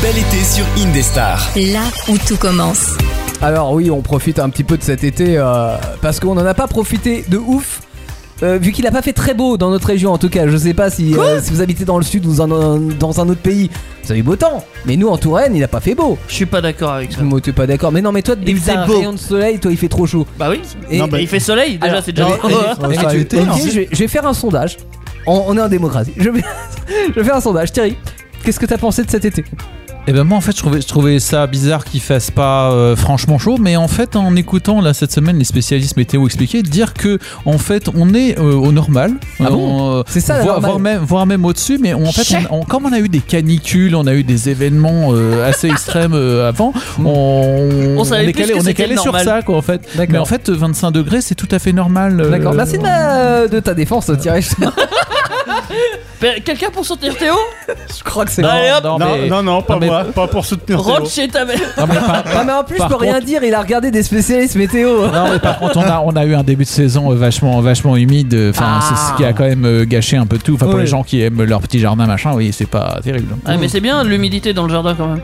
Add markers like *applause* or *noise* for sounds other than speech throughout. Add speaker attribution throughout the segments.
Speaker 1: bel été sur Indestar.
Speaker 2: Là où tout commence.
Speaker 3: Alors oui, on profite un petit peu de cet été euh, parce qu'on n'en a pas profité de ouf. euh, vu qu'il a pas fait très beau dans notre région en tout cas, je sais pas si, euh, si vous habitez dans le sud ou dans un, dans un autre pays, vous avez beau temps. Mais nous en Touraine, il a pas fait beau.
Speaker 4: Je suis pas d'accord avec ça.
Speaker 3: Moi, t'es pas d'accord. Mais non, mais toi, dès
Speaker 4: Ah. Il
Speaker 3: que
Speaker 4: faisait
Speaker 3: t'as un
Speaker 4: beau.
Speaker 3: rayon de soleil, toi, il fait trop chaud.
Speaker 4: Bah oui.
Speaker 3: Et-
Speaker 5: Non, bah,
Speaker 4: Et il fait soleil déjà,
Speaker 3: Alors,
Speaker 4: c'est
Speaker 3: *laughs*
Speaker 4: déjà.
Speaker 3: j'avais-
Speaker 5: Parce
Speaker 3: Ok,
Speaker 5: que
Speaker 3: je,
Speaker 5: tu étais,
Speaker 3: ok,
Speaker 4: hein.
Speaker 5: non
Speaker 3: je vais, je vais faire un sondage. On, on est en démocratie. Je vais, je vais faire un sondage. Thierry, qu'est-ce que t'as pensé de cet été
Speaker 5: Et ben moi en fait je trouvais, je trouvais ça bizarre qu'il fasse pas euh, franchement chaud, mais en fait en écoutant là cette semaine les spécialistes météo expliquer, dire que en fait on est euh, au normal,
Speaker 3: Ah
Speaker 5: Euh,
Speaker 3: bon
Speaker 5: on, euh,
Speaker 3: C'est ça, la
Speaker 5: voire,
Speaker 3: normale.
Speaker 5: voire même voire même au-dessus, mais on- en fait
Speaker 4: Chais.
Speaker 5: on- on- comme on a eu des canicules, on a eu des événements euh, assez extrêmes euh, avant,
Speaker 3: Mm.
Speaker 5: on,
Speaker 4: On savait
Speaker 5: est
Speaker 4: plus
Speaker 5: calé,
Speaker 4: que
Speaker 5: on est
Speaker 4: c'était
Speaker 5: calé sur
Speaker 4: normal.
Speaker 5: ça quoi en fait.
Speaker 3: D'accord.
Speaker 5: Mais en fait 25 degrés c'est tout à fait normal. euh,
Speaker 3: D'accord. Merci de, ma- de ta défense, Thierry.
Speaker 4: Pe- Quelqu'un pour soutenir Théo
Speaker 3: je crois que c'est.
Speaker 4: Bah, allez, hop.
Speaker 5: Non,
Speaker 6: Non,
Speaker 5: Oh, mais-
Speaker 6: non, non, pas
Speaker 5: non, mais-
Speaker 6: moi, pas pour soutenir Théo.
Speaker 4: Rentre chez ta mère.
Speaker 5: non, mais par-
Speaker 3: Ah, mais en plus,
Speaker 5: Par
Speaker 3: je peux rien dire. Il a regardé des spécialistes météo.
Speaker 5: Non mais par contre on a, on a eu un début de saison euh, vachement vachement humide euh, enfin
Speaker 3: Ah.
Speaker 5: c'est ce qui a quand même euh, gâché un peu tout enfin pour
Speaker 3: Oui.
Speaker 5: les gens qui aiment leur petit jardin machin oui c'est pas terrible
Speaker 4: Ah mais c'est bien l'humidité dans le jardin quand même.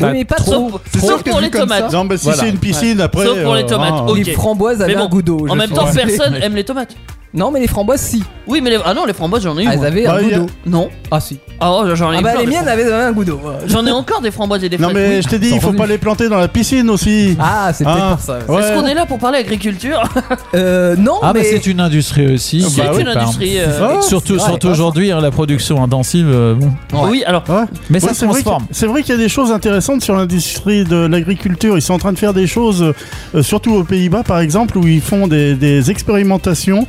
Speaker 3: Oui, *laughs* mais pas trop.
Speaker 4: Sauf, sauf pour les tomates.
Speaker 6: Non, bah si
Speaker 5: Voilà.
Speaker 6: c'est une piscine après.
Speaker 4: hein Sauf pour les tomates.
Speaker 6: hein,
Speaker 4: Oh,
Speaker 3: Les
Speaker 4: Ok.
Speaker 3: framboises avaient
Speaker 4: Mais bon,
Speaker 3: un goût d'eau. je
Speaker 4: En même
Speaker 3: sais. *laughs*
Speaker 4: temps, personne aime les tomates.
Speaker 3: Non, mais les framboises, si.
Speaker 4: Oui, mais les... ah non, les framboises j'en ai eu.
Speaker 3: Ah, elles
Speaker 4: moi.
Speaker 3: avaient
Speaker 6: Bah,
Speaker 3: un goût
Speaker 6: il y a-
Speaker 3: d'eau.
Speaker 4: Non.
Speaker 3: Ah, si.
Speaker 4: Ah oh, j'en ai
Speaker 3: Ah,
Speaker 4: eu
Speaker 3: bah,
Speaker 4: plein,
Speaker 3: les
Speaker 4: des
Speaker 3: miennes avaient un goût d'eau.
Speaker 4: framboises. J'en ai encore des framboises et des
Speaker 6: Non
Speaker 4: fraises.
Speaker 6: mais je t'ai dit, il faut
Speaker 3: Entendu.
Speaker 6: pas les planter dans la piscine aussi.
Speaker 3: Ah, c'est peut-être
Speaker 6: Ah.
Speaker 3: pour ça.
Speaker 6: Ouais.
Speaker 4: Est-ce qu'on est là pour parler agriculture
Speaker 3: Euh, non,
Speaker 4: bah,
Speaker 5: ah mais,
Speaker 3: mais.
Speaker 5: c'est une industrie
Speaker 4: *laughs*
Speaker 5: aussi
Speaker 4: C'est
Speaker 5: Bah
Speaker 4: une
Speaker 5: oui, oh, pardon.
Speaker 4: industrie. euh,
Speaker 6: Ah,
Speaker 5: surtout
Speaker 3: c'est vrai.
Speaker 5: surtout aujourd'hui hein, la production intensive euh, bon.
Speaker 3: Ouais.
Speaker 4: Oui, alors
Speaker 6: Ouais.
Speaker 5: mais ça
Speaker 6: Ouais,
Speaker 5: se
Speaker 6: c'est vrai
Speaker 5: transforme
Speaker 6: qu'il- C'est vrai qu'il y a des choses intéressantes sur l'industrie de l'agriculture. Ils sont en train de faire des choses, euh, surtout aux Pays-Bas par exemple, où ils font des, des expérimentations.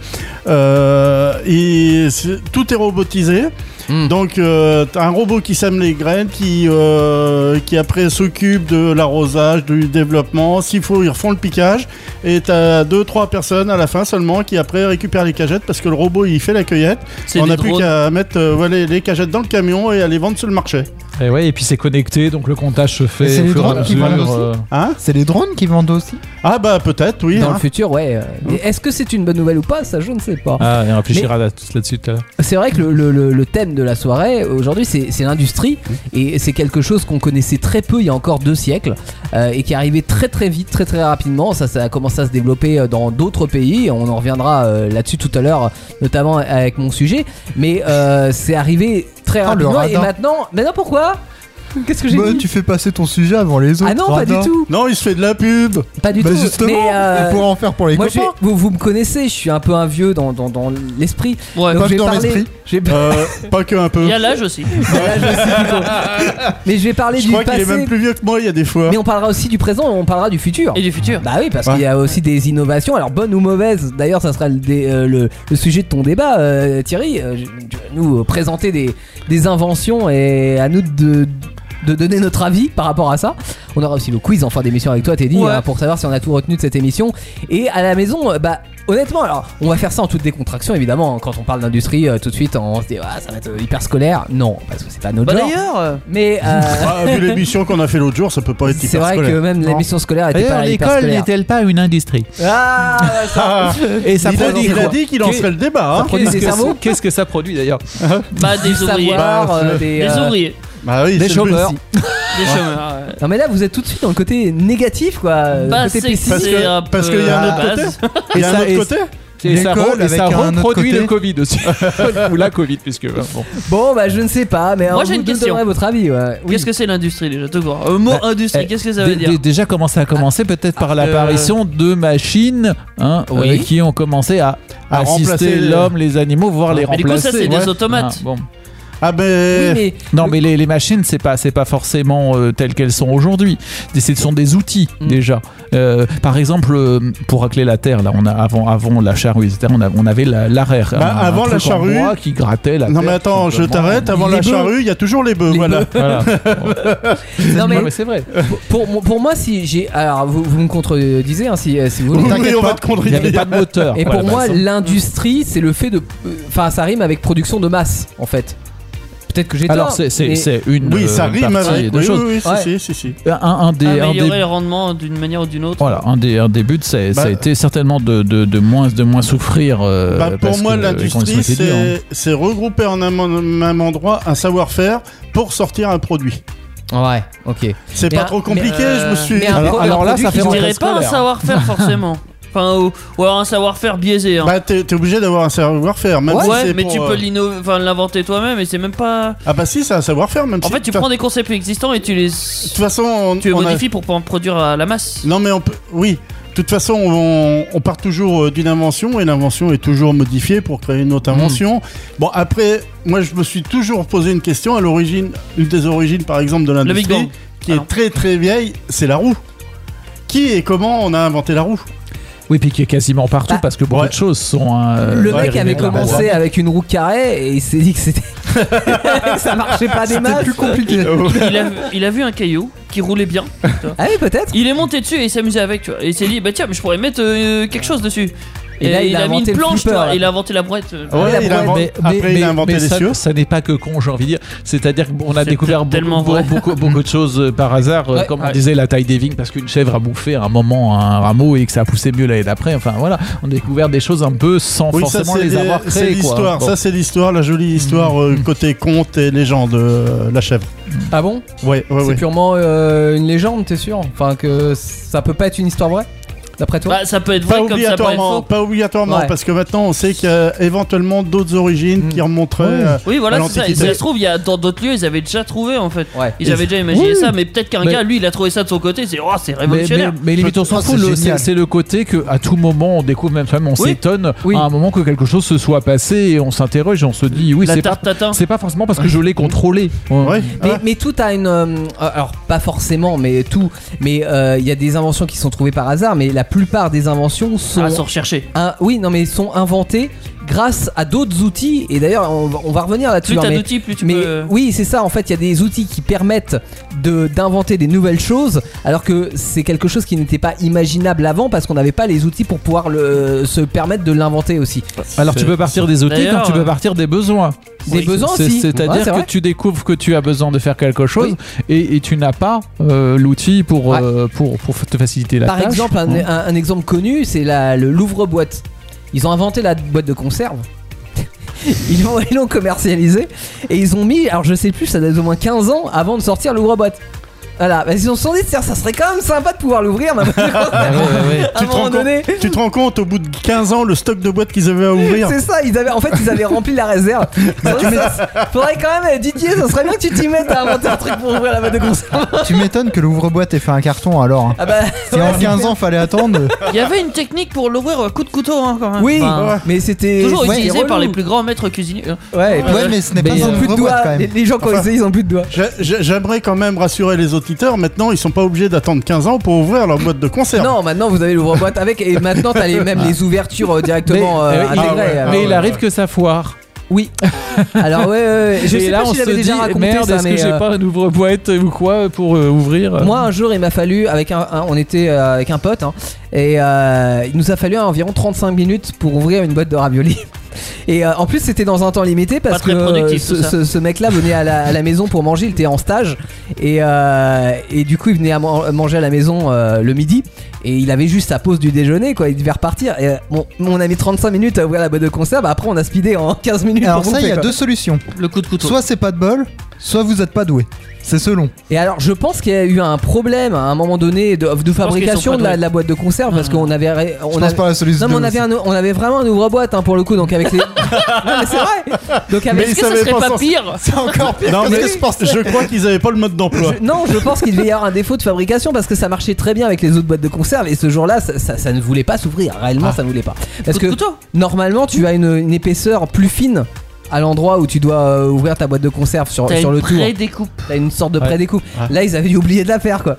Speaker 6: Euh, et c'est- tout est robotisé.
Speaker 4: Hmm.
Speaker 3: Mm.
Speaker 6: Donc euh, t'as un robot qui sème les graines, qui, euh, qui après s'occupe de l'arrosage, du développement. S'il faut, ils refont le piquage. Et t'as deux, trois personnes à la fin seulement qui après récupèrent les cagettes parce que le robot il fait la cueillette.
Speaker 4: c'est
Speaker 6: On
Speaker 4: des
Speaker 6: n'a plus
Speaker 4: drones.
Speaker 6: qu'à mettre euh, voilà, les cagettes dans le camion et à les vendre sur le marché.
Speaker 5: et ouais et puis c'est connecté donc le comptage se
Speaker 7: Et
Speaker 5: fait
Speaker 7: c'est
Speaker 5: au
Speaker 7: les
Speaker 5: fur et à
Speaker 7: drones qui
Speaker 5: mesure,
Speaker 7: parlent aussi
Speaker 5: euh,
Speaker 6: Hein
Speaker 7: C'est les drones qui vendent aussi
Speaker 6: Ah bah peut-être, oui.
Speaker 3: Dans
Speaker 6: hein.
Speaker 3: le futur, ouais. euh, mais Est-ce que c'est une bonne nouvelle ou pas Ça, je ne sais pas.
Speaker 5: ah et on réfléchira là- là-dessus tout à l'heure
Speaker 3: C'est vrai que le, le- le- le thème de la soirée aujourd'hui, c'est c'est l'industrie. Et c'est quelque chose qu'on connaissait très peu il y a encore deux siècles. euh, et qui est arrivé très très vite, très très rapidement. Ça, ça a commencé à se développer euh, dans d'autres pays. On en reviendra euh, là-dessus tout à l'heure, notamment avec mon sujet. Mais euh, c'est arrivé très
Speaker 7: Ah, le
Speaker 3: rapidement. et
Speaker 7: radin.
Speaker 3: maintenant. Maintenant pourquoi Qu'est-ce que j'ai
Speaker 7: Bah,
Speaker 3: dit
Speaker 7: tu fais passer ton sujet avant les autres.
Speaker 3: Ah non, pas du
Speaker 7: radin.
Speaker 3: tout.
Speaker 6: Non, il se fait de la pub.
Speaker 3: Pas du
Speaker 7: Bah
Speaker 3: tout.
Speaker 7: justement,
Speaker 3: Mais, euh,
Speaker 7: on pourra en faire pour les
Speaker 3: moi, je vais-
Speaker 7: copains.
Speaker 3: vous, vous me connaissez, je suis un peu un vieux dans, dans, dans l'esprit.
Speaker 4: Ouais.
Speaker 3: Donc,
Speaker 7: Pas
Speaker 3: je vais
Speaker 7: dans
Speaker 3: parler-
Speaker 7: l'esprit.
Speaker 3: je vais-
Speaker 6: Euh, pas que un
Speaker 4: *laughs*
Speaker 6: peu.
Speaker 4: Il y a l'âge aussi.
Speaker 3: Mais je vais parler
Speaker 6: Je
Speaker 3: du
Speaker 6: crois qu'il
Speaker 3: passé.
Speaker 6: est même plus vieux que moi il y a des fois.
Speaker 3: Mais on parlera aussi du présent, on parlera du futur.
Speaker 4: Et du futur.
Speaker 3: Bah oui, parce qu'il y a aussi des innovations, alors bonnes ou mauvaises. D'ailleurs, ça sera le, dé- euh, le, le sujet de ton débat, euh, Thierry. Euh, je- tu vas nous euh, présenter des, des inventions et à nous de, de donner notre avis par rapport à ça. On aura aussi le quiz en fin d'émission avec toi, Teddy,
Speaker 4: Ouais.
Speaker 3: hein, pour savoir si on a tout retenu de cette émission. Et à la maison, euh, bah. Honnêtement, alors on va faire ça en toute décontraction, évidemment. hein, Quand on parle d'industrie, euh, tout de suite, on se dit ah, ça va être hyper scolaire. Non, parce que c'est pas notre
Speaker 4: Bah
Speaker 3: genre.
Speaker 4: d'ailleurs, euh,
Speaker 3: Mais
Speaker 4: *laughs*
Speaker 3: euh,
Speaker 5: *laughs*
Speaker 6: Ah, vu l'émission qu'on a fait l'autre jour, ça peut pas être
Speaker 3: c'est
Speaker 6: hyper
Speaker 3: vrai
Speaker 6: scolaire.
Speaker 3: que même
Speaker 7: Non.
Speaker 3: l'émission scolaire était
Speaker 5: d'ailleurs
Speaker 3: pas hyper
Speaker 5: l'école
Speaker 3: scolaire.
Speaker 5: n'est-elle pas une industrie
Speaker 3: Ah, ouais, ça-
Speaker 6: Ah,
Speaker 5: et ça
Speaker 6: il, a,
Speaker 5: produit
Speaker 6: il a
Speaker 5: quoi
Speaker 6: dit qu'il lancerait le débat. Hein.
Speaker 3: produit
Speaker 5: Qu'est-ce
Speaker 3: des
Speaker 5: que-
Speaker 3: cerveaux
Speaker 5: qu'est-ce que ça produit d'ailleurs
Speaker 4: bah des ouvriers.
Speaker 3: savoir, euh,
Speaker 6: Bah,
Speaker 3: des,
Speaker 4: Des
Speaker 3: euh,
Speaker 4: ouvriers.
Speaker 6: Bah oui,
Speaker 5: des
Speaker 6: c'est le but.
Speaker 5: chômeurs
Speaker 4: Des chômeurs. ouais.
Speaker 3: Non mais là vous êtes tout de suite dans le côté négatif quoi, euh,
Speaker 4: Bah,
Speaker 3: côté
Speaker 4: c'est-
Speaker 3: pessimiste.
Speaker 6: Parce
Speaker 4: C'est un
Speaker 6: que
Speaker 4: peu Ah,
Speaker 6: parce qu'il y a un
Speaker 4: la
Speaker 6: autre côté.
Speaker 4: base.
Speaker 6: Il y a
Speaker 5: Et ça-
Speaker 6: un
Speaker 5: et-
Speaker 6: autre côté.
Speaker 5: et ça,
Speaker 7: L'école
Speaker 5: re- et ça
Speaker 7: avec un autre
Speaker 5: reproduit
Speaker 7: côté.
Speaker 5: le Covid
Speaker 6: *laughs*
Speaker 5: aussi ou la Covid puisque bon.
Speaker 3: Bon bah je ne sais pas mais
Speaker 4: Moi,
Speaker 3: hein,
Speaker 4: j'ai
Speaker 3: vous
Speaker 4: une question.
Speaker 3: donnerez votre avis. ouais. Oui.
Speaker 4: Qu'est-ce que c'est l'industrie déjà tout court. Euh, mot
Speaker 5: Bah,
Speaker 4: industrie,
Speaker 6: Eh,
Speaker 5: euh,
Speaker 4: qu'est-ce que ça
Speaker 5: Dé-
Speaker 4: veut dire Ah, euh,
Speaker 5: dé- Déjà commencé à commencer peut-être par l'apparition de machines hein,
Speaker 3: Oui.
Speaker 5: euh, qui ont commencé à,
Speaker 6: À
Speaker 5: assister
Speaker 6: remplacer les-
Speaker 5: l'homme, les animaux, voire les
Speaker 4: Ah, Mais du coup,
Speaker 5: remplacer.
Speaker 4: ça, c'est
Speaker 5: ouais.
Speaker 4: des automates.
Speaker 5: Ah, bon.
Speaker 6: Ah
Speaker 3: Oui,
Speaker 6: ben.
Speaker 3: mais
Speaker 5: Non, mais les, les machines, c'est pas, c'est pas forcément euh, telles qu'elles sont aujourd'hui. Des- Ce sont des outils
Speaker 3: Mm.
Speaker 5: déjà. Euh, par exemple, euh, pour racler la terre, là, on a avant, avant la charrue, etc. On, a- on avait la, l'arère,
Speaker 6: Bah,
Speaker 5: un- un
Speaker 6: avant la
Speaker 5: truc en
Speaker 6: charrue-
Speaker 5: bois qui grattait la
Speaker 6: Non
Speaker 5: terre,
Speaker 6: mais attends,
Speaker 5: tout
Speaker 6: je
Speaker 5: simplement.
Speaker 6: t'arrête. Avant
Speaker 3: Les
Speaker 6: la
Speaker 3: bœufs.
Speaker 6: charrue, il y a toujours les bœufs. Voilà.
Speaker 5: Voilà.
Speaker 3: non mais
Speaker 5: Non, mais c'est vrai.
Speaker 3: pour, mon- pour moi si j'ai alors vous, vous me contredisez hein, si, euh, si vous
Speaker 6: Oui,
Speaker 3: voulez.
Speaker 6: oui, on va te
Speaker 5: Il n'y avait pas
Speaker 6: contredire.
Speaker 5: de moteur.
Speaker 3: *laughs* Et
Speaker 5: quoi,
Speaker 3: pour
Speaker 5: là-bas.
Speaker 3: moi l'industrie c'est le fait de enfin ça rime avec production de masse en fait. Peut-être que j'ai tort.
Speaker 5: Alors c'est- c'est
Speaker 3: mais-
Speaker 5: c'est une
Speaker 6: Oui, ça
Speaker 5: euh,
Speaker 6: rime
Speaker 5: partie
Speaker 6: avec.
Speaker 5: de
Speaker 6: Oui,
Speaker 5: choses.
Speaker 6: oui, oui,
Speaker 3: Ouais.
Speaker 6: si, si, si, si.
Speaker 5: Un, un des, un
Speaker 4: Ah, Améliorer
Speaker 5: des-
Speaker 4: le rendement d'une manière ou d'une autre.
Speaker 5: voilà, un des, un des buts, c'est-
Speaker 6: Bah-
Speaker 5: ça a été certainement de, de, de moins, de moins souffrir. euh,
Speaker 6: Bah, pour
Speaker 5: parce
Speaker 6: moi,
Speaker 5: que les
Speaker 6: l'industrie,
Speaker 5: conditions étaient dures, hein.
Speaker 6: c'est c'est regrouper en un, mo- même endroit un savoir-faire pour sortir un produit.
Speaker 3: Ouais, ok.
Speaker 6: C'est
Speaker 3: Mais
Speaker 6: pas
Speaker 3: un-
Speaker 6: trop
Speaker 3: mais,
Speaker 6: compliqué, je
Speaker 4: euh,
Speaker 6: me suis.
Speaker 3: mais un
Speaker 2: Alors-
Speaker 3: pro-
Speaker 2: alors
Speaker 3: un
Speaker 2: là,
Speaker 3: produit
Speaker 2: ça
Speaker 3: qui
Speaker 2: fait
Speaker 4: Je
Speaker 3: se-
Speaker 2: rentrer-
Speaker 4: dirais
Speaker 2: rentrée
Speaker 4: pas un
Speaker 2: scolaire.
Speaker 6: *laughs*
Speaker 4: savoir-faire forcément. Enfin, ou, ou alors un savoir-faire biaisé. hein.
Speaker 6: Bah, t'es t'es obligé d'avoir un savoir-faire, même
Speaker 4: ouais,
Speaker 6: si c'est
Speaker 4: mais
Speaker 6: pour,
Speaker 4: tu
Speaker 6: euh,
Speaker 4: peux l'innover- enfin, l'inventer toi-même et c'est même pas.
Speaker 6: Ah bah si, c'est un savoir-faire, même
Speaker 4: En
Speaker 6: si.
Speaker 4: fait, tu
Speaker 6: t'as-
Speaker 4: prends des concepts existants et tu les,
Speaker 6: De toute façon, on,
Speaker 4: tu les
Speaker 6: on a-
Speaker 4: modifies pour pas en produire à la
Speaker 6: *laughs*
Speaker 4: masse.
Speaker 6: Non, mais on peut. Oui. De toute façon, on, on part toujours euh, d'une invention et l'invention est toujours modifiée pour créer une
Speaker 4: Hmm.
Speaker 6: autre invention. Bon, après, moi, je me suis toujours posé une question à l'origine, une des origines, par exemple, de
Speaker 4: Le Big Bang.
Speaker 6: l'industrie, qui
Speaker 4: Ah
Speaker 6: est
Speaker 4: non.
Speaker 6: très très vieille, c'est la roue. Qui et comment on a inventé
Speaker 4: *laughs*
Speaker 6: la roue
Speaker 5: Oui, puis qui est quasiment partout
Speaker 3: Bah,
Speaker 5: parce que beaucoup
Speaker 6: ouais.
Speaker 5: de choses sont. euh,
Speaker 3: Le
Speaker 6: ouais,
Speaker 3: mec avait
Speaker 5: dérivées de la
Speaker 3: commencé
Speaker 5: roue.
Speaker 3: avec une roue carrée et il s'est dit que *laughs* c'était. que ça marchait pas des
Speaker 7: C'était
Speaker 3: masses.
Speaker 7: plus compliqué.
Speaker 4: il, a, il a vu un caillou qui roulait bien.
Speaker 3: Ah oui, peut-être.
Speaker 4: Il est monté dessus et il s'amusait avec, tu vois. Et il s'est dit, bah tiens, mais je pourrais mettre euh, quelque chose dessus.
Speaker 3: Et là, il a
Speaker 4: mis
Speaker 3: inventé
Speaker 4: une
Speaker 3: le
Speaker 4: planche,
Speaker 3: flipper,
Speaker 4: tu vois,
Speaker 3: là.
Speaker 4: et il a inventé la brouette. euh,
Speaker 6: Ouais,
Speaker 3: la
Speaker 6: il a
Speaker 3: boîte.
Speaker 6: inven-
Speaker 5: Mais-
Speaker 6: Après,
Speaker 5: mais-
Speaker 6: il a
Speaker 5: mais-
Speaker 6: inventé
Speaker 5: mais
Speaker 6: les
Speaker 5: ça,
Speaker 6: cieux.
Speaker 5: ça n'est pas que con, j'ai envie de dire. C'est-à-dire qu'on a
Speaker 4: C'est
Speaker 5: découvert beaucoup,
Speaker 4: tellement vrai.
Speaker 5: beaucoup, beaucoup de choses euh, par hasard, euh,
Speaker 3: Ouais.
Speaker 5: comme on
Speaker 4: Ouais.
Speaker 5: disait la taille des vignes, parce qu'une chèvre a bouffé à un moment un rameau et que ça a poussé mieux l'année d'après. Enfin voilà, on a découvert des choses un peu sans
Speaker 6: Oui, ça
Speaker 5: forcément
Speaker 6: c'est
Speaker 5: les
Speaker 6: des-
Speaker 5: avoir
Speaker 6: c'est
Speaker 5: créées. quoi.
Speaker 6: l'histoire,
Speaker 5: Bon.
Speaker 6: ça c'est l'histoire, la jolie histoire euh, côté conte et légende, euh, la chèvre.
Speaker 3: Ah bon
Speaker 6: Ouais, ouais,
Speaker 3: C'est
Speaker 6: ouais.
Speaker 3: purement euh, une légende, t'es sûr Enfin, que ça peut pas être une histoire vraie D'après toi
Speaker 4: Bah, ça peut être
Speaker 6: Pas
Speaker 4: vrai comme ça peut être
Speaker 6: obligatoirement,
Speaker 4: faux.
Speaker 6: pas obligatoirement,
Speaker 3: Ouais.
Speaker 6: parce que maintenant on sait qu'il y a éventuellement d'autres origines qui remonteraient.
Speaker 3: Oui.
Speaker 6: euh,
Speaker 4: Oui,
Speaker 6: à
Speaker 4: voilà, c'est ça. Et
Speaker 6: l'Antiquité.
Speaker 4: si ça se trouve, il y a, dans d'autres lieux, ils avaient déjà trouvé en fait.
Speaker 3: Ouais.
Speaker 4: Ils avaient déjà imaginé ça, mais peut-être qu'un
Speaker 5: Mais-
Speaker 4: gars, lui, il a trouvé ça de son côté, c'est oh, c'est
Speaker 5: Mais, mais,
Speaker 4: révolutionnaire.
Speaker 5: mais limite, on s'en
Speaker 7: Ah,
Speaker 5: fout.
Speaker 7: c'est
Speaker 5: le- C'est
Speaker 7: génial.
Speaker 5: c'est le côté que à tout moment on découvre, même, même on
Speaker 4: Oui.
Speaker 5: s'étonne
Speaker 3: Oui.
Speaker 5: à un moment que quelque chose se soit passé et on s'interroge et on se dit oui,
Speaker 4: la
Speaker 5: c'est pas,
Speaker 4: tarte tatin.
Speaker 5: c'est pas forcément parce que je l'ai contrôlé.
Speaker 6: euh, ouais,
Speaker 3: Mais,
Speaker 6: ouais.
Speaker 3: mais tout a une. euh, alors, pas forcément, mais tout. Mais euh, il y a des inventions qui sont trouvées par hasard, mais la plupart des inventions sont.
Speaker 4: Ah, sans rechercher.
Speaker 3: un- oui, non, mais sont inventées grâce à d'autres outils. Et d'ailleurs, on, va- on va revenir là-dessus.
Speaker 4: Plus
Speaker 3: hein,
Speaker 4: t'as
Speaker 3: mais-
Speaker 4: d'outils, plus tu
Speaker 3: mais
Speaker 4: peux.
Speaker 3: oui, c'est ça. En fait, il y a des outils qui permettent de d'inventer des nouvelles choses, alors que c'est quelque chose qui n'était pas imaginable avant parce qu'on n'avait pas les outils pour pouvoir le, se permettre de l'inventer aussi.
Speaker 5: Alors tu peux partir des outils comme
Speaker 4: D'ailleurs,
Speaker 5: tu
Speaker 4: euh,
Speaker 5: peux partir des besoins.
Speaker 3: Des
Speaker 5: Oui.
Speaker 3: besoins
Speaker 5: C'est-
Speaker 3: aussi. Ouais,
Speaker 5: C'est-à-dire
Speaker 3: c'est vrai.
Speaker 5: que tu découvres que tu as besoin de faire quelque chose et, et tu n'as pas euh, l'outil pour,
Speaker 3: Ouais.
Speaker 5: euh, pour, pour te faciliter la
Speaker 3: Par
Speaker 5: tâche.
Speaker 3: exemple, un,
Speaker 5: Hein.
Speaker 3: un- un exemple connu, c'est la- le Louvre-boîte. Ils ont inventé la boîte de conserve. *laughs* Ils l'ont ils l'ont commercialisée et ils ont mis, alors je sais plus, ça date au moins 15 ans avant de sortir l'ouvre-boîte. Voilà, bah, ils ont sont dit, tiens, ça serait quand même sympa de pouvoir l'ouvrir, ma boîte de conserve.
Speaker 5: Ah
Speaker 3: à *laughs*
Speaker 6: Tu
Speaker 3: un
Speaker 6: te rends
Speaker 3: moment
Speaker 6: compte
Speaker 3: donné.
Speaker 6: Tu te rends compte, au bout de 15 ans, le stock de boîtes qu'ils avaient à ouvrir
Speaker 3: C'est ça, ils avaient, en fait, ils avaient rempli la *laughs* réserve. Ils ont dit, ça- faudrait quand même, euh, Didier, ça serait bien que tu t'y mettes à inventer un truc pour ouvrir la boîte de conserve.
Speaker 7: Tu m'étonnes que l'ouvre-boîte ait fait un
Speaker 3: *laughs*
Speaker 7: carton alors. hein.
Speaker 3: Ah bah,
Speaker 7: Si en 15 ans fallait attendre,
Speaker 4: Il y avait une technique pour l'ouvrir euh, coup de couteau, hein, quand même.
Speaker 3: oui,
Speaker 4: Enfin,
Speaker 3: mais c'était.
Speaker 4: Toujours
Speaker 3: c'était
Speaker 4: utilisé par
Speaker 3: relou.
Speaker 4: les plus grands maîtres cuisiniers. Euh,
Speaker 3: Ouais, *laughs* euh, et ben, puis-
Speaker 7: ouais, mais ce n'est pas
Speaker 3: ils
Speaker 7: un
Speaker 3: ont plus de
Speaker 7: ouvre-boîte
Speaker 3: doigts.
Speaker 7: quand
Speaker 3: Les,
Speaker 7: même.
Speaker 3: les gens qui ont essayé, ils ont plus de doigts.
Speaker 6: J'a- j'a- J'aimerais quand même rassurer les auditeurs, maintenant ils sont pas obligés d'attendre 15 ans pour ouvrir leur boîte de conserve.
Speaker 3: *laughs* Non, maintenant vous avez l'ouvre-boîte avec et maintenant t'as *laughs* les, même les ouvertures euh,
Speaker 5: Mais,
Speaker 3: directement euh,
Speaker 5: euh, il-
Speaker 3: intégrées.
Speaker 5: mais
Speaker 3: alors.
Speaker 5: il arrive que ça foire.
Speaker 3: Oui. Alors ouais, ouais, ouais. je
Speaker 5: et
Speaker 3: sais
Speaker 5: là
Speaker 3: pas
Speaker 5: on
Speaker 3: si
Speaker 5: se
Speaker 3: j'avais
Speaker 5: dit
Speaker 3: déjà raconté
Speaker 5: merde,
Speaker 3: ça,
Speaker 5: est-ce
Speaker 3: mais,
Speaker 5: que j'ai
Speaker 3: euh,
Speaker 5: pas un ouvre-boîte ou quoi pour euh, ouvrir
Speaker 3: Moi un jour il m'a fallu avec un, un- on était euh, avec un pote hein, et euh, il nous a fallu environ 35 minutes pour ouvrir une boîte de raviolis. *laughs* Et euh, en plus c'était dans un temps limité parce
Speaker 4: Pas très
Speaker 3: que euh,
Speaker 4: productif,
Speaker 3: ce,
Speaker 4: tout ça.
Speaker 3: ce- ce mec-là venait à la, à la maison pour manger, il était en stage et, euh, et du coup il venait à man- manger à la maison euh, le midi et il avait juste sa pause du déjeuner quoi, il devait repartir et euh, bon, on a mis 35 minutes à ouvrir la boîte de conserve, après on a speedé en 15 minutes
Speaker 7: alors
Speaker 3: pour
Speaker 7: ça, il
Speaker 3: bouffer,
Speaker 7: y a
Speaker 3: quoi.
Speaker 7: deux solutions.
Speaker 4: Le coup de couteau.
Speaker 7: Soit c'est pas de bol, soit vous êtes pas doué. C'est selon.
Speaker 3: Et alors, je pense qu'il y a eu un problème hein, à un moment donné de, de fabrication
Speaker 4: pas
Speaker 3: de la,
Speaker 4: doués.
Speaker 3: de la boîte de conserve
Speaker 4: Mmh.
Speaker 3: parce qu'on avait, ré-
Speaker 7: Je
Speaker 3: on
Speaker 7: pense
Speaker 3: avait-
Speaker 7: pas à la solution.
Speaker 3: non mais on
Speaker 7: de-
Speaker 3: avait, un- on avait vraiment un ouvre-boîte hein, pour le coup, donc avec les. non mais c'est vrai. Donc avec.
Speaker 6: Mais
Speaker 4: Est-ce
Speaker 6: ils
Speaker 4: que ça
Speaker 6: savaient
Speaker 4: serait
Speaker 6: pas
Speaker 4: pas
Speaker 6: s'en-
Speaker 4: pire
Speaker 7: C'est encore pire
Speaker 6: Non,
Speaker 7: que
Speaker 6: mais
Speaker 7: ce que je pensais.
Speaker 6: je crois qu'ils avaient pas le mode d'emploi.
Speaker 3: Je- non, je pense qu'il devait y avoir un défaut de fabrication parce que ça marchait très bien avec les autres boîtes de conserve et ce jour-là, ça, ça- ça ne voulait pas s'ouvrir. Réellement, ça ne voulait pas. Parce
Speaker 4: Coup de
Speaker 3: que
Speaker 4: couteau
Speaker 3: normalement, tu as une, une épaisseur plus fine à l'endroit où tu dois euh, ouvrir ta boîte de conserve sur,
Speaker 4: T'as
Speaker 3: sur
Speaker 4: une
Speaker 3: le tour.
Speaker 4: pré-découpe.
Speaker 3: T'as une sorte de
Speaker 5: Ouais.
Speaker 3: prédécoupe. Là, ils avaient oublié de la faire quoi.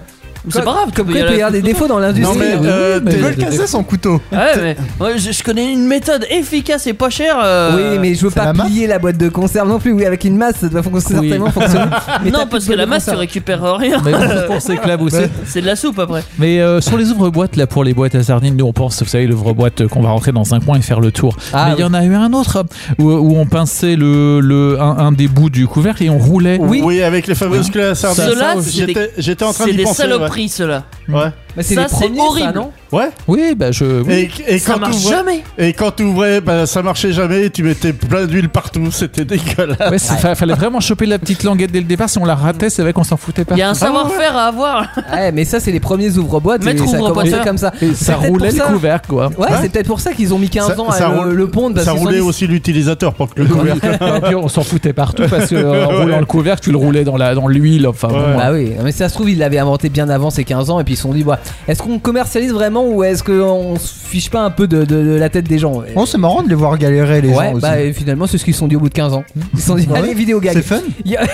Speaker 4: C'est pas grave,
Speaker 3: Comme
Speaker 4: tu
Speaker 3: quoi,
Speaker 4: peux y
Speaker 3: il peut y
Speaker 4: aller à
Speaker 3: avoir des
Speaker 4: couteau.
Speaker 3: défauts dans l'industrie.
Speaker 6: Non, mais,
Speaker 3: Oui,
Speaker 6: euh,
Speaker 3: mais-
Speaker 7: Ils veulent casser son couteau.
Speaker 4: Ah Ouais, mais moi, je, je connais une méthode efficace et pas chère. euh,
Speaker 3: Oui, mais je veux
Speaker 7: c'est
Speaker 3: pas
Speaker 7: la masse
Speaker 3: plier la boîte de conserve non plus. Oui, avec une masse, ça doit fon- certainement
Speaker 7: *laughs*
Speaker 3: fonctionner. Mais t'as
Speaker 4: non,
Speaker 3: plus
Speaker 4: parce
Speaker 3: de
Speaker 4: que la
Speaker 3: boîte de
Speaker 4: masse, tu
Speaker 3: conserve.
Speaker 4: récupères rien.
Speaker 5: mais juste pour s'éclabousser.
Speaker 4: C'est de la soupe après.
Speaker 5: Mais euh, sur les ouvre-boîtes, là, pour les boîtes à sardines, nous on pense, vous savez, l'ouvre-boîte euh, qu'on va rentrer dans un coin et faire le tour.
Speaker 3: Ah,
Speaker 5: Mais il y en a eu un autre où, où on pinçait le, le, un, un des bouts du couvercle et on roulait.
Speaker 6: Oui. avec les fameuses classes à sardines.
Speaker 4: Ceux-là, c'est
Speaker 6: J'étais- J'étais en train
Speaker 4: C'est
Speaker 6: d'y
Speaker 4: des
Speaker 6: penser. ouais.
Speaker 4: saloperies, ceux-là.
Speaker 6: Ouais.
Speaker 3: Mais c'est
Speaker 4: Ça,
Speaker 3: les
Speaker 4: c'est
Speaker 3: premiers, ça,
Speaker 4: horrible.
Speaker 3: non
Speaker 6: Ouais.
Speaker 5: Oui, bah je. oui.
Speaker 6: Et, et
Speaker 4: Ça
Speaker 6: quand
Speaker 4: marche
Speaker 6: t'ouvrais,
Speaker 4: jamais.
Speaker 6: et quand t'ouvrais, bah, ça marchait jamais. Et tu mettais plein d'huile partout. C'était *laughs* dégueulasse.
Speaker 5: Ouais, c'est- fa- fallait vraiment choper la petite languette dès le départ. Si on la ratait, c'est vrai qu'on s'en foutait pas.
Speaker 4: Il y a un savoir-faire à avoir.
Speaker 3: Ah Ouais, mais ça, c'est les premiers ouvre-boîtes.
Speaker 4: Maître
Speaker 3: et Ça a commencé
Speaker 4: ouvre-boîteur.
Speaker 3: comme ça.
Speaker 5: Et
Speaker 3: C'est
Speaker 5: ça
Speaker 3: peut-être
Speaker 5: roulait
Speaker 3: pour
Speaker 5: le
Speaker 3: ça.
Speaker 5: couvert, quoi.
Speaker 3: Ouais,
Speaker 6: Ouais.
Speaker 3: c'est peut-être pour ça qu'ils ont mis 15
Speaker 6: Ça-
Speaker 3: ans à
Speaker 6: ça
Speaker 3: le,
Speaker 6: roule-
Speaker 3: le
Speaker 4: Ah,
Speaker 3: pondre.
Speaker 4: bah,
Speaker 3: parce
Speaker 6: ça
Speaker 3: qu'ils se sont
Speaker 6: roulait
Speaker 3: dit,
Speaker 6: aussi l'utilisateur pour que le couvercle.
Speaker 5: Et puis on s'en foutait partout parce que euh, en roulant le couvercle, tu le roulais dans la dans l'huile. Enfin, bon, hein.
Speaker 6: Ouais.
Speaker 5: voilà.
Speaker 3: Bah oui, mais si ça se trouve, ils l'avaient inventé bien avant ces 15 ans et puis ils se sont dit, bah, est-ce qu'on commercialise vraiment ou est-ce qu'on se fiche pas un peu de, de- de la tête des gens
Speaker 7: Oh, c'est marrant de les voir galérer, les
Speaker 3: Ouais,
Speaker 7: gens aussi.
Speaker 3: bah et finalement, c'est ce qu'ils se sont dit au bout de 15 ans. Ils se sont dit,
Speaker 7: Ouais.
Speaker 3: allez, vidéo gag.
Speaker 7: c'est fun.
Speaker 3: Il y a-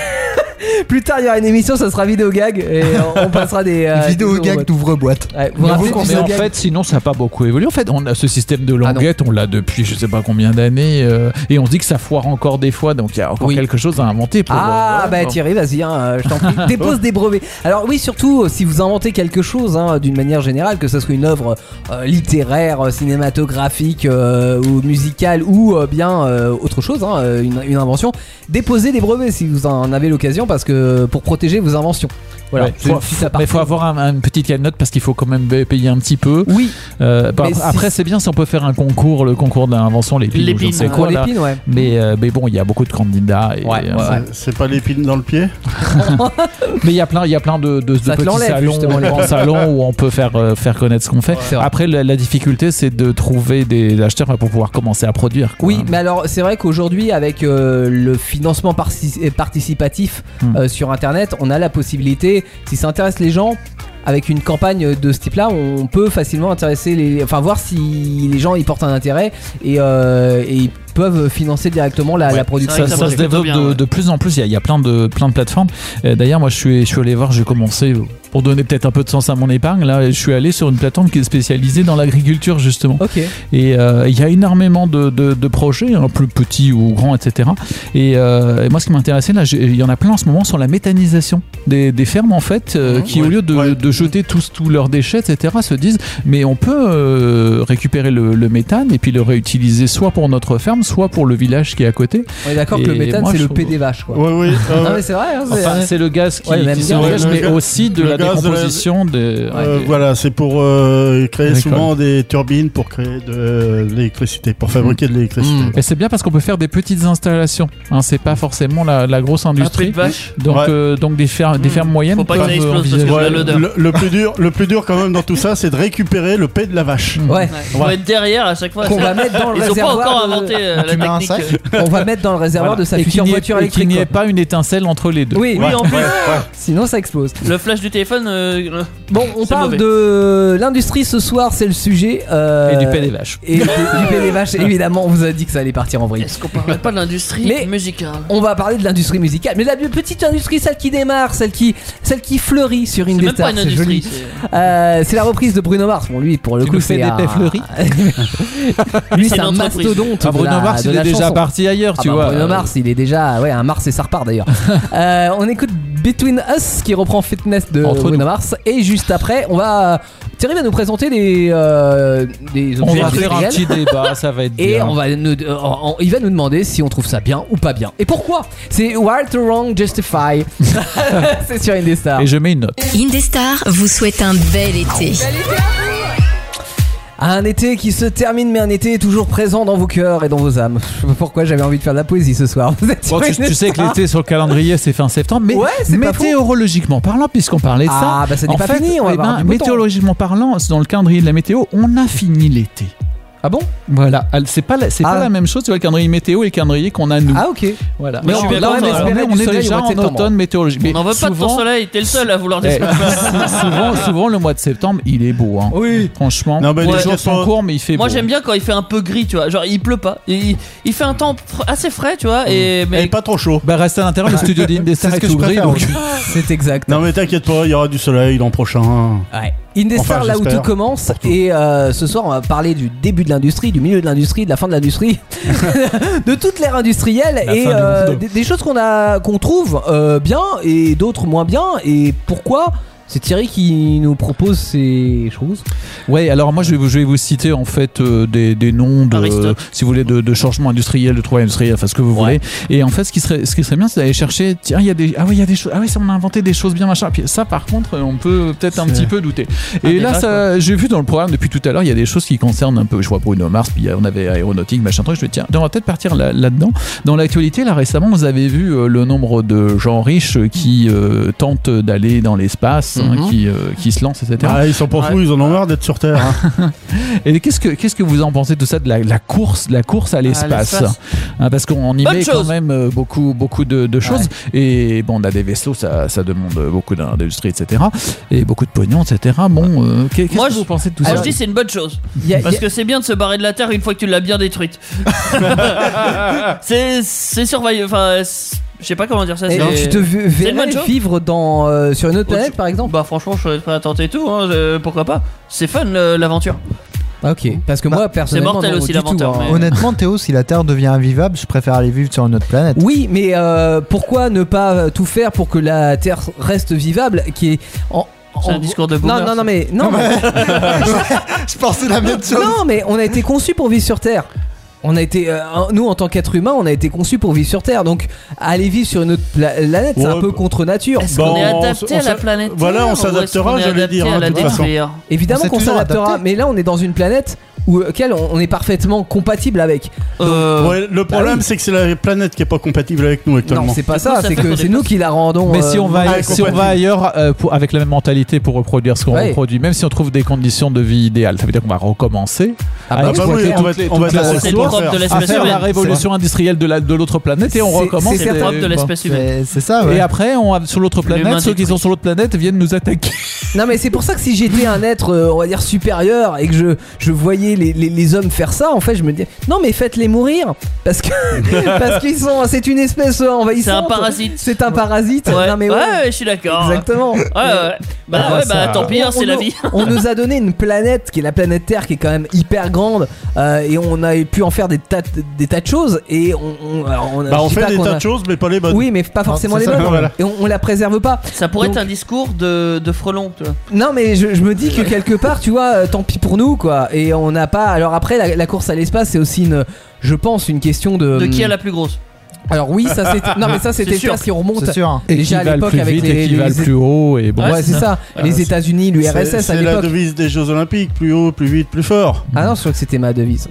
Speaker 3: Plus tard, il y aura une émission, ça sera vidéo gag
Speaker 5: *laughs*
Speaker 3: et on- on passera des. euh,
Speaker 7: Vidéo
Speaker 3: des
Speaker 7: gag
Speaker 3: robots.
Speaker 7: d'ouvre-boîte.
Speaker 3: Ouais, vous vous rappelez
Speaker 7: Mais
Speaker 3: Ah
Speaker 7: vous
Speaker 3: du
Speaker 7: comptez
Speaker 5: Mais
Speaker 3: vidéo
Speaker 5: en
Speaker 3: gag
Speaker 5: fait, sinon, ça n'a pas beaucoup évolué. En fait, on a ce système de languette, on l'a depuis je sais pas combien d'années, euh, et on se dit que ça foire encore des fois, donc il y a encore
Speaker 3: Oui.
Speaker 5: quelque chose à inventer. Pour,
Speaker 3: Ah
Speaker 5: euh,
Speaker 3: bah
Speaker 5: bon.
Speaker 3: Thierry, vas-y, hein, euh, je
Speaker 5: *laughs*
Speaker 3: t'en prie. Dépose des brevets. Alors oui, surtout euh, si vous inventez quelque chose hein, d'une manière générale, que ce soit une œuvre euh, littéraire, euh, cinématographique euh, ou musicale ou euh, bien euh, autre chose, hein, euh, une, une invention, déposez des brevets si vous en avez l'occasion, parce que pour protéger vos inventions. Voilà.
Speaker 5: Ouais,
Speaker 3: c'est
Speaker 5: faut-
Speaker 3: une petite
Speaker 5: mais
Speaker 3: aparté.
Speaker 5: il faut avoir un- une petite cagnotte parce qu'il faut quand même payer un petit peu.
Speaker 3: Oui,
Speaker 5: Euh, bah,
Speaker 3: Mais si-
Speaker 5: après, c'est bien si on peut faire un concours, le concours d'invention, l'épine, ou je
Speaker 4: L'épine,
Speaker 5: ne sais
Speaker 4: hein.
Speaker 5: quoi.
Speaker 3: pour
Speaker 5: là.
Speaker 3: l'épine, ouais.
Speaker 5: Mais, euh, mais bon, il y a beaucoup de candidats. et,
Speaker 3: Ouais,
Speaker 5: euh,
Speaker 3: ouais.
Speaker 6: C'est pas l'épine dans le pied.
Speaker 5: Mais il y a plein, il y a plein de, de, de
Speaker 3: Ça te
Speaker 5: petits
Speaker 3: l'enlève,
Speaker 5: salons,
Speaker 3: justement, les
Speaker 5: grands salons où on peut faire euh, faire connaître ce qu'on fait.
Speaker 3: C'est vrai.
Speaker 5: Après, la, la difficulté, c'est de trouver des acheteurs pour pouvoir commencer à produire. quoi.
Speaker 3: Oui, mais alors c'est vrai qu'aujourd'hui avec euh, le financement parci- euh, participatif
Speaker 5: Hmm.
Speaker 3: euh, sur Internet, on a la possibilité, si ça intéresse les gens, avec une campagne de ce type-là, on peut facilement intéresser les, enfin voir si les gens y portent un intérêt et, euh, et ils peuvent financer directement la, la
Speaker 4: c'est
Speaker 3: production.
Speaker 4: vrai que
Speaker 5: ça,
Speaker 4: ça
Speaker 5: ça
Speaker 4: marche
Speaker 5: se développe
Speaker 4: plutôt bien,
Speaker 5: de,
Speaker 4: ouais.
Speaker 5: de plus en plus. Il y a, il y a plein de plein de plateformes. Euh, D'ailleurs, moi, je suis je suis allé voir. J'ai commencé euh, pour donner peut-être un peu de sens à mon épargne. Là, je suis allé sur une plateforme qui est spécialisée dans l'agriculture justement.
Speaker 3: Ok.
Speaker 5: Et euh, il y a énormément de, de- de projets, hein, plus petits ou grands, etc. Et, euh, et moi, ce qui m'intéressait, là, j'ai- il y en a plein en ce moment sur la méthanisation des, des fermes, en fait, euh,
Speaker 6: Mhm.
Speaker 5: qui, au
Speaker 6: Ouais.
Speaker 5: lieu de,
Speaker 6: Ouais.
Speaker 5: de jeter tous tous leurs déchets, etc., se disent Mais on peut euh, récupérer le, le méthane et puis le réutiliser soit pour notre ferme, soit pour le village qui est à côté.
Speaker 3: On est d'accord que le
Speaker 5: Et
Speaker 3: méthane
Speaker 5: moi,
Speaker 3: c'est
Speaker 5: je
Speaker 3: le
Speaker 5: trouve-
Speaker 3: P des vaches, quoi.
Speaker 6: Oui, oui.
Speaker 4: Ah,
Speaker 6: euh,
Speaker 3: Non mais c'est vrai. hein, c'est-
Speaker 5: Enfin, c'est le gaz qui,
Speaker 3: Ouais, le même
Speaker 5: qui
Speaker 3: gaz.
Speaker 5: s'engage,
Speaker 6: Ouais, le
Speaker 5: mais
Speaker 6: gaz-
Speaker 5: aussi de
Speaker 6: le
Speaker 5: la
Speaker 6: gaz de la-
Speaker 5: décomposition des.
Speaker 6: euh,
Speaker 5: des-
Speaker 6: voilà, c'est pour euh, créer
Speaker 5: Récolte.
Speaker 6: souvent des turbines pour créer de euh, l'électricité, pour fabriquer de l'électricité.
Speaker 4: Hmm.
Speaker 5: Et c'est bien parce qu'on peut faire des petites installations. Hein, c'est pas forcément la, la grosse
Speaker 4: Un prix
Speaker 5: industrie.
Speaker 4: de vache.
Speaker 5: Donc,
Speaker 6: Ouais.
Speaker 5: euh, donc des, fer- des
Speaker 4: Mmh.
Speaker 5: fermes moyennes
Speaker 4: Faut pas que
Speaker 5: peuvent euh,
Speaker 4: ça explose, parce que
Speaker 5: envisager-
Speaker 4: Ouais,
Speaker 6: Ouais,
Speaker 4: l'odeur.
Speaker 6: le, le plus dur, le plus dur quand même dans tout ça, c'est de récupérer le pet de la vache.
Speaker 3: Ouais.
Speaker 4: Faut être derrière à chaque fois.
Speaker 3: Qu'on
Speaker 4: ça.
Speaker 3: va mettre dans le
Speaker 4: Ils ont pas
Speaker 3: réservoir.
Speaker 4: encore
Speaker 3: de-
Speaker 4: inventé euh,
Speaker 7: Tu mets
Speaker 4: la
Speaker 7: un
Speaker 4: technique.
Speaker 7: sac
Speaker 4: euh,
Speaker 3: *laughs* On va mettre dans le réservoir
Speaker 5: Voilà.
Speaker 3: de sa
Speaker 5: Et qu'il
Speaker 3: future
Speaker 5: n'y ait-
Speaker 3: voiture
Speaker 5: et qu'il
Speaker 3: électrique.
Speaker 5: n'y ait
Speaker 3: quoi.
Speaker 5: pas une étincelle entre les deux.
Speaker 3: Oui,
Speaker 4: Oui, en plus,
Speaker 3: sinon ça explose.
Speaker 4: le flash du téléphone. euh, euh,
Speaker 3: Bon, on
Speaker 4: C'est
Speaker 3: parle
Speaker 4: mauvais.
Speaker 3: de l'industrie ce soir, c'est le sujet. euh,
Speaker 5: Et du pain des vaches.
Speaker 3: Et du, du paix des
Speaker 5: *laughs*
Speaker 3: vaches, évidemment, on vous a dit que ça allait partir en vrille.
Speaker 4: Est-ce qu'on parlerait pas de l'industrie
Speaker 3: Mais-
Speaker 4: musicale
Speaker 3: On va parler de l'industrie musicale, mais la petite industrie, celle qui démarre, celle qui, celle qui fleurit sur
Speaker 4: C'est même
Speaker 3: Indestar,
Speaker 4: pas une
Speaker 3: c'est
Speaker 4: industrie.
Speaker 3: joli.
Speaker 4: c'est-
Speaker 3: Euh, c'est la reprise de Bruno Mars. Bon, lui, pour le
Speaker 5: Tu
Speaker 3: coup,
Speaker 5: nous fais
Speaker 3: c'est
Speaker 5: des
Speaker 3: un...
Speaker 5: paix fleuries
Speaker 3: *laughs* lui,
Speaker 4: C'est
Speaker 3: c'est un
Speaker 4: une entreprise.
Speaker 3: mastodonte.
Speaker 5: Ah,
Speaker 3: de
Speaker 5: Bruno
Speaker 3: la-
Speaker 5: Mars,
Speaker 3: de
Speaker 5: il
Speaker 3: la
Speaker 5: est déjà
Speaker 3: chanson.
Speaker 5: parti ailleurs,
Speaker 3: Ah
Speaker 5: tu
Speaker 3: bah,
Speaker 5: vois. euh,
Speaker 3: Bruno Mars, il est déjà. Ouais, un Mars et ça
Speaker 5: *laughs*
Speaker 3: repart d'ailleurs. Euh, on écoute Between Us qui reprend Fitness de
Speaker 5: Entre
Speaker 3: Bruno
Speaker 5: nous.
Speaker 3: Mars. Et juste après, on va. Thierry va nous présenter des. euh, des
Speaker 5: On
Speaker 3: objets
Speaker 5: va faire un
Speaker 3: industriels.
Speaker 5: petit débat, ça va être
Speaker 3: Et
Speaker 5: bien.
Speaker 3: on va nous, euh, on- il va nous demander si on trouve ça bien ou pas bien. Et pourquoi C'est Wild to
Speaker 5: *laughs*
Speaker 3: Wrong Justify. *laughs* c'est sur Indestar.
Speaker 5: Et je mets une
Speaker 3: *laughs*
Speaker 5: note.
Speaker 2: Indestar vous souhaite un bel été.
Speaker 3: Un été qui se termine, mais un été toujours présent dans vos cœurs et dans vos âmes. Je sais pas pourquoi j'avais envie de faire de la poésie ce soir. Vous êtes
Speaker 5: Bon,
Speaker 3: sur
Speaker 5: tu, tu sais que
Speaker 3: Indestar.
Speaker 5: l'été sur le calendrier c'est fin septembre, mais
Speaker 3: Ouais, c'est pas faux.
Speaker 5: météorologiquement parlant, puisqu'on parlait de ça,
Speaker 3: Ah, bah, ça n'est
Speaker 5: en
Speaker 3: pas
Speaker 5: fait,
Speaker 3: fini, on va
Speaker 5: eh
Speaker 3: avoir
Speaker 5: ben,
Speaker 3: du beau temps.
Speaker 5: météorologiquement parlant, dans le calendrier de la météo, on a fini l'été.
Speaker 3: Ah bon
Speaker 5: Voilà, Elle- c'est pas la, c'est
Speaker 3: Ah.
Speaker 5: pas la même chose, tu vois, le calendrier météo et le calendrier qu'on a nous.
Speaker 3: Ah ok.
Speaker 5: voilà.
Speaker 4: Mais je suis
Speaker 5: on,
Speaker 4: bien
Speaker 5: là, on
Speaker 4: content,
Speaker 5: est-
Speaker 4: alors.
Speaker 5: on est- on
Speaker 3: Du
Speaker 5: est
Speaker 3: soleil au
Speaker 5: déjà
Speaker 3: mois de
Speaker 5: en
Speaker 3: septembre.
Speaker 5: automne météorologique.
Speaker 4: On n'en veut pas de ton
Speaker 5: souvent-
Speaker 4: soleil, t'es le seul à vouloir dire
Speaker 5: Eh,
Speaker 4: ça.
Speaker 5: *laughs* souvent, souvent, le mois de septembre, il est beau. Hein.
Speaker 3: Oui.
Speaker 5: Franchement,
Speaker 6: Non,
Speaker 5: les
Speaker 6: mais
Speaker 4: les
Speaker 5: jours
Speaker 6: questions-
Speaker 5: sont courts, mais il fait
Speaker 4: Moi
Speaker 5: beau.
Speaker 4: j'aime bien quand il fait un peu gris, tu vois. Genre il pleut pas. Il, il fait un temps fr- assez frais, tu vois. Et, mais
Speaker 6: Et Mmh. pas trop chaud.
Speaker 5: Bah, reste à
Speaker 4: *laughs*
Speaker 5: l'intérieur, le studio d'Indestar
Speaker 7: C'est
Speaker 5: est
Speaker 7: ce que
Speaker 5: tout
Speaker 7: je
Speaker 5: gris.
Speaker 7: préfère,
Speaker 5: Donc...
Speaker 3: C'est exact.
Speaker 6: Non mais t'inquiète pas, il y aura du soleil l'an prochain.
Speaker 3: Ouais. Indestar,
Speaker 6: Enfin,
Speaker 3: là où
Speaker 6: j'espère.
Speaker 3: tout commence. Et euh, ce soir, on va parler du début de l'industrie, du milieu de l'industrie, de la fin de *laughs* l'industrie, de toute l'ère industrielle
Speaker 5: La
Speaker 3: et
Speaker 5: fin du
Speaker 3: euh,
Speaker 5: monde.
Speaker 3: des, des choses qu'on a, qu'on trouve euh, bien et d'autres moins bien. Et pourquoi C'est Thierry qui nous propose ces choses.
Speaker 5: Ouais, alors moi je vais vous, je vais vous citer en fait euh, des, des noms de,
Speaker 4: Aristote.
Speaker 5: si vous voulez, de, de changements industriels, de travail industriel, enfin ce que vous
Speaker 4: Ouais.
Speaker 5: voulez. Et en fait, ce qui serait, ce qui serait bien, c'est d'aller chercher. Tiens, il y a des, ah oui, il y a des choses. Ah oui, ça on a inventé des choses bien machin. Puis ça, par contre, euh, on peut peut-être un
Speaker 7: C'est-
Speaker 5: petit peu douter.
Speaker 4: Un
Speaker 5: Et là,
Speaker 4: débat,
Speaker 5: ça, j'ai vu dans le programme depuis tout à l'heure, il y a des choses qui concernent un peu. Je vois Bruno Mars, puis euh, on avait aéronautique, machin truc. Je me dis tiens, on va peut-être partir là- là-dedans. Dans l'actualité, là récemment, vous avez vu euh, le nombre de gens riches qui euh, tentent d'aller dans l'espace, hein,
Speaker 3: Mhm.
Speaker 5: qui, euh, qui se lancent, etc.
Speaker 6: Ah, ils sont pas fous, ils en ont marre d'être sur Terre. hein.
Speaker 5: Et qu'est-ce que qu'est-ce que vous en pensez de ça de la, la course la course à l'espace
Speaker 4: Ah, l'espace.
Speaker 5: Hein, parce qu'on y
Speaker 4: Bonne
Speaker 5: met quand
Speaker 4: chose.
Speaker 5: même euh, beaucoup beaucoup de, de choses et bon on a des vaisseaux ça, ça demande beaucoup d'industrie etc et beaucoup de pognon etc bon euh, qu'est- qu'est-ce
Speaker 4: Moi,
Speaker 5: que
Speaker 4: je-
Speaker 5: vous pensez de tout
Speaker 4: Moi,
Speaker 5: ça
Speaker 4: je dis c'est une bonne chose.
Speaker 3: Il y a-
Speaker 4: Parce
Speaker 3: il y a-
Speaker 4: que c'est bien de se barrer de la Terre une fois que tu l'as bien
Speaker 6: *laughs*
Speaker 4: détruite. c'est c'est surveiller. Enfin, c'est- je sais pas comment dire ça.
Speaker 6: Eh,
Speaker 3: Et
Speaker 4: c'est-
Speaker 3: eh, tu te v-
Speaker 4: une bonne
Speaker 3: verrais
Speaker 4: chose.
Speaker 3: vivre dans, euh, sur une autre planète par exemple
Speaker 4: Bah franchement, je serais prêt à tenter tout. hein, euh, pourquoi pas C'est fun le- l'aventure.
Speaker 3: Ok, parce que
Speaker 7: Bah,
Speaker 3: moi personnellement.
Speaker 4: mortel
Speaker 3: non,
Speaker 4: aussi,
Speaker 3: du tout, hein.
Speaker 4: l'aventure, mais-
Speaker 7: Honnêtement, Théo, si la Terre devient invivable, je préfère aller vivre sur une
Speaker 3: *laughs*
Speaker 7: autre planète.
Speaker 3: Oui, mais euh, pourquoi ne pas tout faire pour que la Terre reste vivable qui est en-
Speaker 4: C'est un
Speaker 3: en-
Speaker 4: discours de
Speaker 3: Non,
Speaker 4: boomer.
Speaker 3: non, non, mais non, mais-
Speaker 7: Je pensais la même chose.
Speaker 3: non, mais on a été conçu pour vivre sur Terre. On a été, euh, un- nous en tant qu'être humain, on a été conçu pour vivre sur Terre. Donc aller vivre sur une autre pla- planète, c'est un
Speaker 6: Ouais,
Speaker 3: peu
Speaker 6: bah-
Speaker 3: contre nature.
Speaker 4: Est-ce
Speaker 6: Bah,
Speaker 4: qu'on est
Speaker 6: on
Speaker 4: adapté
Speaker 6: s- on
Speaker 4: à la
Speaker 6: s-
Speaker 4: planète
Speaker 6: voilà, on
Speaker 4: Terre, ou est-ce
Speaker 6: s'adaptera,
Speaker 4: qu'on est
Speaker 6: j'allais
Speaker 4: adapté
Speaker 6: dire,
Speaker 4: à
Speaker 6: hein,
Speaker 4: la
Speaker 6: de toute façon.
Speaker 4: détruire
Speaker 3: Évidemment
Speaker 7: On s'est
Speaker 3: qu'on
Speaker 7: toujours
Speaker 3: s'adaptera,
Speaker 7: adapté.
Speaker 3: mais là on est dans une planète où euh, auquel on, on est parfaitement compatible avec.
Speaker 4: Euh,
Speaker 6: Ouais, le problème,
Speaker 3: oui.
Speaker 6: c'est que c'est la planète qui est pas compatible avec nous actuellement.
Speaker 3: Non, c'est pas
Speaker 4: Du coup,
Speaker 3: ça,
Speaker 4: ça
Speaker 3: c'est
Speaker 4: fait
Speaker 3: que
Speaker 4: qu'on
Speaker 3: c'est
Speaker 4: est
Speaker 3: nous
Speaker 4: pas-
Speaker 3: qui la rendons.
Speaker 5: mais si
Speaker 3: euh,
Speaker 5: on va
Speaker 6: Ouais,
Speaker 5: si on va
Speaker 6: compatible.
Speaker 5: ailleurs euh, pour, avec la même mentalité pour reproduire ce qu'on
Speaker 3: Ouais.
Speaker 5: reproduit même si on trouve des conditions de vie idéales ça veut dire qu'on va recommencer
Speaker 3: Ah
Speaker 5: à
Speaker 3: bah
Speaker 6: Ah bah oui,
Speaker 5: exploiter
Speaker 6: on va
Speaker 5: toutes
Speaker 6: être-
Speaker 5: les-
Speaker 6: on va
Speaker 5: toutes
Speaker 6: être
Speaker 5: les
Speaker 6: la
Speaker 4: c'est
Speaker 6: seule
Speaker 4: le
Speaker 5: ressources,
Speaker 6: pour
Speaker 4: propre
Speaker 6: faire.
Speaker 4: de
Speaker 5: à
Speaker 4: l'espèce
Speaker 5: faire la
Speaker 4: humaine.
Speaker 5: révolution industrielle de la- de l'autre planète et on
Speaker 3: C'est-
Speaker 5: recommence
Speaker 4: C'est le propre de
Speaker 5: Bon.
Speaker 4: l'espèce
Speaker 6: Bah,
Speaker 4: humaine.
Speaker 7: C'est c'est ça,
Speaker 5: Et
Speaker 7: ouais.
Speaker 5: après, on va sur l'autre
Speaker 4: L'humain
Speaker 5: planète, ceux qui
Speaker 4: détruit.
Speaker 5: sont sur l'autre planète viennent nous attaquer.
Speaker 3: Non mais c'est pour ça que si j'étais un être, euh, on va dire supérieur, et que je, je voyais les, les- les hommes faire ça, en fait, je me dis non mais faites-les mourir parce que
Speaker 4: *laughs*
Speaker 3: parce qu'ils sont, c'est une espèce euh,
Speaker 4: C'est
Speaker 3: envahissante.
Speaker 4: un parasite.
Speaker 3: C'est un parasite.
Speaker 4: Ouais,
Speaker 3: Non mais ouais,
Speaker 4: Ouais, ouais, je suis d'accord. Ouais,
Speaker 3: exactement.
Speaker 4: ouais. Bah,
Speaker 5: Ah,
Speaker 4: ouais,
Speaker 5: ça-
Speaker 4: bah tant pis, hein, c'est
Speaker 3: on
Speaker 4: la
Speaker 3: nous-
Speaker 4: vie.
Speaker 3: *laughs* on nous a donné une planète qui est la planète Terre, qui est quand même hyper grande, euh, et on a pu en faire des tas, de- des tas de choses. Et on, on, alors, on-
Speaker 6: Bah, on
Speaker 3: je dis
Speaker 6: fait
Speaker 3: pas
Speaker 6: des
Speaker 3: qu'on
Speaker 6: tas
Speaker 3: a-
Speaker 6: de choses, mais pas les bonnes.
Speaker 3: Oui, mais pas forcément
Speaker 7: c'est
Speaker 3: les
Speaker 7: ça,
Speaker 3: bonnes.
Speaker 6: voilà.
Speaker 3: Et on, on la préserve pas.
Speaker 4: Ça pourrait
Speaker 3: Donc-
Speaker 4: être un discours de, de Frelon, tu vois.
Speaker 3: Non, mais je, je me dis que quelque part, tu vois, euh, tant pis pour nous, quoi. Et on n'a pas. Alors après, la, la course à l'espace, c'est aussi une, je pense, une question de. hmm,
Speaker 4: De qui a la plus grosse
Speaker 3: Alors oui, ça c'était. Non, mais ça c'était
Speaker 4: C'est sûr.
Speaker 3: ça si on remonte.
Speaker 7: C'est sûr. hein.
Speaker 5: Et
Speaker 3: Déjà, à
Speaker 5: qui va le
Speaker 3: l'époque,
Speaker 5: plus
Speaker 3: avec
Speaker 5: vite
Speaker 3: les-
Speaker 5: et qui va le
Speaker 3: les- Ah
Speaker 5: plus haut. Et bon.
Speaker 3: Ouais, c'est ça. Les
Speaker 5: c'est-
Speaker 3: États-Unis,
Speaker 6: C'est-
Speaker 3: l'URSS à
Speaker 6: C'est la
Speaker 3: l'époque.
Speaker 6: devise des Jeux Olympiques plus haut, plus vite, plus fort.
Speaker 3: Ah non, je crois que c'était ma devise.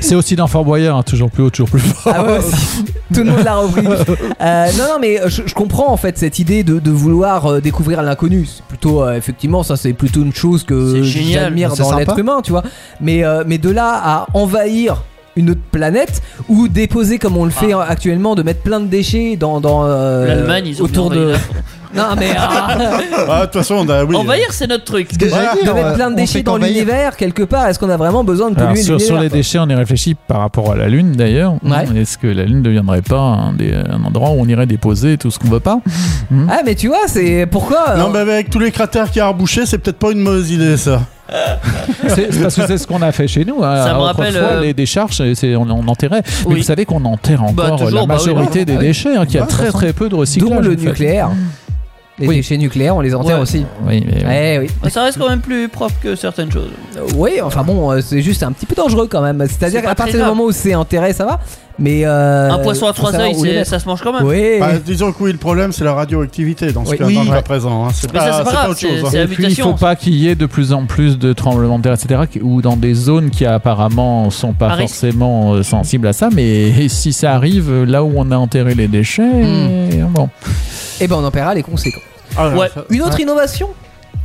Speaker 5: C'est aussi dans Fort Boyard, hein, toujours plus haut, toujours plus fort.
Speaker 3: Ah *laughs* ouais, aussi. Tout le monde l'a *laughs* repris. Euh, non, non, mais je, je comprends en fait cette idée de, de vouloir euh, découvrir l'inconnu. C'est plutôt, euh, effectivement, ça c'est plutôt une chose que
Speaker 4: C'est génial.
Speaker 3: j'admire
Speaker 7: C'est
Speaker 3: dans
Speaker 7: sympa.
Speaker 3: l'être humain, tu vois. Mais, euh, mais de là à envahir une autre planète ou déposer comme on le fait euh, actuellement de mettre plein de déchets dans, dans euh,
Speaker 4: L'Allemagne, ils ont
Speaker 3: autour
Speaker 4: bien
Speaker 3: de
Speaker 4: envahi
Speaker 3: non mais ah,
Speaker 6: Ah, de toute façon, on a. Oui,
Speaker 4: Envahir, c'est notre truc.
Speaker 7: Ce que j'allais
Speaker 3: de
Speaker 7: dire,
Speaker 3: mettre plein de
Speaker 7: on
Speaker 3: déchets
Speaker 7: fait
Speaker 3: dans
Speaker 7: qu'envahir.
Speaker 3: l'univers quelque part est-ce qu'on a vraiment besoin de
Speaker 5: Alors,
Speaker 3: polluer
Speaker 5: sur, sur
Speaker 3: l'univers
Speaker 5: les déchets, on y réfléchit par rapport à la Lune d'ailleurs.
Speaker 3: Ouais.
Speaker 5: Hein, Est-ce que la Lune ne deviendrait pas un, des- un endroit où on irait déposer tout ce qu'on veut pas
Speaker 3: ah mais tu vois c'est pourquoi euh,
Speaker 6: Non, mais avec tous les cratères qu'il y a à reboucher, c'est peut-être pas une mauvaise idée, ça.
Speaker 5: *laughs* C'est c'est parce que c'est ce qu'on a fait chez nous. hein.
Speaker 4: Ça me
Speaker 5: Autrefois,
Speaker 4: rappelle, euh,
Speaker 5: les décharges, et c'est- on, on enterrait. Mais
Speaker 4: Oui.
Speaker 5: vous savez qu'on enterre encore
Speaker 4: Bah, toujours,
Speaker 5: la
Speaker 4: bah oui,
Speaker 5: majorité
Speaker 4: bah,
Speaker 5: des
Speaker 3: bah oui.
Speaker 5: déchets, hein, qu'il y a
Speaker 7: Bah, de
Speaker 5: très
Speaker 7: toute
Speaker 5: très peu de
Speaker 3: dont
Speaker 5: recyclage.
Speaker 3: le
Speaker 5: en fait.
Speaker 3: nucléaire les
Speaker 5: Oui.
Speaker 3: déchets nucléaires on les enterre
Speaker 4: Ouais.
Speaker 3: aussi
Speaker 5: Oui, mais-
Speaker 3: Eh oui.
Speaker 4: Ça reste quand même plus propre que certaines choses.
Speaker 3: Euh, Oui, enfin bon, euh, c'est juste un petit peu dangereux quand même.
Speaker 4: C'est
Speaker 3: C'est-à-dire
Speaker 4: pas
Speaker 3: qu'à
Speaker 4: très
Speaker 3: partir du
Speaker 4: grave.
Speaker 3: moment où c'est enterré, ça va. Mais euh,
Speaker 4: un poisson à
Speaker 3: faut
Speaker 4: trois
Speaker 3: savoir
Speaker 4: œils,
Speaker 3: où le
Speaker 4: c'est-
Speaker 3: mettre.
Speaker 4: ça se mange quand même.
Speaker 3: Oui.
Speaker 6: Bah, disons que oui, le problème, c'est la radioactivité dans ce
Speaker 3: Oui.
Speaker 6: cas,
Speaker 3: Oui.
Speaker 6: dans le cas
Speaker 3: Ouais.
Speaker 6: présent. hein. C'est
Speaker 4: Mais ça, c'est
Speaker 6: pas,
Speaker 4: pas
Speaker 6: c'est
Speaker 4: grave,
Speaker 6: pas autre chose. hein.
Speaker 4: C'est
Speaker 5: Et puis, il
Speaker 4: habitation,
Speaker 5: faut
Speaker 4: en
Speaker 5: pas qu'il y ait de plus en plus de tremblements de terre, etc., qui- ou dans des zones qui apparemment sont pas
Speaker 4: À risque.
Speaker 5: forcément euh, sensibles à ça, mais *laughs* si ça arrive euh, là où on a enterré les déchets, euh,
Speaker 4: Hmm.
Speaker 5: bon.
Speaker 3: Et ben on en paiera les conséquences.
Speaker 6: Ah,
Speaker 4: Ouais.
Speaker 6: ça-
Speaker 3: Une autre innovation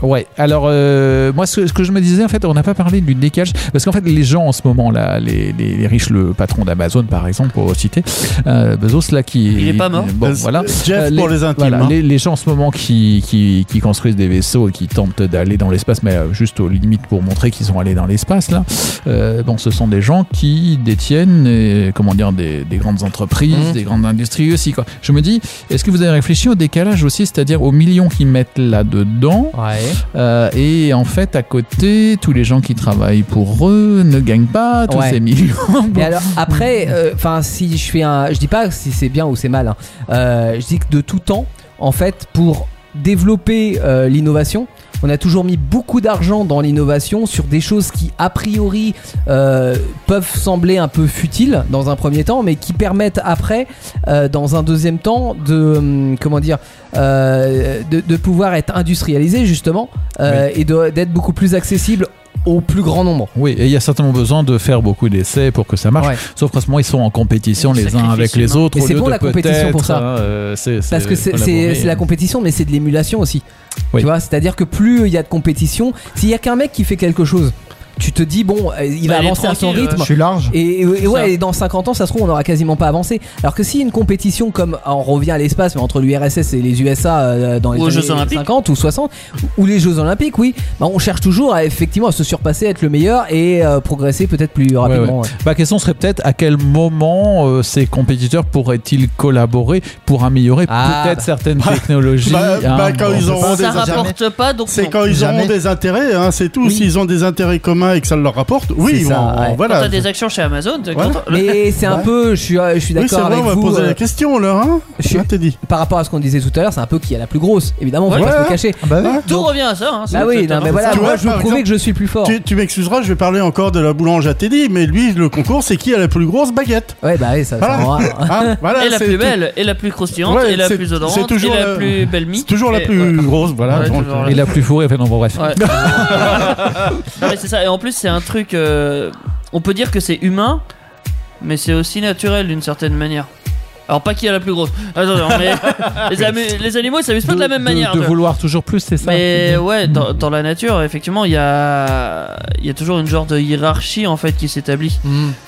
Speaker 5: Ouais. Alors euh, moi, ce que, ce que je me disais, en fait, on n'a pas parlé du décalage, parce qu'en fait, les gens en ce moment là, les, les- les riches, le patron d'Amazon, par exemple, pour citer euh, Bezos là, qui
Speaker 4: Il est pas mort.
Speaker 5: Bon,
Speaker 6: Euh,
Speaker 5: voilà.
Speaker 6: Jeff
Speaker 5: Euh,
Speaker 6: pour les intimes.
Speaker 5: Voilà,
Speaker 6: hein.
Speaker 5: les, les gens en ce moment qui, qui, qui construisent des vaisseaux et qui tentent d'aller dans l'espace, mais euh, juste aux limites pour montrer qu'ils sont allés dans l'espace, là, euh, bon, ce sont des gens qui détiennent, euh, comment dire, des, des grandes entreprises,
Speaker 3: Mhm.
Speaker 5: des grandes industries aussi. Quoi. Je me dis, est-ce que vous avez réfléchi au décalage aussi, c'est-à-dire aux millions qu'ils mettent là-dedans,
Speaker 3: Ouais.
Speaker 5: euh, et en fait, à côté, tous les gens qui travaillent pour eux ne gagnent pas tous
Speaker 3: Ouais.
Speaker 5: ces millions. *laughs*
Speaker 3: Et alors après, enfin si Euh, je fais un, je dis pas si c'est bien ou c'est mal. hein. Euh, je dis que de tout temps, en fait, pour développer euh, l'innovation. On a toujours mis beaucoup d'argent dans l'innovation sur des choses qui, a priori, euh, peuvent sembler un peu futiles dans un premier temps, mais qui permettent après, euh, dans un deuxième temps, de hum, comment dire, euh, de, de pouvoir être industrialisé justement euh, et de- d'être beaucoup plus accessible au plus grand nombre.
Speaker 5: Oui, et il y a certainement besoin de faire beaucoup d'essais pour que ça marche.
Speaker 3: Ouais.
Speaker 5: Sauf qu'en ce moment, ils sont en compétition
Speaker 4: Des
Speaker 5: les uns avec
Speaker 4: sacrifices
Speaker 5: les
Speaker 4: humains.
Speaker 5: autres.
Speaker 3: Et
Speaker 5: au
Speaker 3: c'est
Speaker 5: lieu
Speaker 3: bon,
Speaker 5: de
Speaker 3: la compétition, pour ça.
Speaker 5: peut-être, hein, euh, c'est-
Speaker 3: Parce que c'est- c'est
Speaker 5: collaborer, euh.
Speaker 3: c'est la compétition, mais c'est de l'émulation aussi.
Speaker 5: Oui.
Speaker 3: Tu vois, c'est-à-dire que plus il y a de compétition, s'il y a qu'un mec qui fait quelque chose, tu te dis bon, euh, il
Speaker 4: Bah,
Speaker 3: va
Speaker 4: il est
Speaker 3: avancer à son
Speaker 4: tranquille,
Speaker 3: rythme.
Speaker 7: euh, Je suis large.
Speaker 3: Et, et
Speaker 4: ça.
Speaker 3: ouais, et dans 50 ans, ça se trouve, on n'aura quasiment pas avancé. Alors que s'il y a une compétition comme ah, on revient à l'espace, mais entre l'URSS et les USA euh, dans les
Speaker 4: Ou aux
Speaker 3: années
Speaker 4: Jeux Olympiques.
Speaker 3: 50 ou 60, ou les Jeux Olympiques, oui, bah, on cherche toujours à, effectivement à se surpasser, à être le meilleur et euh, progresser peut-être plus rapidement. ouais.
Speaker 5: Ma question serait peut-être à quel moment euh, ces compétiteurs pourraient-ils collaborer pour améliorer
Speaker 3: Ah,
Speaker 5: peut-être
Speaker 3: *laughs* bah.
Speaker 5: certaines technologies
Speaker 6: bah,
Speaker 5: hein,
Speaker 6: bah, quand
Speaker 5: bon,
Speaker 6: ils
Speaker 5: on
Speaker 6: auront-
Speaker 5: peut
Speaker 4: Ça
Speaker 6: on les a
Speaker 4: rapporte pas, donc
Speaker 6: C'est
Speaker 4: non.
Speaker 6: quand ils
Speaker 7: Jamais.
Speaker 6: auront des intérêts, hein, c'est tout.
Speaker 3: Oui.
Speaker 6: S'ils ont des intérêts communs et que ça leur rapporte, oui,
Speaker 3: C'est
Speaker 6: ils
Speaker 3: ça,
Speaker 6: vont.
Speaker 3: ouais.
Speaker 4: Quand
Speaker 6: Voilà.
Speaker 4: t'as des actions chez Amazon, t'es
Speaker 6: Ouais.
Speaker 4: content. Le-
Speaker 3: Mais c'est un
Speaker 6: Ouais.
Speaker 3: peu, je suis, je suis
Speaker 6: Oui, c'est
Speaker 3: d'accord
Speaker 6: vrai,
Speaker 3: avec
Speaker 6: on va
Speaker 3: vous.
Speaker 6: poser
Speaker 3: euh,
Speaker 6: la question là, hein
Speaker 3: je suis-
Speaker 6: Hein, Teddy
Speaker 3: par rapport à ce qu'on disait tout à l'heure, c'est un peu qui a la plus grosse. Évidemment, faut
Speaker 6: Ouais.
Speaker 3: pas se le cacher.
Speaker 7: Ah bah oui.
Speaker 4: Tout revient à ça. Hein,
Speaker 3: Bah
Speaker 4: c'est-
Speaker 3: oui,
Speaker 4: t'as-
Speaker 3: non, mais
Speaker 4: t'as-
Speaker 3: voilà,
Speaker 6: Tu
Speaker 3: moi
Speaker 6: vois,
Speaker 3: je veux
Speaker 6: par
Speaker 3: prouver
Speaker 6: exemple,
Speaker 3: que je suis plus fort.
Speaker 6: Tu, tu m'excuseras, je vais parler encore de la boulange à Teddy, mais lui, le concours, c'est qui a la plus grosse baguette
Speaker 3: Ouais, bah oui, ça, ça
Speaker 6: Voilà.
Speaker 3: rend
Speaker 6: *laughs*
Speaker 3: rare, hein.
Speaker 6: Hein,
Speaker 4: *laughs*
Speaker 6: voilà,
Speaker 4: Et la
Speaker 6: c'est
Speaker 4: plus
Speaker 6: tout.
Speaker 4: belle, et la plus croustillante,
Speaker 6: Ouais,
Speaker 4: et la
Speaker 6: c'est-
Speaker 4: plus odorante,
Speaker 6: c'est toujours
Speaker 4: et la
Speaker 6: la-
Speaker 4: plus belle mique.
Speaker 6: C'est toujours la
Speaker 4: et-
Speaker 6: plus grosse, voilà.
Speaker 4: Ouais,
Speaker 6: donc,
Speaker 4: toujours
Speaker 6: euh,
Speaker 5: Et la plus fourrée, enfin non, bon, bref. *laughs*
Speaker 4: Ouais. Non, mais c'est ça. Et en plus, c'est un truc. euh, on peut dire que c'est humain, mais c'est aussi naturel d'une certaine manière. Alors, pas qui a la plus grosse. Attends, non, mais les, ami- les animaux, ils s'amusent pas de, la même manière.
Speaker 5: de
Speaker 4: tu vois.
Speaker 5: vouloir toujours plus, c'est ça.
Speaker 4: mais ouais, dans, dans la nature, effectivement, il y a, il y a toujours une genre de hiérarchie en fait qui s'établit.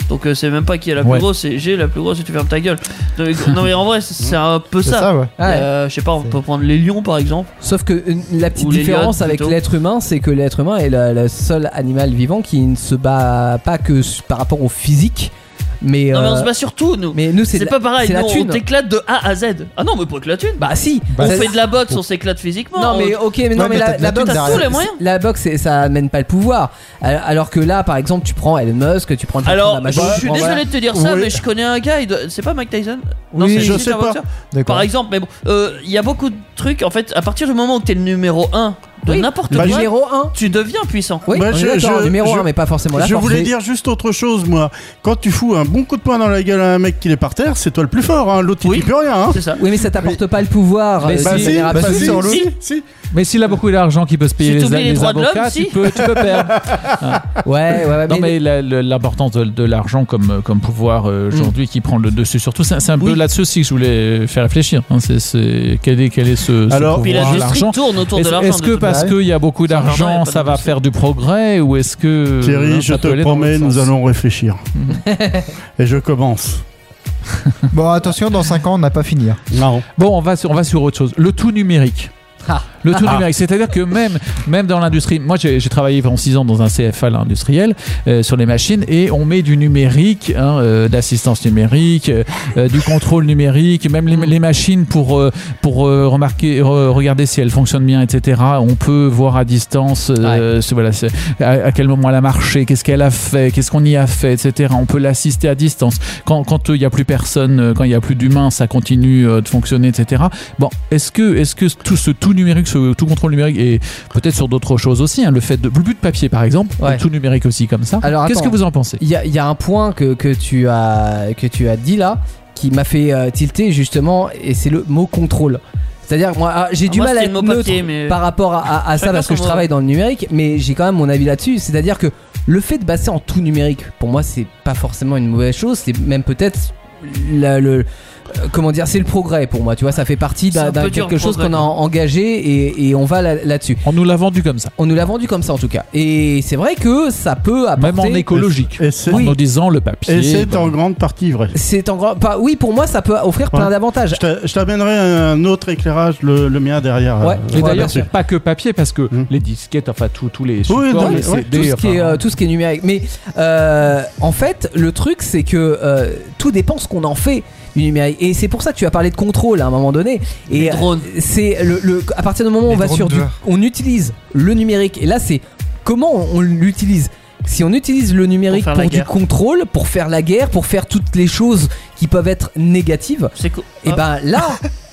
Speaker 4: Donc euh, c'est même pas qui est la plus
Speaker 5: Ouais.
Speaker 4: grosse, c'est j'ai la plus grosse et tu fermes ta gueule. Donc, non mais en vrai, c'est c'est un peu
Speaker 7: C'est
Speaker 4: ça.
Speaker 7: ça, ouais.
Speaker 3: Ouais.
Speaker 4: Euh, je sais pas, on
Speaker 7: C'est-
Speaker 4: peut prendre les lions par exemple.
Speaker 3: Sauf que une- la petite
Speaker 4: Ou les
Speaker 3: différence
Speaker 4: lionnes,
Speaker 3: avec
Speaker 4: plutôt.
Speaker 3: l'être humain, c'est que l'être humain est le, le seul animal vivant qui ne se bat pas que s- par rapport au physique, mais,
Speaker 4: Non mais on se
Speaker 3: euh,
Speaker 4: bat surtout nous.
Speaker 3: mais nous c'est
Speaker 4: C'est
Speaker 3: de
Speaker 4: pas
Speaker 3: la-
Speaker 4: pareil,
Speaker 3: c'est
Speaker 4: nous,
Speaker 3: la
Speaker 4: on
Speaker 3: thune.
Speaker 4: t'éclate de A à Z. Ah non, mais pas que la thune.
Speaker 3: Bah si.
Speaker 7: Bah,
Speaker 4: on
Speaker 3: Ça-
Speaker 4: fait de la boxe, on s'éclate physiquement.
Speaker 3: Non mais
Speaker 4: on-
Speaker 3: ok mais non
Speaker 7: Ouais,
Speaker 3: mais
Speaker 7: mais
Speaker 3: la,
Speaker 7: t'as
Speaker 3: la
Speaker 7: de la thune
Speaker 3: boxe
Speaker 7: derrière.
Speaker 4: Tous les moyens.
Speaker 3: la boxe c'est- ça amène pas le pouvoir Al- alors que là par exemple tu prends Elon Musk tu prends le patron de
Speaker 4: Alors,
Speaker 3: la Majo,
Speaker 4: je
Speaker 3: tu
Speaker 4: suis
Speaker 3: prends-
Speaker 4: désolé de te dire ça,
Speaker 6: Oui.
Speaker 4: mais je connais un gars, il doit- c'est pas Mike Tyson Non,
Speaker 6: Oui,
Speaker 4: c'est-
Speaker 6: je
Speaker 4: c'est
Speaker 6: sais
Speaker 4: un
Speaker 6: pas.
Speaker 4: boxeur.
Speaker 7: D'accord.
Speaker 4: Par exemple, mais bon, euh, il y a beaucoup de trucs, en fait, à partir du moment où t'es le numéro 1 de
Speaker 3: Oui.
Speaker 4: n'importe
Speaker 3: voilà.
Speaker 4: quoi,
Speaker 6: Bah,
Speaker 3: numéro 1
Speaker 4: tu deviens puissant.
Speaker 3: oui
Speaker 6: Bah,
Speaker 3: on est
Speaker 6: je-
Speaker 3: d'accord,
Speaker 6: je-
Speaker 3: numéro
Speaker 6: je-
Speaker 3: 1 mais pas forcément la
Speaker 6: je
Speaker 3: force
Speaker 6: voulais
Speaker 3: mais-
Speaker 6: dire juste autre chose, moi. Quand tu fous un bon coup de poing dans la gueule à un mec qui est par terre, c'est toi le plus fort. Hein. L'autre,
Speaker 4: Oui.
Speaker 6: il dit plus rien. Hein.
Speaker 4: C'est ça.
Speaker 3: oui mais ça t'apporte pas le pouvoir
Speaker 5: Mais
Speaker 3: euh,
Speaker 5: si,
Speaker 3: de manière
Speaker 7: bah,
Speaker 3: absolue.
Speaker 7: si, sur l'autre.
Speaker 6: si.
Speaker 5: Mais s'il a beaucoup d'argent qui peut se payer
Speaker 4: Si
Speaker 5: les,
Speaker 4: t'oublies les
Speaker 5: les
Speaker 4: droits de
Speaker 5: avocats,
Speaker 4: l'homme,
Speaker 5: tu,
Speaker 4: si.
Speaker 5: peux, tu
Speaker 4: *laughs*
Speaker 5: peux perdre.
Speaker 3: ouais ouais, ouais
Speaker 5: non, mais la- le- l'importance de, de l'argent comme, comme pouvoir euh, aujourd'hui qui prend le dessus sur tout, c'est c'est un peu
Speaker 4: Mm. Oui.
Speaker 5: là-dessus aussi que je voulais faire réfléchir. hein. C'est- c'est- quel est, quel est ce, ce
Speaker 6: Alors,
Speaker 4: Puis
Speaker 5: pouvoir,
Speaker 4: l'industrie
Speaker 5: l'argent
Speaker 4: tourne autour de
Speaker 5: Est-ce
Speaker 4: l'argent.
Speaker 5: est-ce
Speaker 4: de
Speaker 5: que
Speaker 4: toute
Speaker 5: parce
Speaker 4: manière.
Speaker 5: qu'il y a beaucoup
Speaker 4: Sans l'argent, il y a
Speaker 5: d'argent,
Speaker 4: pas
Speaker 5: ça
Speaker 4: de
Speaker 5: va
Speaker 4: marché.
Speaker 5: faire du progrès ou est-ce que
Speaker 6: Thierry,
Speaker 5: euh,
Speaker 6: je
Speaker 5: ça peut
Speaker 6: te
Speaker 5: aller dans
Speaker 6: promets,
Speaker 5: l'autre
Speaker 6: nous
Speaker 5: sens
Speaker 6: allons réfléchir. Et je commence.
Speaker 7: Bon, attention, dans 5 ans, on n'a pas fini. hein.
Speaker 6: Non.
Speaker 5: Bon, on va sur, on va sur autre chose. Le tout numérique.
Speaker 3: Ah.
Speaker 5: Le tout numérique, c'est-à-dire que même, même dans l'industrie, moi j'ai j'ai travaillé pendant 6 ans dans un CFA là, industriel euh, sur les machines et on met du numérique, hein, euh, de l'assistance numérique, euh, euh, du contrôle numérique, même les, les machines pour, euh, pour euh, remarquer, re- regarder si elles fonctionnent bien, etc. On peut voir à distance euh, ce- voilà, c'est- à, à quel moment elle a marché, qu'est-ce qu'elle a fait, qu'est-ce qu'on y a fait, etc. On peut l'assister à distance. Quand quand, euh, il n'y a plus personne, euh, quand il n'y a plus d'humains, ça continue euh, de fonctionner, etc. Bon, est-ce que, est que tout ce tout numérique, ce tout contrôle numérique, et peut-être sur d'autres choses aussi, hein, le fait de plus de papier par exemple,
Speaker 3: Ouais.
Speaker 5: le tout numérique aussi comme ça,
Speaker 3: Alors,
Speaker 5: qu'est-ce
Speaker 3: attends.
Speaker 5: que vous en pensez
Speaker 3: Il y, a- il y a un point que, que tu as, que tu as dit là qui m'a fait euh, tilter justement, et c'est le mot contrôle. C'est-à-dire que moi, ah, j'ai
Speaker 4: Ah,
Speaker 3: du
Speaker 4: moi,
Speaker 3: mal à
Speaker 4: c'était
Speaker 3: être
Speaker 4: le mot
Speaker 3: neutre
Speaker 4: papier, mais-
Speaker 3: par rapport à, à- à ça
Speaker 4: Chacun
Speaker 3: parce
Speaker 4: son
Speaker 3: que je
Speaker 4: mot.
Speaker 3: travaille dans le numérique, mais j'ai quand même mon avis là-dessus. C'est-à-dire que le fait de passer en tout numérique, pour moi, c'est pas forcément une mauvaise chose, c'est même peut-être la- le. euh, Comment dire, c'est le progrès pour moi, tu vois, ça fait partie
Speaker 4: C'est
Speaker 3: d'un
Speaker 4: un peu
Speaker 3: d'un
Speaker 4: dur, le
Speaker 3: quelque chose
Speaker 4: progrès,
Speaker 3: qu'on
Speaker 4: quoi.
Speaker 3: a engagé et, et on va là- là-dessus.
Speaker 5: On nous l'a vendu comme ça,
Speaker 3: on nous l'a vendu comme ça en tout cas, et c'est vrai que ça peut apporter.
Speaker 5: même en écologique,
Speaker 6: Et c'est
Speaker 5: en nous disant le papier.
Speaker 6: et c'est
Speaker 5: bon.
Speaker 6: en grande partie vrai.
Speaker 3: C'est en grand. pas- oui, pour moi, ça peut offrir plein
Speaker 6: Ouais.
Speaker 3: d'avantages.
Speaker 6: Je t'a- je t'amènerai un autre éclairage, le, le mien derrière. euh,
Speaker 3: Ouais.
Speaker 5: Et
Speaker 3: Ouais,
Speaker 5: d'ailleurs,
Speaker 3: bien
Speaker 5: c'est
Speaker 3: sûr.
Speaker 5: pas que papier, parce que
Speaker 6: Mm.
Speaker 5: les disquettes, enfin tout- tous les supports,
Speaker 6: non,
Speaker 5: les
Speaker 6: mais ouais,
Speaker 5: CD,
Speaker 3: Tout ce, qui est,
Speaker 5: enfin,
Speaker 3: euh, tout ce qui est numérique. Mais euh, en fait, le truc, c'est que euh, tout dépend ce qu'on en fait du numérique. Et c'est pour ça que tu as parlé de contrôle à un moment donné. Et
Speaker 4: Les drones.
Speaker 3: euh, c'est le, le- à partir du moment où
Speaker 7: Les
Speaker 3: on va
Speaker 7: drones
Speaker 3: sur du-
Speaker 7: dehors.
Speaker 3: on utilise le numérique. Et là, c'est comment on, on l'utilise. Si on utilise le numérique
Speaker 4: faire
Speaker 3: pour,
Speaker 4: la
Speaker 3: du
Speaker 4: guerre.
Speaker 3: contrôle, pour faire la guerre, pour faire toutes les choses qui peuvent être négatives,
Speaker 4: C'est cool.
Speaker 3: et
Speaker 4: *laughs* Ah.
Speaker 3: Eh ben là,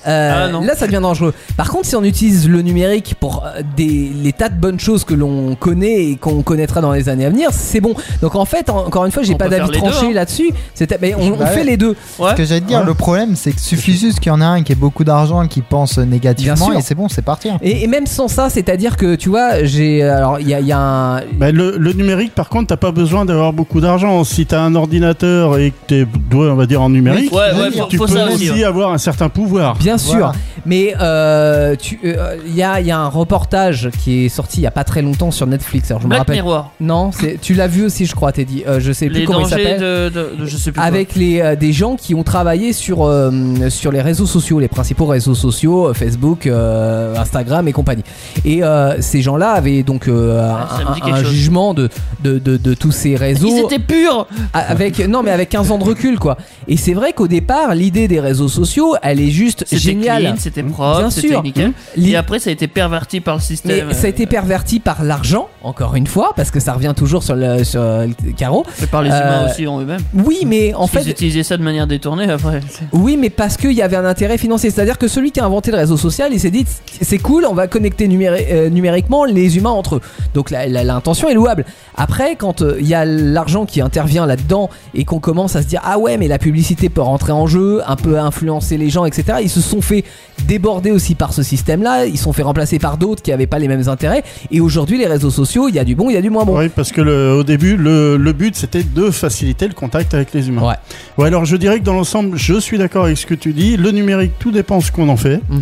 Speaker 3: Euh,
Speaker 4: Ah, non.
Speaker 3: là, ça devient dangereux. Par contre, si on utilise le numérique pour euh, des, les tas de bonnes choses que l'on connaît et qu'on connaîtra dans les années à venir, c'est bon. Donc en fait, en- encore une fois, j'ai
Speaker 4: On
Speaker 3: pas
Speaker 4: peut faire
Speaker 3: d'avis
Speaker 4: les deux,
Speaker 3: tranché
Speaker 4: hein.
Speaker 3: là-dessus. C'était- mais on, on
Speaker 7: Bah ouais.
Speaker 3: fait les deux.
Speaker 4: Ouais.
Speaker 7: Ce que j'allais te dire,
Speaker 6: Ouais.
Speaker 7: le problème, c'est que suffit juste qu'il y en a un qui ait beaucoup d'argent, qui pense négativement,
Speaker 3: sûr.
Speaker 7: et c'est bon, c'est parti. hein.
Speaker 3: Et, et même sans ça, c'est-à-dire que tu vois, j'ai euh, alors il y a, il y a un
Speaker 6: Bah, le, le numérique, par contre, t'as pas besoin d'avoir beaucoup d'argent. Si t'as un ordinateur et que t'es doué, on va dire, en numérique,
Speaker 4: Ouais,
Speaker 7: tu
Speaker 4: ouais,
Speaker 7: peux
Speaker 4: faut,
Speaker 6: tu
Speaker 4: faut
Speaker 6: peux
Speaker 4: ça
Speaker 6: aussi
Speaker 4: aussi. hein. ouais.
Speaker 6: avoir un certain pouvoir.
Speaker 3: Bien sûr,
Speaker 7: Voilà.
Speaker 3: mais euh, tu- euh, il y, a, il y a un reportage qui est sorti il y a pas très longtemps sur Netflix. Alors je me
Speaker 4: Black
Speaker 3: rappelle.
Speaker 4: Mirror.
Speaker 3: Non, c'est- tu l'as vu aussi, je crois, Teddy. dit. je sais plus
Speaker 4: Les
Speaker 3: comment il
Speaker 4: dangers
Speaker 3: s'appelle.
Speaker 4: de, de- de- Je sais plus.
Speaker 3: avec les, euh, des gens qui ont travaillé sur, euh, sur les réseaux sociaux, les principaux réseaux sociaux, euh, Facebook, euh, Instagram et compagnie. Et euh, ces gens-là avaient donc euh,
Speaker 4: ça me dit
Speaker 3: un,
Speaker 4: quelque
Speaker 3: un
Speaker 4: chose.
Speaker 3: jugement de, de, de- de tous ces
Speaker 4: quoi. Ils
Speaker 3: réseaux
Speaker 4: étaient purs
Speaker 3: a- avec non mais avec 15 ans de recul quoi. Et c'est vrai qu'au départ, l'idée des réseaux sociaux, elle est juste
Speaker 4: C'était
Speaker 3: géniale.
Speaker 4: clean, c'était
Speaker 3: Bien
Speaker 4: propre, c'était
Speaker 3: sûr.
Speaker 4: nickel.
Speaker 3: Li-
Speaker 4: Et après, ça a été perverti par le
Speaker 3: mais
Speaker 4: système.
Speaker 3: ça a été perverti par l'argent, encore une fois, parce que ça revient toujours sur le, sur le carreau.
Speaker 4: Et par les humains
Speaker 3: Euh,
Speaker 4: aussi en eux-mêmes.
Speaker 3: Oui, mais en
Speaker 4: En fait,
Speaker 3: fait,
Speaker 4: ils utilisaient ça de manière détournée après.
Speaker 3: Oui, mais parce qu'il y avait un intérêt financier. C'est-à-dire que celui qui a inventé le réseau social, il s'est dit c'est cool, on va connecter numéri- euh, numériquement les humains entre eux. Donc la- la- l'intention est louable. Après, quand euh, il y a l'argent qui intervient là-dedans et qu'on commence à se dire ah ouais, mais la publicité peut rentrer en jeu, un peu influencer les gens, etc., ils se sont fait déborder aussi par ce système-là. Ils se sont fait remplacer par d'autres qui n'avaient pas les mêmes intérêts. Et aujourd'hui, les réseaux sociaux, il y a du bon, il y a du moins bon.
Speaker 6: Oui, parce que le- au début, le, le but c'était de faciliter le contact avec les humains. Ouais, alors je dirais que dans l'ensemble, je suis d'accord avec ce que tu dis. Le numérique, tout dépend ce qu'on en fait.
Speaker 3: Mhm.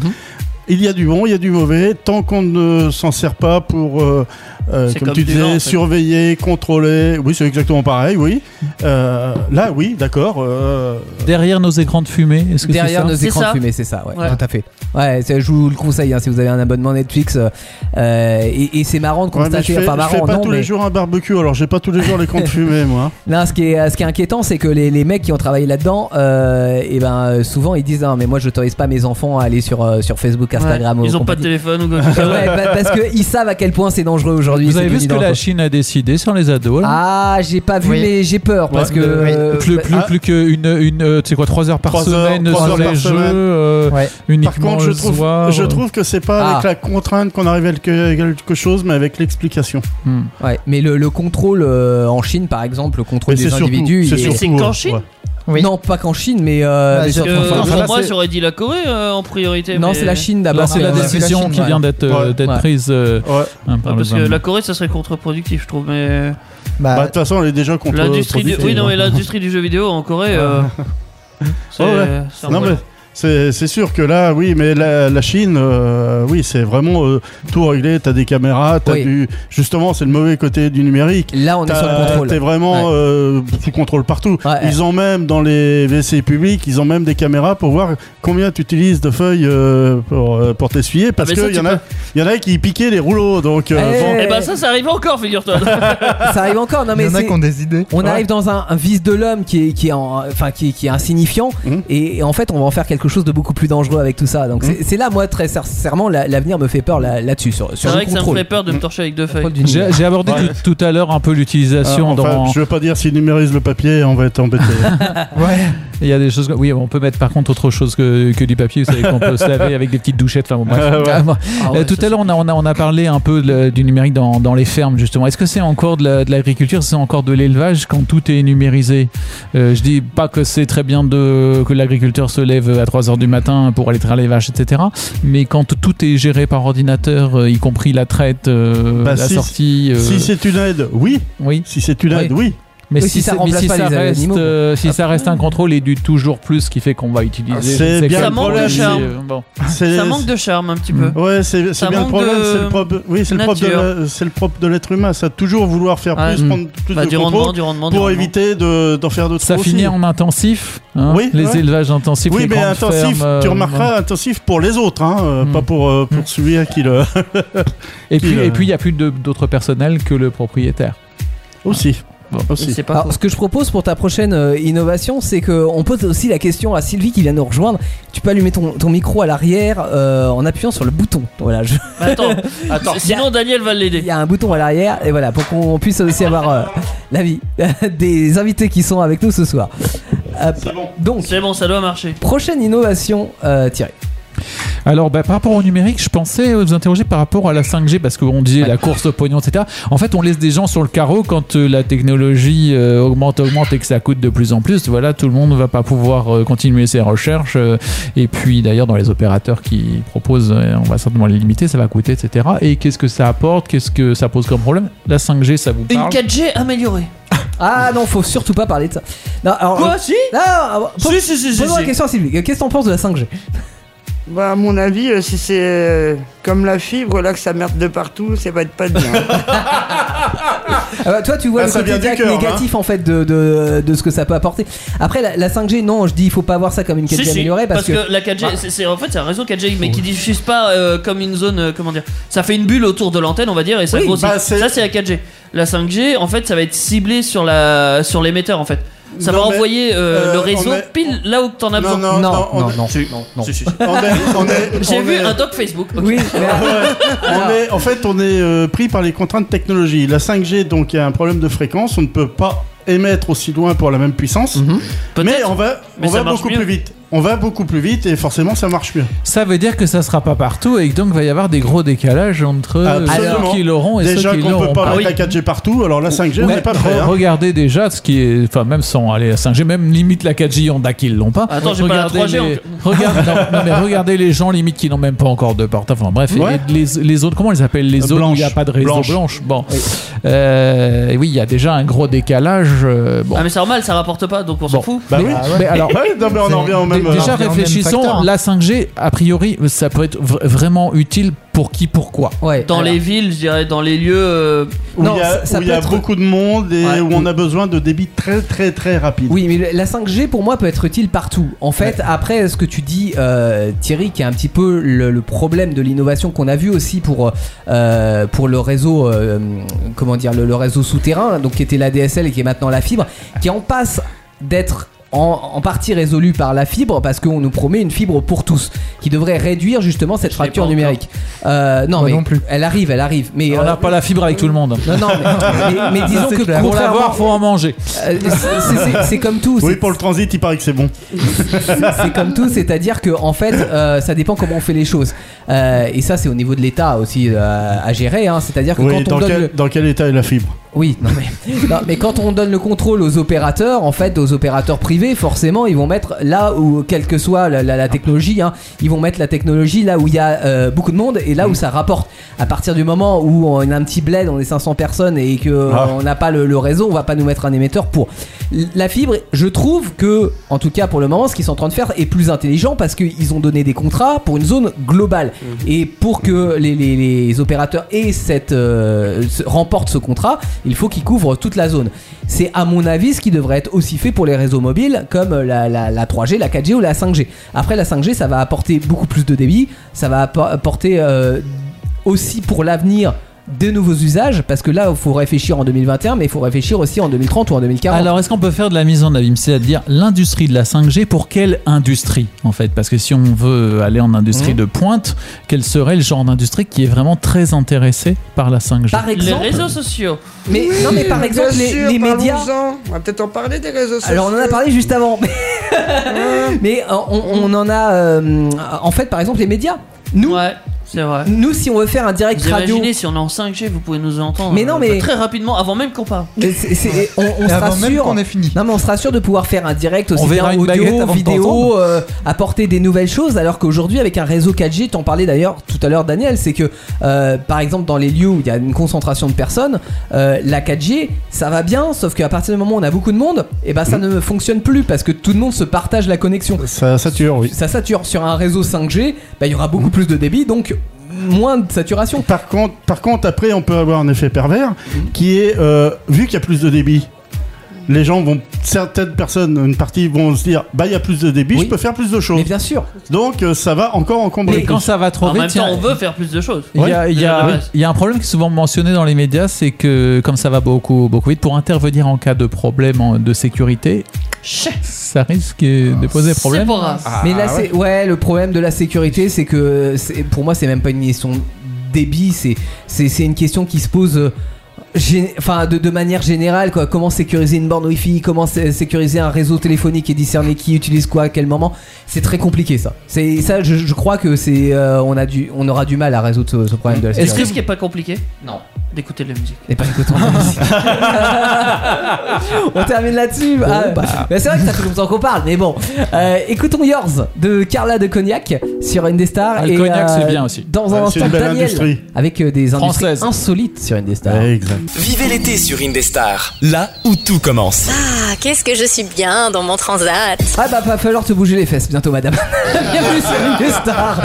Speaker 6: Il y a du bon, il y a du mauvais. Tant qu'on ne s'en sert pas pour, euh, euh,
Speaker 4: C'est
Speaker 6: comme,
Speaker 4: comme
Speaker 6: tu
Speaker 4: du vin, en
Speaker 6: disais,
Speaker 4: fait.
Speaker 6: surveiller, contrôler. Oui, c'est exactement pareil, oui. Euh, là, oui, d'accord. euh,
Speaker 5: Derrière nos écrans de fumée, est-ce que c'est
Speaker 3: derrière
Speaker 5: ça
Speaker 3: nos
Speaker 4: C'est
Speaker 3: écrans
Speaker 4: ça.
Speaker 3: de fumée, c'est ça, ouais,
Speaker 4: Ouais.
Speaker 3: tout à fait. Ouais, c'est- je vous le conseille hein, si vous avez un abonnement Netflix. euh, euh, et et c'est marrant de
Speaker 6: ouais, mais je
Speaker 3: constater,
Speaker 6: fais,
Speaker 3: enfin
Speaker 6: je fais
Speaker 3: marrant,
Speaker 6: pas
Speaker 3: non,
Speaker 6: tous
Speaker 3: mais
Speaker 6: les jours un barbecue, alors j'ai pas tous les jours les comptes
Speaker 3: *laughs*
Speaker 6: fumés, moi.
Speaker 3: là, ce qui est, ce qui est inquiétant, c'est que les, les mecs qui ont travaillé là-dedans, euh, et ben euh, souvent ils disent, non, mais moi j'autorise pas mes enfants à aller sur, euh, sur Facebook, Instagram.
Speaker 4: Ouais.
Speaker 3: ou
Speaker 4: Ils ont pas de
Speaker 3: compagnie.
Speaker 4: téléphone ou quoi
Speaker 3: *laughs*
Speaker 4: que ce soit.
Speaker 3: Ouais, pa- parce que ils savent à quel point c'est dangereux aujourd'hui.
Speaker 5: Vous
Speaker 3: c'est
Speaker 5: avez vu
Speaker 3: devenu
Speaker 5: ce que la
Speaker 3: dangereux.
Speaker 5: Chine a décidé sur les ados là
Speaker 3: Ah, j'ai pas vu,
Speaker 7: Oui.
Speaker 3: mais j'ai peur parce
Speaker 6: Ouais,
Speaker 3: que.
Speaker 7: oui.
Speaker 3: euh,
Speaker 5: plus, plus,
Speaker 6: ah.
Speaker 5: plus que une, une, euh, tu sais quoi, 3 heures par
Speaker 6: Trois heures,
Speaker 5: semaine
Speaker 6: trois
Speaker 5: sur
Speaker 6: heures
Speaker 5: les
Speaker 6: par
Speaker 5: jeux,
Speaker 6: semaine.
Speaker 5: euh,
Speaker 7: Ouais.
Speaker 5: uniquement
Speaker 6: Par contre, je
Speaker 5: le
Speaker 6: trouve,
Speaker 5: soir. euh,
Speaker 6: je trouve que c'est pas avec
Speaker 3: euh. Ah.
Speaker 6: la contrainte qu'on arrive à quelque- quelque chose, mais avec l'explication.
Speaker 5: Hmm.
Speaker 3: bah, ouais, mais le, le contrôle euh, en Chine, par exemple, le contrôle
Speaker 6: Mais
Speaker 3: des
Speaker 6: c'est surtout-
Speaker 3: individus. il est-
Speaker 4: c'est
Speaker 6: surtout,
Speaker 4: qu'en
Speaker 6: euh,
Speaker 4: Chine
Speaker 6: ouais.
Speaker 7: Oui.
Speaker 3: Non, pas qu'en Chine, mais. euh,
Speaker 7: Bah,
Speaker 3: mais
Speaker 7: sur-
Speaker 3: sur-
Speaker 4: Euh,
Speaker 7: Enfin,
Speaker 4: pour
Speaker 6: là,
Speaker 4: moi,
Speaker 6: c'est-
Speaker 4: j'aurais dit la Corée euh, en priorité.
Speaker 3: Non,
Speaker 4: mais-
Speaker 3: c'est la Chine
Speaker 5: Là,
Speaker 3: d'abord.
Speaker 5: c'est la
Speaker 7: ouais,
Speaker 5: décision
Speaker 7: c'est la
Speaker 5: qui
Speaker 7: Chine,
Speaker 5: vient d'être euh,
Speaker 6: Ouais.
Speaker 5: d'être
Speaker 3: Ouais.
Speaker 5: prise euh,
Speaker 6: Ouais.
Speaker 4: Ah,
Speaker 5: hein, par
Speaker 4: parce
Speaker 5: le
Speaker 4: que
Speaker 5: gouvernement.
Speaker 4: la Corée, ça serait contre-productif, je trouve. Mais
Speaker 7: Bah,
Speaker 6: Bah, de toute façon, elle est déjà contre.
Speaker 4: l'industrie du... oui, non,
Speaker 6: hein.
Speaker 4: mais l'industrie du jeu vidéo en Corée, euh, *laughs* c'est
Speaker 6: Ouais, Ah. Oh, ouais.
Speaker 4: c'est un
Speaker 6: Non, mais
Speaker 4: problème.
Speaker 6: c'est c'est sûr que là, oui, mais la, la Chine, euh, oui, c'est vraiment euh, tout réglé. T'as des caméras, t'as
Speaker 3: Oui.
Speaker 6: du. Justement, c'est le mauvais côté du numérique.
Speaker 3: Là, on est sur le
Speaker 6: T'as-
Speaker 3: contrôle.
Speaker 6: T'es vraiment
Speaker 3: Ouais.
Speaker 6: euh, sous contrôle partout.
Speaker 3: Ouais, ouais.
Speaker 6: Ils ont même dans les WC publics, ils ont même des caméras pour voir combien tu utilises de feuilles euh, pour, euh, pour t'essuyer. Parce
Speaker 4: Ah, mais ça,
Speaker 6: qu'il y,
Speaker 4: tu
Speaker 6: en a- y en a qui piquaient les rouleaux. Donc, euh,
Speaker 3: Eh,
Speaker 6: bon.
Speaker 4: Eh ben ça, ça arrive encore,
Speaker 6: *laughs*
Speaker 4: figure-toi.
Speaker 3: Ça arrive encore. Non
Speaker 7: il y
Speaker 3: mais
Speaker 7: en a
Speaker 3: c'est-
Speaker 7: qui ont des idées.
Speaker 3: on arrive dans un, un vice de l'homme qui est, qui est en- enfin qui est, qui est insignifiant
Speaker 7: Hum.
Speaker 6: Mhm.
Speaker 3: et, et en fait on va en faire quelque chose de beaucoup plus dangereux avec tout ça. Donc c'est- c'est là moi très sincèrement la- l'avenir me fait peur là- là-dessus sur,
Speaker 4: C'est
Speaker 3: sur
Speaker 4: vrai
Speaker 3: le
Speaker 4: que ça me
Speaker 3: contrôle.
Speaker 4: fait peur de me torcher avec deux feuilles.
Speaker 3: Contrôle du
Speaker 5: J'ai
Speaker 3: numérique.
Speaker 5: j'ai abordé
Speaker 6: Ouais.
Speaker 5: tout, tout à l'heure un peu
Speaker 6: Ah,
Speaker 5: l'utilisation
Speaker 6: enfin,
Speaker 5: dans.
Speaker 6: Je veux pas dire s'ils numérisent le papier, on va
Speaker 4: *laughs*
Speaker 6: être embêté.
Speaker 7: Ouais.
Speaker 5: Il y a des choses. que- Oui, on peut mettre par contre autre chose que, que du papier. Vous savez qu'on peut se laver avec des petites douchettes. Enfin, bon,
Speaker 6: *laughs*
Speaker 5: bref.
Speaker 6: Ah,
Speaker 5: Euh, tout à l'heure, on a, on, a, on a parlé un peu de la- du numérique dans, dans les fermes, justement. Est-ce que c'est encore de la- de l'agriculture, c'est encore de l'élevage quand tout est numérisé Euh, Je dis pas que c'est très bien de, que l'agriculteur se lève à 3 heures du matin pour aller traire les vaches, etc. Mais quand tout est géré par ordinateur, euh, y compris la traite, euh,
Speaker 6: Bah,
Speaker 5: la
Speaker 6: si-
Speaker 5: sortie. euh,
Speaker 6: si c'est une aide, oui.
Speaker 5: oui.
Speaker 6: Si c'est une aide, oui.
Speaker 5: Mais
Speaker 3: Oui,
Speaker 5: si,
Speaker 3: si ça
Speaker 5: c'est- mais
Speaker 3: remplace
Speaker 5: si
Speaker 3: pas
Speaker 5: ça
Speaker 3: les
Speaker 5: reste,
Speaker 3: animaux, quoi.
Speaker 5: euh, si ça reste un contrôle et du toujours plus, ce qui fait qu'on va
Speaker 6: Ah,
Speaker 5: utiliser.
Speaker 6: c'est
Speaker 5: je ne sais
Speaker 6: bien
Speaker 5: quel
Speaker 4: le
Speaker 5: produit,
Speaker 4: problème.
Speaker 5: euh, bon.
Speaker 6: C'est- Mm.
Speaker 4: Ça manque de charme un petit peu.
Speaker 6: Ouais, c'est c'est
Speaker 4: Ça
Speaker 6: bien le
Speaker 4: manque
Speaker 6: problème,
Speaker 4: de
Speaker 6: c'est le propre. Oui, c'est le propre de
Speaker 4: nature.
Speaker 6: la- c'est le propre de l'être humain, ça toujours vouloir faire
Speaker 4: Ouais.
Speaker 6: plus,
Speaker 5: Mm.
Speaker 6: prendre plus
Speaker 4: Bah,
Speaker 6: de
Speaker 4: du
Speaker 6: contrôle
Speaker 4: rendement, du rendement. du
Speaker 6: pour
Speaker 4: rendement.
Speaker 6: éviter de- d'en faire d'autres
Speaker 5: Ça
Speaker 6: aussi.
Speaker 5: finit en intensif, hein,
Speaker 6: Oui,
Speaker 5: les
Speaker 6: ouais.
Speaker 5: élevages intensifs.
Speaker 6: Oui,
Speaker 5: les
Speaker 6: mais
Speaker 5: grandes
Speaker 6: intensif,
Speaker 5: fermes, euh,
Speaker 6: tu remarqueras intensif pour les autres, hein, euh,
Speaker 5: Mm.
Speaker 6: pas pour, euh, pour
Speaker 5: Mm.
Speaker 6: celui qui le. *laughs*
Speaker 5: Et puis,
Speaker 6: qu'il, euh,
Speaker 5: et puis, il n'y a plus de- d'autres personnels que le propriétaire.
Speaker 6: aussi.
Speaker 5: Bon.
Speaker 6: aussi. Ah.
Speaker 4: C'est pas
Speaker 3: Alors,
Speaker 4: faux.
Speaker 3: ce que je propose pour ta prochaine euh, innovation, c'est qu'on pose aussi la question à Sylvie qui vient nous rejoindre. Tu peux allumer ton, ton micro à l'arrière euh, en appuyant sur le bouton. Voilà, je-
Speaker 6: *laughs*
Speaker 4: Attends, sinon Daniel va
Speaker 3: il
Speaker 4: l'aider.
Speaker 3: y a un bouton à l'arrière et voilà pour qu'on puisse aussi avoir euh, l'avis *laughs* des invités qui sont avec nous ce soir. Hop.
Speaker 6: C'est bon.
Speaker 3: Donc
Speaker 4: C'est bon, ça doit marcher.
Speaker 3: Prochaine innovation, euh, Thierry.
Speaker 5: Alors, bah, par rapport au numérique, je pensais euh, vous interroger par rapport à la 5G, parce qu'on disait la course au pognon, etc. En fait, on laisse des gens sur le carreau quand euh, la technologie euh, augmente, augmente et que ça coûte de plus en plus. Voilà, tout le monde ne va pas pouvoir euh, continuer ses recherches. euh, et puis, d'ailleurs, dans les opérateurs qui proposent, euh, on va certainement les limiter, ça va coûter, etc. Et qu'est-ce que ça apporte Qu'est-ce que ça pose comme problème La 5G, ça vous
Speaker 4: Une
Speaker 5: parle
Speaker 4: 4G améliorée.
Speaker 3: Ah non, faut surtout pas parler de ça. Non, alors,
Speaker 4: Quoi Si
Speaker 3: euh, non, non, non, pose-
Speaker 4: Si, si, si, si.
Speaker 3: posons la
Speaker 4: si.
Speaker 3: question à Sylvie. Euh, Qu'est-ce que t'en penses de la 5G
Speaker 8: Bah, à mon avis, euh, si c'est euh, comme la fibre, là, que ça merde de partout, ça va être pas bien.
Speaker 3: Ah bah, toi, tu vois
Speaker 6: Bah,
Speaker 3: le
Speaker 6: ça
Speaker 3: côté
Speaker 6: vient du
Speaker 3: direct
Speaker 6: cœur,
Speaker 3: négatif en fait de, de, de ce que ça peut apporter. Après, la, la 5G, non, je dis il faut pas voir ça comme une 4G
Speaker 4: Si, si,
Speaker 3: améliorée parce, que,
Speaker 4: la 4G,
Speaker 3: Ah.
Speaker 4: c'est- c'est- en fait, c'est un réseau 4G, mais qui diffuse pas euh, comme une zone, euh, comment dire, ça fait une bulle autour de l'antenne, on va dire, et ça
Speaker 6: Oui,
Speaker 4: grossit.
Speaker 6: bah, c'est-
Speaker 4: ça, c'est la 4G. La 5G, en fait, ça va être ciblé sur la sur l'émetteur, en fait. Ça
Speaker 6: Non,
Speaker 4: va
Speaker 6: mais,
Speaker 4: envoyer euh,
Speaker 6: euh,
Speaker 4: le
Speaker 6: on
Speaker 4: réseau
Speaker 6: est-
Speaker 4: pile là où t'en as besoin.
Speaker 3: non, non,
Speaker 6: on-
Speaker 3: non, non,
Speaker 4: Si.
Speaker 3: non.
Speaker 4: Si, si, si.
Speaker 6: on est- on est-
Speaker 4: *laughs* J'ai
Speaker 6: on
Speaker 4: vu
Speaker 6: est- *laughs*
Speaker 4: un doc Facebook. ok.
Speaker 3: Oui, mais- euh,
Speaker 6: On est- en fait, on est euh, pris par les contraintes technologiques. La 5G, donc, il y a un problème de fréquence. On ne peut pas émettre aussi loin pour la même puissance. Mais
Speaker 4: Peut-être.
Speaker 6: on va,
Speaker 4: Mais
Speaker 6: on
Speaker 4: ça
Speaker 6: va
Speaker 4: marche
Speaker 6: beaucoup
Speaker 4: mieux.
Speaker 6: plus vite. On va beaucoup plus vite et forcément, ça marche mieux.
Speaker 5: Ça veut dire que ça sera pas partout et que donc va y avoir des gros décalages entre euh,
Speaker 6: Ah, Absolument.
Speaker 5: ceux qui l'auront et
Speaker 6: Déjà
Speaker 5: ceux qui
Speaker 6: qu'on
Speaker 5: l'auront
Speaker 6: peut pas
Speaker 5: pas.
Speaker 6: mettre
Speaker 4: oui.
Speaker 6: la 4G partout, alors la 5G, on
Speaker 5: Ouais,
Speaker 6: n'est pas
Speaker 5: re-
Speaker 6: prêt. hein.
Speaker 5: Regardez déjà ce qui est, enfin même sans aller à 5G, même limite la 4G, on a qui l'ont pas.
Speaker 4: Attends, j'ai pas la
Speaker 5: Regardez
Speaker 4: 3G
Speaker 5: les-
Speaker 4: *laughs*
Speaker 5: regarde- non, non, mais regardez les gens limite qui n'ont même pas encore de portable. Enfin bref, et-
Speaker 6: Ouais.
Speaker 5: et les, les zones, comment on les appelle les
Speaker 6: Euh,
Speaker 5: zones où il n'y a
Speaker 6: blanches.
Speaker 5: pas de réseau blanche.
Speaker 6: Blanches.
Speaker 5: Bon, Euh, et oui, il y a déjà un gros décalage. euh, bon.
Speaker 4: Ah, mais c'est normal, ça rapporte pas, donc on s'en
Speaker 5: Bon.
Speaker 4: fout.
Speaker 6: Bah oui.
Speaker 5: Mais alors,
Speaker 6: Ouais, non, mais on en revient au même. euh,
Speaker 5: Dé- Déjà
Speaker 7: on revient au même
Speaker 5: réfléchissons,
Speaker 4: hein.
Speaker 7: facteur.
Speaker 5: la 5G, a priori, ça peut être vr- vraiment utile pour qui, pourquoi.
Speaker 3: ouais,
Speaker 4: Dans
Speaker 3: alors.
Speaker 4: les villes, je dirais, dans les lieux. euh,
Speaker 6: où
Speaker 3: non,
Speaker 6: il y a,
Speaker 3: ça- ça
Speaker 6: où il y a
Speaker 3: peut être-
Speaker 6: beaucoup de monde et
Speaker 4: Ouais.
Speaker 6: où on a besoin de débit très très très rapide.
Speaker 3: Oui, mais la 5G pour moi peut être utile partout. En fait, après ce que tu dis, euh, Thierry, qui est un petit peu le, le problème de l'innovation qu'on a vu aussi pour euh, pour le réseau, euh, comment dire, le, le réseau souterrain, donc qui était la DSL et qui est maintenant la fibre, qui en passe d'être en, en partie résolu par la fibre parce qu'on nous promet une fibre pour tous qui devrait réduire justement cette
Speaker 4: Je l'ai
Speaker 3: fracture
Speaker 4: pas encore.
Speaker 3: numérique. Euh, non,
Speaker 7: Moi
Speaker 3: mais
Speaker 7: non plus.
Speaker 3: elle arrive, elle arrive. Mais
Speaker 5: on
Speaker 3: euh,
Speaker 5: n'a pas la fibre avec tout le monde.
Speaker 3: non, non, mais, mais- mais disons
Speaker 7: c'est
Speaker 3: que
Speaker 7: clair.
Speaker 5: Pour
Speaker 3: contrairement,
Speaker 5: l'avoir, faut en manger.
Speaker 3: euh, c'est- c'est- c'est comme tout.
Speaker 6: Oui,
Speaker 3: c'est-
Speaker 6: pour le transit, il paraît que c'est bon.
Speaker 3: c'est comme tout, c'est-à-dire que en fait, euh, ça dépend comment on fait les choses. Euh, et ça, c'est au niveau de l'État aussi euh, à gérer. hein. C'est-à-dire que
Speaker 6: Oui,
Speaker 3: quand on
Speaker 6: dans
Speaker 3: donne,
Speaker 6: quel,
Speaker 3: le...
Speaker 6: dans quel état est la fibre
Speaker 3: oui, non mais, *laughs* non, mais quand on donne le contrôle aux opérateurs, en fait, aux opérateurs privés, forcément, ils vont mettre là où, quelle que soit la, la- la technologie, hein, ils vont mettre la technologie là où il y a euh, beaucoup de monde et
Speaker 6: Mm.
Speaker 3: là où ça rapporte. À partir du moment où on a un petit bled, on est 500 personnes et que
Speaker 6: Ah.
Speaker 3: on n'a pas le, le réseau, on va pas nous mettre un émetteur pour. La fibre, je trouve que, en tout cas pour le moment, ce qu'ils sont en train de faire est plus intelligent parce qu'ils ont donné des contrats pour une zone globale. Et pour que les, les- les opérateurs et cette, euh, se- remportent ce contrat, il faut qu'ils couvrent toute la zone. C'est à mon avis ce qui devrait être aussi fait pour les réseaux mobiles comme la, la- la 3G, la 4G ou la 5G. Après la 5G, ça va apporter beaucoup plus de débit, ça va appo- apporter euh, aussi pour l'avenir des nouveaux usages parce que là il faut réfléchir en 2021 mais il faut réfléchir aussi en 2030 ou en 2040
Speaker 5: Alors, est-ce qu'on peut faire de la mise en abîme C'est-à-dire l'industrie de la 5G, pour quelle industrie en fait Parce que si on veut aller en industrie de pointe, quel serait le genre d'industrie qui est vraiment très intéressé par la 5G
Speaker 3: par
Speaker 4: les
Speaker 3: exemple
Speaker 4: réseaux sociaux.
Speaker 3: *laughs* mais non mais par exemple les, les médias
Speaker 8: On va peut-être en parler des réseaux sociaux.
Speaker 3: alors on en a parlé juste avant mais, *laughs* mais on, on en a euh, en fait par exemple les médias nous
Speaker 4: Ouais, c'est vrai.
Speaker 3: nous si on veut faire un direct
Speaker 4: Vous
Speaker 3: radio
Speaker 4: imaginez si on est en 5G, vous pouvez nous entendre.
Speaker 3: Mais non,
Speaker 4: euh,
Speaker 3: mais-
Speaker 4: Très rapidement, avant même qu'on parle.
Speaker 3: Et c'est- c'est- on, on
Speaker 7: Et
Speaker 3: sera
Speaker 7: avant même
Speaker 3: sûr.
Speaker 7: qu'on ait fini.
Speaker 3: Non mais on sera sûr de pouvoir faire un direct aussi
Speaker 5: On verra
Speaker 3: bien
Speaker 5: une baguette
Speaker 3: audio,
Speaker 5: avant de
Speaker 3: vidéo,
Speaker 5: t'entendre.
Speaker 3: euh, apporter des nouvelles choses. Alors qu'aujourd'hui avec un réseau 4G, t'en parlais d'ailleurs tout à l'heure Daniel, c'est que euh, par exemple dans les lieux où il y a une concentration de personnes, euh, la 4G ça va bien, sauf qu'à partir du moment où on a beaucoup de monde, et ben ça
Speaker 5: Mm.
Speaker 3: ne fonctionne plus parce que tout le monde se partage la connexion.
Speaker 6: Ça sature, oui.
Speaker 3: Ça sature sur un réseau 5G, bah, il y aura
Speaker 5: Mm.
Speaker 3: beaucoup plus de débit, donc moins de saturation.
Speaker 6: Par contre, par contre, après, on peut avoir un effet pervers qui est, euh, vu qu'il y a plus de débit, les gens vont, certaines personnes, une partie vont se dire, bah il y a plus de débit,
Speaker 3: Oui.
Speaker 6: je peux faire plus de
Speaker 3: Mais
Speaker 6: choses.
Speaker 3: bien sûr.
Speaker 6: Donc euh, ça va encore
Speaker 5: Et
Speaker 6: encombrer.
Speaker 5: quand ça va trop
Speaker 4: en
Speaker 5: vite,
Speaker 4: même
Speaker 5: tiens,
Speaker 4: temps, on veut faire plus de choses. Euh,
Speaker 5: Il y, a,
Speaker 4: Ouais.
Speaker 5: il y a-
Speaker 4: Ouais.
Speaker 5: il y a un problème qui est souvent mentionné dans les médias, c'est que comme ça va beaucoup, beaucoup vite, pour intervenir en cas de problème en- de sécurité, ça risque de poser
Speaker 4: C'est
Speaker 5: problème.
Speaker 4: pas grave.
Speaker 3: Mais là, c'est ouais, le problème de la sécurité, c'est que c'est- pour moi, c'est même pas une question de débit, c'est c'est c'est une question qui se pose. euh, gé- enfin de, de manière générale quoi comment sécuriser une borne wifi comment sé- sécuriser un réseau téléphonique et discerner qui utilise quoi à quel moment c'est très compliqué ça c'est ça je, je crois que c'est euh, on a du on aura du mal à résoudre ce, ce problème de la
Speaker 4: Est-ce
Speaker 3: sécurité
Speaker 4: que ce qui est pas compliqué
Speaker 3: Non.
Speaker 4: D'écouter de la musique.
Speaker 3: et pas écoutant la musique. On termine là-dessus. Ah, bah, c'est vrai que ça fait longtemps qu'on parle, mais bon. Euh, écoutons Yours de Carla de Cognac sur Indestar.
Speaker 5: Ah, le
Speaker 3: et, euh,
Speaker 5: cognac, c'est bien aussi.
Speaker 3: Dans un
Speaker 6: Ah, c'est
Speaker 3: instant,
Speaker 6: une belle
Speaker 3: Daniel.
Speaker 6: industrie.
Speaker 3: Avec euh, des industries
Speaker 5: Française.
Speaker 3: insolites sur Indestar.
Speaker 6: Ouais, exact.
Speaker 1: Vivez l'été sur Indestar, là où tout commence.
Speaker 2: Ah, qu'est-ce que je suis bien dans mon transat.
Speaker 3: Ah bah, va falloir te bouger les fesses bientôt, madame. *laughs* Bienvenue sur Indestar.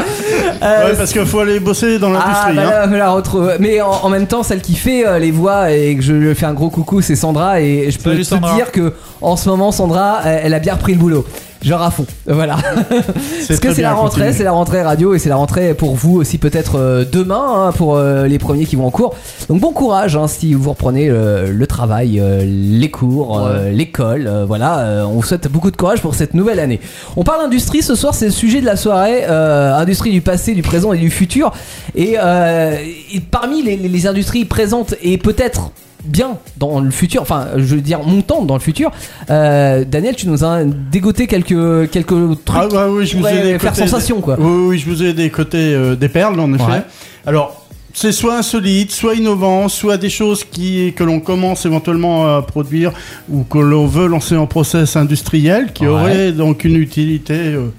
Speaker 3: Euh,
Speaker 6: Ouais, parce qu'il faut aller bosser dans
Speaker 3: Ah,
Speaker 6: l'industrie.
Speaker 3: bah,
Speaker 6: hein.
Speaker 3: là, voilà, retrouve. Mais en, en même temps, celle qui fait euh, les voix et que je fais un gros coucou, c'est Sandra. Et je peux
Speaker 5: Salut,
Speaker 3: te
Speaker 5: Sandra.
Speaker 3: dire que en ce moment, Sandra, elle, elle a bien repris le boulot. Genre à fond, voilà. Parce que
Speaker 6: très
Speaker 3: c'est
Speaker 6: bien,
Speaker 3: la rentrée,
Speaker 6: continue.
Speaker 3: c'est la rentrée radio et c'est la rentrée pour vous aussi peut-être euh, demain hein, pour euh, les premiers qui vont en cours. Donc bon courage hein, si vous reprenez euh, le travail, euh, les cours, euh, l'école, euh, voilà. euh, on vous souhaite beaucoup de courage pour cette nouvelle année. On parle industrie ce soir, c'est le sujet de la soirée, euh, industrie du passé, du présent et du futur. Et, euh, et parmi les, les- les industries présentes et peut-être bien dans le futur, enfin je veux dire montantes dans le futur, euh, Daniel, tu nous as dégoté quelques, quelques trucs
Speaker 6: Ah bah oui, je vous ai
Speaker 3: Ouais,
Speaker 6: des
Speaker 3: faire
Speaker 6: côtés-
Speaker 3: sensation, quoi.
Speaker 6: Oui, oui, je vous ai des côtés euh, des perles en effet.
Speaker 3: Ouais.
Speaker 6: Alors, c'est soit insolite, soit innovant, soit des choses qui que l'on commence éventuellement à produire ou que l'on veut lancer en process industriel qui
Speaker 3: Ouais.
Speaker 6: aurait donc une utilité euh,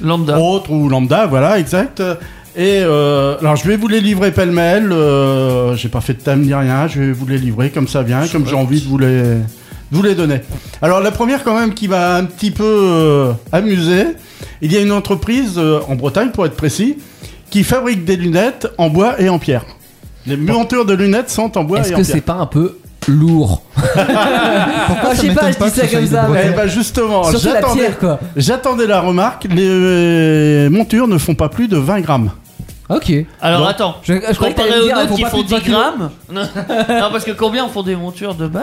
Speaker 4: Lambda.
Speaker 6: autre ou lambda, voilà, exact. Et euh, alors je vais vous les livrer pêle-mêle. euh, j'ai pas fait de thème ni rien. Je vais vous les livrer comme ça vient, comme j'ai envie de vous les de vous les donner. Alors la première quand même qui m'a un petit peu euh, amusé. Il y a une entreprise euh, en Bretagne pour être précis qui fabrique des lunettes en bois et en pierre. Les montures de lunettes sont en bois
Speaker 3: Est-ce
Speaker 6: et
Speaker 3: que
Speaker 6: en
Speaker 3: c'est
Speaker 6: pierre.
Speaker 3: pas un peu lourd *laughs*
Speaker 7: Pourquoi
Speaker 3: Ah, je
Speaker 7: ça
Speaker 3: sais pas,
Speaker 7: m'étonne
Speaker 3: je
Speaker 7: pas
Speaker 3: dis
Speaker 7: que
Speaker 3: ça
Speaker 7: ça
Speaker 3: comme
Speaker 7: aille de
Speaker 3: ça,
Speaker 7: Bretagne
Speaker 6: Eh ben justement,
Speaker 3: Surtout la
Speaker 6: j'attendais,
Speaker 3: pierre quoi.
Speaker 6: j'attendais la remarque. Les montures ne font pas plus de 20 grammes.
Speaker 3: Ok.
Speaker 4: Alors
Speaker 6: Non.
Speaker 4: attends.
Speaker 3: Je, je croyais que
Speaker 4: Comparé
Speaker 3: t'allais me
Speaker 4: aux
Speaker 3: dire, elles
Speaker 4: autres qui
Speaker 3: pas
Speaker 4: font
Speaker 3: plus de
Speaker 4: 10
Speaker 3: 20 kilos.
Speaker 4: grammes *laughs* Non, parce que combien font des montures de base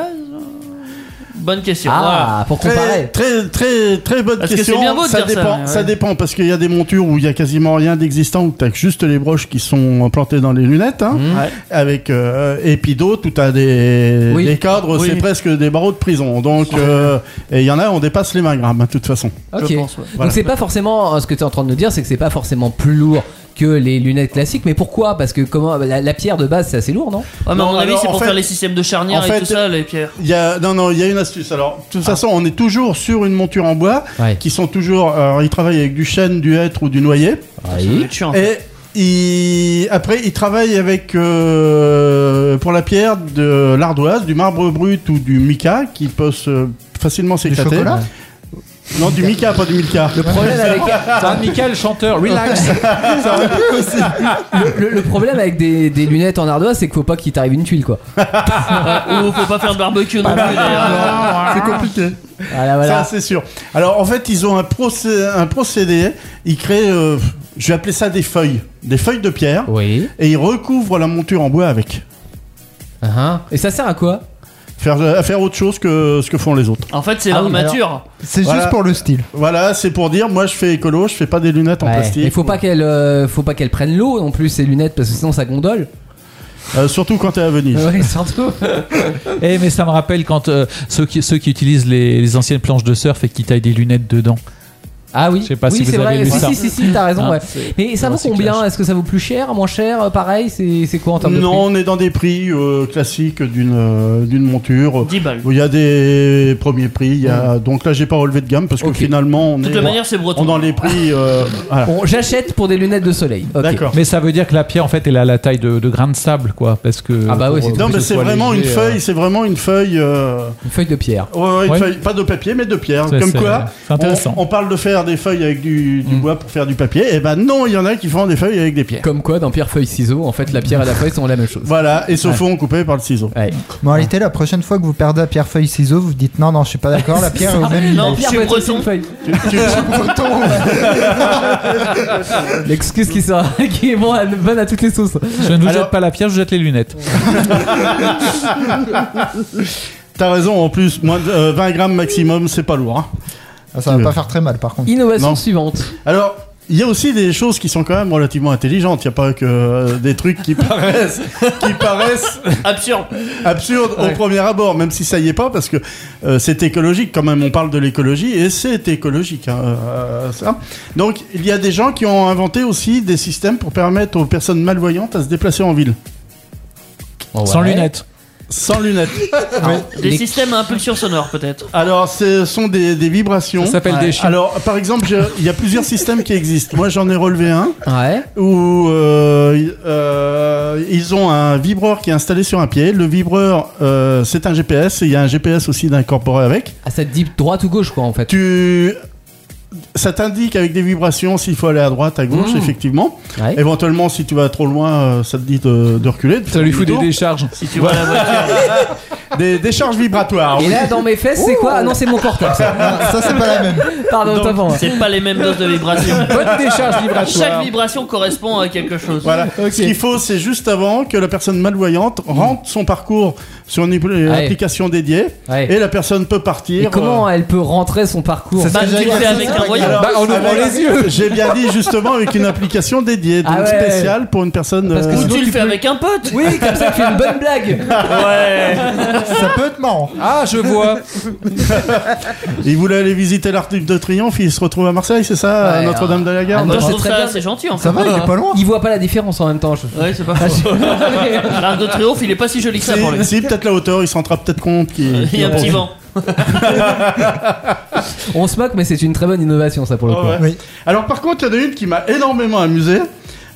Speaker 4: Bonne question.
Speaker 3: Ah, pour
Speaker 6: Très,
Speaker 3: comparer.
Speaker 6: très, très, très bonne
Speaker 4: Parce que
Speaker 6: question.
Speaker 4: c'est bien beau de
Speaker 6: ça
Speaker 4: dire ça,
Speaker 6: dépend,
Speaker 4: ouais.
Speaker 6: dépend parce qu'il y a des montures où il y a quasiment rien d'existant où t'as que juste les broches qui sont implantées dans les lunettes. hein,
Speaker 3: Mmh.
Speaker 4: Ouais.
Speaker 6: Avec euh, et puis d'autres où t'as des
Speaker 3: Oui.
Speaker 6: des cadres,
Speaker 4: Oui.
Speaker 6: c'est presque des barreaux de prison. Donc euh, et il y en a, on dépasse les 20 grammes hein, de toute façon.
Speaker 4: voilà,
Speaker 3: Ok.
Speaker 4: Je pense. ouais.
Speaker 6: Voilà.
Speaker 3: Donc c'est pas forcément hein, ce que tu es en train de nous dire, c'est que c'est pas forcément plus lourd que les lunettes classiques. Mais pourquoi Parce que comment la, la pierre de base c'est assez lourd, non
Speaker 4: Ouais, mais à
Speaker 6: Non,
Speaker 4: mon avis,
Speaker 6: alors,
Speaker 4: c'est
Speaker 6: en
Speaker 4: pour
Speaker 6: fait-
Speaker 4: faire les systèmes de
Speaker 6: en
Speaker 4: charnières et
Speaker 6: fait-
Speaker 4: tout ça, les pierres.
Speaker 6: Il y a non non, il y a une astuce. Alors de toute façon, on est toujours sur une monture en bois
Speaker 3: Ouais.
Speaker 6: qui sont toujours. Alors, ils travaillent avec du chêne, du hêtre ou du noyer.
Speaker 4: Ah, C'est chiant.
Speaker 6: Et il- après, il travaille avec euh, pour la pierre de l'ardoise, du marbre brut ou du mica qui peut se- facilement s'éclater.
Speaker 7: chocolat
Speaker 6: Non, du mica, pas du mica.
Speaker 3: Le problème avec
Speaker 5: Ah, Michael, chanteur,
Speaker 3: *laughs*
Speaker 5: relax.
Speaker 3: le, le problème avec des, des lunettes en ardoise, c'est qu'il faut pas qu'il t'arrive une tuile quoi.
Speaker 4: Ah, Ou faut pas faire de barbecue non plus d'ailleurs.
Speaker 6: Ah, C'est compliqué.
Speaker 3: Voilà Ah, voilà.
Speaker 6: Ça, c'est sûr. Alors, en fait, ils ont un, procé- un procédé. Ils créent, euh, je vais appeler ça des feuilles, des feuilles de pierre,
Speaker 3: Oui.
Speaker 6: et ils recouvrent la monture en bois avec.
Speaker 3: Hein. Et ça sert à quoi
Speaker 6: Faire, à faire autre chose que ce que font les autres.
Speaker 4: En fait, c'est
Speaker 3: Ah oui,
Speaker 4: l'armature.
Speaker 7: C'est
Speaker 6: Voilà.
Speaker 7: juste pour le style.
Speaker 6: Voilà, c'est pour dire, moi, je fais écolo, je fais pas des lunettes en
Speaker 3: Ouais.
Speaker 6: plastique.
Speaker 3: Et faut pas qu'elle, euh, faut pas qu'elle prenne l'eau non plus ces lunettes parce que sinon ça gondole.
Speaker 6: Euh, surtout quand t'es à Venise.
Speaker 3: Ouais, surtout.
Speaker 5: Eh, mais ça me rappelle quand euh, ceux, qui, ceux qui utilisent les, les anciennes planches de surf et qui taillent des lunettes dedans.
Speaker 3: *laughs* Ah oui.
Speaker 5: Je sais pas
Speaker 3: oui,
Speaker 5: si vous
Speaker 3: c'est
Speaker 5: avez
Speaker 3: vrai.
Speaker 5: lu
Speaker 3: si,
Speaker 5: ça.
Speaker 3: Si, si, si, t'as raison.
Speaker 5: Ah,
Speaker 3: ouais. Mais ça
Speaker 5: un
Speaker 3: vaut combien
Speaker 5: recyclage.
Speaker 3: Est-ce que ça vaut plus cher, moins cher, euh, pareil C'est c'est quoi en termes
Speaker 6: Non,
Speaker 3: de
Speaker 6: on est dans des prix euh, classiques d'une euh, d'une monture.
Speaker 4: 10 balles.
Speaker 6: Où il y a des premiers prix. il Y a... Donc là, j'ai pas relevé de gamme parce que
Speaker 3: Ok.
Speaker 6: finalement, on
Speaker 4: De toute
Speaker 6: est
Speaker 4: manière, c'est breton.
Speaker 6: on est dans les prix. euh, voilà.
Speaker 3: prix Bon, J'achète pour des lunettes de soleil. Ok.
Speaker 6: D'accord.
Speaker 5: Mais ça veut dire que la pierre, en fait, elle a la taille de, de grain de sable, quoi. Parce que.
Speaker 3: Ah bah oui,
Speaker 5: pour- euh,
Speaker 3: c'est-
Speaker 5: pour
Speaker 6: Non,
Speaker 5: que
Speaker 6: mais
Speaker 5: ce
Speaker 6: c'est
Speaker 5: soit
Speaker 6: vraiment une
Speaker 5: léger, euh,
Speaker 6: feuille. C'est vraiment une feuille. euh,
Speaker 3: Une feuille de pierre.
Speaker 6: ouais, ouais, une
Speaker 5: Ouais.
Speaker 6: feuille, Pas de papier, mais de pierre.
Speaker 5: Ça,
Speaker 6: Comme
Speaker 5: c'est-
Speaker 6: quoi.
Speaker 5: c'est intéressant.
Speaker 6: On, on parle de faire des feuilles avec du, du bois pour faire du papier. Et ben non, il y en a qui font des feuilles avec des pierres.
Speaker 3: Comme quoi, dans pierre, feuille, ciseaux, en fait, la pierre et la feuille sont la même chose.
Speaker 6: Voilà, et se font couper par le ciseau.
Speaker 3: Ouais.
Speaker 7: Mais en réalité, la prochaine fois que vous perdez à pierre, feuille, ciseaux, vous dites non, non, je suis pas d'accord, la pierre est au même
Speaker 4: Non, je
Speaker 7: niveau.
Speaker 3: Pierre
Speaker 4: suis
Speaker 3: peut être aussi
Speaker 4: breton.
Speaker 3: une feuille.
Speaker 6: Tu- tu-
Speaker 3: L'excuse qui, sera, *laughs* qui est bon à- bonne à toutes les sauces.
Speaker 5: Je ne vous
Speaker 6: Alors-
Speaker 5: jette pas la pierre, je vous jette les lunettes.
Speaker 6: T'as raison, en plus, moins de euh, 20 grammes maximum, c'est pas lourd. hein.
Speaker 7: Ah, ça va pas faire très mal par contre.
Speaker 3: Innovation
Speaker 6: Non.
Speaker 3: suivante.
Speaker 6: Alors, Il y a aussi des choses qui sont quand même relativement intelligentes. Il n'y a pas que euh, des trucs
Speaker 5: *laughs*
Speaker 6: qui paraissent, qui paraissent
Speaker 4: Absurde.
Speaker 6: absurdes au premier abord, même si ça y est pas, parce que euh, c'est écologique quand même. On parle de l'écologie et c'est écologique. hein, euh, ça. Donc il y a des gens qui ont inventé aussi des systèmes pour permettre aux personnes malvoyantes à se déplacer en ville
Speaker 5: Sans
Speaker 3: Ouais.
Speaker 5: lunettes.
Speaker 6: sans lunettes.
Speaker 4: Des
Speaker 3: Les-
Speaker 4: systèmes à impulsion sonore peut-être.
Speaker 6: Alors, ce sont des, des vibrations.
Speaker 5: Ça s'appelle des chiens.
Speaker 6: Alors, par exemple, je- il y a plusieurs systèmes qui existent. Moi, j'en ai relevé un
Speaker 3: Ouais.
Speaker 6: où euh, euh, ils ont un vibreur qui est installé sur un pied. Le vibreur, euh, c'est un GPS. et Il y a un GPS aussi d'incorporé avec.
Speaker 3: Ah, ça te dit droite ou gauche, quoi, en fait.
Speaker 6: Tu, ça t'indique avec des vibrations s'il faut aller à droite, à gauche,
Speaker 3: Mmh.
Speaker 6: effectivement.
Speaker 3: Ouais.
Speaker 6: Éventuellement, si tu vas trop loin, euh, ça te dit de, de reculer. de
Speaker 5: Ça
Speaker 6: faire
Speaker 5: lui fout des
Speaker 6: demi-tour.
Speaker 5: décharges.
Speaker 4: Si tu vois la voiture.
Speaker 6: des décharges vibratoires.
Speaker 3: Et là, dans mes fesses, c'est quoi Ah non, c'est mon portable, ça.
Speaker 7: *laughs* Ah, ça, c'est pas la même.
Speaker 3: Pardon,
Speaker 6: Donc,
Speaker 3: autant pour moi.
Speaker 4: C'est pas les mêmes doses de vibrations.
Speaker 5: Bonne décharge
Speaker 3: Ah,
Speaker 4: Chaque
Speaker 5: vibratoire.
Speaker 4: vibration correspond à quelque chose.
Speaker 6: Voilà. Ce qu'il faut, c'est juste avant que la personne malvoyante rentre son parcours sur une appli-
Speaker 3: Mmh. Ouais.
Speaker 6: application dédiée
Speaker 3: Ouais.
Speaker 6: et la personne peut partir. euh,
Speaker 3: Et comment elle peut rentrer son parcours
Speaker 7: C'est ce
Speaker 4: Bah,
Speaker 7: que
Speaker 4: tu
Speaker 7: j'allais
Speaker 4: le
Speaker 7: dire,
Speaker 4: fais
Speaker 7: ça,
Speaker 4: avec
Speaker 7: c'est
Speaker 4: un
Speaker 7: pas
Speaker 4: voyant.
Speaker 7: grave.
Speaker 5: Bah, en ouvrant
Speaker 6: Avec-
Speaker 5: les yeux.
Speaker 6: J'ai bien dit justement avec une application dédiée, donc
Speaker 3: Ah ouais.
Speaker 6: spéciale pour une personne.
Speaker 3: Parce que
Speaker 6: euh,
Speaker 4: Ou
Speaker 3: sinon,
Speaker 4: tu le
Speaker 3: tu
Speaker 4: fais
Speaker 3: peux-
Speaker 4: avec un pote.
Speaker 3: Bah, Oui, comme ça, tu fais une bonne blague.
Speaker 4: Ouais.
Speaker 7: Ça peut être marrant.
Speaker 5: Ah, je vois.
Speaker 6: il voulait aller visiter l'Arc de Triomphe, il se retrouve à Marseille, c'est ça, à
Speaker 3: Ouais,
Speaker 6: Notre-Dame-de-la-Garde.
Speaker 3: Ah,
Speaker 4: Moi je
Speaker 3: c'est
Speaker 4: trouve
Speaker 3: très
Speaker 4: Bah, ça
Speaker 3: bien.
Speaker 4: assez gentil en fait.
Speaker 7: Ça va, il est pas loin.
Speaker 3: *laughs* Il voit pas la différence en même temps. je-
Speaker 4: Ouais, c'est pas *laughs* faux. L'arc de triomphe, il est pas si joli que ça pour lui.
Speaker 6: Si, si, peut-être la hauteur, il s'en rendra peut-être compte.
Speaker 3: *laughs*
Speaker 6: qu'il-
Speaker 4: Il y a un
Speaker 6: qu'il-
Speaker 4: petit vent.
Speaker 3: On se moque, mais c'est une très bonne innovation, ça, pour
Speaker 5: Ah
Speaker 3: le coup.
Speaker 6: Ouais.
Speaker 7: Oui.
Speaker 6: Alors par contre, il y en a une qui m'a énormément amusé.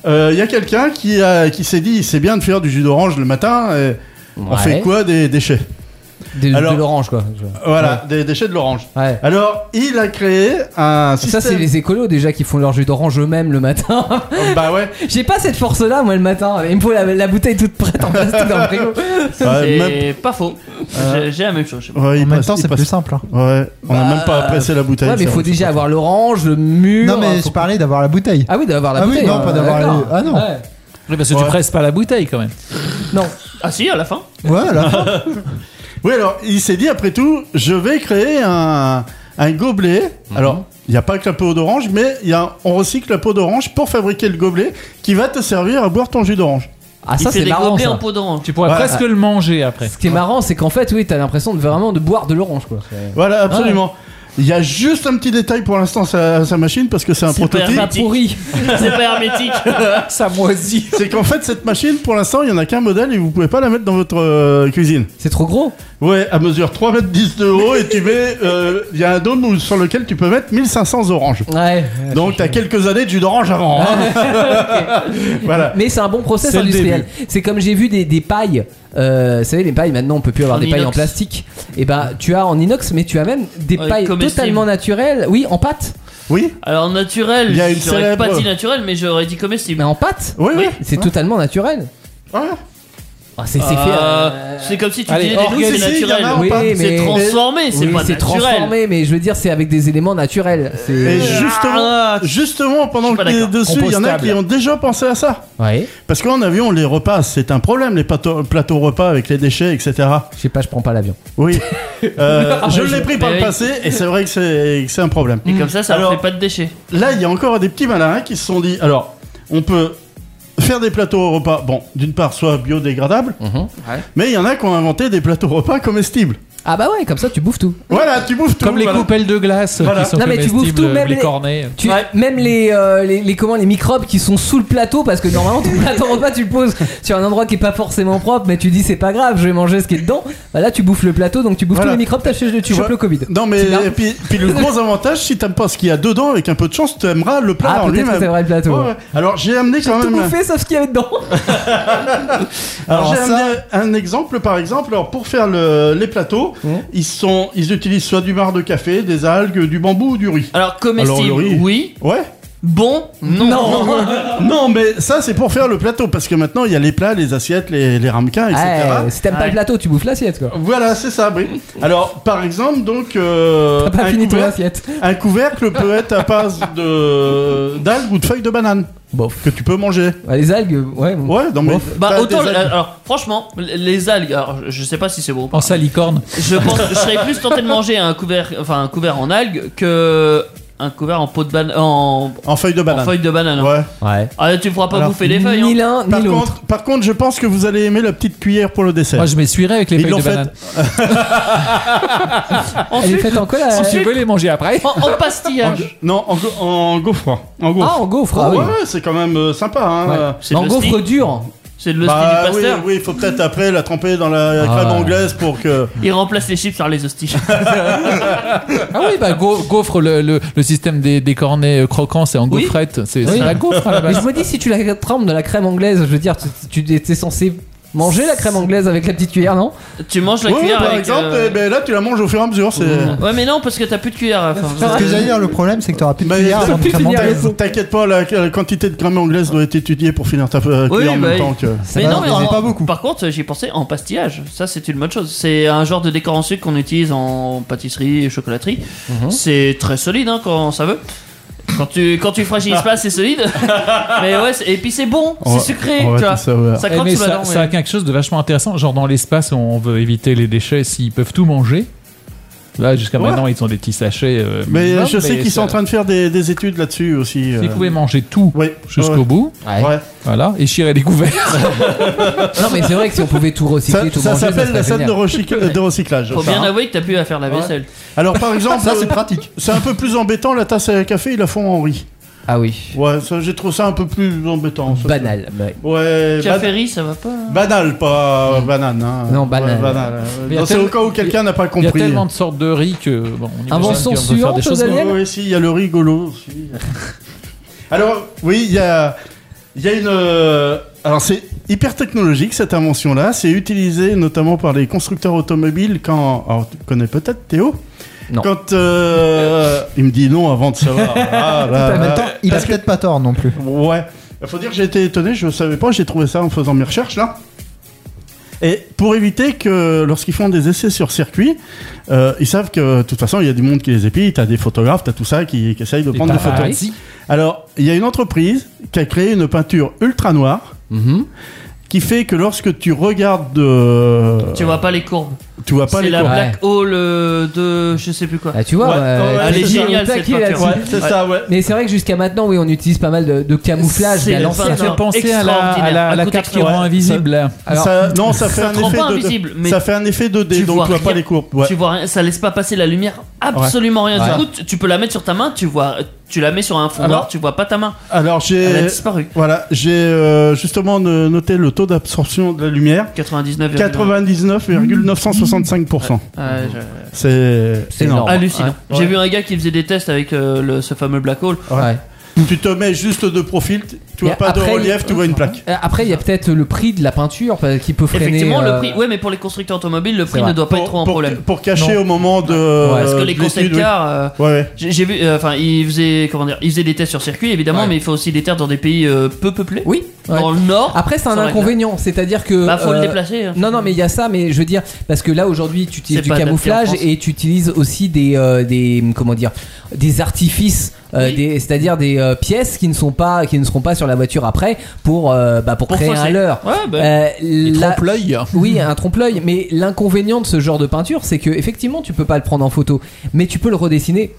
Speaker 6: Euh, Il y a quelqu'un qui, a- qui s'est dit, c'est bien de faire du jus d'orange le matin, et on
Speaker 3: Ouais.
Speaker 6: fait quoi des déchets
Speaker 3: De, de
Speaker 6: Alors-
Speaker 3: l'orange, quoi. je-
Speaker 6: Voilà, des déchets de l'orange.
Speaker 3: Ouais.
Speaker 6: Alors, il a créé un
Speaker 3: Ça,
Speaker 6: système.
Speaker 3: c'est les écolos déjà qui font leur jus d'orange eux-mêmes le matin. *laughs*
Speaker 6: Oh, bah ouais,
Speaker 3: J'ai pas cette force-là, moi, le matin. Il me faut la, la bouteille toute prête en plastique dans le frigo.
Speaker 6: Ouais, même-
Speaker 4: C'est pas faux. J'ai- J'ai la même chose. je sais pas.
Speaker 6: ouais, il
Speaker 7: En même
Speaker 6: passe-
Speaker 7: temps,
Speaker 6: il
Speaker 7: c'est
Speaker 6: passe-
Speaker 7: plus simple. hein.
Speaker 6: Ouais, on n'a
Speaker 3: Bah,
Speaker 6: même pas pressé la bouteille.
Speaker 3: Ouais, mais
Speaker 6: ça.
Speaker 3: faut déjà avoir l'orange, le mur.
Speaker 7: Non, mais
Speaker 3: faut-
Speaker 7: je parlais d'avoir la bouteille.
Speaker 3: Ah oui, d'avoir la
Speaker 7: Ah oui,
Speaker 3: bouteille.
Speaker 7: non, pas
Speaker 3: euh,
Speaker 7: d'avoir
Speaker 3: d'accord.
Speaker 7: les- ah non.
Speaker 3: Ouais.
Speaker 5: parce que
Speaker 6: Ouais.
Speaker 5: tu presses pas la bouteille quand même.
Speaker 3: Non.
Speaker 4: Ah si, à la fin.
Speaker 7: Ouais, là.
Speaker 6: Oui, alors, il s'est dit, après tout, je vais créer un, un gobelet. Alors, il n'y a pas que la peau d'orange, mais il y a, on recycle la peau d'orange pour fabriquer le gobelet qui va te servir à boire ton jus d'orange.
Speaker 3: Ah,
Speaker 4: Il
Speaker 3: ça,
Speaker 4: fait
Speaker 3: c'est
Speaker 4: des
Speaker 3: marrant.
Speaker 4: gobelets en
Speaker 3: Ça.
Speaker 4: peau d'orange. *laughs*
Speaker 5: Tu pourras
Speaker 6: Ouais.
Speaker 5: presque le manger après.
Speaker 3: Ce qui est marrant, c'est qu'en fait, oui, t'as l'impression de vraiment de boire de l'orange, quoi.
Speaker 6: Voilà, absolument. Il y a juste un petit détail pour l'instant sa, sa machine parce que c'est un
Speaker 4: C'est pas
Speaker 6: prototype.
Speaker 4: grave.
Speaker 3: Pas pourri.
Speaker 4: C'est pas hermétique.
Speaker 5: Ça moisit.
Speaker 6: C'est qu'en fait cette machine pour l'instant il y en a qu'un modèle et vous pouvez pas la mettre dans votre euh, cuisine.
Speaker 3: C'est trop gros.
Speaker 6: Ouais, à mesure 3 mètres 10 de haut et tu mets, euh, il y a un dôme où- sur lequel tu peux mettre 1500 oranges.
Speaker 3: Ouais.
Speaker 6: Donc t'as quelques années de jus d'orange avant. hein. voilà.
Speaker 3: Mais c'est un bon process
Speaker 5: C'est le
Speaker 3: industriel. C'est comme j'ai vu des, des pailles. euh, vous savez, les pailles, maintenant on peut plus avoir
Speaker 4: En
Speaker 3: des pailles en
Speaker 4: inox.
Speaker 3: plastique. Et ben, tu as en inox, mais tu as même des
Speaker 4: Ouais,
Speaker 3: pailles
Speaker 4: comestibles.
Speaker 3: totalement naturelles. Oui, en pâte.
Speaker 6: Oui,
Speaker 4: Alors naturel,
Speaker 6: Il y a une
Speaker 4: j'aurais
Speaker 6: célèbre-
Speaker 4: pas dit naturel, mais j'aurais dit
Speaker 3: Mais
Speaker 4: comestible.
Speaker 3: en pâte
Speaker 6: oui, oui.
Speaker 7: Hein
Speaker 3: C'est totalement naturel.
Speaker 6: Ouais.
Speaker 3: Ah, c'est c'est fait.
Speaker 4: Euh,
Speaker 3: euh,
Speaker 4: C'est comme si tu
Speaker 5: Allez,
Speaker 4: disais des
Speaker 5: or-
Speaker 4: trucs,
Speaker 6: oui,
Speaker 4: c'est
Speaker 6: si, il y en a
Speaker 4: naturel.
Speaker 6: en
Speaker 3: Oui, pâte.
Speaker 4: C'est
Speaker 3: mais-
Speaker 4: transformé, c'est
Speaker 3: oui,
Speaker 4: pas
Speaker 3: c'est
Speaker 4: naturel.
Speaker 3: transformé, mais je veux dire, c'est avec des éléments naturels.
Speaker 6: Et
Speaker 3: C'est.
Speaker 6: justement,
Speaker 4: Ah,
Speaker 6: justement
Speaker 4: Je
Speaker 6: pendant
Speaker 4: suis pas
Speaker 6: que t'es
Speaker 4: d'accord.
Speaker 6: dessus, il y en a
Speaker 5: Compostable.
Speaker 6: qui ont déjà pensé à ça.
Speaker 3: Ouais.
Speaker 6: Parce qu'en avion, les repas, c'est un problème, les plateaux, plateaux repas avec les déchets, etc.
Speaker 3: Je sais pas, je prends pas l'avion.
Speaker 4: *laughs*
Speaker 6: Oui. Euh, je l'ai pris par
Speaker 4: Mais
Speaker 6: le
Speaker 4: oui.
Speaker 6: passé et c'est vrai que c'est que c'est un problème.
Speaker 4: Et comme ça, ça
Speaker 6: Alors-
Speaker 4: ne fait pas de déchets.
Speaker 6: Là, il y a encore des petits malins qui se sont dit alors, on peut faire des plateaux repas, bon, d'une part, soit biodégradables,
Speaker 4: Mhm.
Speaker 6: mais il y en a qui ont inventé des plateaux repas comestibles.
Speaker 3: Ah bah ouais, comme ça tu bouffes tout.
Speaker 6: Voilà, tu bouffes tout.
Speaker 5: Comme les
Speaker 6: voilà.
Speaker 5: coupelles de glace
Speaker 6: Voilà.
Speaker 5: qui sont
Speaker 3: Non, mais tu bouffes
Speaker 5: comestibles,
Speaker 3: tout, même
Speaker 5: les
Speaker 3: les-
Speaker 5: cornets.
Speaker 3: Tu, Même les, euh, les, les- comment, les microbes qui sont sous le plateau, parce que normalement ton plateau repas tu le poses sur un endroit qui est pas forcément propre, mais tu dis c'est pas grave, je vais manger ce qui est dedans. Bah là tu bouffes le plateau, donc tu bouffes
Speaker 6: Voilà.
Speaker 3: tous les microbes, t'as- tu, tu chopes
Speaker 6: vois-
Speaker 3: le Covid.
Speaker 6: Non, mais
Speaker 3: C'est bien.
Speaker 6: et puis, puis le gros avantage, si t'aimes pas ce qu'il y a dedans, avec un peu de chance, tu aimeras le plat
Speaker 3: Ah,
Speaker 6: en
Speaker 3: peut-être que
Speaker 6: lui-même.
Speaker 3: c'est vrai le plateau.
Speaker 6: Ouais, ouais. Alors, j'ai amené quand
Speaker 3: Tout
Speaker 6: même.
Speaker 3: bouffé sauf ce qu'il y avait dedans.
Speaker 6: Alors,
Speaker 7: Alors
Speaker 6: j'ai
Speaker 7: ça-
Speaker 6: amené un exemple par exemple. Alors pour faire le- les plateaux, ils sont, ils utilisent soit du marc de café, des algues, du bambou ou du riz.
Speaker 4: Alors
Speaker 6: Alors,
Speaker 4: comestible,
Speaker 6: le riz.
Speaker 4: oui.
Speaker 6: Ouais.
Speaker 4: Bon, non.
Speaker 6: *laughs* Non, mais ça c'est pour faire le plateau parce que maintenant il y a les plats, les assiettes, les, les ramequins, etc.
Speaker 3: Ouais, si t'aimes pas
Speaker 4: Ouais.
Speaker 3: le plateau, tu bouffes l'assiette quoi.
Speaker 6: Voilà, c'est ça. Oui. Alors par exemple, donc euh,
Speaker 3: T'as pas
Speaker 6: un,
Speaker 3: fini ton
Speaker 6: couvercle,
Speaker 3: assiette.
Speaker 6: un couvercle peut être à base de d'algues ou de feuilles de banane
Speaker 3: Bof.
Speaker 6: que tu peux manger.
Speaker 3: Bah, les algues, ouais. bon.
Speaker 6: Ouais, non mais
Speaker 4: Bah
Speaker 6: t'as
Speaker 4: autant
Speaker 6: des
Speaker 4: le-
Speaker 6: algues.
Speaker 4: alors franchement l- les algues alors je- je sais pas si c'est bon ou pas.
Speaker 5: En salicorne.
Speaker 4: je pense je serais plus tenté de manger un couvert enfin un couvert en algues que un, un couvert en peau de banane, en,
Speaker 6: En feuille de
Speaker 4: en
Speaker 6: banane.
Speaker 4: feuille de banane.
Speaker 6: Ouais.
Speaker 3: Ouais.
Speaker 4: Ah, tu me feras pas
Speaker 6: Alors,
Speaker 4: bouffer les feuilles.
Speaker 3: Ni
Speaker 4: hein.
Speaker 3: l'un
Speaker 6: Par
Speaker 3: ni l'autre.
Speaker 6: contre, par contre, je pense que vous allez aimer la petite cuillère pour le dessert.
Speaker 5: Moi, je m'essuierai avec les
Speaker 6: Ils
Speaker 5: feuilles
Speaker 6: l'ont
Speaker 5: de
Speaker 6: fait.
Speaker 5: banane.
Speaker 3: Elle est
Speaker 4: Ensuite,
Speaker 3: faite en quoi la-
Speaker 5: Si tu veux les manger après.
Speaker 4: en, en
Speaker 6: En-
Speaker 4: pastillage.
Speaker 6: non, en, go- en gaufre. En gaufre.
Speaker 3: Ah, en gaufre.
Speaker 6: Ah
Speaker 3: Ah, oui.
Speaker 6: ouais, c'est quand même euh, sympa. Hein.
Speaker 3: Ouais.
Speaker 6: Euh,
Speaker 4: C'est
Speaker 3: En
Speaker 4: le
Speaker 3: gaufre
Speaker 4: style-
Speaker 3: dur.
Speaker 4: C'est le
Speaker 6: Bah
Speaker 4: style du
Speaker 6: oui,
Speaker 4: pasteur.
Speaker 6: oui, il faut peut-être après la tremper dans la crème
Speaker 3: Ah.
Speaker 6: anglaise pour que.
Speaker 4: Il remplace les chips par les hosties.
Speaker 5: Ah oui, bah gau- gaufre, le, le, le système des, des cornets euh, croquants, c'est en
Speaker 4: Oui.
Speaker 5: gaufrette. C'est
Speaker 3: Oui.
Speaker 5: c'est la gaufre à la
Speaker 3: Mais je
Speaker 5: base.
Speaker 3: me dis, si tu la trempes dans la crème anglaise, je veux dire, tu, tu étais censé manger la crème anglaise avec la petite cuillère, non
Speaker 4: tu manges la
Speaker 6: Ouais,
Speaker 4: cuillère
Speaker 6: par
Speaker 4: avec.
Speaker 6: exemple,
Speaker 4: euh, Mmh.
Speaker 6: eh ben, là tu la manges au fur et à mesure. C'est.
Speaker 4: Ouais, mais non, parce que t'as plus de cuillère à la fin.
Speaker 7: C'est ce que j'allais dire, le problème, c'est que t'auras plus de
Speaker 6: Bah,
Speaker 7: cuillère
Speaker 6: il faut
Speaker 7: avant de
Speaker 3: plus
Speaker 7: faire
Speaker 3: finir
Speaker 7: monter.
Speaker 3: les sauces.
Speaker 6: T'inquiète pas, la, la quantité de crème anglaise doit être étudiée pour finir ta euh,
Speaker 4: Oui,
Speaker 6: cuillère en
Speaker 4: bah,
Speaker 6: même temps que.
Speaker 7: Ça va, on en a pas beaucoup.
Speaker 4: Par contre, j'y pensais en pastillage. Ça, c'est une bonne chose. C'est un genre de décor en sucre qu'on utilise en pâtisserie et chocolaterie. C'est très solide hein, quand ça veut. Quand tu, quand tu fragilises pas, c'est solide. mais ouais, c'est- et puis c'est bon,
Speaker 6: On va-
Speaker 4: c'est sucré.
Speaker 6: on va
Speaker 4: tu
Speaker 6: tout
Speaker 4: vois.
Speaker 6: savoir.
Speaker 4: Ça
Speaker 5: Eh,
Speaker 4: croque
Speaker 5: mais
Speaker 4: sous la
Speaker 5: ça,
Speaker 4: dent,
Speaker 5: ça a
Speaker 4: mais-
Speaker 5: quelque chose de vachement intéressant. Genre dans l'espace où on veut éviter les déchets, s'ils peuvent tout manger. Là, jusqu'à
Speaker 6: Ouais.
Speaker 5: maintenant, ils ont des petits sachets. euh,
Speaker 6: Mais
Speaker 5: minimum,
Speaker 6: je sais
Speaker 5: mais
Speaker 6: qu'ils sont
Speaker 5: ça-
Speaker 6: en train de faire des, des études là-dessus aussi.
Speaker 5: S'ils
Speaker 6: euh.
Speaker 5: pouvaient manger tout
Speaker 6: Ouais.
Speaker 5: jusqu'au
Speaker 6: Ouais.
Speaker 5: bout,
Speaker 6: Ouais.
Speaker 5: voilà, et chirer les couverts.
Speaker 3: Non, mais c'est vrai que si on pouvait tout
Speaker 6: Ça,
Speaker 3: recycler, tout
Speaker 6: ça
Speaker 3: manger, ça
Speaker 6: s'appelle
Speaker 3: serait
Speaker 6: la scène
Speaker 3: génial.
Speaker 6: de, recyc- de recyclage.
Speaker 4: Faut
Speaker 6: ça,
Speaker 4: bien
Speaker 6: hein.
Speaker 4: avouer que t'as plus à faire la vaisselle.
Speaker 6: Alors par exemple,
Speaker 7: Ça, c'est
Speaker 6: euh,
Speaker 7: pratique.
Speaker 6: c'est un peu plus embêtant la tasse à café, ils la font en riz.
Speaker 3: Ah oui.
Speaker 6: Ouais, ça, j'ai trouvé ça un peu plus embêtant. ça.
Speaker 3: Banal. ouais.
Speaker 6: Ouais,
Speaker 4: Café
Speaker 6: ban-
Speaker 4: riz, ça va pas. hein.
Speaker 6: banal, pas euh, banane. hein.
Speaker 3: Non, banane.
Speaker 6: euh,
Speaker 5: Mais y a
Speaker 6: non, C'est
Speaker 5: tellement-
Speaker 6: au cas où quelqu'un n'a pas
Speaker 5: Il y a
Speaker 6: compris.
Speaker 5: tellement de sortes de riz que. Bon, on imagine
Speaker 3: Invention
Speaker 5: qu'on peut faire
Speaker 3: suivante,
Speaker 5: des choses.
Speaker 3: Daniel
Speaker 6: Oui, si, il y a le rigolo aussi. Alors, oui, il y a, il y a une. euh, alors, c'est hyper technologique cette invention-là. C'est utilisé notamment par les constructeurs automobiles quand. Alors, tu connais peut-être Théo
Speaker 3: Non.
Speaker 6: Quand. euh, il me dit non avant de
Speaker 7: *laughs*
Speaker 6: savoir. Ah, là,
Speaker 7: En
Speaker 6: là.
Speaker 7: même temps, il a
Speaker 6: Parce que-
Speaker 7: peut-être pas tort non plus.
Speaker 6: Ouais. Il faut dire que j'ai été étonné, je savais pas, j'ai trouvé ça en faisant mes recherches là. Et pour éviter que lorsqu'ils font des essais sur circuit, euh, ils savent que de toute façon il y a du monde qui les épie, t'as des photographes, t'as tout ça qui, qui essayent de prendre des
Speaker 5: paparazzi.
Speaker 6: photos. Alors il y a une entreprise qui a créé une peinture ultra noire
Speaker 3: Mhm.
Speaker 6: qui fait que lorsque tu regardes de...
Speaker 4: Tu vois pas les courbes.
Speaker 6: tu vois pas
Speaker 4: C'est
Speaker 6: les
Speaker 4: la
Speaker 6: courbes.
Speaker 4: Black Hole euh, de je sais plus quoi.
Speaker 3: Ah, tu vois,
Speaker 6: Ouais,
Speaker 3: euh,
Speaker 6: ouais,
Speaker 3: t'es
Speaker 6: elle
Speaker 3: sur
Speaker 6: est
Speaker 3: le
Speaker 4: géniale, cette
Speaker 3: taquet
Speaker 4: peinture.
Speaker 3: là-dessus.
Speaker 6: Ouais, c'est ça, ouais.
Speaker 3: Mais c'est vrai que jusqu'à maintenant, oui, on utilise pas mal de, de camouflage
Speaker 4: C'est
Speaker 3: mais à
Speaker 4: le
Speaker 3: l'ancienne.
Speaker 5: Ça fait
Speaker 4: Non,
Speaker 5: penser à la, à la- à la
Speaker 4: extraordinaire.
Speaker 5: carte qui
Speaker 4: Un coup
Speaker 5: rend invisible. là.
Speaker 3: Alors,
Speaker 6: Ça- non, ça fait
Speaker 4: ça
Speaker 6: un
Speaker 4: te rend
Speaker 6: effet
Speaker 4: pas
Speaker 6: 2D.
Speaker 4: invisible, mais
Speaker 6: ça fait un effet 2D,
Speaker 4: tu
Speaker 6: donc
Speaker 4: vois
Speaker 6: tu vois pas
Speaker 4: rien.
Speaker 6: les courbes. Ouais.
Speaker 4: Tu vois rien, ça laisse pas passer la lumière absolument rien.
Speaker 3: Ouais.
Speaker 4: Du coup, tu- tu peux la mettre sur ta main, tu vois, tu la mets sur un fond
Speaker 6: Alors-
Speaker 4: noir, tu vois pas ta main.
Speaker 6: Alors j'ai
Speaker 3: Euh,
Speaker 4: Elle a disparu.
Speaker 6: voilà, j'ai euh, justement euh, noté le taux d'absorption de la lumière.
Speaker 4: 99.
Speaker 6: 99,965%.
Speaker 4: Ah, Ouais, je-
Speaker 6: C'est.
Speaker 3: c'est énorme.
Speaker 4: hallucinant.
Speaker 6: Ouais.
Speaker 4: J'ai
Speaker 6: Ouais.
Speaker 4: vu un gars qui faisait des tests avec euh, le- ce fameux black hole.
Speaker 3: Ouais.
Speaker 6: Tu te mets juste de profil, t- tu vois
Speaker 3: Mais
Speaker 6: pas de
Speaker 3: après,
Speaker 6: relief,
Speaker 3: il-
Speaker 6: tu vois une plaque.
Speaker 3: Euh, Après, il y a peut-être le prix de la peinture euh, qui peut freiner.
Speaker 4: Effectivement,
Speaker 3: euh,
Speaker 4: le prix. Ouais, mais pour les constructeurs automobiles, le prix
Speaker 3: vrai.
Speaker 4: ne doit pas être trop un problème.
Speaker 6: pour cacher au moment de.
Speaker 4: Parce que
Speaker 6: euh,
Speaker 4: les
Speaker 6: de l'étude,
Speaker 4: concept
Speaker 6: oui.
Speaker 4: cars. euh,
Speaker 6: Ouais, ouais.
Speaker 4: j'ai j'ai vu, euh, enfin, ils faisaient comment dire, ils faisaient des tests sur circuit évidemment,
Speaker 3: Ouais.
Speaker 4: mais il faut aussi des tests dans des pays euh, peu peuplés,
Speaker 3: Oui. ouais.
Speaker 4: dans le nord.
Speaker 3: Après, c'est
Speaker 4: Ça
Speaker 3: un
Speaker 4: va être
Speaker 3: inconvénient, c'est-à-dire que.
Speaker 4: bah, faut
Speaker 3: euh,
Speaker 4: le déplacer. hein.
Speaker 3: Non, non, mais il y a ça, mais je veux dire, parce que là aujourd'hui, tu utilises
Speaker 4: C'est
Speaker 3: du
Speaker 4: pas adapté
Speaker 3: camouflage
Speaker 4: en France.
Speaker 3: et tu utilises aussi des, euh, des comment dire, des artifices, euh,
Speaker 4: Oui.
Speaker 3: des- c'est-à-dire des euh, pièces qui ne sont pas, qui ne seront pas sur la voiture après pour, euh, bah, pour,
Speaker 4: Pour
Speaker 3: créer un
Speaker 4: fausser.
Speaker 3: leurre.
Speaker 4: Ouais, bah,
Speaker 3: Euh, la-
Speaker 5: Trompe-l'œil.
Speaker 3: Oui, un trompe-l'œil, mais l'inconvénient de ce genre de peinture, c'est que effectivement, tu peux pas le prendre en photo, mais tu peux le redessiner.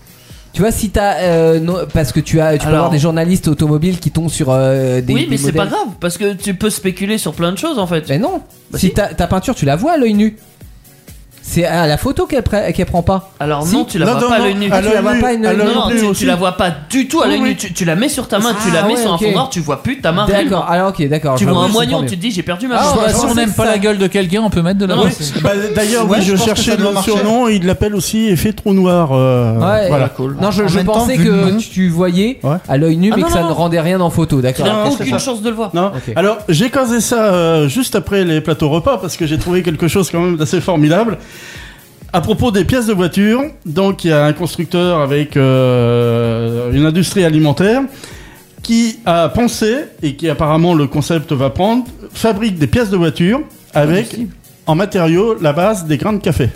Speaker 3: Tu vois, si t'as. euh, non, parce que tu, as, tu peux
Speaker 4: Alors-
Speaker 3: avoir des journalistes automobiles qui tombent sur euh, des.
Speaker 4: oui, mais
Speaker 3: des
Speaker 4: c'est pas
Speaker 3: modèles.
Speaker 4: grave parce que tu peux spéculer sur plein de choses en fait.
Speaker 3: Mais non
Speaker 4: Bah
Speaker 3: Si
Speaker 4: si.
Speaker 3: ta, ta peinture, tu la vois à l'œil nu. C'est à la photo qu'elle pre- qu'elle prend pas.
Speaker 4: Alors
Speaker 3: Si.
Speaker 4: non, tu la
Speaker 6: Non,
Speaker 4: vois
Speaker 6: non,
Speaker 4: pas à
Speaker 6: non,
Speaker 4: l'œil nu.
Speaker 6: à
Speaker 3: Tu la
Speaker 6: l'œil
Speaker 3: vois
Speaker 6: nu,
Speaker 3: pas à une-
Speaker 6: à l'œil
Speaker 4: Non, non,
Speaker 6: nu
Speaker 4: tu, tu
Speaker 6: aussi.
Speaker 4: la vois pas du tout à l'œil
Speaker 6: Oui,
Speaker 4: nu. Tu, tu la mets sur ta main, tu la
Speaker 3: Ah,
Speaker 4: mets
Speaker 3: ouais,
Speaker 4: sur un
Speaker 3: ok.
Speaker 4: fond noir, tu vois plus ta main réellement.
Speaker 3: D'accord, alors ok,
Speaker 6: Ah,
Speaker 3: d'accord.
Speaker 4: Tu
Speaker 3: je
Speaker 4: vois un
Speaker 3: je
Speaker 4: moignon,
Speaker 3: comprends
Speaker 4: tu te
Speaker 3: mieux.
Speaker 4: dis j'ai perdu ma
Speaker 3: Ah,
Speaker 4: main.
Speaker 3: ouais,
Speaker 5: bah, Si
Speaker 3: c'est
Speaker 5: on n'aime pas
Speaker 3: ça.
Speaker 5: la gueule de quelqu'un, on peut mettre de la
Speaker 4: Non,
Speaker 5: main.
Speaker 4: non, c'est-
Speaker 6: Bah, D'ailleurs,
Speaker 7: Ouais,
Speaker 6: oui,
Speaker 7: je
Speaker 6: je,
Speaker 7: pense que ça
Speaker 6: cherchais
Speaker 7: doit
Speaker 6: le
Speaker 7: marcher.
Speaker 6: surnom, il l'appelle aussi effet trou noir. euh,
Speaker 3: Ouais,
Speaker 6: voilà.
Speaker 3: Non, je,
Speaker 7: En
Speaker 3: je
Speaker 7: même temps,
Speaker 3: pensais
Speaker 7: vu
Speaker 3: que
Speaker 7: le-
Speaker 3: tu, tu voyais
Speaker 6: Ouais.
Speaker 3: à l'œil nu,
Speaker 4: Ah,
Speaker 3: mais
Speaker 4: non,
Speaker 3: que ça
Speaker 4: non,
Speaker 3: ne
Speaker 4: non.
Speaker 3: rendait rien en photo,
Speaker 4: Tu
Speaker 3: d'accord.
Speaker 4: n'as
Speaker 6: Ah,
Speaker 4: aucune
Speaker 6: c'est ça.
Speaker 4: chance de le voir.
Speaker 6: Non.
Speaker 3: Ok.
Speaker 6: Alors, j'ai causé ça euh, juste après les plateaux repas parce que j'ai trouvé quelque chose quand même d'assez formidable. À propos des pièces de voiture, donc il y a un constructeur avec euh, une industrie alimentaire qui a pensé et qui apparemment le concept va prendre fabrique des pièces de voiture avec en matériaux la base des grains de café.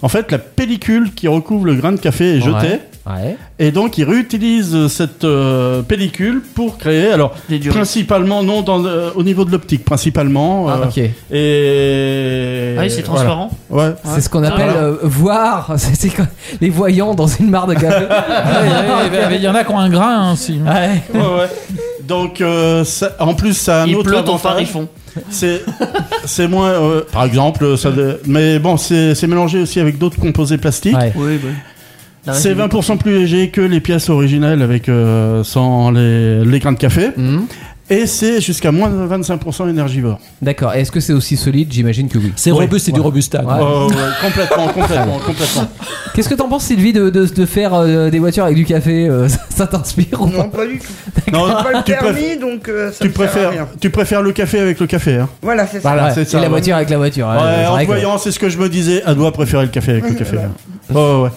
Speaker 6: En fait, la pellicule qui recouvre le grain de café est jetée.
Speaker 3: Ouais.
Speaker 6: Et donc, ils réutilisent cette euh, pellicule pour créer, alors,
Speaker 4: Des durées.
Speaker 6: principalement, non, dans, euh, au niveau de l'optique, principalement.
Speaker 3: Ah,
Speaker 6: euh,
Speaker 3: ok.
Speaker 6: Et.
Speaker 4: Ah oui, c'est
Speaker 6: voilà.
Speaker 4: transparent.
Speaker 6: Ouais.
Speaker 3: C'est ce qu'on appelle
Speaker 4: Voilà.
Speaker 3: euh, voir. *laughs* C'est c'est quand- les voyants dans une mare de café.
Speaker 5: Il y en a qui ont un grain. hein, si.
Speaker 3: Ouais.
Speaker 6: Ouais, ouais. Donc, euh, ça- en plus, ça a un
Speaker 4: Il
Speaker 6: autre
Speaker 4: pleut ton
Speaker 6: avantage. *laughs*
Speaker 4: farifon.
Speaker 6: C'est, c'est moins, euh, par exemple, ça, de- mais bon, c'est, c'est mélangé aussi avec d'autres composés plastiques.
Speaker 3: Ouais.
Speaker 4: Oui, oui.
Speaker 6: C'est 20% plus léger que les pièces originales avec euh, sans les, les grains de café.
Speaker 4: Mhm.
Speaker 6: Et c'est jusqu'à moins de 25% énergivore.
Speaker 3: D'accord. Et Est-ce que c'est aussi solide J'imagine que oui.
Speaker 5: C'est
Speaker 6: Oui,
Speaker 5: robuste, c'est du
Speaker 6: voilà.
Speaker 4: Ah,
Speaker 5: robusta.
Speaker 3: Ouais.
Speaker 6: Euh, ouais,
Speaker 4: *laughs*
Speaker 6: complètement, complètement, complètement.
Speaker 3: Qu'est-ce que t'en penses, Sylvie, de, de, de faire euh, des voitures avec du café euh, *laughs* ça- Ça t'inspire ou pas
Speaker 8: Non, pas du tout.
Speaker 6: Non,
Speaker 3: Ah,
Speaker 8: Pas le
Speaker 6: tu, préf-
Speaker 8: permis, donc euh, ça
Speaker 6: tu
Speaker 8: me sert à
Speaker 6: préfères,
Speaker 8: rien.
Speaker 6: tu préfères le café avec le café. Hein.
Speaker 8: Voilà, c'est ça.
Speaker 6: Voilà.
Speaker 3: Ouais.
Speaker 6: c'est ça,
Speaker 3: Et la
Speaker 6: ouais.
Speaker 3: voiture avec la voiture. ouais,
Speaker 6: Ouais,
Speaker 3: c'est
Speaker 6: en
Speaker 3: vrai
Speaker 6: te
Speaker 3: que-
Speaker 6: voyant, c'est ce que je me disais. Elle doit préférer le café avec le café. hein. Ouais, ouais, ouais.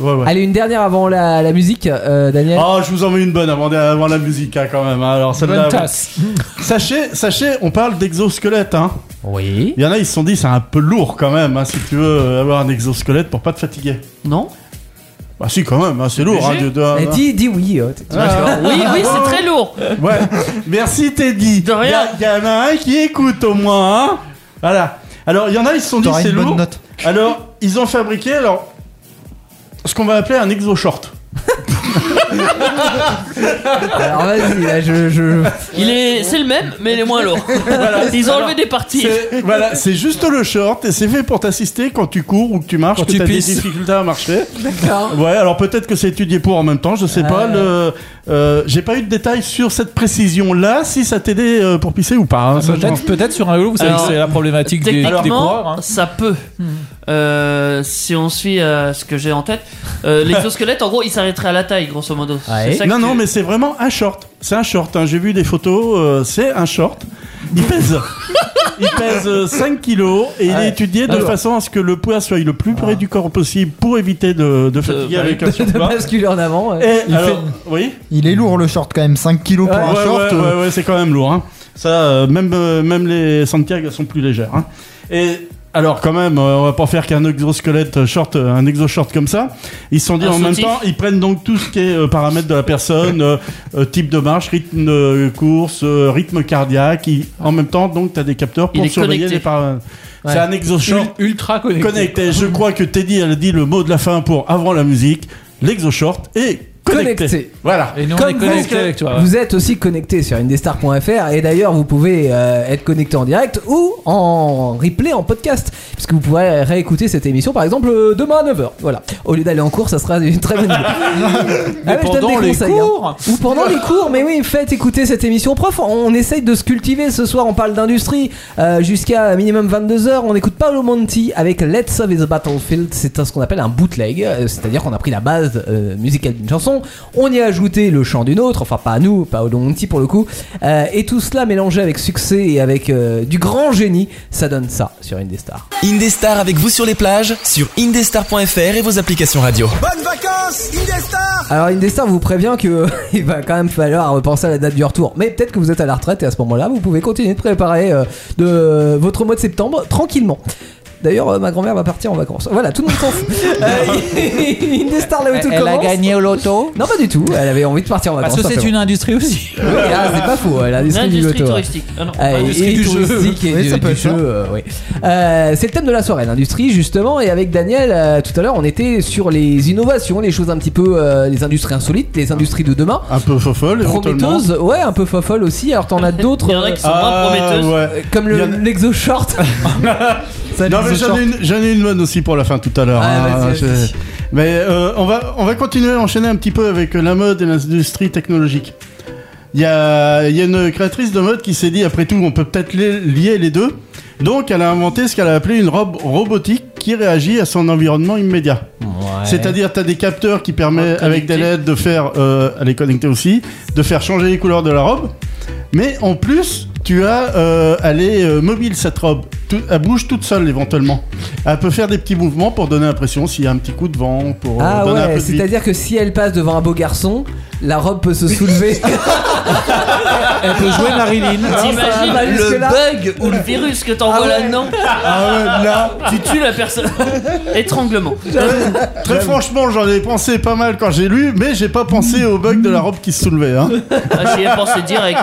Speaker 6: ouais, ouais.
Speaker 3: Allez, une dernière avant la, la musique, euh, Daniel.
Speaker 6: Ah, je vous en mets une bonne avant, avant la musique, hein, quand même. hein. Alors, celle-là,
Speaker 5: Bonne
Speaker 6: ouais.
Speaker 5: tasse.
Speaker 6: Sachez, sachez, on parle d'exosquelette. Hein.
Speaker 3: Oui.
Speaker 6: Il y en a, ils se sont dit, c'est un peu lourd quand même, hein, si tu veux euh, avoir un exosquelette pour pas te fatiguer.
Speaker 4: Non
Speaker 6: Bah si, quand même, hein, c'est lourd. Hein,
Speaker 4: léger.
Speaker 6: de- de-
Speaker 3: Eh, dis, dis oui. euh, t-
Speaker 6: *laughs* Ah,
Speaker 4: Oui, oui, c'est très lourd.
Speaker 6: *laughs* Ouais. Merci Teddy.
Speaker 4: De rien.
Speaker 6: Il y, en a un qui écoute au moins. Hein. Voilà. Alors, il y en a, ils se sont dit,
Speaker 7: T'auras
Speaker 6: c'est
Speaker 7: une bonne
Speaker 6: lourd.
Speaker 7: note.
Speaker 6: Alors, ils ont fabriqué alors ce qu'on va appeler un exo-short. Ah.
Speaker 3: Alors vas-y, là, je,
Speaker 6: *laughs*
Speaker 3: je-
Speaker 4: Il est, c'est le même, mais il est moins lourd. Ils ont enlevé des parties.
Speaker 5: *laughs*
Speaker 6: C'est- voilà, c'est juste le short et c'est fait pour t'assister quand tu cours ou que tu marches,
Speaker 5: Quand
Speaker 6: que
Speaker 5: tu
Speaker 6: t'as des
Speaker 5: pisses.
Speaker 6: difficultés à marcher. Ouais, alors peut-être que c'est étudié pour en même temps, je sais pas. le- euh, J'ai pas eu de détails sur cette précision là, si ça t'aidait euh, pour pisser ou pas. hein, ça, je m'en-
Speaker 5: Peut-être peut-être sur un vélo, vous savez
Speaker 4: Alors,
Speaker 5: que c'est la problématique des, des coureurs.
Speaker 4: Techniquement,
Speaker 5: hein.
Speaker 4: ça peut.
Speaker 6: Hmm.
Speaker 4: Euh, si on suit à ce que j'ai en tête,
Speaker 6: *laughs*
Speaker 4: euh, l'exosquelette, en gros, il s'arrêterait à la taille, grosso modo.
Speaker 3: Ouais.
Speaker 4: C'est ça que
Speaker 6: non,
Speaker 4: tu-
Speaker 6: non, mais c'est vraiment un short. C'est un short. hein, J'ai vu des photos. euh, c'est un short. Il pèse. il pèse euh, 5 kilos et il est étudié de façon à ce que le poids soit le plus près du corps possible pour éviter de, de fatiguer
Speaker 4: bah,
Speaker 3: *laughs*
Speaker 6: avec un
Speaker 3: de, de
Speaker 6: surpoids.
Speaker 3: basculer en avant. ouais.
Speaker 6: Et
Speaker 7: Il
Speaker 6: alors, oui.
Speaker 7: Il est lourd le short quand même, 5 kilos pour
Speaker 6: Ouais,
Speaker 7: un
Speaker 6: ouais,
Speaker 7: short.
Speaker 6: ouais,
Speaker 7: euh,
Speaker 6: ouais, ouais, c'est quand même lourd. hein. Ça, euh, même, euh, même les Santiago sont plus légères. hein. Et alors, quand même, euh, on va pas faire qu'un exosquelette short, euh, un exo-short comme ça. Ils se sont dit
Speaker 4: Un
Speaker 6: en même
Speaker 4: soutif.
Speaker 6: temps, ils prennent donc tout ce qui est euh, paramètres de la personne, euh, euh, type de marche, rythme de course, euh, rythme cardiaque. Ils- en même temps, donc, tu as des capteurs
Speaker 4: Il
Speaker 6: pour
Speaker 4: est
Speaker 6: surveiller
Speaker 4: connecté.
Speaker 6: les paramètres.
Speaker 3: Ouais.
Speaker 6: C'est un exo-short
Speaker 5: Ul- ultra connecté.
Speaker 6: connecté. Je crois que Teddy, elle a dit le mot de la fin pour avant la musique. L'exo-short est connecté.
Speaker 3: Connecté.
Speaker 6: Voilà.
Speaker 5: Et nous, on
Speaker 3: Comme
Speaker 5: est
Speaker 3: vous,
Speaker 5: connecté avec toi. ouais.
Speaker 3: Vous êtes aussi connecté sur indestar.fr et d'ailleurs vous pouvez euh, être connecté en direct ou en replay en podcast puisque vous pourrez réécouter cette émission par exemple euh, demain à 9h. Voilà. Au lieu d'aller en cours, ça sera une très bonne idée. Ah ouais, je donne
Speaker 5: pendant
Speaker 3: des
Speaker 5: les
Speaker 3: conseils, hein.
Speaker 5: cours.
Speaker 3: Ou pendant les cours, mais oui, faites écouter cette émission prof. On essaye de se cultiver ce soir, on parle d'industrie euh, jusqu'à minimum 22h. On écoute Paolo Monti avec Let's Save the Battlefield. C'est un- ce qu'on appelle un bootleg, euh, c'est-à-dire qu'on a pris la base euh, musicale d'une chanson, on y a ajouté le chant d'une autre, enfin pas à nous, Paolo Monti pour le coup, euh, et tout cela mélangé avec succès et avec euh, du grand génie, ça donne ça sur Indestar.
Speaker 1: Indestar avec vous sur les plages, sur indestar.fr et vos applications radio.
Speaker 3: Alors Indestar vous prévient que *laughs* il va quand même falloir repenser à la date du retour. Mais peut-être que vous êtes à la retraite et à ce moment-là, vous pouvez continuer de préparer euh, de votre mois de septembre tranquillement. D'ailleurs, euh, ma grand-mère va partir en vacances. Voilà, tout le monde s'en
Speaker 5: *laughs*
Speaker 3: fout. Euh, *laughs* Indestar là où tout commence.
Speaker 5: au loto.
Speaker 3: Ah, Non, pas du tout. Elle avait envie de partir en vacances.
Speaker 5: Parce que c'est
Speaker 3: simplement.
Speaker 5: une industrie aussi.
Speaker 3: Oui, ah, c'est pas faux. Elle a des
Speaker 4: L'industrie
Speaker 3: du loto.
Speaker 4: touristique. Ah non,
Speaker 3: Ah,
Speaker 4: pas du-
Speaker 3: et, et
Speaker 5: du jeu.
Speaker 3: touristique et
Speaker 7: Oui,
Speaker 3: du-
Speaker 7: ça peut
Speaker 3: du
Speaker 7: être ça.
Speaker 3: jeu, euh, oui. Euh, c'est le thème de la soirée, l'industrie justement. Et avec Daniel, euh, tout à l'heure, on était sur les innovations, les choses un petit peu, euh, les industries insolites, les industries de demain.
Speaker 6: Un peu fofolle, éventuellement.
Speaker 3: Prometteuses, ouais, un peu fofolle aussi. Alors t'en as d'autres,
Speaker 4: *laughs* Il y en a qui sont moins prometteuses.
Speaker 6: Ah, ouais.
Speaker 3: euh, comme
Speaker 6: Il y
Speaker 3: le-
Speaker 6: en a-
Speaker 3: l'exo
Speaker 6: *laughs*
Speaker 3: short. Ça,
Speaker 6: Non mais
Speaker 3: l'exo
Speaker 6: j'en
Speaker 3: short.
Speaker 6: ai, une- j'en ai une bonne aussi pour la fin tout à l'heure.
Speaker 3: Euh, Ah, vas-y,
Speaker 6: Je-
Speaker 3: vas-y.
Speaker 6: Mais euh, on va on va continuer enchaîner un petit peu avec euh, la mode et l'industrie technologique. Il y a, il y a une créatrice de mode qui s'est dit après tout on peut peut-être li- lier les deux. Donc elle a inventé ce qu'elle a appelé une robe robotique qui réagit à son environnement immédiat. C'est-à-dire tu as des capteurs qui permettent
Speaker 4: Reconnecter.
Speaker 6: avec des LED de faire euh, elle est connectée aussi de faire changer les couleurs de la robe. Mais en plus, tu as, euh, elle est euh, mobile cette robe. Tout- elle bouge toute seule éventuellement. Elle peut faire des petits mouvements pour donner l'impression s'il y a un petit coup de vent, pour euh,
Speaker 3: Ah
Speaker 6: donner un peu
Speaker 3: ouais,
Speaker 6: de vie.
Speaker 3: c'est-à-dire que si elle passe devant un beau garçon, la robe peut se
Speaker 6: *laughs*
Speaker 3: soulever.
Speaker 5: Elle peut jouer
Speaker 3: *laughs*
Speaker 5: Marilyn.
Speaker 3: Ah, ça
Speaker 4: T'imagines
Speaker 3: va jusque-là.
Speaker 4: le bug ou le virus que t'envoies là-dedans Tu tues la personne. Étranglement.
Speaker 6: Euh, Très franchement, j'en ai pensé pas mal quand j'ai lu, mais j'ai pas pensé au bug de la robe qui se soulevait.
Speaker 3: *laughs*
Speaker 6: Hein.
Speaker 4: Ah, J'y ai pensé direct.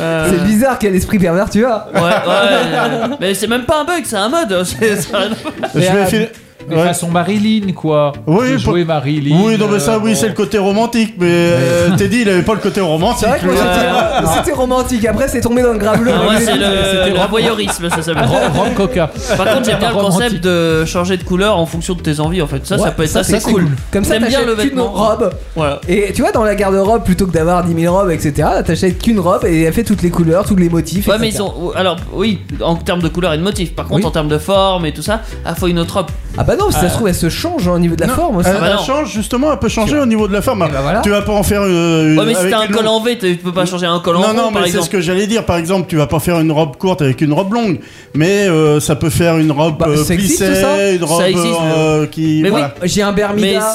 Speaker 4: Euh,
Speaker 3: C'est bizarre quel esprit pervers tu as.
Speaker 4: Ouais, ouais. euh, mais c'est même pas un bug, c'est un mode. *laughs* C'est- c'est un-
Speaker 6: Je
Speaker 5: Mais,
Speaker 6: vais
Speaker 5: euh,
Speaker 6: filer-
Speaker 5: Mais
Speaker 6: Ouais.
Speaker 5: façon Marilyn, quoi.
Speaker 6: Oui,
Speaker 5: Peut
Speaker 6: pour-
Speaker 5: jouer Marilyn. euh,
Speaker 6: Oui, non, mais ça, oui, c'est le côté romantique, mais euh, Teddy, il avait pas le côté romantique.
Speaker 3: C'est vrai que moi,
Speaker 6: lui. Ah.
Speaker 3: j'étais- c'était romantique. Après, c'est tombé dans le grave bleu.
Speaker 4: Ah, ouais, c'est
Speaker 5: C'était
Speaker 4: le, le
Speaker 5: Rob-
Speaker 4: voyeurisme, ça s'appelle.
Speaker 5: Ro- Ron Oh, Coca.
Speaker 4: Par contre, j'aime bien le
Speaker 5: Rob
Speaker 4: concept
Speaker 5: Antique.
Speaker 4: de changer de couleur en fonction de tes envies. En fait, ça, ça
Speaker 3: Ouais,
Speaker 4: peut être assez
Speaker 3: c'est
Speaker 4: cool.
Speaker 3: Comme ça,
Speaker 4: J'aime bien
Speaker 3: t'achètes
Speaker 4: le
Speaker 3: qu'une
Speaker 4: vêtement.
Speaker 3: robe.
Speaker 4: Voilà.
Speaker 3: Et tu vois, dans la garde-robe, plutôt que d'avoir 10 000 robes, etc., t'achètes qu'une robe et elle fait toutes les couleurs, tous les motifs.
Speaker 4: Ouais, mais ils
Speaker 3: etc.
Speaker 4: ont. Alors, oui, en termes de couleur et de motif. Par contre,
Speaker 3: Oui.
Speaker 4: en termes de forme et tout ça, ah, faut une autre robe.
Speaker 3: Ah bah non, si
Speaker 4: Euh.
Speaker 3: ça se trouve, elle se change hein, au niveau de la
Speaker 6: Non,
Speaker 3: forme aussi.
Speaker 6: Elle,
Speaker 4: bah
Speaker 6: Euh, elle
Speaker 4: non. Eh
Speaker 6: change justement, elle peut changer au niveau de la forme.
Speaker 3: bah voilà.
Speaker 6: Tu vas pas en faire euh, une.
Speaker 4: ben Ouais, mais si
Speaker 6: avec
Speaker 4: t'as un
Speaker 6: une
Speaker 4: col
Speaker 6: longue-
Speaker 4: en V, tu peux pas changer un col en
Speaker 6: Non,
Speaker 4: rond,
Speaker 6: non,
Speaker 4: par
Speaker 6: mais c'est
Speaker 4: exemple.
Speaker 6: ce que j'allais dire. Par exemple, tu vas pas faire une robe courte avec une robe longue, mais euh, ça peut faire une robe
Speaker 3: Bah,
Speaker 6: euh,
Speaker 3: ça existe,
Speaker 6: plissée,
Speaker 3: ça
Speaker 6: une robe
Speaker 4: Ça existe,
Speaker 6: euh, qui.
Speaker 4: Mais
Speaker 6: voilà.
Speaker 3: J'ai un
Speaker 4: Mais
Speaker 3: Bermuda.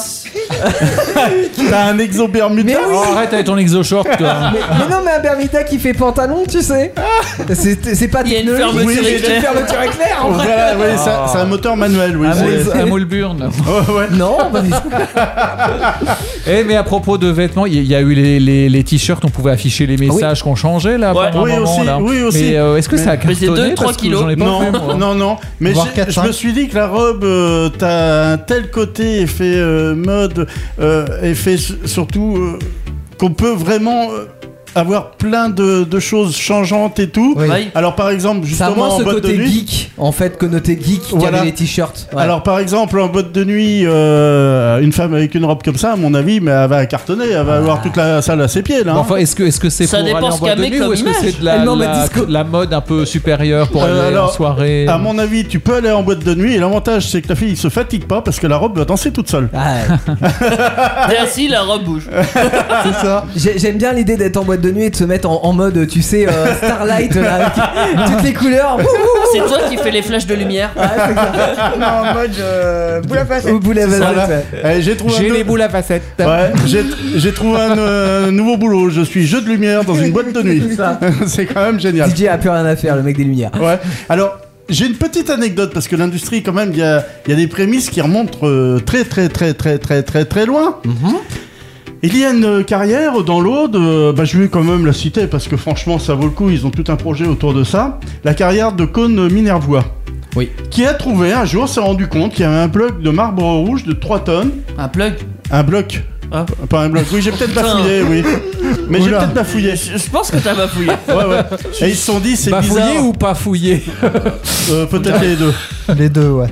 Speaker 6: T'as un exo bermuda.
Speaker 3: Mais oui.
Speaker 5: Oh, arrête avec ton exo-short, quoi.
Speaker 3: Mais, mais non, mais un Bermuda qui fait pantalon, tu sais. C'est c'est pas
Speaker 4: Il y a une
Speaker 3: technologique.
Speaker 4: fermeture
Speaker 3: Oui,
Speaker 4: éclair.
Speaker 3: une fermeture éclair. en vrai.
Speaker 6: Voilà, oui, ça- c'est un moteur manuel, oui.
Speaker 4: Ah,
Speaker 5: Un
Speaker 6: c'est-
Speaker 5: moule-
Speaker 3: c'est-
Speaker 5: un moule burn.
Speaker 6: Ouais, ouais.
Speaker 3: Non, bah,
Speaker 5: Eh, mais à propos de vêtements, il y, y a eu les, les- les t-shirts, on pouvait afficher les messages qu'on changeait là.
Speaker 4: Ouais.
Speaker 5: pendant un
Speaker 6: Oui,
Speaker 5: moment,
Speaker 6: aussi,
Speaker 5: là.
Speaker 6: oui, aussi.
Speaker 5: Mais euh, est-ce que ça a
Speaker 4: Mais c'est
Speaker 5: cartonné
Speaker 4: deux, trois
Speaker 5: Parce que
Speaker 4: kilos.
Speaker 5: J'en ai pas fait, moi.
Speaker 3: hein.
Speaker 6: Non, non, non. Mais
Speaker 7: Voire
Speaker 6: j'ai-
Speaker 7: quatre,
Speaker 6: je
Speaker 7: cinq.
Speaker 6: me suis dit que la robe, euh, t'as un tel côté effet euh, mode, euh, effet su- surtout euh, qu'on peut vraiment euh, avoir plein de, de choses changeantes et tout.
Speaker 7: Oui.
Speaker 4: Ouais.
Speaker 6: Alors par exemple,
Speaker 3: ça a
Speaker 6: justement
Speaker 3: moins
Speaker 6: en
Speaker 3: ce
Speaker 6: boîte de
Speaker 3: côté
Speaker 6: nuit.
Speaker 3: geek, en fait, que noter geek
Speaker 6: Voilà.
Speaker 3: qu'avait les t-shirts. Ouais.
Speaker 6: Alors par exemple en boîte de nuit, euh, une femme avec une robe comme ça, à mon avis, mais elle va cartonner, elle va avoir toute la salle à ses pieds là. hein.
Speaker 5: Bon,
Speaker 3: euh,
Speaker 5: enfin, est-ce que est-ce que c'est
Speaker 4: Ça
Speaker 5: pour aller
Speaker 4: dépend
Speaker 5: en
Speaker 4: ce
Speaker 5: boîte
Speaker 4: qu'elle
Speaker 5: de
Speaker 4: met
Speaker 5: nuit
Speaker 4: comme
Speaker 5: ou est-ce que
Speaker 4: image.
Speaker 5: c'est de la,
Speaker 3: Elle m'emmène
Speaker 5: la,
Speaker 3: disco.
Speaker 5: la mode un peu supérieure pour
Speaker 6: Euh,
Speaker 5: aller en
Speaker 6: alors,
Speaker 5: soirée
Speaker 6: À mon avis, tu peux aller en boîte de nuit et l'avantage c'est que ta fille se fatigue pas parce que la robe va danser toute seule.
Speaker 3: Ah,
Speaker 4: T'es assis, la robe bouge.
Speaker 7: C'est ça.
Speaker 3: j'ai- J'aime bien l'idée d'être en boîte de nuit et de se mettre en, en mode, tu sais, *laughs* euh, Starlight, là, avec toutes les couleurs. Ah,
Speaker 4: C'est toi qui fais les flashs de lumière.
Speaker 8: Non, en mode euh, boule à facette.
Speaker 3: Au bout de la
Speaker 6: Voilà.
Speaker 3: vasette, ouais.
Speaker 6: Eh, J'ai trouvé un autre-
Speaker 5: à facettes.
Speaker 6: Ouais, j'ai- j'ai trouvé un euh, nouveau boulot. Je suis jeu de lumière dans une boîte de nuit.
Speaker 3: Ça.
Speaker 6: *laughs* C'est quand même génial.
Speaker 3: DJ a plus rien à faire, le mec des lumières.
Speaker 6: Ouais. Alors, j'ai une petite anecdote parce que l'industrie, quand même, il y a, il y a des prémices qui remontent euh, très, très, très, très, très, très, très loin. Il y a une euh, carrière dans l'Aude, euh, bah, je vais quand même la citer parce que franchement ça vaut le coup, ils ont tout un projet autour de ça. La carrière de Cône Minervois.
Speaker 3: Oui.
Speaker 6: Qui a trouvé, un jour s'est rendu compte qu'il y avait un bloc de marbre rouge de 3 tonnes.
Speaker 4: Un plug.
Speaker 6: Un bloc
Speaker 4: Ah.
Speaker 6: Pas un bloc, oui j'ai peut-être
Speaker 4: Putain.
Speaker 6: bafouillé, oui. Mais j'ai
Speaker 4: Oula.
Speaker 6: peut-être *laughs* bafouillé.
Speaker 4: Je je pense que t'as bafouillé.
Speaker 6: Ouais, ouais. Et ils se sont dit c'est
Speaker 5: Bafouillé
Speaker 6: bizarre.
Speaker 5: ou pas fouillé
Speaker 6: Euh, peut-être les deux.
Speaker 7: *laughs* Les deux, ouais.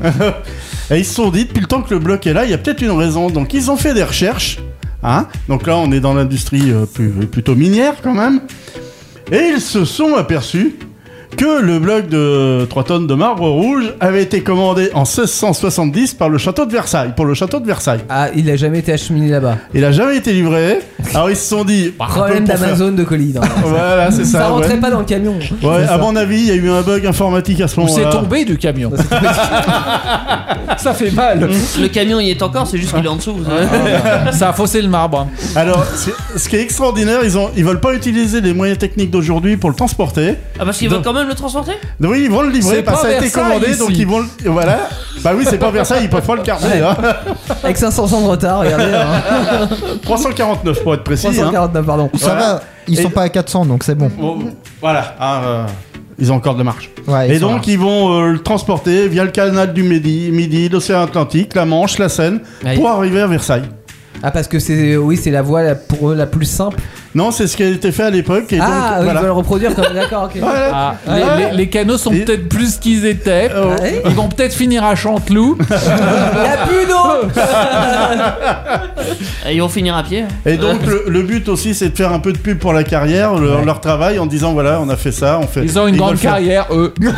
Speaker 6: Et ils se sont dit, depuis le temps que le bloc est là, il y a peut-être une raison. Donc ils ont fait des recherches. Hein Donc là, on est dans l'industrie euh, plus- plutôt minière quand même. Et ils se sont aperçus que le bloc de 3 tonnes de marbre rouge avait été commandé en 1670 par le château de Versailles, pour le château de Versailles.
Speaker 3: Ah, il a jamais été acheminé là-bas.
Speaker 6: Il n'a jamais été livré. Alors ils se sont dit... bah,
Speaker 3: Problème
Speaker 6: on peut pour faire-
Speaker 3: d'Amazon de colis. non.
Speaker 6: Voilà, c'est ça.
Speaker 3: Ça
Speaker 6: ouais.
Speaker 3: rentrait pas dans le camion.
Speaker 6: Ouais,
Speaker 3: C'est ça.
Speaker 6: à mon avis, il y a eu un bug informatique à ce
Speaker 5: Ou
Speaker 6: moment-là.
Speaker 5: c'est tombé du camion Ça fait mal.
Speaker 4: Le camion y est encore, c'est juste qu'il est en dessous. vous savez.
Speaker 5: Ça a faussé le marbre. hein.
Speaker 6: Alors, c'est- ce qui est extraordinaire, ils ont, ils veulent pas utiliser les moyens techniques d'aujourd'hui pour le transporter.
Speaker 4: Ah, parce qu'il veut quand même le transporter
Speaker 6: Donc, oui, ils vont le livrer
Speaker 5: C'est
Speaker 6: parce que
Speaker 5: pas
Speaker 6: ça a été
Speaker 5: Versailles,
Speaker 6: commandé,
Speaker 5: ici.
Speaker 6: donc ils vont. le- Voilà. Bah oui, c'est pas Versailles, ils peuvent pas le garder. hein.
Speaker 3: Avec 500 ans de retard, regardez. *laughs* hein.
Speaker 6: 349 pour être précis. hein.
Speaker 3: 349, pardon.
Speaker 7: Ça
Speaker 6: Voilà.
Speaker 7: va, ils sont
Speaker 6: Et-
Speaker 7: pas à 400 donc c'est bon.
Speaker 6: Bon, voilà. hein, euh, Ils ont encore de marge.
Speaker 7: Ouais, Ah, ils
Speaker 6: Et
Speaker 7: sont
Speaker 6: donc ils vont euh, le transporter via le canal du Midi, Midi l'océan Atlantique, la Manche, la Seine,
Speaker 3: Ouais.
Speaker 6: pour arriver à Versailles.
Speaker 3: Ah, parce que c'est oui, c'est la voie la, pour eux la plus simple.
Speaker 6: Non, c'est ce qui a été fait à l'époque. et
Speaker 3: ah,
Speaker 6: donc,
Speaker 3: oui,
Speaker 6: voilà.
Speaker 3: ils veulent reproduire comme d'accord, ok.
Speaker 6: Voilà.
Speaker 5: Ah, les, les- les canaux sont
Speaker 6: Et-
Speaker 5: peut-être plus qu'ils étaient.
Speaker 6: Oh.
Speaker 3: Ouais.
Speaker 5: Ils vont peut-être finir à Chanteloup.
Speaker 3: Ah, eh, La plus d'eau
Speaker 4: Et ils vont finir à pied. hein.
Speaker 6: Et donc le, le but aussi c'est de faire un peu de pub pour la carrière, le- leur travail en disant voilà on a fait ça, on fait.
Speaker 5: Ils ont une
Speaker 6: veulent
Speaker 5: grande
Speaker 6: faire-
Speaker 5: carrière, eux.
Speaker 6: Il y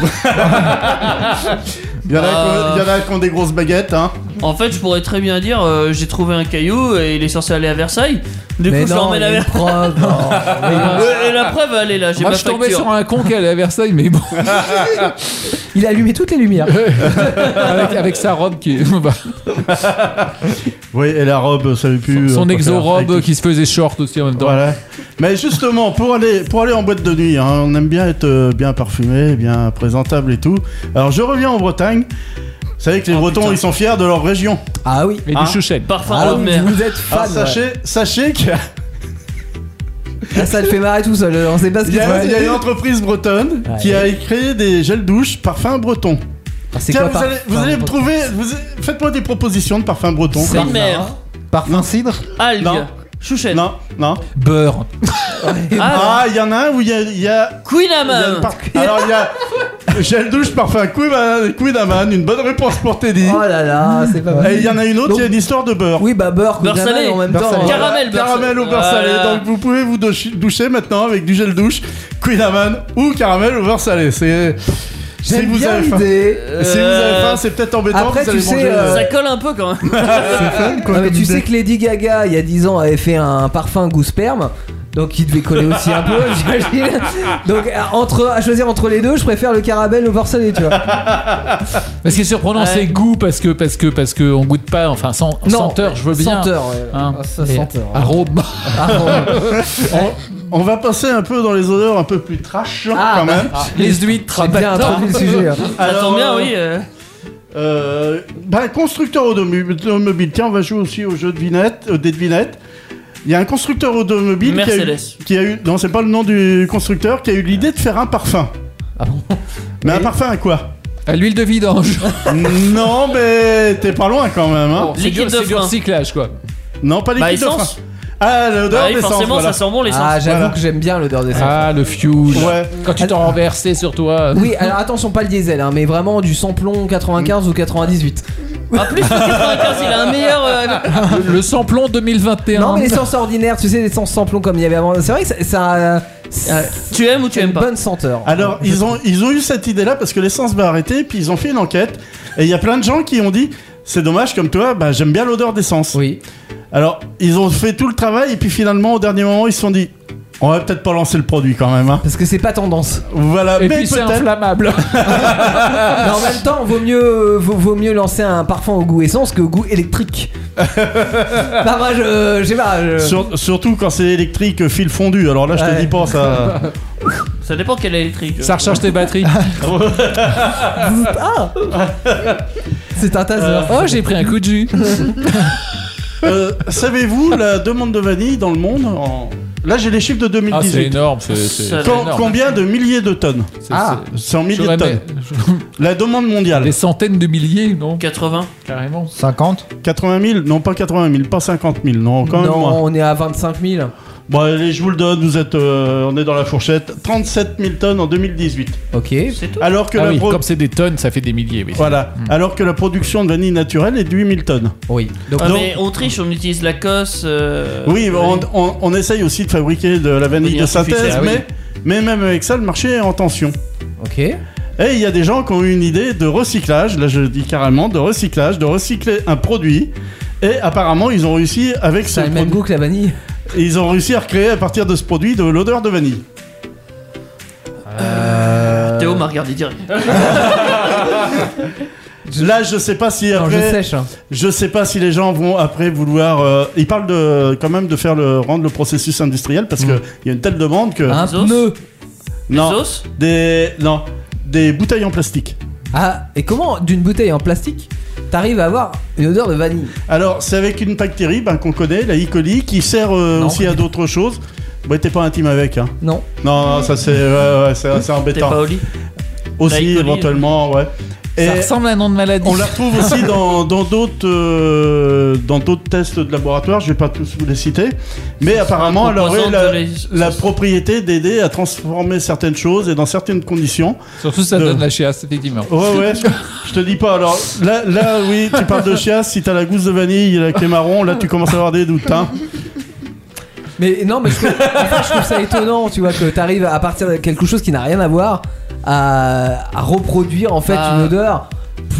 Speaker 6: en a,
Speaker 4: Euh.
Speaker 6: qui ont- il y en a qui ont des grosses baguettes hein.
Speaker 4: En fait, je pourrais très bien dire euh, j'ai trouvé un caillou et il est censé aller à Versailles. Du
Speaker 3: mais
Speaker 4: coup, je
Speaker 3: non,
Speaker 4: l'emmène
Speaker 3: il y
Speaker 4: à
Speaker 3: a une
Speaker 4: Versailles. *laughs*
Speaker 3: preuve. non.
Speaker 4: Euh, et la preuve, elle est là, j'ai
Speaker 5: Moi,
Speaker 4: ma
Speaker 5: je suis tombé
Speaker 4: facture.
Speaker 5: sur un con qui allait à Versailles, mais bon,
Speaker 3: Il a allumé toutes les
Speaker 6: *laughs*
Speaker 3: lumières.
Speaker 5: avec, avec sa robe qui. *laughs* bah,
Speaker 6: Oui, et la robe, ça avait
Speaker 5: son
Speaker 6: plus. euh,
Speaker 5: son
Speaker 6: quoi faire.
Speaker 5: exo-robe qui se faisait short aussi en même temps.
Speaker 6: Voilà. Mais justement, pour aller, pour aller en boîte de nuit, hein, on aime bien être euh, bien parfumé, bien présentable et tout. Alors je reviens en Bretagne. Vous savez
Speaker 5: Oh,
Speaker 6: que les Bretons, ils sont fiers de leur région.
Speaker 3: Ah oui.
Speaker 5: Et
Speaker 4: Hein
Speaker 5: du chouchen.
Speaker 4: Parfum
Speaker 3: Ah
Speaker 4: de
Speaker 3: oui,
Speaker 4: mer.
Speaker 3: vous êtes
Speaker 6: Alors,
Speaker 3: fan.
Speaker 6: sachez, sachez qu'il y a-
Speaker 3: ouais. Là, ça le fait marrer tout seul. On sait pas ce
Speaker 6: il y,
Speaker 3: qu'il
Speaker 6: a-
Speaker 3: fait.
Speaker 6: il y a une entreprise bretonne
Speaker 3: Ouais.
Speaker 6: qui a créé des gels douche parfum breton.
Speaker 3: Ah, C'est
Speaker 6: Tiens,
Speaker 3: quoi
Speaker 6: vous allez, vous allez me trouver. vous- Faites-moi des propositions de parfums bretons.
Speaker 4: Fruits de mer.
Speaker 7: Parfum cidre
Speaker 4: Algues.
Speaker 6: Non.
Speaker 4: Chouchette.
Speaker 6: Non, non.
Speaker 5: Beurre.
Speaker 4: Ah,
Speaker 6: Ah, il y en a un où il y a. il y a-
Speaker 4: Queen
Speaker 6: il y a
Speaker 4: Amman.
Speaker 6: une par- Alors il y a *laughs* gel douche parfum Queen Amman- Queen Amman, une bonne réponse pour Teddy.
Speaker 3: Oh là là, c'est pas
Speaker 6: Et
Speaker 3: mal.
Speaker 6: il y en a une autre, il y a une histoire de beurre.
Speaker 3: Oui, bah beurre,
Speaker 4: Beurre
Speaker 3: Kudama,
Speaker 4: salé.
Speaker 3: et en même
Speaker 7: Beurre
Speaker 3: temps.
Speaker 7: salé.
Speaker 3: euh,
Speaker 4: Caramel, beurre
Speaker 6: Caramel
Speaker 4: salé.
Speaker 6: au beurre
Speaker 4: Voilà.
Speaker 6: salé. Donc vous pouvez vous douche- doucher maintenant avec du gel douche, Queen Amman ou caramel au beurre salé. C'est si
Speaker 3: J'aime
Speaker 6: vous
Speaker 3: bien
Speaker 6: avez faim. Euh,
Speaker 3: l'idée.
Speaker 6: Si vous
Speaker 4: Euh,
Speaker 6: avez faim, c'est peut-être embêtant.
Speaker 3: Après,
Speaker 6: vous allez
Speaker 3: tu sais,
Speaker 6: manger,
Speaker 3: euh,
Speaker 4: Ça colle un peu quand même.
Speaker 6: Euh,
Speaker 3: Non, Ah, mais tu sais que Lady Gaga, il y a 10 ans, avait fait un parfum goût sperme. Donc il devait coller aussi un
Speaker 6: *laughs*
Speaker 3: peu, j'imagine. Donc à- entre, à choisir entre les deux, je préfère le caramel au beurre salé, tu vois.
Speaker 5: Mais ce qui est surprenant,
Speaker 4: Ouais.
Speaker 5: c'est goût parce que parce que parce que on goûte pas. Enfin, sans, senteur, je veux bien.
Speaker 3: Senteur, ouais.
Speaker 5: Hein.
Speaker 3: Ah, ça,
Speaker 5: Et
Speaker 3: senteur. hein.
Speaker 5: Arôme.
Speaker 3: Ah, bon.
Speaker 6: On va passer un peu dans les odeurs un peu plus trash hein,
Speaker 3: Ah,
Speaker 6: quand
Speaker 3: bah,
Speaker 6: même.
Speaker 5: Les huîtres.
Speaker 3: J'ai bien introduit le sujet.
Speaker 7: *laughs*
Speaker 3: hein.
Speaker 4: Ça
Speaker 6: Alors,
Speaker 4: tombe bien,
Speaker 6: euh,
Speaker 4: oui. euh.
Speaker 6: Euh, bah, constructeur automobi- automobile. Tiens, on va jouer aussi au jeu de vinettes, euh, des devinettes. Il y a un constructeur automobile qui a eu-
Speaker 4: Mercedes.
Speaker 6: qui a eu, non, c'est pas le nom du constructeur, qui a eu l'idée de faire un parfum.
Speaker 5: Ah bon
Speaker 6: Mais un parfum à quoi
Speaker 5: *laughs* À l'huile de vidange.
Speaker 6: Non, mais t'es pas loin quand même. Hein.
Speaker 5: C'est
Speaker 4: Liquide
Speaker 5: dur,
Speaker 4: de
Speaker 5: c'est du
Speaker 4: frein.
Speaker 5: recyclage quoi.
Speaker 6: Non, pas
Speaker 4: Bah,
Speaker 6: liquide de frein.
Speaker 4: essence.
Speaker 6: Ah, l'odeur
Speaker 4: Bah oui,
Speaker 6: d'essence.
Speaker 4: forcément,
Speaker 6: voilà.
Speaker 4: ça sent bon l'essence.
Speaker 3: Ah, j'avoue
Speaker 6: Voilà.
Speaker 3: que j'aime bien l'odeur des cendres.
Speaker 5: Ah, le fuel.
Speaker 6: Ouais.
Speaker 5: Quand tu t'en renversais sur toi.
Speaker 3: Oui, alors attention, pas le diesel, hein, mais vraiment du samplon 95 ou 98.
Speaker 4: En plus, le 95, il a un meilleur. euh,
Speaker 5: *laughs* Le, le samplon 2021.
Speaker 3: Non, mais les sens ordinaires, tu sais, les sens samplon comme il y avait avant. C'est vrai que ça- ça. euh,
Speaker 4: euh, tu aimes ou tu
Speaker 3: c'est une
Speaker 4: aimes pas
Speaker 3: bonne senteur.
Speaker 6: Alors, ils ont, ils ont eu cette idée-là parce que l'essence va arrêter, puis ils ont fait une enquête. Et il y a plein de gens qui ont dit c'est dommage, comme toi, bah, j'aime bien l'odeur d'essence.
Speaker 3: Oui.
Speaker 6: Alors, ils ont fait tout le travail, et puis finalement, au dernier moment, ils se sont dit on va peut-être pas lancer le produit quand même. Hein.
Speaker 3: Parce que c'est pas tendance.
Speaker 6: Voilà,
Speaker 5: Et
Speaker 6: mais
Speaker 5: puis c'est
Speaker 6: peut-être.
Speaker 5: inflammable.
Speaker 3: Mais en même temps, vaut mieux, vaut, vaut mieux lancer un parfum au goût essence que au goût électrique. bah, moi, je. Je sais pas. je-
Speaker 6: Sur- surtout quand c'est électrique, euh, fil fondu. Alors là, je
Speaker 3: Ouais.
Speaker 6: te dis
Speaker 5: *laughs*
Speaker 6: pas, ça.
Speaker 4: Ça dépend quelle électrique.
Speaker 5: Ça recharge tes batteries.
Speaker 3: Ah C'est un taser.
Speaker 5: Oh, j'ai pris un coup de jus.
Speaker 6: Euh, Savez-vous la demande de vanille dans le monde en- Là, j'ai les chiffres de
Speaker 5: Ah, c'est
Speaker 6: 2018.
Speaker 5: énorme. C'est c'est-
Speaker 4: Ça-
Speaker 6: Com-
Speaker 5: énorme.
Speaker 6: combien de milliers de tonnes
Speaker 5: c'est-
Speaker 3: Ah.
Speaker 5: c'est-
Speaker 6: C'est en milliers de
Speaker 5: J'aurais
Speaker 6: tonnes.
Speaker 5: mis-
Speaker 6: La demande mondiale.
Speaker 5: Des centaines de milliers, non
Speaker 4: 80.
Speaker 5: Carrément.
Speaker 7: 50
Speaker 6: 80 000 Non, pas 80 000, pas 50 000, non, quand même
Speaker 3: non,
Speaker 6: moins.
Speaker 3: on est à 25 000.
Speaker 6: Bon, allez, je vous le donne, vous êtes, euh, on est dans la fourchette. 37 000 tonnes en 2018.
Speaker 3: Ok.
Speaker 4: C'est tout.
Speaker 6: Alors que,
Speaker 5: Ah
Speaker 6: la,
Speaker 5: oui,
Speaker 6: pro-
Speaker 5: comme c'est des tonnes, ça fait des milliers. oui.
Speaker 6: voilà. Alors que la production de vanille naturelle est de 8 000 tonnes.
Speaker 3: Oui. Donc,
Speaker 4: Ah,
Speaker 6: Non.
Speaker 4: mais on triche, on utilise la cosse. euh,
Speaker 6: oui, on, on- on essaye aussi de fabriquer de la vanille
Speaker 4: Vanille
Speaker 6: de synthèse,
Speaker 4: artificielle, ah oui.
Speaker 6: mais, mais même avec ça, le marché est en tension.
Speaker 3: ok.
Speaker 6: Et il y a des gens qui ont eu une idée de recyclage, là je dis carrément, de recyclage, de recycler un produit. Et apparemment, ils ont réussi avec ce
Speaker 3: Ça a le même
Speaker 6: produit.
Speaker 3: goût que la vanille.
Speaker 6: Ils ont réussi à recréer à partir de ce produit de l'odeur de vanille.
Speaker 4: euh,
Speaker 6: Euh,
Speaker 4: Théo m'a regardé direct.
Speaker 6: Là, je sais pas si
Speaker 3: Non, je
Speaker 6: après,
Speaker 3: sèche. hein.
Speaker 6: je sais pas si les gens vont après vouloir. euh, ils parlent de quand même de faire le rendre le processus industriel
Speaker 3: Mm.
Speaker 6: parce que il y a une telle demande que
Speaker 3: Un
Speaker 4: Bezos
Speaker 3: pneu.
Speaker 6: non
Speaker 4: Sauce
Speaker 6: des non des bouteilles en plastique.
Speaker 3: Ah, et comment d'une bouteille en plastique, t'arrives à avoir une odeur de vanille
Speaker 6: Alors c'est avec une bactérie ben, qu'on connaît, la E. coli, qui sert euh,
Speaker 3: Non.
Speaker 6: aussi à d'autres choses. Bah t'es pas intime avec hein.
Speaker 3: Non.
Speaker 6: Non, non, ça c'est ouais, ouais, c'est- c'est
Speaker 4: T'es
Speaker 6: embêtant.
Speaker 4: pas au lit La E.
Speaker 6: Aussi
Speaker 4: coli,
Speaker 6: éventuellement ouais. Et
Speaker 5: Ça ressemble à un nom de maladie.
Speaker 6: on la retrouve aussi dans dans d'autres euh, dans d'autres tests de laboratoire. Je vais pas tous vous les citer, mais apparemment elle aurait
Speaker 4: composante
Speaker 6: la,
Speaker 4: de les-
Speaker 6: la propriété d'aider à transformer certaines choses et dans certaines conditions.
Speaker 5: Surtout, ça
Speaker 6: De-
Speaker 5: donne la chiasse, effectivement.
Speaker 6: Ouais ouais. je te dis pas alors. Là là oui, tu parles de chiasse. Si t'as la gousse de vanille, la clé marron, là tu commences à avoir des doutes. Hein.
Speaker 3: Mais non, mais je trouve, enfin, je trouve ça étonnant, tu vois, que t'arrives à partir de quelque chose qui n'a rien à voir à, à reproduire en fait
Speaker 4: Ah.
Speaker 3: une odeur.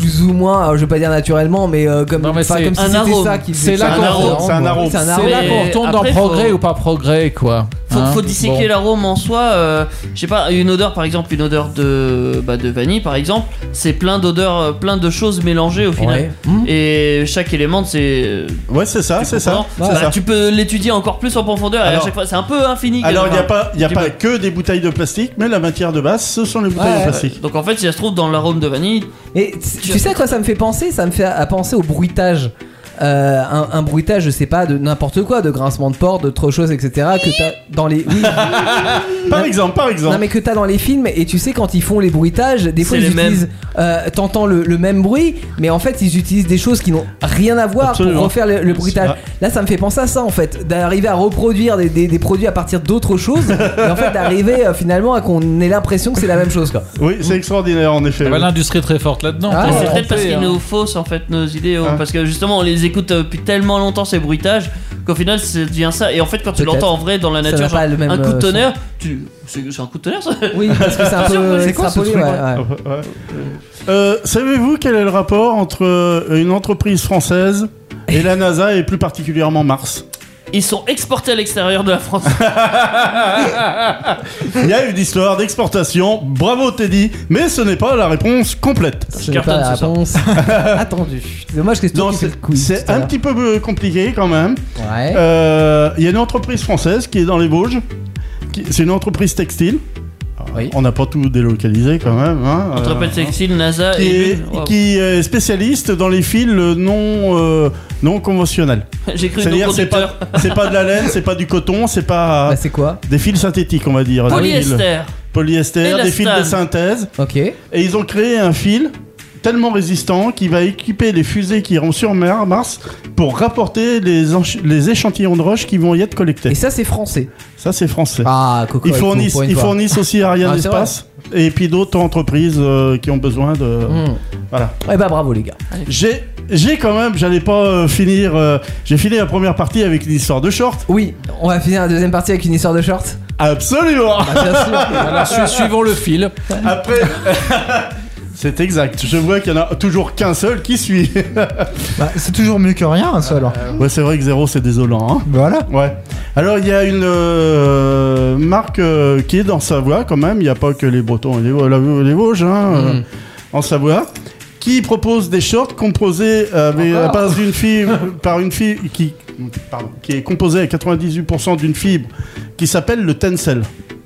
Speaker 3: plus ou moins, alors, je vais pas dire naturellement, mais euh, comme,
Speaker 5: Non, mais
Speaker 3: enfin,
Speaker 5: c'est
Speaker 3: comme si
Speaker 4: un
Speaker 3: c'était
Speaker 4: arôme.
Speaker 3: ça qui
Speaker 5: C'est là
Speaker 3: ça,
Speaker 5: qu'on-
Speaker 6: c'est un
Speaker 3: quoi.
Speaker 6: arôme.
Speaker 3: C'est un
Speaker 5: C'est
Speaker 3: arôme.
Speaker 5: là
Speaker 4: Mais
Speaker 5: qu'on retourne dans
Speaker 4: après,
Speaker 5: progrès
Speaker 4: faut-
Speaker 5: ou pas progrès, quoi.
Speaker 4: Faut,
Speaker 5: Hein
Speaker 4: faut disséquer
Speaker 5: Bon.
Speaker 4: l'arôme en soi. euh, je sais pas, une odeur par exemple, une odeur de, bah, de vanille par exemple, c'est plein d'odeurs, euh, plein de choses mélangées au final.
Speaker 3: Ouais. Hmm.
Speaker 4: Et chaque élément, c'est. euh,
Speaker 6: Ouais, c'est ça,
Speaker 4: tu
Speaker 6: Ah, c'est ça.
Speaker 4: comprends
Speaker 6: c'est
Speaker 4: Bah,
Speaker 6: ça.
Speaker 4: Tu peux l'étudier encore plus en profondeur. et à
Speaker 6: Alors-
Speaker 4: chaque fois, c'est un peu infini.
Speaker 6: Alors, il
Speaker 4: quelque
Speaker 6: n'y a
Speaker 4: part.
Speaker 6: pas, il y a
Speaker 4: Tu
Speaker 6: pas
Speaker 4: peux-
Speaker 6: que des bouteilles de plastique, mais la matière de base, ce sont les bouteilles
Speaker 3: Ouais.
Speaker 6: de plastique.
Speaker 4: Donc en fait, si ça se trouve dans l'arôme de vanille,
Speaker 3: Et tu- tu sais à quoi ça me fait penser Ça me fait à penser au bruitage. Euh, un, un bruitage, je sais pas, de n'importe quoi, de grincement de porc, de trop choses, etc. que t'as dans les. Oui.
Speaker 6: Par exemple, par exemple.
Speaker 3: Non mais que t'as dans les films et tu sais quand ils font les bruitages, des fois
Speaker 4: C'est
Speaker 3: ils
Speaker 4: les mêmes.
Speaker 3: utilisent, euh, t'entends le, le même bruit, mais en fait ils utilisent des choses qui n'ont rien à voir
Speaker 6: Absolument.
Speaker 3: pour refaire le, le bruitage.
Speaker 6: Ah.
Speaker 3: Là ça me fait penser à ça en fait, d'arriver à reproduire des, des- des produits à partir d'autres choses, et en fait d'arriver euh, finalement à qu'on ait l'impression que c'est la même chose quoi.
Speaker 6: Oui, c'est extraordinaire, en effet.
Speaker 5: Bah,
Speaker 6: oui.
Speaker 5: L'industrie est très forte là-dedans.
Speaker 3: Ah,
Speaker 5: Faut
Speaker 4: c'est
Speaker 5: se
Speaker 4: peut-être parce
Speaker 5: tromper,
Speaker 4: qu'ils
Speaker 5: hein.
Speaker 4: nous faussent en fait nos idéaux.
Speaker 6: Ah.
Speaker 4: Parce que justement, on les écoute euh, depuis tellement longtemps ces bruitages qu'au final, ça devient ça. Et en fait, quand tu
Speaker 3: Peut-être.
Speaker 4: l'entends en vrai dans la
Speaker 3: Ça
Speaker 4: nature,
Speaker 3: n'a pas
Speaker 4: genre,
Speaker 3: le même,
Speaker 4: un coup de
Speaker 3: euh,
Speaker 4: tonnerre, tu... c'est c'est un coup de tonnerre ça *laughs*
Speaker 3: Oui, parce que c'est un peu
Speaker 7: C'est quoi ce
Speaker 3: extrapolé,
Speaker 7: truc,
Speaker 3: ouais,
Speaker 7: là
Speaker 3: ouais.
Speaker 6: Ouais. Euh, Savez-vous quel est le rapport entre euh, une entreprise française et la NASA, et plus particulièrement Mars
Speaker 4: Ils sont exportés à l'extérieur de la France.
Speaker 6: Ah. Il y a une histoire d'exportation, bravo Teddy, mais ce n'est pas la réponse complète.
Speaker 3: Ce n'est pas
Speaker 4: cartonne,
Speaker 3: la
Speaker 4: ce soir.
Speaker 3: réponse *laughs* attendue. C'est dommage que c'est toi
Speaker 6: Non,
Speaker 3: qui fais
Speaker 6: c'est
Speaker 3: le quiz
Speaker 6: c'est
Speaker 3: tout à
Speaker 6: un
Speaker 3: l'heure.
Speaker 6: petit peu euh, compliqué quand même.
Speaker 3: Ouais.
Speaker 6: Euh, Il y a une entreprise française qui est dans les Vosges. qui- C'est une entreprise textile.
Speaker 3: Oui.
Speaker 6: On n'a pas tout délocalisé quand même. Hein, euh,
Speaker 4: Entreprise textile, NASA
Speaker 6: qui,
Speaker 4: et.
Speaker 6: est,
Speaker 4: l'une. Waouh.
Speaker 6: qui est euh, spécialiste dans les fils non, euh, non conventionnels.
Speaker 4: *laughs* J'ai cru non
Speaker 6: C'est-à-dire c'est
Speaker 4: conducteur.
Speaker 6: pas, c'est pas de la laine, c'est pas du coton, c'est pas
Speaker 3: Bah, c'est quoi
Speaker 6: des fils synthétiques, on va dire. Des fils
Speaker 4: Polyester.
Speaker 6: polyester, des fils de
Speaker 4: Élastane.
Speaker 6: synthèse.
Speaker 3: Ok.
Speaker 6: Et ils ont créé un fil tellement résistant qui va équiper les fusées qui iront sur Mer- Mars pour rapporter les, ench- les échantillons de roche qui vont y être
Speaker 3: Et
Speaker 6: collectés.
Speaker 3: ça c'est français.
Speaker 6: Ça, c'est français.
Speaker 3: Ah, Coco.
Speaker 6: ils
Speaker 3: est cool
Speaker 6: fournissent,
Speaker 3: pour une
Speaker 6: ils
Speaker 3: fois.
Speaker 6: fournissent aussi
Speaker 3: Ah,
Speaker 6: Ariane
Speaker 3: c'est vrai.
Speaker 6: Espace et puis d'autres entreprises euh, qui ont besoin de...
Speaker 3: Hmm.
Speaker 6: Voilà.
Speaker 3: Eh bah bravo les gars.
Speaker 6: J'ai j'ai quand même, j'allais pas euh, finir... euh, J'ai fini la première partie avec une histoire de short.
Speaker 3: Oui, on va finir la deuxième partie avec une histoire de *laughs* short.
Speaker 6: Absolument
Speaker 3: Bah, bien sûr.
Speaker 5: Voilà, su- suivons le fil.
Speaker 6: Après... *laughs* C'est exact. Je vois qu'il y en a toujours qu'un seul qui suit.
Speaker 3: Ah
Speaker 7: Bah, c'est toujours mieux que rien, un seul.
Speaker 6: ouais, c'est vrai que zéro, c'est désolant. Hein.
Speaker 7: Voilà.
Speaker 6: Ouais. Alors il y a une euh, marque euh, qui est dans Savoie quand même. Il n'y a pas que les Bretons et les, Vos- la- les Vosges hein, euh,
Speaker 4: Mm.
Speaker 6: en Savoie. Qui propose des shorts composés euh, avec, à base d'une fibre *laughs* par une fibre qui pardon, qui est composée à 98% d'une fibre qui s'appelle le tencel.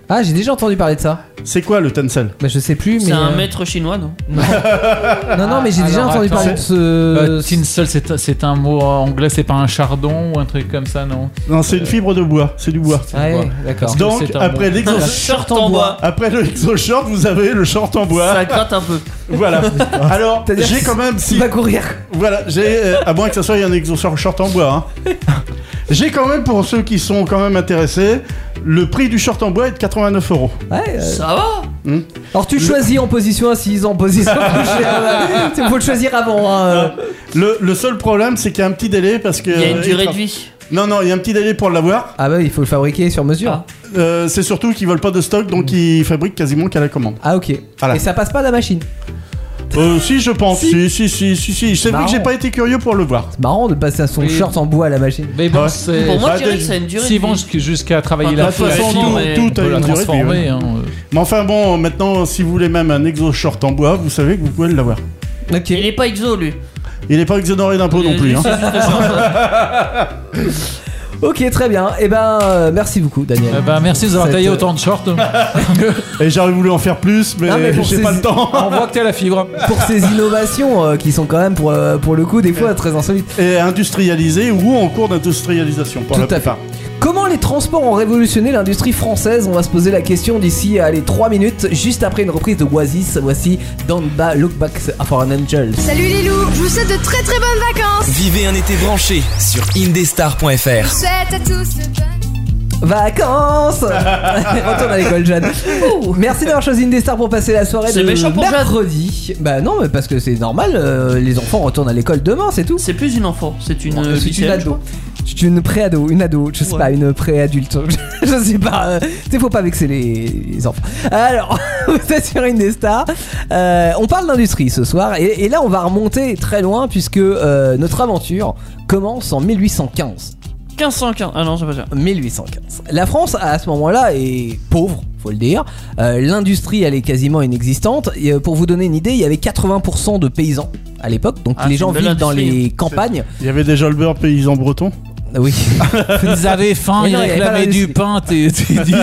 Speaker 3: Ah, j'ai déjà entendu parler de ça.
Speaker 6: C'est quoi le tencel
Speaker 3: Bah, je sais plus, mais.
Speaker 4: C'est un
Speaker 3: euh,
Speaker 4: maître chinois, non
Speaker 3: Non, non, mais j'ai
Speaker 5: Ah,
Speaker 3: déjà
Speaker 5: alors,
Speaker 3: entendu
Speaker 5: attends.
Speaker 3: parler de ce.
Speaker 5: Euh, tinsel, c'est c'est un mot anglais, c'est pas un chardon ou un truc comme ça, non
Speaker 6: Non, c'est
Speaker 4: Euh.
Speaker 6: une fibre de bois. C'est du bois.
Speaker 3: Ouais, d'accord.
Speaker 5: Parce que
Speaker 6: Donc
Speaker 5: c'est un
Speaker 4: *laughs*
Speaker 6: après l'exo
Speaker 4: Short en bois.
Speaker 6: après le *laughs* exo short, vous avez le short en bois.
Speaker 4: Ça gratte un peu. *laughs*
Speaker 6: Voilà. Alors
Speaker 3: C'est-à-dire
Speaker 6: j'ai
Speaker 3: que
Speaker 6: quand même si
Speaker 3: Tu
Speaker 4: Bah,
Speaker 3: vas courir.
Speaker 6: Voilà, j'ai. euh, à moins que ça soit un exhausteur short en bois. hein. *laughs* J'ai quand même, pour ceux qui sont quand même intéressés, le prix du short en bois est de 89 euros.
Speaker 3: Ouais. euh,
Speaker 4: Ça va
Speaker 3: Alors, tu choisis en position assise, en position couchée. hein. Tu- Faut le choisir avant. hein.
Speaker 6: Le, le seul problème, c'est qu'il y a un petit délai parce que.
Speaker 4: Il y a une
Speaker 6: euh,
Speaker 4: durée
Speaker 6: il-
Speaker 4: de vie.
Speaker 6: Non, non, il y a un petit délai pour l'avoir.
Speaker 3: Ah, bah, il faut le fabriquer sur mesure.
Speaker 6: Euh, c'est surtout qu'ils veulent pas de stock, donc ils fabriquent quasiment qu'à la commande.
Speaker 3: Ah, ok.
Speaker 6: Voilà.
Speaker 3: Et ça passe pas à la machine.
Speaker 6: Euh, si, je pense.
Speaker 3: Si.
Speaker 6: Si, si, si, si. si. C'est vrai
Speaker 3: Marrant.
Speaker 6: que j'ai pas été curieux pour le voir.
Speaker 3: C'est marrant de passer à son
Speaker 5: Oui.
Speaker 3: short en bois à la machine.
Speaker 5: Mais bon,
Speaker 6: Ouais.
Speaker 5: c'est.
Speaker 4: Pour moi,
Speaker 6: bah,
Speaker 4: je dirais
Speaker 6: des-
Speaker 4: que ça a une durée
Speaker 5: S'ils
Speaker 4: de
Speaker 5: vont
Speaker 4: vie.
Speaker 5: jusqu'à travailler
Speaker 4: Enfin,
Speaker 5: la
Speaker 6: De toute
Speaker 4: Ouais,
Speaker 5: fibre,
Speaker 6: façon,
Speaker 4: si,
Speaker 6: tout,
Speaker 4: mais
Speaker 6: tout
Speaker 5: on
Speaker 6: a
Speaker 5: peut la
Speaker 6: une durée. de vie,
Speaker 5: transformer.
Speaker 6: ouais.
Speaker 5: hein, euh.
Speaker 6: Mais enfin, bon, maintenant, si vous voulez même un exo short en bois, vous savez que vous pouvez l'avoir.
Speaker 3: Ok.
Speaker 4: Il est pas exo, lui.
Speaker 6: Il est pas exonéré d'impôts non plus. hein.
Speaker 4: C'est juste le short.
Speaker 3: Ok, très bien. Et ben, euh, merci beaucoup, Daniel.
Speaker 5: Eh ben, merci de nous avoir
Speaker 3: Cette-
Speaker 6: euh,
Speaker 5: taillé autant de
Speaker 6: *laughs*
Speaker 5: shorts.
Speaker 6: Et j'aurais voulu en faire plus, mais,
Speaker 3: Non, mais pour
Speaker 6: j'ai
Speaker 3: ces-
Speaker 6: pas le
Speaker 4: Ah,
Speaker 6: temps.
Speaker 5: on voit que t'as la fibre.
Speaker 3: pour ces innovations euh, qui sont quand même pour, euh, pour le coup des fois très insolites.
Speaker 6: et industrialisé ou en cours d'industrialisation pour
Speaker 3: Tout
Speaker 6: la
Speaker 3: à fait.
Speaker 6: plupart.
Speaker 3: Comment les transports ont révolutionné l'industrie française On va se poser la question d'ici allez 3 minutes, juste après une reprise de Oasis. Voici Don't Ba- Look Back for an Angel.
Speaker 9: Salut les loups, je vous souhaite de très très bonnes vacances.
Speaker 1: Vivez un été branché sur indestar.fr.
Speaker 9: Je souhaite à tous de bonnes
Speaker 3: Vacances *laughs* Retourne à l'école, Jeanne. Merci d'avoir choisi une des stars pour passer la soirée
Speaker 4: C'est
Speaker 3: de
Speaker 4: méchant pour Jeanne.
Speaker 3: mercredi. Bah non, mais parce que c'est normal, euh, les enfants retournent à l'école demain, c'est tout.
Speaker 4: C'est plus une enfant, c'est une.
Speaker 3: Bon,
Speaker 4: euh,
Speaker 3: c'est une
Speaker 4: lycéenne, je
Speaker 3: ado.
Speaker 4: crois.
Speaker 3: tu- une pré-ado, une ado, je sais
Speaker 4: Ouais.
Speaker 3: pas, une pré-adulte, *laughs* je sais pas. euh, tu sais, faut pas vexer les, les enfants. Alors, *laughs* vous êtes sur une des stars. Euh, on parle d'industrie ce soir, et, et là, on va remonter très loin puisque euh, notre aventure commence en 1815.
Speaker 4: 1515. Ah non, j'ai pas ça.
Speaker 3: 1815. La France, à ce moment-là, est pauvre, faut le dire. Euh, L'industrie, elle est quasiment inexistante. Et, euh, pour vous donner une idée, il y avait 80% de paysans à l'époque. Donc
Speaker 4: Ah,
Speaker 3: les
Speaker 4: c'est
Speaker 3: gens
Speaker 4: une belle
Speaker 3: vivent dans
Speaker 4: industrie. hein.
Speaker 3: les campagnes.
Speaker 6: Il y avait déjà le beurre paysan breton.
Speaker 3: Ah Oui.
Speaker 5: Ils avaient faim,
Speaker 3: Mais
Speaker 5: ils
Speaker 3: non, il y avait pas
Speaker 5: réclamaient
Speaker 3: la
Speaker 5: du
Speaker 3: Russie.
Speaker 5: pain, t'es t'es dit.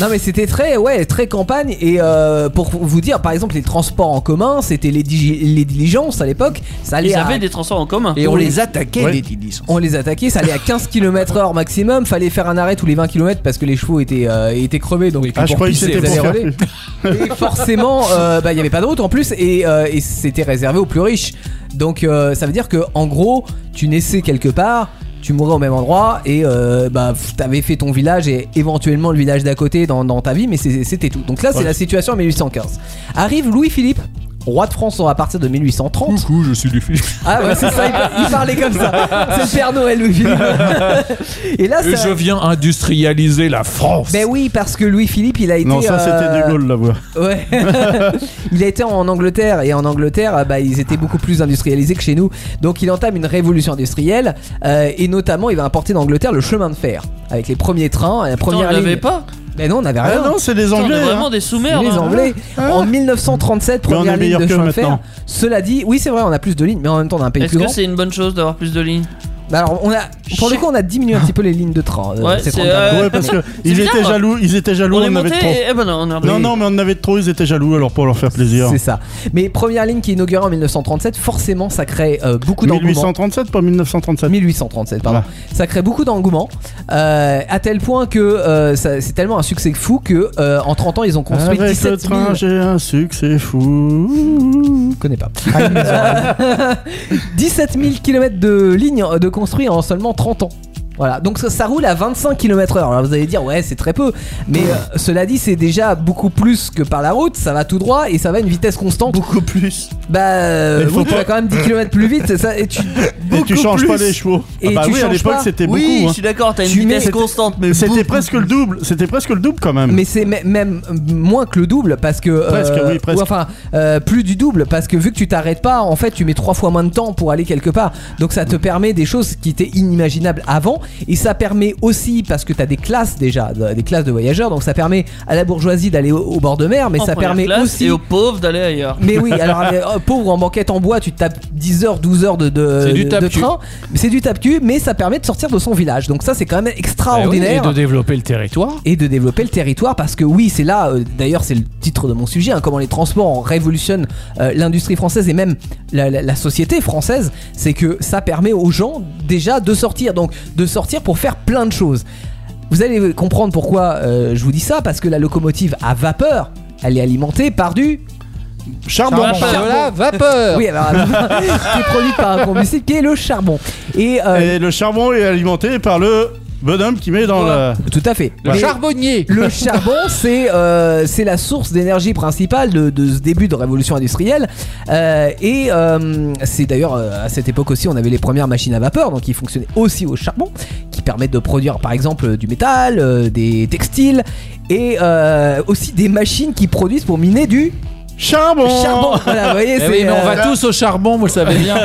Speaker 3: non mais c'était très, ouais, très campagne. Et euh, pour vous dire, par exemple, les transports en commun, c'était les, digi- les diligences à l'époque. Ça allait
Speaker 4: Ils
Speaker 3: à-
Speaker 4: avaient des transports en commun.
Speaker 5: Et on les attaquait,
Speaker 6: Ouais.
Speaker 5: les diligences.
Speaker 3: On les attaquait, ça allait à 15 km heure maximum, fallait faire un arrêt tous les 20 km parce que les chevaux étaient, euh, étaient crevés donc
Speaker 6: Ah, je croyais que
Speaker 3: pisser,
Speaker 6: c'était
Speaker 3: vous
Speaker 6: pour
Speaker 3: allez
Speaker 6: faire
Speaker 3: rouler.
Speaker 6: *laughs*
Speaker 3: Et forcément, euh, bah, il n'y avait pas de route en plus et, euh, et c'était réservé aux plus riches. Donc euh, ça veut dire que en gros, tu naissais quelque part, tu mourais au même endroit et euh, bah, pff, t'avais fait ton village et éventuellement le village d'à côté dans, dans ta vie, mais c'est- c'était tout. Donc là, c'est
Speaker 6: Ouais.
Speaker 3: la situation en 1815. Arrive Louis-Philippe, roi de France à partir de 1830.
Speaker 5: Coucou, je suis *laughs* du fils.
Speaker 3: Ah ouais, c'est ça, il, il parlait comme ça. C'est le Père Noël, Louis-Philippe. Et là,
Speaker 5: Et
Speaker 3: ça...
Speaker 5: je viens industrialiser la France.
Speaker 3: Ben oui, parce que Louis-Philippe, il a été.
Speaker 6: Non, ça c'était
Speaker 3: euh,
Speaker 6: De Gaulle la voix.
Speaker 3: Ouais. *laughs* il a été en Angleterre et en Angleterre, ah bah, ils étaient beaucoup plus industrialisés que chez nous. Donc il entame une révolution industrielle euh, et notamment il va importer d'Angleterre le chemin de fer avec les premiers trains,
Speaker 4: Putain,
Speaker 3: la
Speaker 4: on
Speaker 3: première
Speaker 4: l'avait
Speaker 3: ligne.
Speaker 4: pas.
Speaker 3: Ben non, on n'avait
Speaker 6: Ah
Speaker 3: rien.
Speaker 6: non, c'est les
Speaker 4: Putain, on
Speaker 6: Anglais.
Speaker 4: est vraiment
Speaker 6: hein.
Speaker 4: des sous-merdes.
Speaker 3: les
Speaker 4: hein.
Speaker 3: Anglais en 1937
Speaker 6: Mais on est
Speaker 3: première ligne
Speaker 6: meilleur
Speaker 3: de
Speaker 6: que
Speaker 3: chemin de fer
Speaker 6: maintenant.
Speaker 3: cela dit oui c'est vrai on a plus de lignes mais en même temps on a un pays
Speaker 4: Est-ce
Speaker 3: plus
Speaker 4: que
Speaker 3: grand
Speaker 4: c'est une bonne chose d'avoir plus de lignes
Speaker 3: Bah alors on a pour le
Speaker 4: Shit.
Speaker 3: coup on a diminué un petit peu les lignes de train. euh,
Speaker 4: Ouais,
Speaker 3: ces
Speaker 4: c'est,
Speaker 3: 30 dernières
Speaker 4: euh,
Speaker 6: Ouais, parce que
Speaker 4: C'est
Speaker 6: ils
Speaker 4: bizarre. hein.
Speaker 6: étaient jaloux, ils étaient jaloux,
Speaker 4: On
Speaker 6: on,
Speaker 4: est
Speaker 6: en avait
Speaker 4: monté
Speaker 6: trop.
Speaker 4: et... Eh ben non, on est
Speaker 6: Non,
Speaker 4: revenu.
Speaker 6: non, mais on en avait trop, ils étaient jaloux, alors pour leur faire plaisir.
Speaker 3: C'est ça. Mais première ligne qui est inaugurée en 1937, forcément ça crée euh, beaucoup d'engouement.
Speaker 6: 1837, pas 1937.
Speaker 3: 1837, pardon. Ça crée beaucoup d'engouement, euh, à tel point que euh, ça- c'est tellement un succès fou que euh, en 30 ans ils ont construit
Speaker 6: Avec le
Speaker 3: 17 000.
Speaker 6: train, j'ai un succès fou.
Speaker 3: Je connais pas.
Speaker 6: Ah,
Speaker 3: *laughs* 17 000 km de lignes euh, de construit en seulement 30 ans. Voilà, donc ça, ça roule à 25 km/h. Alors vous allez dire, ouais, c'est très peu. Mais euh, cela dit, c'est déjà beaucoup plus que par la route. Ça va tout droit et ça va à une vitesse constante.
Speaker 4: Beaucoup plus.
Speaker 3: Bah, euh,
Speaker 6: Mais faut
Speaker 3: oui, tu
Speaker 6: pas-
Speaker 3: vas quand même 10 km plus vite. Ça, et tu,
Speaker 6: Et tu
Speaker 3: beaucoup
Speaker 6: changes pas
Speaker 3: plus.
Speaker 6: les chevaux.
Speaker 3: Et
Speaker 6: ah bah
Speaker 3: tu
Speaker 6: oui, à
Speaker 3: changes
Speaker 6: l'époque
Speaker 3: pas.
Speaker 6: c'était beaucoup.
Speaker 4: Oui,
Speaker 6: hein.
Speaker 4: je suis d'accord, t'as une
Speaker 3: Tu mets-
Speaker 4: vitesse constante, mais
Speaker 6: C'était
Speaker 4: beaucoup
Speaker 6: presque le double, c'était presque le double quand même.
Speaker 3: Mais c'est me- même euh, moins que le double parce que. euh,
Speaker 6: Presque, oui, presque.
Speaker 3: ou enfin, euh, plus du double parce que vu que tu t'arrêtes pas, en fait, tu mets trois fois moins de temps pour aller quelque part. Donc ça te permet des choses qui étaient inimaginables avant. Et ça permet aussi, parce que t'as des classes déjà, de- des classes de voyageurs, donc ça permet à la bourgeoisie d'aller au, au bord de mer, mais
Speaker 4: en
Speaker 3: ça
Speaker 4: première
Speaker 3: permet
Speaker 4: classe
Speaker 3: aussi.
Speaker 4: Et aux pauvres d'aller ailleurs.
Speaker 3: Mais oui, alors euh, oh, pauvre en banquette en bois, tu te tapes 10 heures, 12 heures de, de,
Speaker 5: C'est du
Speaker 3: de- de
Speaker 5: tape-cul.
Speaker 3: train. Mais C'est du tape-cul, mais ça permet de sortir de son village. Donc ça, c'est quand même extraordinaire
Speaker 5: Ben Et de développer le territoire.
Speaker 3: et de développer le territoire parce que oui c'est là euh, d'ailleurs c'est le titre de mon sujet hein, comment les transports en révolutionnent euh, l'industrie française et même la, la- la société française c'est que ça permet aux gens déjà de sortir donc de sortir pour faire plein de choses vous allez comprendre pourquoi euh, je vous dis ça parce que la locomotive à vapeur elle est alimentée par du Ah, euh,
Speaker 6: Charbon.
Speaker 3: ben
Speaker 5: Par de la vapeur.
Speaker 3: oui alors *laughs* qui est produite par un combustible qui est le charbon et, euh,
Speaker 6: Et le charbon est alimenté par le bonhomme qui met dans la.
Speaker 3: tout à fait
Speaker 5: Le
Speaker 3: Mais-
Speaker 5: charbonnier.
Speaker 3: Le charbon, c'est euh, c'est la source d'énergie principale de, de ce début de révolution industrielle. Euh, et euh, c'est d'ailleurs euh, à cette époque aussi, on avait les premières machines à vapeur, donc qui fonctionnaient aussi au charbon, qui permettent de produire par exemple du métal, euh, des textiles, et euh, aussi des machines qui produisent pour miner du
Speaker 6: Charbon
Speaker 3: charbon. Voilà, vous voyez,
Speaker 5: Oh. Eh
Speaker 3: c'est,
Speaker 5: oui, mais on
Speaker 3: euh,
Speaker 5: va tous au charbon, vous le savez bien.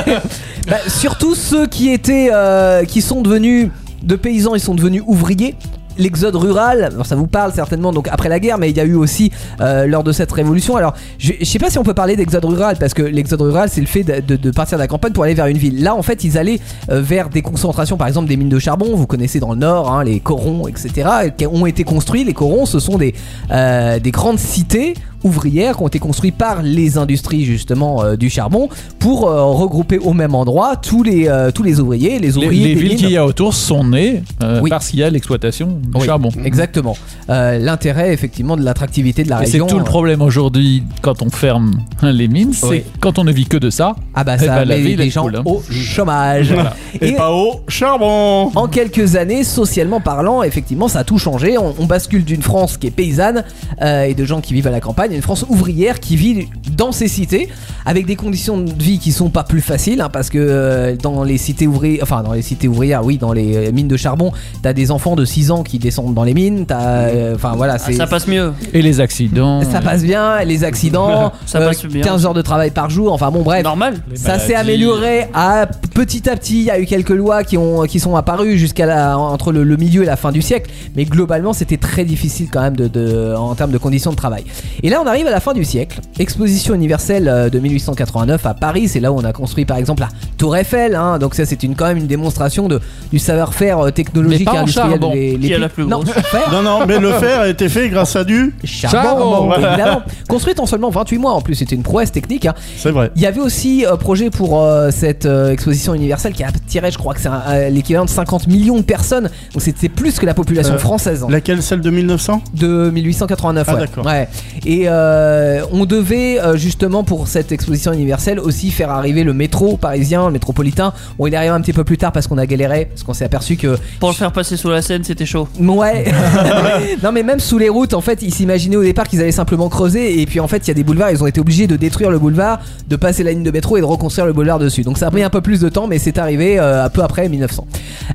Speaker 3: bah, surtout ceux qui étaient, euh, qui sont devenus de paysans, ils sont devenus ouvriers. L'exode rural, alors ça vous parle certainement donc après la guerre, mais il y a eu aussi euh, lors de cette révolution. Alors je, je sais pas si on peut parler d'exode rural parce que l'exode rural c'est le fait de, de- de partir de la campagne pour aller vers une ville. Là en fait ils allaient euh, vers des concentrations, par exemple des mines de charbon. Vous connaissez dans le nord hein, les corons, etc. qui ont été construits. Les corons ce sont des euh, des grandes cités ouvrières qui ont été construites par les industries justement euh, du charbon pour euh, regrouper au même endroit tous les euh, tous les ouvriers, les
Speaker 5: Les,
Speaker 3: ouvriers
Speaker 5: les
Speaker 3: des
Speaker 5: villes
Speaker 3: mines.
Speaker 5: qu'il y a autour sont nées euh,
Speaker 3: Oui.
Speaker 5: parce qu'il y a l'exploitation du
Speaker 3: Oui,
Speaker 5: charbon.
Speaker 3: Exactement. Euh, L'intérêt effectivement de l'attractivité de la
Speaker 5: Et c'est
Speaker 3: région.
Speaker 5: tout le
Speaker 3: euh,
Speaker 5: problème aujourd'hui quand on ferme hein, les mines, c'est
Speaker 3: Oui.
Speaker 5: quand on ne vit que de ça.
Speaker 3: Ah bah
Speaker 5: Eh
Speaker 3: ça
Speaker 5: bah, la
Speaker 3: met
Speaker 5: ville
Speaker 3: les
Speaker 5: est
Speaker 3: gens
Speaker 5: cool, hein.
Speaker 3: au chômage.
Speaker 6: Et,
Speaker 3: Et-
Speaker 6: pas au charbon
Speaker 3: En quelques années, socialement parlant, effectivement, ça a tout changé. On, on bascule d'une France qui est paysanne euh, et de gens qui vivent à la campagne et une France ouvrière qui vit dans ces cités avec des conditions de vie qui sont pas plus faciles hein, parce que euh, dans les cités ouvrières, enfin dans les cités ouvrières, oui, dans les euh, mines de charbon, t'as des enfants de 6 ans qui descendent dans les mines, t'as, euh, enfin voilà,
Speaker 4: Ah,
Speaker 3: c'est
Speaker 4: ça passe mieux.
Speaker 5: Et les accidents.
Speaker 3: ça passe bien, les accidents,
Speaker 4: *laughs* Ça passe bien.
Speaker 3: 15 heures de travail par jour, enfin bon bref.
Speaker 4: Normal.
Speaker 10: Les
Speaker 3: Ça
Speaker 10: maladies.
Speaker 3: s'est amélioré à petit à petit. Il y a eu quelques lois qui, ont, qui sont apparues jusqu'à la- entre le, le milieu et la fin du siècle. Mais globalement, c'était très difficile quand même de, de- en termes de conditions de travail. Et là, on arrive à la fin du siècle. Exposition universelle euh, de 1889 à Paris. C'est là où on a construit par exemple la Tour Eiffel. hein. Donc, ça, c'est une, quand même une démonstration de, du savoir-faire euh, technologique
Speaker 5: Mais pas en
Speaker 3: et industriel
Speaker 5: charbon.
Speaker 3: de les- les
Speaker 4: Qui a la
Speaker 3: piles.
Speaker 4: plus
Speaker 3: Non,
Speaker 4: grosse
Speaker 3: fer,
Speaker 6: *laughs* Non, non, mais le fer a été fait grâce à du.
Speaker 3: charbon, évidemment. Construite en seulement 28 mois en plus. C'était une prouesse technique. hein.
Speaker 6: C'est vrai.
Speaker 3: Il y avait aussi euh, projet pour euh, cette euh, exposition universelle qui a attiré, je crois que c'est un- euh, l'équivalent de 50 millions de personnes. Donc c'était plus que la population
Speaker 6: Euh,
Speaker 3: française. hein,
Speaker 6: Laquelle Celle de 1900
Speaker 3: De 1889,
Speaker 6: Ah,
Speaker 3: ouais.
Speaker 6: d'accord.
Speaker 3: Ouais. Et euh, on devait euh, justement pour cette exposition universelle aussi faire arriver le métro parisien, le métropolitain. Bon, il est arrivé un petit peu plus tard parce qu'on a galéré, parce qu'on s'est aperçu que
Speaker 4: Pour le faire passer sous la scène, c'était chaud.
Speaker 6: *laughs*
Speaker 3: Ouais. non mais même sous les routes, en fait, ils s'imaginaient au départ qu'ils allaient simplement creuser et puis en fait, il y a des boulevards, ils ont été obligés de détruire le boulevard, de passer la ligne de métro et de reconstruire le boulevard dessus. Donc ça a pris un peu plus de temps, mais c'est arrivé euh, un peu après 1900.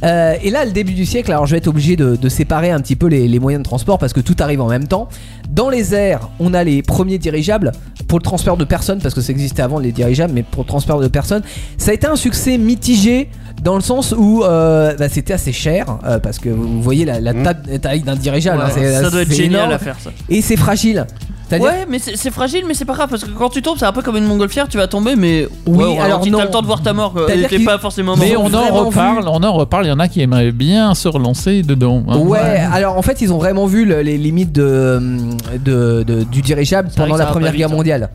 Speaker 3: Euh, et là, le début du siècle, alors je vais être obligé de, de séparer un petit peu les, les moyens de transport parce que tout arrive en même temps. Dans les airs, on a les premiers dirigeables pour le transport de personnes parce que ça existait avant les dirigeables, mais pour le transport de personnes, ça a été un succès mitigé dans le sens où euh, bah, c'était assez cher euh, parce que vous voyez la, la ta- taille d'un dirigeable, hein, c'est-
Speaker 4: ça doit être
Speaker 3: c'est
Speaker 4: génial
Speaker 3: énorme.
Speaker 4: à faire ça.
Speaker 3: et c'est fragile. C'est-à-dire-
Speaker 4: Ouais, mais c'est c'est fragile, mais c'est pas grave parce que quand tu tombes, c'est un peu comme une montgolfière, tu vas tomber, mais
Speaker 3: Oui,
Speaker 4: ouais, on
Speaker 3: alors
Speaker 4: ralentit,
Speaker 3: non.
Speaker 4: t'as le temps de voir ta mort. quoi.
Speaker 3: C'est-à-dire
Speaker 4: Et T'es
Speaker 3: qu'il-
Speaker 4: pas forcément mort.
Speaker 5: Mais
Speaker 3: Ils ont
Speaker 5: on en
Speaker 3: vraiment
Speaker 5: reparle, on en reparle. Il y en a qui aimeraient bien se relancer dedans. hein.
Speaker 3: Ouais, alors en fait, ils ont vraiment vu le- les limites de, de- de- du dirigeable
Speaker 4: vrai
Speaker 3: pendant
Speaker 4: que ça
Speaker 3: la
Speaker 4: va
Speaker 3: Première
Speaker 4: pas
Speaker 3: Guerre
Speaker 4: vite, hein.
Speaker 3: mondiale.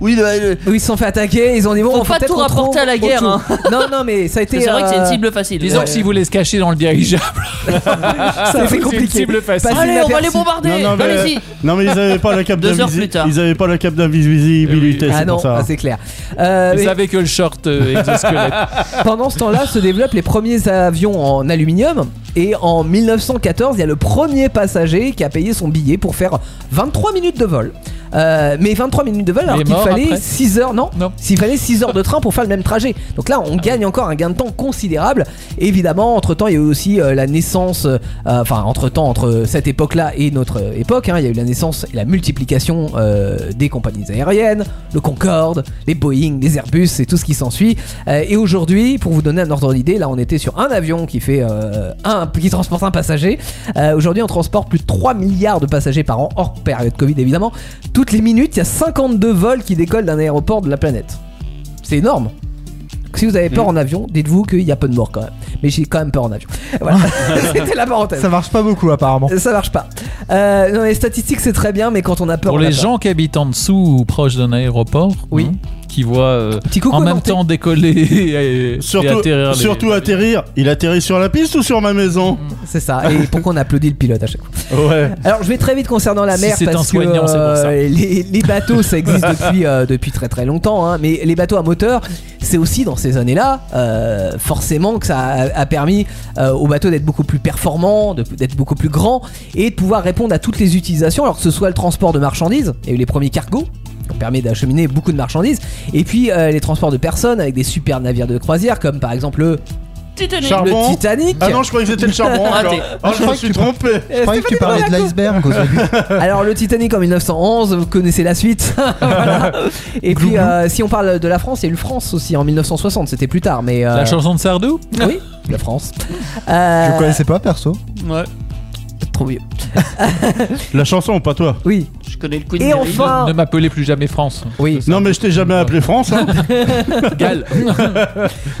Speaker 4: Oui,
Speaker 3: Où ils se sont fait attaquer, ils ont dit bon,
Speaker 4: Faut
Speaker 3: on
Speaker 4: pas
Speaker 3: peut-être
Speaker 4: tout
Speaker 3: qu'on
Speaker 4: rapporter
Speaker 3: trouve
Speaker 4: à la
Speaker 3: autre
Speaker 4: guerre,
Speaker 3: chose.
Speaker 4: hein.
Speaker 3: Non, non, mais ça a été.
Speaker 4: c'est vrai que c'est une
Speaker 3: euh,
Speaker 4: cible facile.
Speaker 5: Disons
Speaker 4: Ouais.
Speaker 5: que si vous les cachez dans le dirigeable,
Speaker 3: *laughs* c'est
Speaker 5: c'est une
Speaker 3: compliqué.
Speaker 5: cible facile.
Speaker 3: Passer
Speaker 4: Allez, on va
Speaker 3: inaperçu.
Speaker 4: les bombarder.
Speaker 6: Non, non, mais-
Speaker 4: Allez-y.
Speaker 6: Non, mais ils n'avaient pas
Speaker 3: *laughs*
Speaker 6: la cape
Speaker 4: Deux heures plus
Speaker 6: d'invisibilité.
Speaker 4: tard.
Speaker 6: Ils n'avaient pas la cape d'invisibilité,
Speaker 3: Ah
Speaker 6: c'est
Speaker 3: non,
Speaker 6: pour ça.
Speaker 3: ah, c'est clair. Euh,
Speaker 5: Ils
Speaker 3: mais-
Speaker 5: avaient que le short euh,
Speaker 3: *laughs*
Speaker 5: exosquelette.
Speaker 3: Pendant ce temps-là se développent les premiers avions en aluminium et en 1914 il y a le premier passager qui a payé son billet pour faire 23 minutes de vol. Euh, mais 23 minutes de vol alors
Speaker 5: est
Speaker 3: qu'il
Speaker 5: mort
Speaker 3: fallait
Speaker 5: après
Speaker 3: 6 heures, non,
Speaker 5: Non.
Speaker 3: S'il fallait 6 heures de train pour faire le même trajet. Donc là on gagne encore un gain de temps considérable. Évidemment, entre-temps il y a eu aussi euh, la naissance, euh, enfin entre-temps entre cette époque-là et notre euh, époque, hein, il y a eu la naissance et la multiplication euh, des compagnies aériennes, le Concorde, les Boeing, les Airbus et tout ce qui s'ensuit. Euh, et aujourd'hui, pour vous donner un ordre d'idée, là on était sur un avion qui fait euh, un qui transporte un passager. Euh, aujourd'hui, on transporte plus de 3 milliards de passagers par an hors période Covid évidemment. Toutes les minutes, il y a 52 vols qui décollent d'un aéroport de la planète. C'est énorme. Donc, Si vous avez
Speaker 5: Mm.
Speaker 3: peur en avion, dites-vous qu'il y a peu de morts quand même. Mais j'ai quand même peur en avion. *laughs*
Speaker 5: *laughs*
Speaker 3: Voilà, c'était la parenthèse.
Speaker 7: Ça marche pas beaucoup apparemment.
Speaker 3: Ça marche pas. Euh, non, les statistiques c'est très bien, mais quand on a peur,
Speaker 5: Pour
Speaker 3: on a
Speaker 5: les
Speaker 3: peur.
Speaker 5: gens qui habitent en dessous ou proche d'un aéroport,
Speaker 3: Oui.
Speaker 5: hein, qui voient euh,
Speaker 3: Petit coucou
Speaker 5: en
Speaker 3: à
Speaker 5: même
Speaker 3: Nantais.
Speaker 5: temps décoller et, et
Speaker 6: Surtout,
Speaker 5: atterrir. les-
Speaker 6: surtout atterrir. Il atterrit sur la piste ou sur ma maison
Speaker 3: c'est ça.
Speaker 5: *laughs*
Speaker 3: Et pourquoi on applaudit le pilote à chaque fois
Speaker 6: Ouais.
Speaker 3: Alors je vais très vite concernant la
Speaker 5: Si
Speaker 3: mer
Speaker 5: c'est
Speaker 3: parce
Speaker 5: un soignant,
Speaker 3: que euh,
Speaker 5: c'est pour ça.
Speaker 3: les, les bateaux ça existe depuis euh, depuis très très longtemps hein, mais les bateaux à moteur c'est aussi dans ces années-là euh, forcément que ça a, a permis euh, aux bateaux d'être beaucoup plus performants, de- d'être beaucoup plus grands et de pouvoir répondre à toutes les utilisations alors que ce soit le transport de marchandises, il y a eu les premiers cargos qui ont permis d'acheminer beaucoup de marchandises et puis euh, les transports de personnes avec des super navires de croisière comme par exemple le,
Speaker 4: Titanic.
Speaker 6: Charles-
Speaker 3: le
Speaker 6: Charbon.
Speaker 3: Titanic.
Speaker 6: Ah non, je croyais que c'était le charbon. encore.
Speaker 4: Raté.
Speaker 6: Ah, je me suis trompé.
Speaker 7: Je croyais que tu parlais de l'iceberg au
Speaker 6: hein.
Speaker 7: début.
Speaker 3: Alors le Titanic en 1911, vous connaissez la suite. *laughs* Voilà. Et puis euh, si on parle de la France, il y a eu le France aussi en 1960, c'était plus tard, mais euh,
Speaker 5: La chanson de Sardou
Speaker 3: oui, la France. Euh,
Speaker 7: Je connaissais pas perso.
Speaker 4: Ouais,
Speaker 3: Trop vieux.
Speaker 6: La chanson, pas toi.
Speaker 3: Oui.
Speaker 4: je connais le Queen.
Speaker 3: Et
Speaker 4: Mary.
Speaker 3: enfin,
Speaker 5: Ne m'appelez plus jamais
Speaker 3: *laughs*
Speaker 5: France.
Speaker 3: oui.
Speaker 6: Non, mais je t'ai jamais appelé France. hein.
Speaker 5: Gal.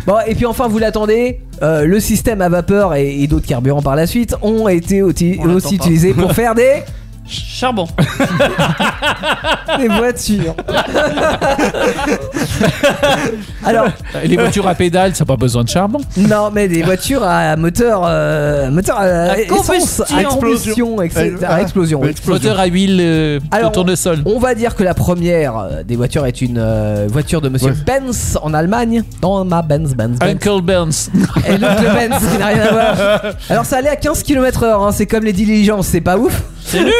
Speaker 3: Bon, et puis enfin, vous l'attendez, euh, le système à vapeur et, et d'autres carburants par la suite ont été aussi,
Speaker 4: On l'attend
Speaker 3: aussi
Speaker 4: pas. *laughs*
Speaker 3: utilisés pour faire des,
Speaker 4: Charbon. *laughs*
Speaker 3: des voitures. Alors,
Speaker 5: Et les voitures à pédales, ça n'a pas besoin de charbon.
Speaker 3: non, mais des voitures à moteur, euh, moteur à,
Speaker 4: À
Speaker 3: essence, à
Speaker 4: combustion.
Speaker 3: combustion, etc.
Speaker 6: Eh,
Speaker 3: à explosion. oui.
Speaker 6: Explosion.
Speaker 5: Moteur à huile euh,
Speaker 3: Alors,
Speaker 5: au tournesol.
Speaker 3: On va dire que la première euh, des voitures est une euh, voiture de Monsieur
Speaker 6: Ouais.
Speaker 3: Benz en Allemagne. Dans ma Benz, Benz, Benz.
Speaker 5: Uncle Burns.
Speaker 3: Et l'oncle Benz qui n'a rien à voir. Alors ça allait à 15 km/h, hein, c'est comme les diligences, c'est pas ouf.
Speaker 4: C'est
Speaker 3: *laughs*
Speaker 4: nul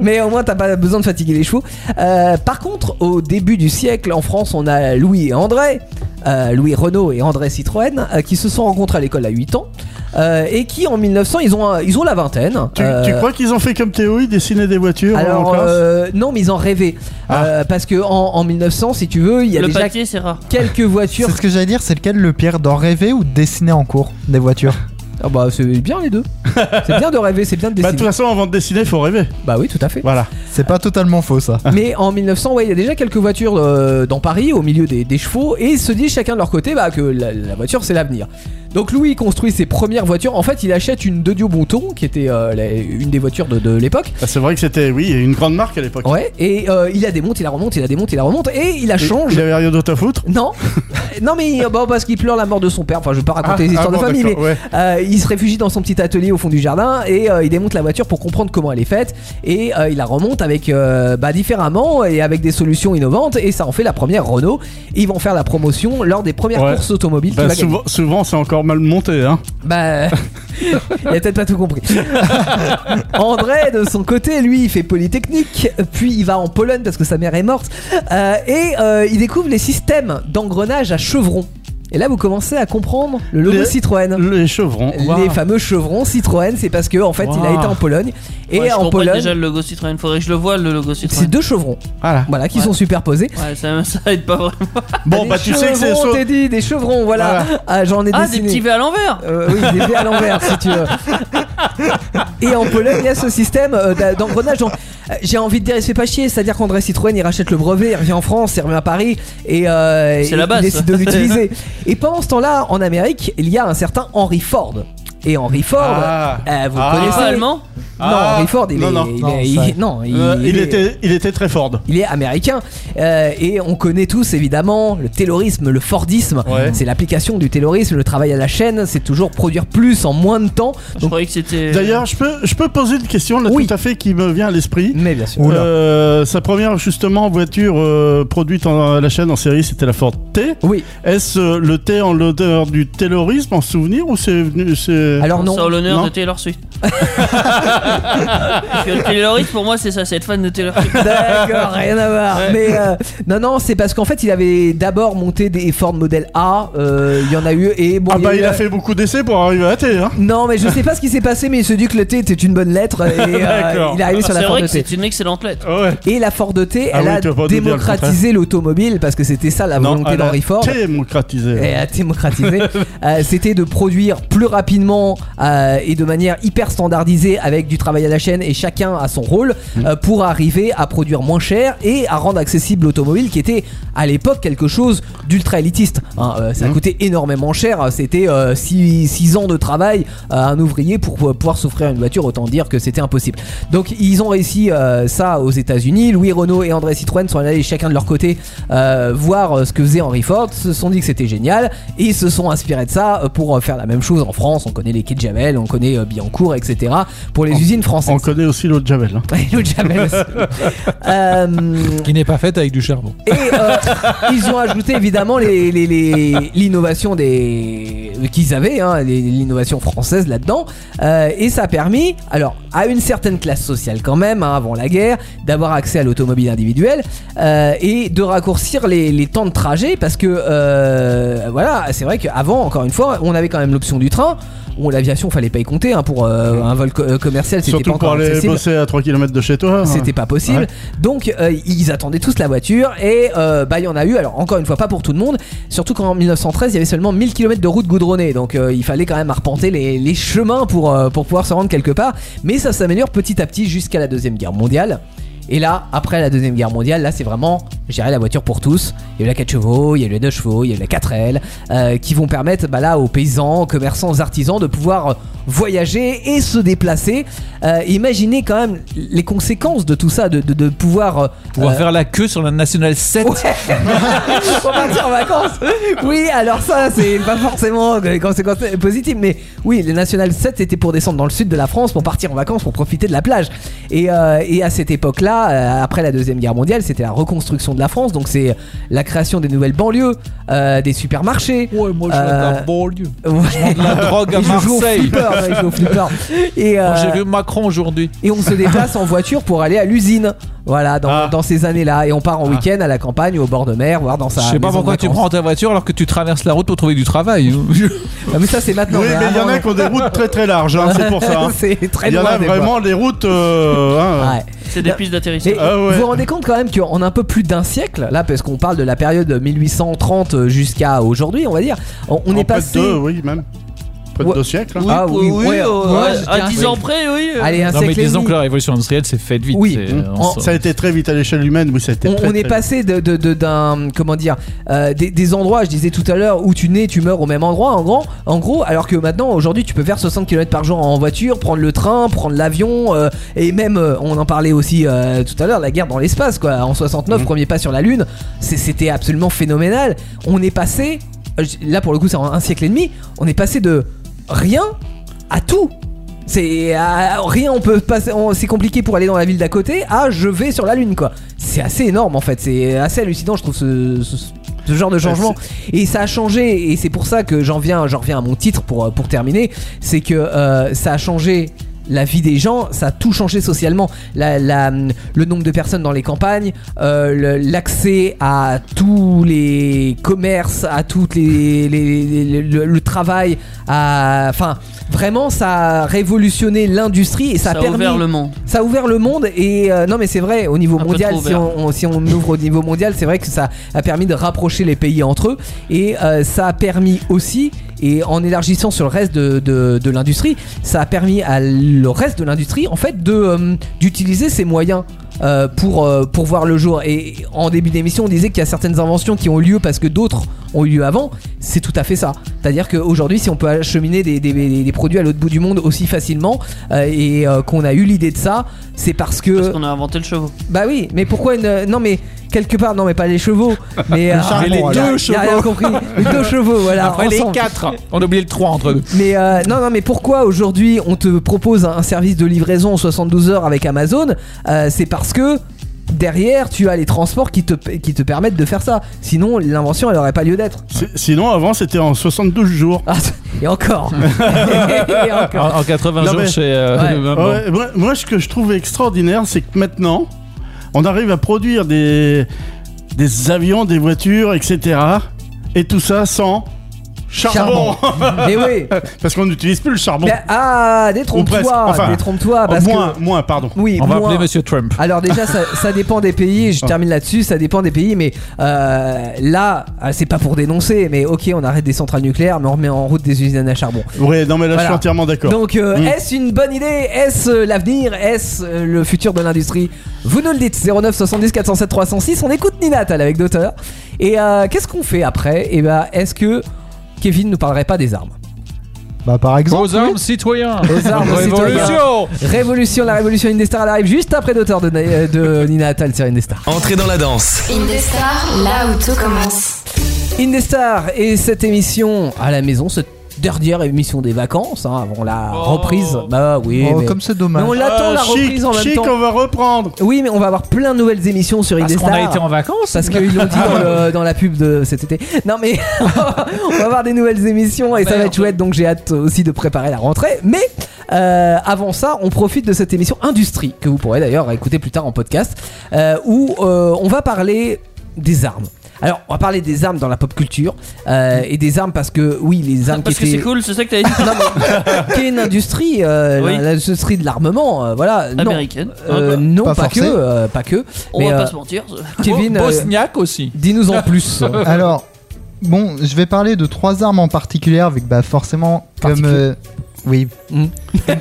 Speaker 3: Mais au moins, t'as pas besoin de fatiguer les chevaux. Euh, par contre, au début du siècle, en France, on a Louis et André, euh, Louis Renault et André Citroën, euh, qui se sont rencontrés à l'école à 8 ans. euh, et qui en 1900 ils ont un- ils ont la vingtaine.
Speaker 6: Tu,
Speaker 3: Euh,
Speaker 6: tu crois qu'ils ont fait comme Théo, ils dessinaient des voitures en
Speaker 3: alors
Speaker 6: classe
Speaker 3: euh, non mais ils en rêvaient Euh, parce que en, en 1900 si tu veux il y a
Speaker 4: Le
Speaker 3: déjà
Speaker 4: papier, c'est rare.
Speaker 3: quelques voitures
Speaker 7: *laughs* C'est ce que j'allais dire, c'est lequel le pire d'en rêver ou de dessiner en cours des voitures
Speaker 3: Ah bah c'est bien les deux. c'est bien de rêver, c'est bien de
Speaker 6: Bah, de
Speaker 3: dessiner.
Speaker 6: toute
Speaker 3: Bah,
Speaker 6: façon, avant de dessiner, il faut rêver.
Speaker 3: oui, tout à fait.
Speaker 6: Voilà.
Speaker 7: C'est pas totalement faux ça.
Speaker 3: Mais en 1900, ouais, il y a déjà quelques voitures euh, dans Paris, au milieu des, des chevaux, et ils se disent chacun de leur côté bah, que la, la voiture c'est l'avenir. Donc Louis il construit ses premières voitures. En fait, il achète une de Dio Bonton, qui était euh, la- une des voitures de- de l'époque.
Speaker 6: Bah, c'est vrai que c'était, oui, une grande marque à l'époque.
Speaker 3: Ouais. Et euh, il la démonte, il la remonte, il la démonte, il la remonte, et il la change.
Speaker 6: Il avait rien d'autre à foutre. *laughs*
Speaker 3: Non, non mais euh, bon parce qu'il pleure la mort de son père. Enfin, je vais pas raconter les
Speaker 6: Ah,
Speaker 3: histoires
Speaker 6: ah,
Speaker 3: de
Speaker 6: bon,
Speaker 3: famille, mais
Speaker 6: d'accord, ouais.
Speaker 3: Euh, il se réfugie dans son petit atelier au fond du jardin et euh, il démonte la voiture pour comprendre comment elle est faite et euh, il la remonte avec euh, bah, différemment et avec des solutions innovantes et ça en fait la première Renault. Et ils vont faire la promotion lors des premières
Speaker 6: Ouais.
Speaker 3: courses automobiles. qu'il
Speaker 6: Bah,
Speaker 3: va gagner.
Speaker 6: souvent, souvent, c'est encore mal monté. Hein.
Speaker 3: Bah, *laughs* il a peut-être pas tout
Speaker 6: *laughs*
Speaker 3: compris. André, de son côté, lui, il fait Polytechnique, puis il va en Pologne parce que sa mère est morte, euh, et euh, il découvre les systèmes d'engrenage à chevrons. Et là, vous commencez à comprendre le logo
Speaker 6: Les-
Speaker 3: Citroën.
Speaker 6: Les chevrons.
Speaker 3: Les
Speaker 6: waouh.
Speaker 3: fameux chevrons Citroën, c'est parce que en fait, il a
Speaker 6: Waouh.
Speaker 3: été en Pologne et
Speaker 4: Ouais, je
Speaker 3: en
Speaker 4: comprends
Speaker 3: Pologne,
Speaker 4: déjà le logo Citroën. Faudrait que je le vois, le logo
Speaker 3: c'est
Speaker 4: Citroën.
Speaker 3: deux chevrons,
Speaker 6: Voilà.
Speaker 3: voilà, qui
Speaker 4: Ouais.
Speaker 3: sont superposés.
Speaker 4: Ouais, ça, *laughs* ça aide pas vraiment.
Speaker 6: Bon,
Speaker 3: Des
Speaker 6: bah, tu sais que c'est.
Speaker 3: chevrons,
Speaker 6: so-
Speaker 3: t'ai dit, des chevrons, voilà. Ah, j'en ai
Speaker 4: Ah, des
Speaker 3: dessiné.
Speaker 4: petits V à l'envers
Speaker 3: Euh, oui, des à l'envers si tu veux. Et en Pologne, il y a ce système euh, d'a- d'engrenage. Donc, euh, J'ai envie de dire, il se fait pas chier. C'est-à-dire qu'André Citroën, il rachète le brevet, il revient en France, il revient à Paris et euh,
Speaker 4: C'est
Speaker 3: il,
Speaker 4: la base.
Speaker 3: il décide de
Speaker 4: *laughs*
Speaker 3: l'utiliser. et pendant ce temps-là, en Amérique, il y a un certain Henry Ford. Et Henry Ford,
Speaker 6: Ah.
Speaker 3: euh, vous
Speaker 6: Ah.
Speaker 4: Il est
Speaker 3: connaissez
Speaker 4: pas allemand
Speaker 3: Non,
Speaker 6: Ah.
Speaker 3: Henry Ford, il
Speaker 6: Non,
Speaker 3: est,
Speaker 6: non,
Speaker 3: il
Speaker 7: non,
Speaker 3: est-
Speaker 7: ça-
Speaker 3: il- non, il-
Speaker 6: Euh, il,
Speaker 3: il est-
Speaker 6: était, il était très Ford.
Speaker 3: il est américain Euh, et on connaît tous évidemment le taylorisme, le fordisme.
Speaker 6: Ouais.
Speaker 3: C'est l'application du taylorisme, le travail à la chaîne, c'est toujours produire plus en moins de temps.
Speaker 4: Je
Speaker 3: Donc,
Speaker 4: croyais que c'était. euh,
Speaker 6: D'ailleurs, je peux, je peux poser une question là
Speaker 3: Oui. Mmh.
Speaker 6: tout à fait qui me vient à l'esprit.
Speaker 3: mais bien sûr.
Speaker 7: Oula.
Speaker 6: Euh, sa première justement voiture euh, produite en, à la chaîne en série, c'était la Ford T.
Speaker 3: Oui.
Speaker 6: Est-ce euh, le thé en l'odeur du terrorisme en souvenir ou c'est venu c'est
Speaker 3: Alors
Speaker 4: C'est en
Speaker 3: non.
Speaker 4: l'honneur
Speaker 6: Non.
Speaker 4: de Taylor Swift. Parce que le Taylor Swift, pour moi, c'est ça, c'est être fan de Taylor Swift.
Speaker 3: *laughs* D'accord, rien à voir.
Speaker 4: Ouais.
Speaker 3: Mais euh, non, non, c'est parce qu'en fait, il avait d'abord monté des Ford modèle A. euh, Il y en a eu et bon.
Speaker 6: Ah
Speaker 3: il y
Speaker 6: bah
Speaker 3: eu,
Speaker 6: il a
Speaker 3: euh,
Speaker 6: fait beaucoup d'essais pour arriver à thé hein.
Speaker 3: Non, mais je sais pas ce qui s'est passé, mais il se dit que le T était une bonne lettre
Speaker 6: *laughs*
Speaker 3: et euh,
Speaker 6: D'accord.
Speaker 3: il est arrivé sur la
Speaker 4: Ah, C'est
Speaker 3: Ford
Speaker 4: vrai que
Speaker 3: T.
Speaker 4: c'est une excellente lettre.
Speaker 6: Ah ouais.
Speaker 3: Et la Ford T,
Speaker 6: Ah
Speaker 3: elle
Speaker 6: oui, tu vas pas
Speaker 3: a
Speaker 6: nous dire le
Speaker 3: démocratisé l'automobile parce que c'était ça la
Speaker 6: à
Speaker 3: volonté
Speaker 6: la
Speaker 3: d'Henry Ford.
Speaker 6: Démocratisé. hein.
Speaker 3: et Eh, à démocratiser, Euh, c'était de produire plus rapidement euh, et de manière hyper standardisée avec du travail à la chaîne et chacun à son rôle euh, pour arriver à produire moins cher et à rendre accessible l'automobile qui était à l'époque quelque chose d'ultra élitiste. hein. Euh, ça coûtait énormément cher, hein. c'était 6 ans de travail à un ouvrier pour pou- pouvoir s'offrir une voiture, autant dire que c'était impossible. Donc ils ont réussi euh, ça aux États-Unis. Louis Renault et André Citroën sont allés chacun de leur côté euh, voir euh, ce que faisait Henry Ford, se sont dit que c'était génial et ils se sont inspirés de ça euh, pour euh, faire la même chose en France. On connaît les quais de Javel, on connaît euh, Billancourt, etc. pour les usines
Speaker 6: On
Speaker 3: françaises.
Speaker 6: connaît aussi l'autre Javel. hein.
Speaker 3: *laughs* Et le Javel aussi. Euh,
Speaker 5: Qui n'est pas faite avec du charbon.
Speaker 3: et euh, ils ont ajouté évidemment les- les- les- l'innovation des qu'ils avaient, hein, les- l'innovation française là-dedans. Euh, et ça a permis, alors à une certaine classe sociale quand même, hein, avant la guerre, d'avoir accès à l'automobile individuelle euh, et de raccourcir les, les temps de trajet parce que euh, voilà, c'est vrai qu'avant, encore une fois, on avait quand même l'option du train. Bon, l'aviation, fallait pas y compter hein, pour euh, un vol co- euh, commercial, c'était pas
Speaker 6: Surtout
Speaker 3: encore
Speaker 6: pour aller
Speaker 3: accessible.
Speaker 6: bosser à 3 km de chez toi. hein.
Speaker 3: C'était pas possible.
Speaker 6: Ouais.
Speaker 3: Donc euh, ils attendaient tous la voiture et euh, bah il y en a eu. Alors encore une fois pas pour tout le monde. Surtout qu'en 1913 il y avait seulement 1000 km de route goudronnée. Donc euh, il fallait quand même arpenter les, les chemins pour, euh, pour pouvoir se rendre quelque part. Mais ça s'améliore petit à petit jusqu'à la deuxième guerre mondiale. Et là, après la deuxième guerre mondiale, là c'est vraiment, je dirais, la voiture pour tous. Il y a eu la 4 chevaux, il y a eu la 2 chevaux, il y a eu la 4 L, euh, qui vont permettre bah, là aux paysans, aux commerçants, aux artisans de pouvoir voyager et se déplacer. Euh, imaginez quand même les conséquences de tout ça, de, de- de pouvoir euh,
Speaker 5: Pouvoir
Speaker 3: euh,
Speaker 5: faire la queue sur la nationale 7.
Speaker 3: pour partir en vacances. Oui, alors ça, c'est pas forcément les conséquences positives, mais oui, les National 7 c'était pour descendre dans le sud de la France, pour partir en vacances, pour profiter de la plage. Et, euh, et à cette époque-là, euh, après la Deuxième Guerre mondiale, c'était la reconstruction de la France. Donc c'est la création des nouvelles banlieues, euh, des supermarchés.
Speaker 5: Ouais, moi
Speaker 3: je Euh,
Speaker 5: je bon lieu.
Speaker 3: Ouais.
Speaker 5: La drogue
Speaker 3: *laughs*
Speaker 5: à
Speaker 3: Il joue au
Speaker 5: Marseille.
Speaker 3: flipper, ouais, il joue au flipper. Et, euh,
Speaker 5: J'ai vu Macron aujourd'hui.
Speaker 3: et on se déplace en voiture pour aller à l'usine. Voilà, dans,
Speaker 6: Ah.
Speaker 3: dans ces années-là. Et on part en week-end à la campagne, au bord de mer, voire dans sa.
Speaker 5: Je sais pas
Speaker 3: maison de
Speaker 5: pourquoi tu
Speaker 3: vacances.
Speaker 5: prends ta voiture alors que tu traverses la route pour trouver du travail.
Speaker 3: Ah, mais ça, c'est maintenant.
Speaker 6: Oui, mais il y en
Speaker 3: avant,
Speaker 6: a qui ont des routes très très larges, hein, c'est pour ça. hein.
Speaker 3: *laughs* c'est très
Speaker 6: Il y en
Speaker 3: loin,
Speaker 6: a
Speaker 3: des fois.
Speaker 6: vraiment des routes. euh, hein,
Speaker 3: Ouais.
Speaker 4: C'est des pistes d'atterrissage.
Speaker 3: Mais
Speaker 6: Ah ouais.
Speaker 3: Vous vous rendez compte quand même qu'en un peu plus d'un siècle, là, parce qu'on parle de la période 1830 jusqu'à aujourd'hui, on va dire, on, on
Speaker 6: en
Speaker 3: est
Speaker 6: près de
Speaker 3: passé.
Speaker 6: deux, oui, même. Près de
Speaker 3: Ouais.
Speaker 6: deux siècles. hein.
Speaker 3: Ah oui, ouais,
Speaker 4: euh,
Speaker 3: ouais,
Speaker 4: à-
Speaker 3: je
Speaker 4: à
Speaker 3: dirais-
Speaker 4: 10 ans près, oui. euh.
Speaker 3: Allez, un
Speaker 5: non mais
Speaker 3: siècle et
Speaker 5: disons
Speaker 3: demi.
Speaker 5: que la révolution industrielle s'est faite vite.
Speaker 3: Oui.
Speaker 5: c'est-
Speaker 6: Mm.
Speaker 5: euh,
Speaker 3: En-
Speaker 5: on-
Speaker 6: Ça a été très vite à l'échelle humaine, oui, ça a été
Speaker 3: On,
Speaker 6: très,
Speaker 3: on est
Speaker 6: très
Speaker 3: passé de- de- de- d'un comment dire euh, des, des endroits je disais tout à l'heure où tu nais tu meurs au même endroit en grand en gros alors que maintenant aujourd'hui tu peux faire 60 km par jour en voiture prendre le train prendre l'avion euh, et même euh, on en parlait aussi euh, tout à l'heure la guerre dans l'espace quoi en 69
Speaker 6: Mhm.
Speaker 3: premier pas sur la lune c'est- c'était absolument phénoménal on est passé euh, j- là pour le coup c'est en un siècle et demi on est passé de rien à tout c'est ah, rien, on peut passer, on- c'est compliqué pour aller dans la ville d'à côté. Ah, je vais sur la lune quoi. C'est assez énorme en fait, c'est assez hallucinant, je trouve ce, ce- ce genre de changement. Et ça a changé et c'est pour ça que j'en viens, j'en reviens à mon titre pour euh, pour terminer, c'est que euh, ça a changé. La vie des gens, ça a tout changé socialement. La- la- le nombre de personnes dans les campagnes, euh, le- l'accès à tous les commerces, à toutes les, les- les- le, le travail, à, enfin, vraiment, ça a révolutionné l'industrie et ça,
Speaker 4: Ça
Speaker 3: a
Speaker 4: a
Speaker 3: permis
Speaker 4: ouvert le monde.
Speaker 3: ça a ouvert le monde et euh, non mais c'est vrai au niveau
Speaker 4: Un peu
Speaker 3: mondial
Speaker 4: trop
Speaker 3: si
Speaker 4: ouvert.
Speaker 3: on, on- si on ouvre au niveau mondial c'est vrai que ça a permis de rapprocher les pays entre eux et euh, ça a permis aussi et en élargissant sur le reste de, de- de l'industrie ça a permis à le reste de l'industrie en fait de euh, d'utiliser ces moyens euh, pour, euh, pour voir le jour et en début d'émission on disait qu'il y a certaines inventions qui ont lieu parce que d'autres ont eu lieu avant c'est tout à fait ça c'est à dire qu'aujourd'hui si on peut acheminer des, des- des- des produits à l'autre bout du monde aussi facilement euh, et euh, qu'on a eu l'idée de ça, c'est parce que
Speaker 4: Parce qu'on a inventé le chevaux.
Speaker 3: bah oui, mais pourquoi une non mais quelque part non mais pas les chevaux, mais, euh,
Speaker 7: charbon,
Speaker 3: les
Speaker 7: alors.
Speaker 3: deux chevaux, rien compris, les deux chevaux voilà
Speaker 5: Après
Speaker 3: ensemble.
Speaker 5: les 4, Ah, on a oublié le 3 entre eux.
Speaker 3: Mais euh, non, non, mais pourquoi aujourd'hui on te propose un un service de livraison en 72 heures avec Amazon Euh, C'est parce que derrière tu as les transports qui te, qui te permettent de faire ça. Sinon, l'invention elle aurait pas lieu d'être.
Speaker 6: vite. C'est- Sinon, avant, c'était en 72 jours.
Speaker 3: Ah, et encore Et
Speaker 5: En,
Speaker 3: encore
Speaker 5: en 80
Speaker 6: Non,
Speaker 5: jours
Speaker 6: mais-
Speaker 5: chez euh,
Speaker 3: Ouais.
Speaker 5: maman.
Speaker 6: Ouais, moi, moi, ce que je trouve extraordinaire, c'est que maintenant, on arrive à produire des, des avions, des voitures, etc. Et tout ça sans charbon.
Speaker 3: Mais oui
Speaker 6: *laughs* Parce qu'on n'utilise plus le charbon.
Speaker 3: Mais, Ah,
Speaker 6: Ou presque,
Speaker 3: détrompe-toi
Speaker 6: enfin,
Speaker 3: Détrompe-toi
Speaker 6: Oh,
Speaker 3: ah, parce
Speaker 6: moins,
Speaker 3: que.
Speaker 6: moins, pardon.
Speaker 3: Oui,
Speaker 5: On va
Speaker 3: moins.
Speaker 5: appeler Monsieur Trump.
Speaker 3: Alors déjà, ça, ça dépend des pays. Je termine là-dessus. Ça dépend des pays, mais euh, là, ah, c'est pas pour dénoncer. Mais ok, on arrête des centrales nucléaires, mais on remet en route des usines à charbon.
Speaker 6: Ouais, non, mais là, je
Speaker 3: Voilà.
Speaker 6: suis entièrement d'accord.
Speaker 3: Donc, euh,
Speaker 6: Mm.
Speaker 3: est-ce une bonne idée Est-ce euh, l'avenir Est-ce euh, le futur de l'industrie Vous nous le dites. 09 70 407 306. On écoute Nina Tal avec d'auteur. Et euh, qu'est-ce qu'on fait après Et ben, est-ce que Kevin nous parlerait pas des armes
Speaker 7: Bah, par exemple.
Speaker 5: Aux armes citoyens.
Speaker 3: Aux armes
Speaker 5: Révolution.
Speaker 3: Révolution, la révolution Indestar, elle arrive juste après d'auteur de, Na- euh, de Nina Attal sur Indestar.
Speaker 1: Entrez dans la danse.
Speaker 9: Indestar, là où tout commence.
Speaker 3: Indestar et cette émission à la maison, cette dernière émission des vacances, hein, avant la reprise. Bah oui,
Speaker 7: Oh,
Speaker 3: mais...
Speaker 7: comme c'est
Speaker 3: mais on
Speaker 7: dommage.
Speaker 3: l'attend
Speaker 6: Oh. Ah,
Speaker 3: la
Speaker 6: chic,
Speaker 3: reprise en même
Speaker 6: chic,
Speaker 3: temps.
Speaker 6: on va reprendre.
Speaker 3: Oui, mais on va avoir plein de nouvelles émissions sur
Speaker 5: Parce
Speaker 3: Indestar.
Speaker 5: qu'on a été en vacances.
Speaker 3: Parce qu'ils l'ont dit dans, le- dans la pub de cet été. Non mais *laughs* on va avoir des nouvelles émissions et ça va être chouette donc j'ai hâte aussi de préparer la rentrée. Mais euh, avant ça, on profite de cette émission Industrie que vous pourrez d'ailleurs écouter plus tard en podcast euh, où euh, on va parler des armes. Alors on va parler des armes dans la pop culture euh, et des armes parce que oui les armes
Speaker 4: Parce
Speaker 3: qui
Speaker 4: que c'est
Speaker 3: étaient
Speaker 4: cool, c'est ça que t'as dit
Speaker 3: Non, mais qui est une industrie, euh,
Speaker 4: Oui.
Speaker 3: l'industrie de l'armement, euh, voilà. Non,
Speaker 4: Américaine.
Speaker 3: Euh,
Speaker 4: Hein,
Speaker 3: non, pas,
Speaker 7: Pas
Speaker 3: que,
Speaker 7: forcément.
Speaker 3: euh, pas que.
Speaker 4: On
Speaker 3: mais
Speaker 4: va
Speaker 3: euh,
Speaker 4: pas se mentir.
Speaker 3: Kevin, euh,
Speaker 5: Bosniaque aussi. *laughs*
Speaker 3: dis-nous en plus.
Speaker 7: Alors, bon, je vais parler de trois armes en particulier, avec bah forcément, comme.
Speaker 3: Particulier.
Speaker 7: euh, oui.
Speaker 3: Mm.
Speaker 7: *laughs*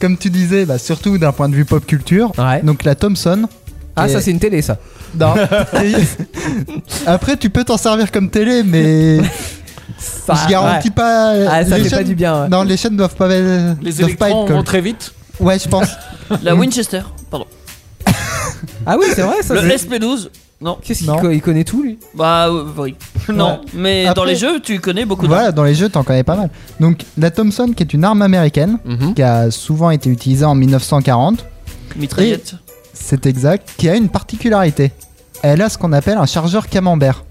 Speaker 7: comme tu disais, bah, surtout d'un point de vue pop culture.
Speaker 3: Ouais.
Speaker 7: Donc la Thompson.
Speaker 3: Ah,
Speaker 7: Et-
Speaker 3: ça, c'est une télé, ça.
Speaker 7: Non. Et- *laughs* Après, tu peux t'en servir comme télé,
Speaker 3: *laughs*
Speaker 7: mais
Speaker 3: Ça-
Speaker 7: je garantis
Speaker 3: ouais.
Speaker 7: pas.
Speaker 3: Ah, ça
Speaker 7: les
Speaker 3: fait pas
Speaker 7: chaînes-
Speaker 3: du bien, ouais.
Speaker 7: Non, les chaînes doivent pas,
Speaker 5: Les
Speaker 7: doivent pas
Speaker 5: électrons
Speaker 7: être. comme-
Speaker 5: vont très vite.
Speaker 7: Ouais, je pense.
Speaker 4: La Winchester, pardon.
Speaker 3: Ah oui, c'est vrai, ça.
Speaker 4: Le
Speaker 3: c'est-
Speaker 4: SP12. Non,
Speaker 3: Qu'est-ce qu'il
Speaker 7: Non.
Speaker 3: co- il connaît tout, lui
Speaker 4: bah euh, oui. Non, mais dans
Speaker 7: Après-
Speaker 4: les jeux, tu connais beaucoup de.
Speaker 7: Voilà, dans les jeux, t'en connais pas mal. Donc la Thompson, qui est une arme américaine,
Speaker 4: Mhm.
Speaker 7: qui a souvent été utilisée en 1940,
Speaker 4: Mitraillette.
Speaker 7: c'est exact, qui a une particularité. elle a ce qu'on appelle un chargeur camembert.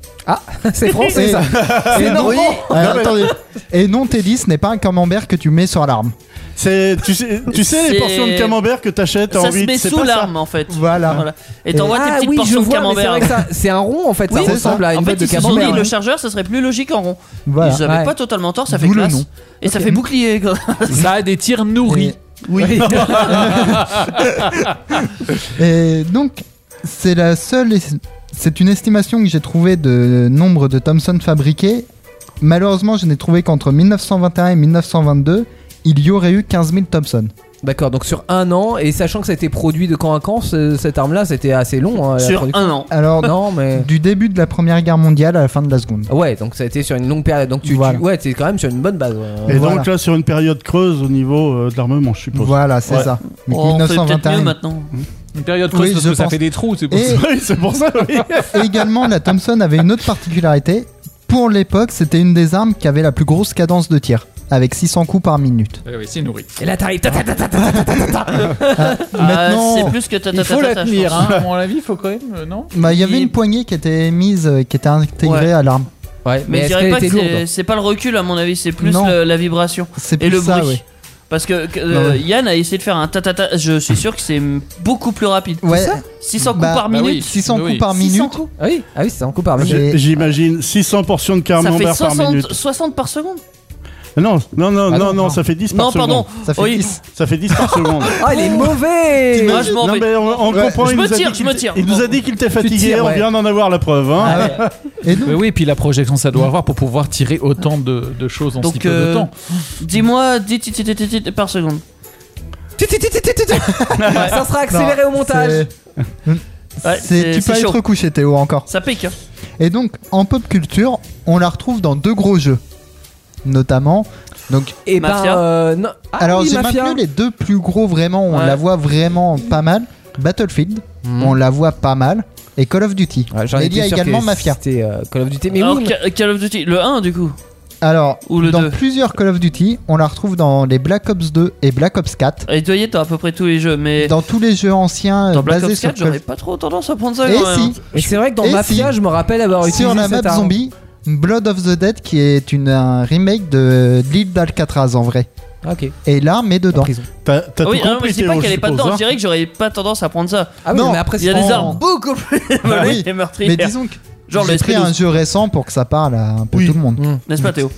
Speaker 3: C'est français
Speaker 7: Et-
Speaker 3: ça.
Speaker 7: et, Ah, non,
Speaker 3: normand.
Speaker 7: Ouais, attendez. et non, Teddy, ce n'est pas un camembert que tu mets sur l'arme.
Speaker 6: C'est, tu sais, tu sais
Speaker 4: C'est-
Speaker 6: les portions de camembert que t'achètes en
Speaker 4: Ça se
Speaker 6: 8
Speaker 4: met
Speaker 6: c'est
Speaker 4: sous
Speaker 6: pas ça.
Speaker 4: l'arme en fait.
Speaker 7: Voilà.
Speaker 4: Voilà. Et t'envoies tes
Speaker 3: Ah
Speaker 4: petites
Speaker 3: oui, je
Speaker 4: portions de
Speaker 3: vois, mais c'est
Speaker 4: camembert.
Speaker 3: vrai que ça- c'est un rond en fait.
Speaker 7: Oui,
Speaker 3: ça
Speaker 7: c'est
Speaker 3: ressemble
Speaker 7: ça.
Speaker 3: à une
Speaker 4: En fait,
Speaker 3: boîte de
Speaker 4: ils se sont dit
Speaker 3: camembert.
Speaker 4: le
Speaker 3: ouais.
Speaker 4: chargeur, ça serait plus logique en rond.
Speaker 7: Voilà.
Speaker 4: Ils avaient
Speaker 3: Ouais.
Speaker 4: pas totalement tort, ça fait
Speaker 5: D'où le
Speaker 4: classe.
Speaker 5: nom.
Speaker 4: Et ça fait bouclier. quoi.
Speaker 5: Ça a des tirs nourris.
Speaker 3: Oui.
Speaker 7: Et donc, c'est la seule. es- C'est une estimation que j'ai trouvée de nombre de Thompson fabriqués. Malheureusement, je n'ai trouvé qu'entre 1921 et 1922, il y aurait eu 15 000 Thompson.
Speaker 3: D'accord, donc sur un an, et sachant que ça a été produit de camp à camp, ce- cette arme-là, c'était assez long. hein, la
Speaker 4: Sur
Speaker 3: production.
Speaker 4: un an.
Speaker 7: Alors,
Speaker 4: *laughs*
Speaker 3: Non, mais.
Speaker 7: du début de la Première Guerre mondiale à la fin de la Seconde.
Speaker 3: Ouais, donc ça a été sur une longue période. Donc tu, tu-
Speaker 7: Voilà.
Speaker 3: ouais, t'es quand même sur une bonne base. ouais.
Speaker 6: Et
Speaker 7: Voilà.
Speaker 6: donc là, sur une période creuse au niveau euh, de l'armement, je suppose.
Speaker 7: Voilà, c'est
Speaker 6: Ouais.
Speaker 7: ça. Donc,
Speaker 4: Oh, On fait peut-être mieux maintenant.
Speaker 5: Une période
Speaker 7: Oui,
Speaker 5: creuse parce
Speaker 7: je
Speaker 5: que ça
Speaker 7: pense.
Speaker 5: fait des trous, c'est pour
Speaker 7: Et
Speaker 5: ça.
Speaker 6: *laughs* Oui, c'est pour ça, oui.
Speaker 7: également, la Thompson avait une autre particularité. Pour l'époque, c'était une des armes qui avait la plus grosse cadence de tir, avec 600 coups par minute.
Speaker 5: Eh oui, c'est nourri.
Speaker 3: Et là t'arrives. ta, ta, ta, ta, ta.
Speaker 4: *laughs* Ah,
Speaker 7: Euh, Maintenant-
Speaker 4: C'est plus que ta ta
Speaker 5: Il
Speaker 4: ta
Speaker 5: faut
Speaker 4: ta,
Speaker 5: la
Speaker 4: ta, je
Speaker 5: tenir,
Speaker 4: pense.
Speaker 5: hein. à mon avis, il faut quand même, euh, non
Speaker 7: Bah, il y avait
Speaker 4: Il-
Speaker 7: une poignée qui était mise, euh, qui était intégrée
Speaker 4: Ouais.
Speaker 7: à l'arme.
Speaker 3: Ouais,
Speaker 4: Mais
Speaker 3: mais,
Speaker 4: je
Speaker 3: est-ce
Speaker 4: dirais
Speaker 3: qu'elle
Speaker 4: pas que
Speaker 3: était
Speaker 4: c'est-
Speaker 3: lourde
Speaker 4: c'est pas le recul à mon avis, c'est plus
Speaker 7: Non.
Speaker 4: le- la vibration
Speaker 7: C'est
Speaker 4: et
Speaker 7: plus
Speaker 4: le
Speaker 7: ça,
Speaker 4: bruit.
Speaker 7: ouais.
Speaker 4: Parce que que, euh,
Speaker 7: Non, ouais.
Speaker 4: Yann a essayé de faire un tatata, je suis sûr que c'est beaucoup plus rapide.
Speaker 7: Ouais,
Speaker 4: 600 coups
Speaker 7: Bah,
Speaker 4: par
Speaker 5: bah oui.
Speaker 4: minute.
Speaker 7: 600
Speaker 5: Oui.
Speaker 7: coups par
Speaker 4: 600
Speaker 7: minute.
Speaker 4: coups.
Speaker 3: Ah oui, ah oui, c'est un coup par minute.
Speaker 7: J'ai-
Speaker 6: J'- J'imagine 600 portions de
Speaker 4: Ça fait
Speaker 6: camembert par
Speaker 4: 60,
Speaker 6: minute.
Speaker 4: 60 par seconde.
Speaker 6: Non, non, non,
Speaker 7: Ah
Speaker 6: non,
Speaker 7: non,
Speaker 6: non,
Speaker 7: non.
Speaker 6: ça fait 10
Speaker 4: Non,
Speaker 6: par seconde.
Speaker 4: pardon.
Speaker 7: Ça fait
Speaker 4: Oui.
Speaker 7: 10.
Speaker 6: Ça fait 10 par
Speaker 4: *laughs*
Speaker 6: seconde.
Speaker 3: Ah, il est mauvais
Speaker 4: Moi, Ah, je m'en
Speaker 6: non,
Speaker 4: vais.
Speaker 6: mais on, on
Speaker 7: Ouais.
Speaker 6: comprend,
Speaker 4: Je
Speaker 6: il
Speaker 4: me
Speaker 6: nous a
Speaker 4: tire,
Speaker 6: dit
Speaker 4: je
Speaker 6: qu'il
Speaker 4: me
Speaker 6: était-
Speaker 4: tire.
Speaker 6: Il nous a dit qu'il était fatigué,
Speaker 3: tires,
Speaker 6: on
Speaker 3: ouais.
Speaker 6: vient d'en avoir la preuve. Hein.
Speaker 4: Ah ouais.
Speaker 7: Et donc,
Speaker 5: Mais oui, et puis la projection, ça doit avoir pour pouvoir tirer autant de, de choses en
Speaker 4: Donc,
Speaker 5: si peu
Speaker 4: euh,
Speaker 5: de temps.
Speaker 4: Dis-moi 10 tit- tit- tit- tit- par seconde.
Speaker 3: Ti, ti, ti, ti, ti, ti, ti. Ça sera accéléré au montage.
Speaker 7: c'est-
Speaker 4: Ouais,
Speaker 7: C'est-
Speaker 4: c'est-
Speaker 7: tu peux
Speaker 4: c'est
Speaker 7: aller te
Speaker 4: chaud.
Speaker 7: recoucher Théo encore.
Speaker 4: Ça pique. hein.
Speaker 7: Et donc en pop culture, on la retrouve dans deux gros jeux, notamment. Donc
Speaker 3: Et
Speaker 4: Mafia.
Speaker 3: ben, euh, non. Ah
Speaker 7: alors
Speaker 3: oui,
Speaker 7: j'ai
Speaker 3: mafia.
Speaker 7: maintenu les deux plus gros vraiment, on
Speaker 4: Ouais. Mm.
Speaker 7: la voit vraiment pas mal. Battlefield, on la voit pas mal, et Call of Duty.
Speaker 3: Hmm. Ouais, j'en
Speaker 7: et il y
Speaker 3: étais
Speaker 7: a
Speaker 3: sûr
Speaker 7: également
Speaker 3: que
Speaker 7: Mafia.
Speaker 3: C'était euh, Call of Duty. Mais
Speaker 4: Alors,
Speaker 3: oui, mais-
Speaker 4: Ca- Call of Duty, le 1 du coup.
Speaker 7: Alors
Speaker 4: Ou le
Speaker 7: dans
Speaker 4: deux.
Speaker 7: plusieurs Call of Duty, on la retrouve dans les Black Ops 2 et Black Ops 4.
Speaker 4: Et toi, Yann, t'as à peu près tous les jeux, mais
Speaker 7: Dans tous les jeux anciens euh,
Speaker 4: dans Black
Speaker 7: basés
Speaker 4: Ops 4,
Speaker 7: sur Call
Speaker 4: j'aurais pas trop tendance à prendre ça.
Speaker 7: Et
Speaker 4: quand même.
Speaker 7: si,
Speaker 3: mais c'est vrai que dans
Speaker 7: Et
Speaker 3: Mafia,
Speaker 7: si.
Speaker 3: je me rappelle avoir utilisé
Speaker 7: sur la map
Speaker 3: cette arme.
Speaker 7: zombie Blood of the Dead qui est une, un remake de l'île d'Alcatraz en vrai
Speaker 3: Ah, Ok.
Speaker 7: et l'arme est
Speaker 3: La
Speaker 7: dedans
Speaker 3: prison.
Speaker 6: T'as t'as
Speaker 4: Ah oui,
Speaker 6: tout
Speaker 4: ah non, mais
Speaker 6: compris,
Speaker 4: je dis pas
Speaker 6: Théo,
Speaker 4: qu'elle est pas
Speaker 6: suppose,
Speaker 4: dedans,
Speaker 6: hein.
Speaker 4: je dirais que j'aurais pas tendance à prendre ça.
Speaker 3: Ah oui,
Speaker 7: Non.
Speaker 3: mais après
Speaker 4: Il y a
Speaker 3: c'est
Speaker 4: des
Speaker 3: en-
Speaker 4: armes beaucoup plus *laughs*
Speaker 7: Ah
Speaker 4: évoluées
Speaker 7: oui.
Speaker 4: et
Speaker 7: mais
Speaker 4: meurtrières.
Speaker 7: disons que
Speaker 4: Genre le
Speaker 7: j'ai pris un
Speaker 4: SP12,
Speaker 7: jeu récent pour que ça parle à un peu
Speaker 6: Oui.
Speaker 7: tout
Speaker 3: *laughs*
Speaker 7: le monde
Speaker 3: Mm.
Speaker 4: n'est-ce pas Théo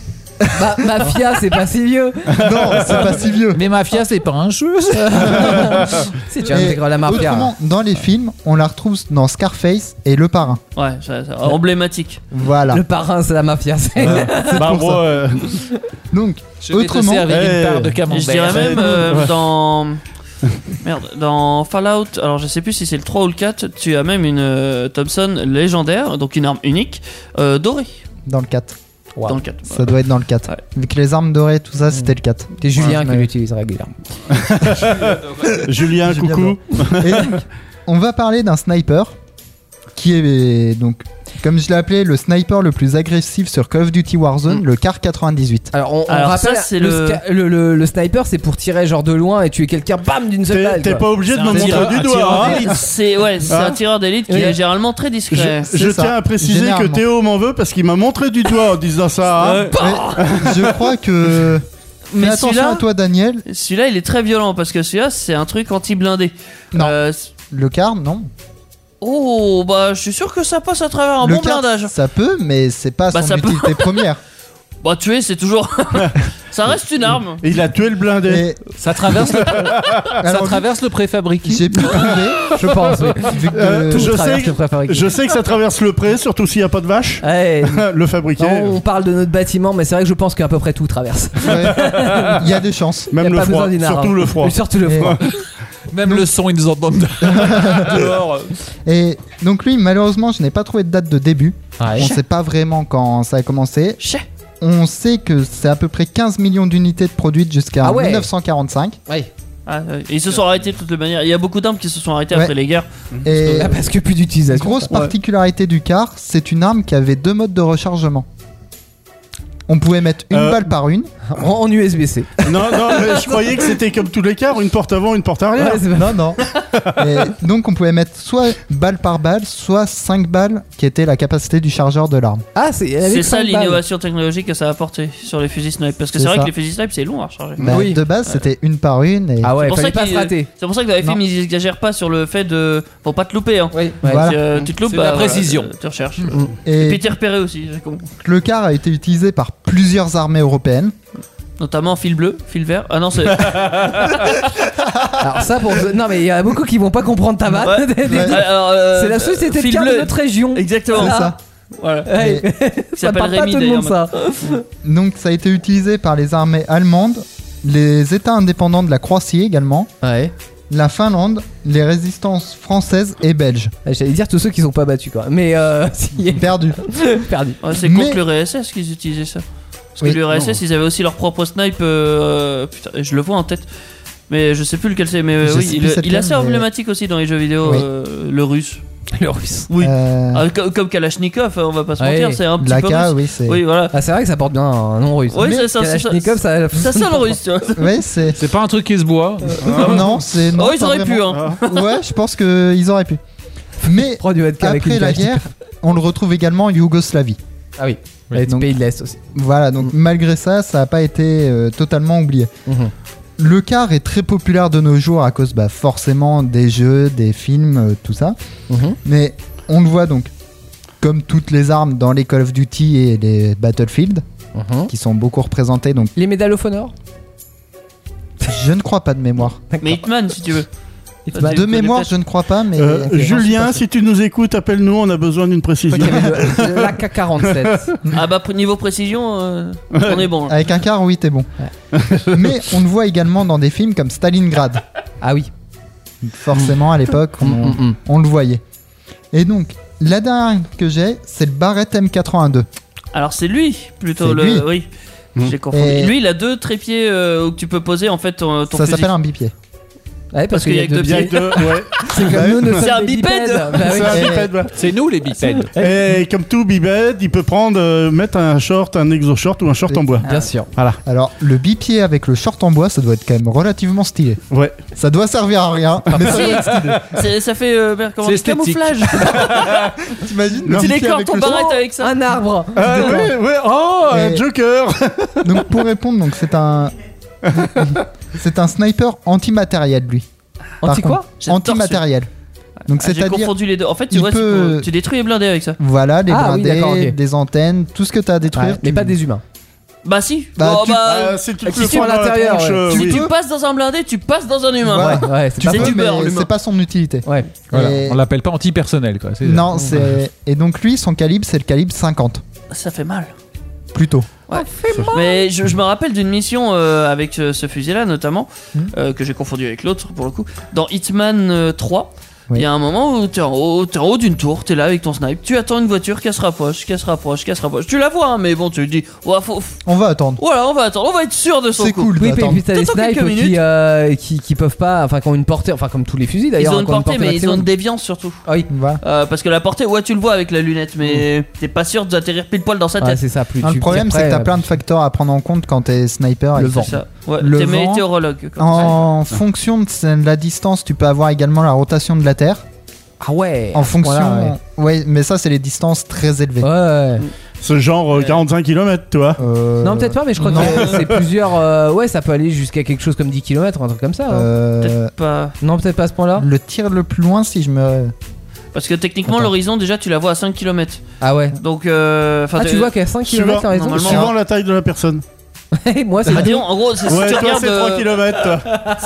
Speaker 3: Bah, *laughs* Mafia, c'est pas si vieux.
Speaker 7: non c'est pas si vieux
Speaker 5: Mais Mafia, c'est pas un jeu. ça.
Speaker 3: *laughs* Si tu
Speaker 7: Et
Speaker 3: intègres la mafia.
Speaker 7: autrement dans les films on la retrouve dans Scarface et Le Parrain
Speaker 4: Ouais, ça, ça- emblématique.
Speaker 7: voilà
Speaker 3: Le parrain, c'est la mafia. c'est-
Speaker 4: *laughs*
Speaker 6: Bah,
Speaker 7: pour
Speaker 6: moi,
Speaker 7: ça.
Speaker 6: euh,
Speaker 7: donc
Speaker 5: Je vais te
Speaker 7: Autrement,
Speaker 5: servir
Speaker 6: eh,
Speaker 5: une part de
Speaker 4: Et
Speaker 5: camembert.
Speaker 4: je dirais même euh, dans. Merde, dans Fallout, alors je sais plus si c'est le 3 ou le 4, tu as même une euh, Thompson légendaire, donc une arme unique, euh, dorée,
Speaker 7: dans le 4
Speaker 3: Wow.
Speaker 4: dans le 4.
Speaker 7: ça doit être dans le 4
Speaker 4: Ouais. Mm.
Speaker 7: vu que les armes dorées tout ça c'était le 4
Speaker 3: T'es Julien
Speaker 7: Ouais,
Speaker 3: qui
Speaker 7: mais-
Speaker 3: l'utilise régulièrement.
Speaker 6: Julien,
Speaker 7: Julien
Speaker 6: coucou.
Speaker 7: Et donc, on va parler d'un sniper qui est donc, comme je l'ai appelé, le sniper le plus agressif sur Call of Duty Warzone,
Speaker 4: Mm.
Speaker 7: le car 98.
Speaker 3: Alors on, on
Speaker 4: Alors,
Speaker 3: rappelle,
Speaker 4: ça, c'est
Speaker 3: le,
Speaker 4: le-
Speaker 3: sca- le- le- le sniper c'est pour tirer genre de loin et tuer quelqu'un, bam, d'une seule
Speaker 6: T'es
Speaker 3: balle.
Speaker 6: t'es
Speaker 3: quoi.
Speaker 6: pas obligé de
Speaker 5: C'est
Speaker 6: me
Speaker 5: un tireur-
Speaker 6: montrer
Speaker 5: un
Speaker 6: du
Speaker 5: tireur
Speaker 6: doigt. hein.
Speaker 4: Ah, C'est ouais, c'est
Speaker 7: Ah.
Speaker 6: Hein
Speaker 4: un tireur d'élite qui
Speaker 3: Oui.
Speaker 4: est généralement très discret.
Speaker 7: C'est
Speaker 6: Je
Speaker 7: ça.
Speaker 6: tiens à préciser que
Speaker 7: Généralement.
Speaker 6: Théo m'en veut parce qu'il m'a montré du doigt en disant ça. hein.
Speaker 7: Mais je crois que.
Speaker 4: Bah *laughs* Mais
Speaker 7: Fais attention
Speaker 4: celui-là,
Speaker 7: à toi, Daniel.
Speaker 4: celui-là, il est très violent parce que celui-là, c'est un truc anti-blindé.
Speaker 7: Non.
Speaker 4: Euh,
Speaker 7: Le car, non.
Speaker 4: oh, bah je suis sûr que ça passe à travers un
Speaker 7: le
Speaker 4: bon
Speaker 7: car,
Speaker 4: blindage.
Speaker 7: Ça peut, mais c'est pas
Speaker 4: Bah,
Speaker 7: son
Speaker 4: ça peut.
Speaker 7: utilité
Speaker 4: *laughs*
Speaker 7: première.
Speaker 4: Bah tuer, c'est
Speaker 7: *laughs*
Speaker 4: toujours. ça reste une arme.
Speaker 6: Et Il a tué le blindé.
Speaker 7: Et
Speaker 5: Ça traverse le, ça
Speaker 7: alors,
Speaker 5: traverse le préfabriqué.
Speaker 7: j'ai pu trouver.
Speaker 3: *laughs* Je pense. oui.
Speaker 7: vu que-
Speaker 6: Euh,
Speaker 3: Tout
Speaker 6: je
Speaker 3: traverse
Speaker 6: sais-
Speaker 3: le préfabriqué.
Speaker 6: Je sais que ça traverse le pré, surtout s'il n'y a pas de vache. *laughs*
Speaker 3: Ouais,
Speaker 6: le fabriqué.
Speaker 3: non, on parle de notre bâtiment, mais c'est vrai que je pense qu'à peu près tout traverse.
Speaker 7: ouais, Il y a des chances.
Speaker 3: Y a
Speaker 6: Même le
Speaker 3: pas besoin
Speaker 6: froid.
Speaker 3: d'une arme.
Speaker 6: Surtout le froid.
Speaker 3: Et Surtout le
Speaker 7: Et-
Speaker 3: froid.
Speaker 5: Même le son, ils nous entendent
Speaker 7: euh,
Speaker 5: dehors.
Speaker 7: Et donc, lui, malheureusement, je n'ai pas trouvé de date de début.
Speaker 5: Ah,
Speaker 7: On ne sait pas vraiment quand ça a commencé.
Speaker 4: Chais.
Speaker 7: On sait que c'est à peu près 15 millions d'unités de produites jusqu'à
Speaker 3: Ah ouais.
Speaker 7: 1945.
Speaker 4: Ah, ouais. Ils se sont arrêtés de toutes les manières. Il y a beaucoup d'armes qui se sont arrêtées
Speaker 7: Ouais.
Speaker 4: après les guerres.
Speaker 7: Et
Speaker 3: Ah, parce que plus d'utilisation.
Speaker 7: grosse particularité du car, c'est une arme qui avait deux modes de rechargement. On pouvait mettre une
Speaker 6: Euh,
Speaker 7: balle par une
Speaker 3: en, en USB-C.
Speaker 6: Non, non, mais je croyais que c'était comme tous les cars, une porte avant, une porte arrière.
Speaker 3: Ouais, c'est pas-
Speaker 4: *laughs*
Speaker 7: Ah, Non, non. Et donc on pouvait mettre soit balle par balle, soit 5 balles, qui était la capacité du chargeur de l'arme.
Speaker 3: Ah, c'est elle avait
Speaker 4: C'est ça
Speaker 3: 30 balles.
Speaker 4: l'innovation technologique que ça a apporté sur les fusils snipe. Parce que
Speaker 7: C'est
Speaker 4: c'est vrai
Speaker 7: ça.
Speaker 4: que les fusils snipe, c'est long à recharger.
Speaker 7: Bah,
Speaker 3: Oui.
Speaker 7: De base, c'était une par une. Et...
Speaker 3: Ah ouais,
Speaker 4: C'est pour
Speaker 3: fallait
Speaker 4: ça
Speaker 3: pas
Speaker 4: qu'il-
Speaker 3: se rater.
Speaker 4: C'est pour ça que la FM,
Speaker 7: Non.
Speaker 4: ils exagèrent pas sur le fait de. Faut pas te louper, hein.
Speaker 3: Oui.
Speaker 7: Voilà.
Speaker 4: Si, euh, tu te loupes,
Speaker 5: C'est de la
Speaker 4: bah, voilà,
Speaker 5: précision.
Speaker 4: euh, tu recherches.
Speaker 3: Mm.
Speaker 4: Et puis
Speaker 7: Et
Speaker 4: t'es repéré aussi, j'ai compris.
Speaker 7: le car a été utilisé par plusieurs armées européennes.
Speaker 4: Notamment fil bleu, fil vert. Ah non, c'est.
Speaker 3: *laughs* Alors ça pour non mais il y en a beaucoup qui vont pas comprendre ta *laughs* vanne.
Speaker 4: Alors, euh,
Speaker 3: C'est la société de
Speaker 4: fil
Speaker 3: carte de
Speaker 4: bleu.
Speaker 3: notre région.
Speaker 4: Exactement.
Speaker 3: *laughs*
Speaker 7: C'est ça.
Speaker 4: Voilà.
Speaker 3: Ouais.
Speaker 4: Qui
Speaker 3: ça
Speaker 4: s'appelle
Speaker 3: parle pas à
Speaker 4: Rémi
Speaker 3: tout le
Speaker 4: d'ailleurs.
Speaker 3: monde ça.
Speaker 7: Donc ça a été utilisé par les armées allemandes, les États indépendants de la Croatie également,
Speaker 3: Ouais.
Speaker 7: la Finlande, les résistances françaises et belges.
Speaker 3: J'allais dire tous ceux qui sont pas battus quoi. Mais euh, *laughs* si,
Speaker 7: Perdu.
Speaker 3: perdu.
Speaker 4: Ouais, c'est
Speaker 7: Mais-
Speaker 4: contre l'URSS qu'ils utilisaient ça. Parce
Speaker 7: Oui,
Speaker 4: que l'URSS, ils avaient aussi leur propre snipe. euh, Putain, je le vois en tête. Mais je sais plus lequel c'est. Mais euh,
Speaker 7: Je
Speaker 4: oui,
Speaker 7: sais
Speaker 4: il,
Speaker 7: plus c'est
Speaker 4: il est
Speaker 7: lequel,
Speaker 4: assez
Speaker 7: mais-
Speaker 4: emblématique aussi dans les jeux vidéo,
Speaker 7: Oui.
Speaker 4: euh, le russe.
Speaker 3: *laughs* Le russe.
Speaker 4: Oui.
Speaker 7: Euh,
Speaker 4: Ah, co- comme Kalachnikov, on va pas se
Speaker 3: Ouais.
Speaker 4: mentir, c'est un petit
Speaker 7: la
Speaker 4: peu.
Speaker 7: K,
Speaker 4: russe.
Speaker 7: oui, c'est.
Speaker 4: Oui, voilà.
Speaker 3: Ah c'est vrai que ça porte bien un nom russe.
Speaker 4: Oui,
Speaker 3: Mais
Speaker 4: ça- ça- ça-
Speaker 3: Kalachnikov, ça
Speaker 4: Ça
Speaker 7: *laughs*
Speaker 4: sent le russe, tu vois.
Speaker 7: *laughs* Ouais, c'est.
Speaker 5: C'est pas un truc qui se boit.
Speaker 7: Non, c'est. non, Ah.
Speaker 4: Oh, ils
Speaker 7: pas
Speaker 4: auraient pu,
Speaker 7: vraiment.
Speaker 4: hein.
Speaker 7: *laughs* Ouais, je pense qu'ils auraient pu. Mais
Speaker 3: *laughs* Prends du vodka avec
Speaker 7: après
Speaker 3: une
Speaker 7: la
Speaker 3: Kalachnikov.
Speaker 7: guerre, on le retrouve également en Yougoslavie.
Speaker 3: Ah oui.
Speaker 5: Oui,
Speaker 3: Et du
Speaker 7: donc-
Speaker 3: pays de l'Est aussi.
Speaker 7: Voilà, donc malgré ça, ça n'a pas été euh, totalement oublié.
Speaker 3: Mhm.
Speaker 7: Le car est très populaire de nos jours à cause bah, forcément des jeux, des films, euh, tout ça.
Speaker 3: Mhm.
Speaker 7: Mais on le voit donc, comme toutes les armes dans les Call of Duty et les Battlefield, qui sont beaucoup représentées, donc
Speaker 3: Mhm. Les médailles au honneur
Speaker 7: je ne crois pas de mémoire. Bah,
Speaker 4: Mais Hitman, si tu veux.
Speaker 3: Hitman.
Speaker 7: de mémoire, je ne crois pas, mais...
Speaker 6: Euh,
Speaker 7: Ok.
Speaker 6: Julien, si tu nous écoutes, appelle-nous, on a besoin d'une précision.
Speaker 7: *laughs*
Speaker 3: L'AK-47.
Speaker 4: Ah bah, pr- niveau précision, euh, on est bon. là.
Speaker 7: Avec un car, oui, t'es bon. mais on le voit également dans des films comme Stalingrad.
Speaker 3: Ah oui.
Speaker 7: Forcément, à l'époque, on,
Speaker 3: Mm, mm, mm.
Speaker 7: on le voyait. Et donc, la dernière que j'ai, c'est le Barrett M82.
Speaker 4: Alors c'est lui plutôt
Speaker 7: C'est
Speaker 4: le
Speaker 7: lui. Mmh.
Speaker 4: oui.
Speaker 6: Mm.
Speaker 4: J'ai confondu.
Speaker 7: Et-
Speaker 4: Lui, il a deux trépieds euh, où tu peux poser en fait ton, ton
Speaker 7: Ça
Speaker 4: fusil.
Speaker 7: s'appelle un bipied.
Speaker 3: Ouais, parce qu'il y a que deux
Speaker 6: Il y a
Speaker 3: pieds.
Speaker 6: deux, ouais.
Speaker 3: C'est comme nous, nous
Speaker 4: Bah C'est
Speaker 3: sommes
Speaker 4: un
Speaker 3: des
Speaker 4: bipède.
Speaker 3: bipèdes. Bah oui.
Speaker 6: C'est un
Speaker 7: Et-
Speaker 6: bipède, ouais.
Speaker 5: C'est nous les bipèdes.
Speaker 6: Et Eh, comme tout bipède, il peut prendre, euh, mettre un short, un exo-short ou un short en bois.
Speaker 3: Bien sûr.
Speaker 7: Alors, le bipied avec le short en bois, ça doit être quand même relativement stylé.
Speaker 6: Ouais.
Speaker 7: Ça doit servir à rien,
Speaker 3: Ah,
Speaker 7: mais
Speaker 5: *laughs*
Speaker 3: bah
Speaker 7: ça doit être stylé.
Speaker 4: C'est- Ça fait euh, merde, comment
Speaker 5: C'est
Speaker 4: on dit,
Speaker 5: esthétique.
Speaker 4: camouflage.
Speaker 7: T'imagines le
Speaker 4: Tu
Speaker 7: bipied
Speaker 4: décores
Speaker 7: avec
Speaker 4: ton
Speaker 7: le
Speaker 4: barrette avec ça.
Speaker 3: Un arbre.
Speaker 6: Ah,
Speaker 3: dedans.
Speaker 6: ouais, ouais, oh, un
Speaker 7: Et-
Speaker 6: Joker
Speaker 7: short Donc, pour répondre, donc
Speaker 3: *laughs*
Speaker 7: c'est un. c'est un sniper antimatériel, lui. Par
Speaker 3: Anti quoi
Speaker 7: contre,
Speaker 4: J'adore
Speaker 7: Antimatériel. Donc,
Speaker 4: Ah, J'ai
Speaker 7: *laughs* c'est-à-dire.
Speaker 4: confondu les deux. En fait, tu
Speaker 7: il
Speaker 4: vois, tu
Speaker 7: peut-
Speaker 4: peux- tu détruis les blindés avec ça.
Speaker 7: Voilà, les
Speaker 3: Ah oui,
Speaker 7: blindés,
Speaker 3: d'accord, ok.
Speaker 7: des antennes, tout ce que t'as à détruire.
Speaker 3: Ouais, Mais
Speaker 7: tu-
Speaker 3: pas des humains.
Speaker 4: Bah si.
Speaker 7: Bah,
Speaker 4: Bon,
Speaker 7: tu-
Speaker 4: bah,
Speaker 6: Ah, Si tu
Speaker 3: Ah,
Speaker 6: te le
Speaker 3: qui sont
Speaker 6: prends
Speaker 3: à
Speaker 6: dans la
Speaker 3: l'intérieur,
Speaker 6: tronche,
Speaker 3: ouais.
Speaker 6: euh,
Speaker 4: si
Speaker 6: oui.
Speaker 4: tu passes dans un blindé, tu passes dans un humain.
Speaker 7: Voilà.
Speaker 3: Ouais, ouais, c'est
Speaker 7: Tu
Speaker 3: pas
Speaker 7: peux,
Speaker 4: du beurre,
Speaker 7: mais
Speaker 4: l'humain.
Speaker 7: c'est pas son utilité.
Speaker 3: Ouais.
Speaker 5: Voilà,
Speaker 7: Et-
Speaker 5: On l'appelle pas antipersonnel quoi. c'est-
Speaker 7: Non, c'est. Et donc, lui, son calibre, c'est le calibre 50.
Speaker 4: Ça fait mal.
Speaker 7: Plutôt.
Speaker 4: Mais je, je me rappelle d'une mission euh, avec euh, ce fusil-là, notamment,
Speaker 7: Mhm.
Speaker 4: euh, que j'ai confondu avec l'autre pour le coup. Dans Hitman euh, 3, il
Speaker 7: Oui.
Speaker 4: y a un moment où t'es en haut, t'es en haut d'une tour, t'es là avec ton snipe, tu attends une voiture qu'elle se rapproche, qu'elle se rapproche, qu'elle se rapproche. Tu la vois, hein, mais bon, tu te dis, ouais, faut- faut-
Speaker 7: On va attendre.
Speaker 4: voilà, on va attendre, on va être sûr de son
Speaker 7: C'est
Speaker 4: coup.
Speaker 7: cool
Speaker 3: Oui, puis
Speaker 7: d'attendre.
Speaker 3: puis t'as des
Speaker 4: T'attends quelques
Speaker 3: snipes qui,
Speaker 4: minutes.
Speaker 3: euh, qui, qui peuvent pas, enfin, qui ont une portée, enfin, comme tous les fusils
Speaker 4: Ils
Speaker 3: d'ailleurs.
Speaker 4: ont
Speaker 3: hein,
Speaker 4: une
Speaker 3: qui une
Speaker 4: portée, mais ils ont
Speaker 3: maximum.
Speaker 4: une déviance surtout.
Speaker 3: Ah oui,
Speaker 7: Voilà.
Speaker 4: Euh, parce que la portée, ouais, tu le vois avec la lunette, mais t'es pas sûr d'atterrir pile poil dans sa
Speaker 3: Ouais,
Speaker 4: tête.
Speaker 3: c'est ça. Plus euh,
Speaker 7: Ah, Mm. le problème, c'est que t'as plein de facteurs à prendre en compte quand t'es sniper. et
Speaker 3: Le
Speaker 7: tout
Speaker 3: vent.
Speaker 7: ça.
Speaker 4: ça. Ouais,
Speaker 7: Le
Speaker 4: t'es
Speaker 7: vent.
Speaker 4: météorologue. quoi.
Speaker 7: En fonction de ce- de la distance, tu peux avoir également la rotation de la Terre.
Speaker 3: Ah ouais.
Speaker 7: En
Speaker 3: à ce
Speaker 7: fonction.
Speaker 3: point-là, ouais.
Speaker 7: ouais. mais ça, c'est les distances très élevées.
Speaker 3: Ouais. ouais.
Speaker 6: Ce genre euh, 45 km, toi.
Speaker 7: Euh,
Speaker 3: Non, peut-être pas, mais je crois
Speaker 7: non.
Speaker 3: que c'est plusieurs. euh, ouais, ça peut aller jusqu'à quelque chose comme 10 km, un truc comme ça. hein.
Speaker 7: euh,
Speaker 4: Peut-être pas.
Speaker 3: Non, peut-être pas à ce point-là.
Speaker 7: le tir le plus loin, si je me.
Speaker 4: Parce que techniquement,
Speaker 7: Attends.
Speaker 4: l'horizon, déjà, tu la vois à 5 km.
Speaker 3: Ah ouais.
Speaker 4: Donc, euh, enfin,
Speaker 3: Ah,
Speaker 4: t'es-
Speaker 3: tu vois qu'à 5 km, t'as raison.
Speaker 4: normalement.
Speaker 6: Suivant la taille de la personne.
Speaker 3: *laughs* Moi, c'est
Speaker 4: Bah,
Speaker 3: deux.
Speaker 4: disons, en gros, c'est- si,
Speaker 6: Ouais,
Speaker 4: tu
Speaker 6: toi,
Speaker 4: regardes,
Speaker 6: c'est 3
Speaker 4: euh,
Speaker 6: km, toi.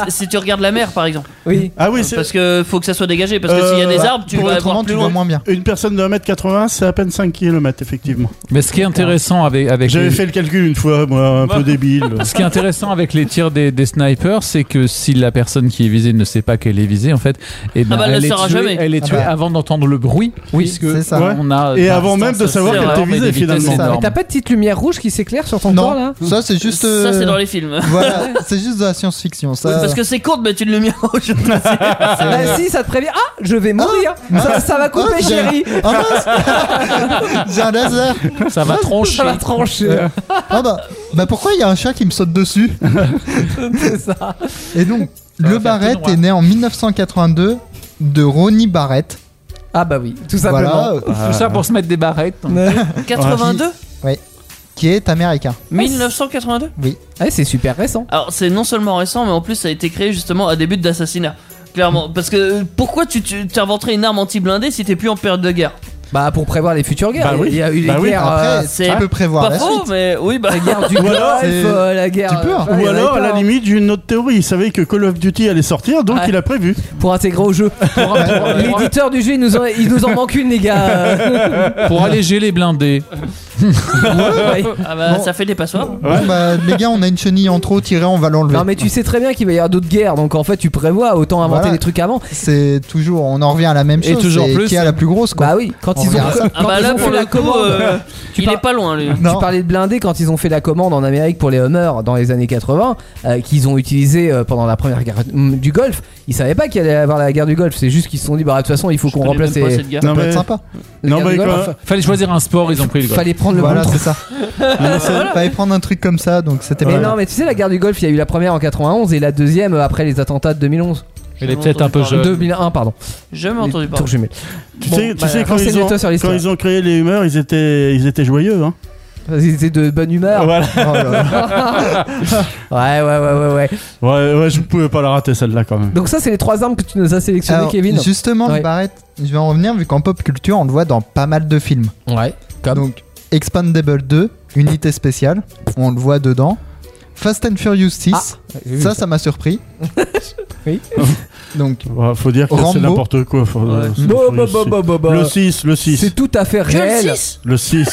Speaker 4: si- si tu regardes la mer, par exemple,
Speaker 3: Oui.
Speaker 6: Ah oui, c'est.
Speaker 4: parce que faut que ça soit dégagé, parce que s'il y a des
Speaker 6: Euh,
Speaker 4: arbres, Ah, tu
Speaker 7: bah, Pour
Speaker 4: vas
Speaker 7: autrement,
Speaker 4: voir
Speaker 7: tu
Speaker 4: plus
Speaker 7: vois
Speaker 4: loin.
Speaker 7: moins bien.
Speaker 6: Une personne de 1m80, c'est à peine 5 km, effectivement.
Speaker 5: Mais ce qui est intéressant avec, avec
Speaker 6: J'avais
Speaker 5: les-
Speaker 6: fait le calcul une fois, moi, un peu débile.
Speaker 5: ce qui est intéressant avec les tirs des, des snipers, c'est que si la personne qui est visée ne sait pas qu'elle est visée, en fait, eh ben,
Speaker 4: Ah bah, elle le
Speaker 5: est
Speaker 4: saura
Speaker 5: tuée,
Speaker 4: jamais.
Speaker 5: elle est
Speaker 7: Ah
Speaker 5: tuée
Speaker 7: bah.
Speaker 5: avant d'entendre le bruit,
Speaker 7: Oui,
Speaker 5: puisque
Speaker 7: c'est ça.
Speaker 5: on a
Speaker 6: Et
Speaker 5: par
Speaker 6: avant
Speaker 5: instant,
Speaker 6: même de
Speaker 5: ce-
Speaker 6: savoir
Speaker 5: c'est
Speaker 6: qu'elle était
Speaker 5: énorme et
Speaker 6: visée,
Speaker 5: des vitesses
Speaker 6: finalement.
Speaker 5: énormes.
Speaker 3: T'as pas de petite lumière rouge qui s'éclaire sur ton corps
Speaker 7: Non,
Speaker 3: là
Speaker 7: ça c'est juste.
Speaker 4: Ça, c'est
Speaker 7: euh,
Speaker 4: dans les films.
Speaker 7: Voilà, c'est juste de la science-fiction. Ça,
Speaker 4: Oui, parce que c'est con de mettre une lumière rouge.
Speaker 3: Bah si, ça te prévient. Ah, je vais mourir. ça, ça va couper,
Speaker 7: Ah, j'ai-
Speaker 3: chérie.
Speaker 7: Ah mince *laughs* J'ai un laser
Speaker 5: Ça va trancher.
Speaker 3: Ça va trancher.
Speaker 7: Ah bah, bah pourquoi il y a un chat qui me saute dessus
Speaker 3: *laughs* C'est ça.
Speaker 7: Et donc, Le
Speaker 5: va faire tout
Speaker 7: Barrett
Speaker 5: droit.
Speaker 7: est né en 1982 de Ronnie Barrett.
Speaker 3: Ah bah oui, tout
Speaker 7: Voilà,
Speaker 3: simplement.
Speaker 7: euh,
Speaker 5: Tout ça pour se mettre des
Speaker 7: *laughs*
Speaker 5: barrettes.
Speaker 4: 82
Speaker 7: qui est américain.
Speaker 4: 1982
Speaker 3: Ouais, c'est super récent.
Speaker 4: Alors, c'est non seulement récent, mais en plus, ça a été créé justement à des buts d'assassinat. Clairement. Parce que euh, pourquoi tu tu- t'inventerais une arme anti-blindée si t'es plus en période de guerre
Speaker 3: Bah pour prévoir les futures guerres.
Speaker 6: Bah oui.
Speaker 3: Il y a eu les
Speaker 6: Bah
Speaker 5: Ah
Speaker 6: oui,
Speaker 3: guerres, euh,
Speaker 7: Après,
Speaker 4: c'est
Speaker 7: tu peux prévoir
Speaker 4: Pas
Speaker 7: la
Speaker 4: faux,
Speaker 7: suite.
Speaker 4: mais oui, bah.
Speaker 3: la guerre du
Speaker 6: Ou alors,
Speaker 3: Golfe,
Speaker 7: c'est-
Speaker 3: euh, la guerre.
Speaker 7: Tu peux, hein.
Speaker 3: ouais, il y
Speaker 6: Ou
Speaker 3: en avait
Speaker 6: alors, à
Speaker 3: plein,
Speaker 6: la
Speaker 3: hein.
Speaker 6: limite, d'une autre théorie. Il savait que Call of Duty allait sortir, donc
Speaker 3: Ouais.
Speaker 6: il a prévu.
Speaker 3: pour intégrer au jeu. L'éditeur du jeu, il nous, en, il nous en manque une, les gars.
Speaker 5: Pour alléger les blindés.
Speaker 3: Ouais.
Speaker 4: Ah bah,
Speaker 7: Bon.
Speaker 4: ça fait des passoires.
Speaker 7: Bon, bah, les gars, on a une chenille en trop tirée, on va l'enlever.
Speaker 3: Non, mais tu sais très bien qu'il va y avoir d'autres guerres, donc en fait, tu prévois autant inventer
Speaker 7: Voilà.
Speaker 3: les trucs avant.
Speaker 7: C'est toujours, on en revient à la même
Speaker 5: Et
Speaker 7: chose.
Speaker 5: toujours
Speaker 7: c'est
Speaker 5: plus,
Speaker 7: qui a la plus grosse quoi.
Speaker 3: Bah oui, quand
Speaker 7: On
Speaker 3: ils ont,
Speaker 7: verra ça.
Speaker 3: quand
Speaker 4: Ah bah
Speaker 3: ils
Speaker 4: là,
Speaker 3: ont
Speaker 4: pour
Speaker 3: fait
Speaker 4: le
Speaker 3: la
Speaker 4: coup,
Speaker 3: commande.
Speaker 4: euh, il
Speaker 3: par-
Speaker 4: est pas loin, lui.
Speaker 7: Non.
Speaker 3: Tu parlais de blindés quand ils ont fait la commande en Amérique pour les Hummers dans les années 80, euh, qu'ils ont utilisé euh, pendant la première guerre mm, du Golfe. Ils savaient pas qu'il allait y avoir la guerre du Golfe. C'est juste qu'ils se sont dit, bah de toute façon, il faut
Speaker 4: Je
Speaker 3: qu'on
Speaker 4: connais
Speaker 3: remplace
Speaker 4: même pas
Speaker 3: les.
Speaker 4: cette guerre.
Speaker 7: Ça
Speaker 6: Non,
Speaker 7: peut
Speaker 6: mais-
Speaker 7: être sympa.
Speaker 3: les
Speaker 6: Non,
Speaker 3: guerres
Speaker 6: mais
Speaker 3: du Golfe.
Speaker 6: quoi.
Speaker 5: Fallait choisir un sport, ils ont pris le golf.
Speaker 3: Fallait prendre le
Speaker 7: Voilà,
Speaker 3: bon *laughs*
Speaker 7: c'est ça. Il fallait prendre un truc comme ça, donc c'était
Speaker 3: Mais
Speaker 7: pas
Speaker 3: non, mais tu sais, la guerre du Golfe, il y a eu la première en 91 et la deuxième euh, après les attentats de 2011.
Speaker 5: Elle est peut-être un peu
Speaker 4: Euh,
Speaker 5: jeune.
Speaker 3: 2001, pardon.
Speaker 4: Jamais entendu
Speaker 3: Les tours
Speaker 4: parler.
Speaker 3: jumelles.
Speaker 6: Tu
Speaker 3: Bon,
Speaker 6: sais, tu
Speaker 3: bah,
Speaker 6: sais quand, ils ont,
Speaker 3: renseigne-toi sur l'histoire.
Speaker 6: quand ils ont créé les humeurs, ils étaient, ils étaient joyeux. Hein.
Speaker 3: Ils étaient de bonne humeur.
Speaker 6: Voilà.
Speaker 7: Oh là là.
Speaker 3: *laughs* Ouais, ouais, ouais, ouais, ouais.
Speaker 6: Ouais, ouais, je pouvais pas la rater celle-là quand même.
Speaker 3: Donc ça, c'est les trois armes que tu nous as sélectionnées,
Speaker 7: Alors,
Speaker 3: Kevin.
Speaker 7: Justement,
Speaker 3: Ouais.
Speaker 7: le Barrett, je vais en revenir, vu qu'en pop culture, on le voit dans pas mal de films.
Speaker 3: Ouais. Comme.
Speaker 7: Donc, Expandable 2, unité spéciale, on le voit dedans. Fast and Furious 6,
Speaker 3: Ah, j'ai vu
Speaker 7: ça, ça m'a surpris.
Speaker 3: *laughs* Oui.
Speaker 7: *laughs* Donc,
Speaker 6: Ouais, faut dire que
Speaker 7: Rambo.
Speaker 6: c'est n'importe quoi. faut-
Speaker 4: Ouais.
Speaker 6: faut-
Speaker 3: Bah,
Speaker 6: faut-
Speaker 3: bah, bah, bah, bah, bah.
Speaker 6: Le 6, le 6.
Speaker 3: C'est tout à fait
Speaker 4: Que le
Speaker 3: réel.
Speaker 4: 6
Speaker 6: Le *laughs* 6.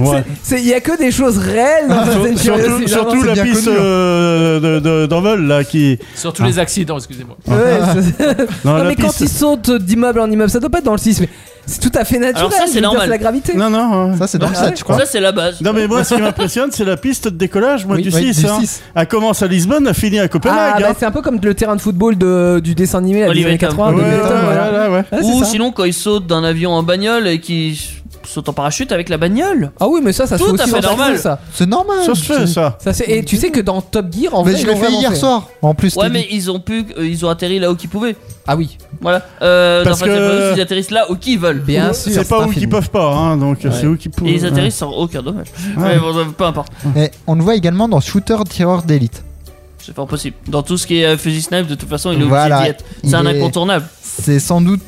Speaker 6: ouais.
Speaker 3: C'est- Il y a que des choses réelles dans Fast and
Speaker 6: Surtout,
Speaker 3: Furious,
Speaker 6: Ah, surtout,
Speaker 3: évidemment.
Speaker 7: c'est
Speaker 6: la
Speaker 7: bien
Speaker 6: piste
Speaker 7: connu.
Speaker 6: euh, de- de- d'Envol là qui.
Speaker 5: Surtout les accidents, excusez-moi.
Speaker 3: Ouais, c'est-
Speaker 6: Non,
Speaker 3: Non,
Speaker 6: Ah. la
Speaker 3: mais quand
Speaker 6: piste-
Speaker 3: ils sautent d'immeuble en immeuble, ça doit pas être dans le 6, mais c'est tout à fait naturel.
Speaker 4: Alors ça, c'est
Speaker 3: je veux dire,
Speaker 4: normal.
Speaker 3: C'est la gravité.
Speaker 6: Non, non. ouais.
Speaker 7: ça, c'est dans le
Speaker 3: Ah
Speaker 7: 7, je crois.
Speaker 4: Ça, c'est la base.
Speaker 6: Non, mais moi, ce qui m'impressionne, c'est la piste de décollage, moi,
Speaker 3: Oui,
Speaker 6: du
Speaker 3: oui,
Speaker 6: 6.
Speaker 7: Du
Speaker 6: hein.
Speaker 7: 6.
Speaker 6: Elle commence à Lisbonne, elle finit à
Speaker 3: Ah,
Speaker 6: Copenhague.
Speaker 3: bah,
Speaker 6: hein.
Speaker 3: c'est un peu comme le terrain de football de, du dessin animé à des
Speaker 4: Oliver
Speaker 3: années
Speaker 4: Tom.
Speaker 3: 80. de
Speaker 6: Ouais,
Speaker 3: Oliver Tom,
Speaker 6: ouais,
Speaker 3: voilà.
Speaker 6: ouais, ouais.
Speaker 3: Ah, c'est
Speaker 4: Ou
Speaker 3: ça.
Speaker 4: sinon, quand ils sautent d'un avion en bagnole et qu'ils sautent en parachute avec la bagnole.
Speaker 3: Ah oui, mais ça, ça se
Speaker 4: Tout
Speaker 3: fait
Speaker 4: à
Speaker 3: aussi
Speaker 4: fait
Speaker 3: dans ta
Speaker 4: normal.
Speaker 3: vie, ça.
Speaker 7: C'est normal.
Speaker 6: Ça se fait, ça.
Speaker 3: ça c'est- Et tu sais que dans Top Gear, en
Speaker 7: Mais
Speaker 3: vrai,
Speaker 7: je
Speaker 3: ils
Speaker 7: l'ai
Speaker 3: l'ont
Speaker 7: fait
Speaker 3: vraiment
Speaker 7: hier soir, en plus.
Speaker 4: Ouais,
Speaker 7: t'es
Speaker 4: mais
Speaker 7: dit.
Speaker 4: ils ont pu, euh, ils ont atterri là où qu'ils pouvaient.
Speaker 3: Ah oui,
Speaker 4: Voilà. Euh,
Speaker 6: Parce
Speaker 4: dans Fast and
Speaker 6: que-
Speaker 4: Furious, ils atterrissent là où qu'ils veulent.
Speaker 3: bien sûr.
Speaker 6: C'est pas
Speaker 3: un
Speaker 6: où qu'ils
Speaker 3: film.
Speaker 6: peuvent pas, hein, donc c'est où qu'ils peuvent.
Speaker 4: Et ils atterrissent sans aucun dommage.
Speaker 6: Ouais.
Speaker 4: Ouais, bon, euh, peu importe.
Speaker 7: Et on le voit également dans Shooter Tireur d'élite.
Speaker 4: C'est fort possible. Dans tout ce qui est euh, fusil snipe, de toute façon, il est
Speaker 7: Voilà.
Speaker 4: obligé d'y être. C'est
Speaker 7: Il
Speaker 4: un
Speaker 7: est-
Speaker 4: incontournable.
Speaker 7: C'est sans doute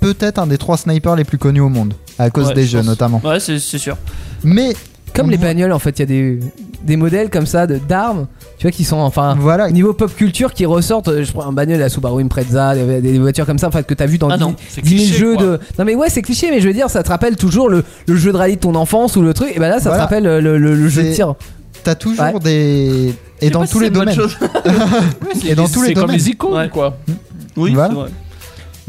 Speaker 7: peut-être un des trois snipers les plus connus au monde, à cause
Speaker 4: Ouais,
Speaker 7: des
Speaker 4: je
Speaker 7: jeux
Speaker 4: pense.
Speaker 7: notamment.
Speaker 4: Ouais, c'est c'est sûr.
Speaker 7: Mais
Speaker 3: Comme les
Speaker 7: voit-
Speaker 3: bagnoles, en fait, il y a des, des modèles comme ça de- d'armes, tu vois, qui sont
Speaker 4: Ah.
Speaker 3: enfin.
Speaker 7: voilà,
Speaker 3: Ah, Niveau pop culture qui ressortent, euh, je prends un bagnole à Subaru Impreza, des, des voitures comme ça en fait que t'as vu dans
Speaker 4: Ah
Speaker 3: 10,
Speaker 4: non,
Speaker 3: 10 000 jeux de. Non mais ouais c'est cliché mais je veux dire ça te rappelle toujours le, le jeu de rallye de ton enfance ou le truc et bah là ça
Speaker 7: Voilà.
Speaker 3: te rappelle le, le- le jeu de
Speaker 7: C'est-
Speaker 3: tir.
Speaker 7: t'as toujours
Speaker 3: Ouais.
Speaker 7: des. Et
Speaker 4: Je sais
Speaker 7: dans
Speaker 4: pas si
Speaker 7: tous
Speaker 4: c'est
Speaker 7: les
Speaker 4: une bonne
Speaker 7: domaines.
Speaker 4: chose.
Speaker 7: Et dans tous les
Speaker 5: C'est comme
Speaker 7: domaines.
Speaker 5: les icônes,
Speaker 4: Ouais.
Speaker 5: quoi.
Speaker 4: Oui,
Speaker 7: Voilà.
Speaker 4: *laughs* c'est vrai.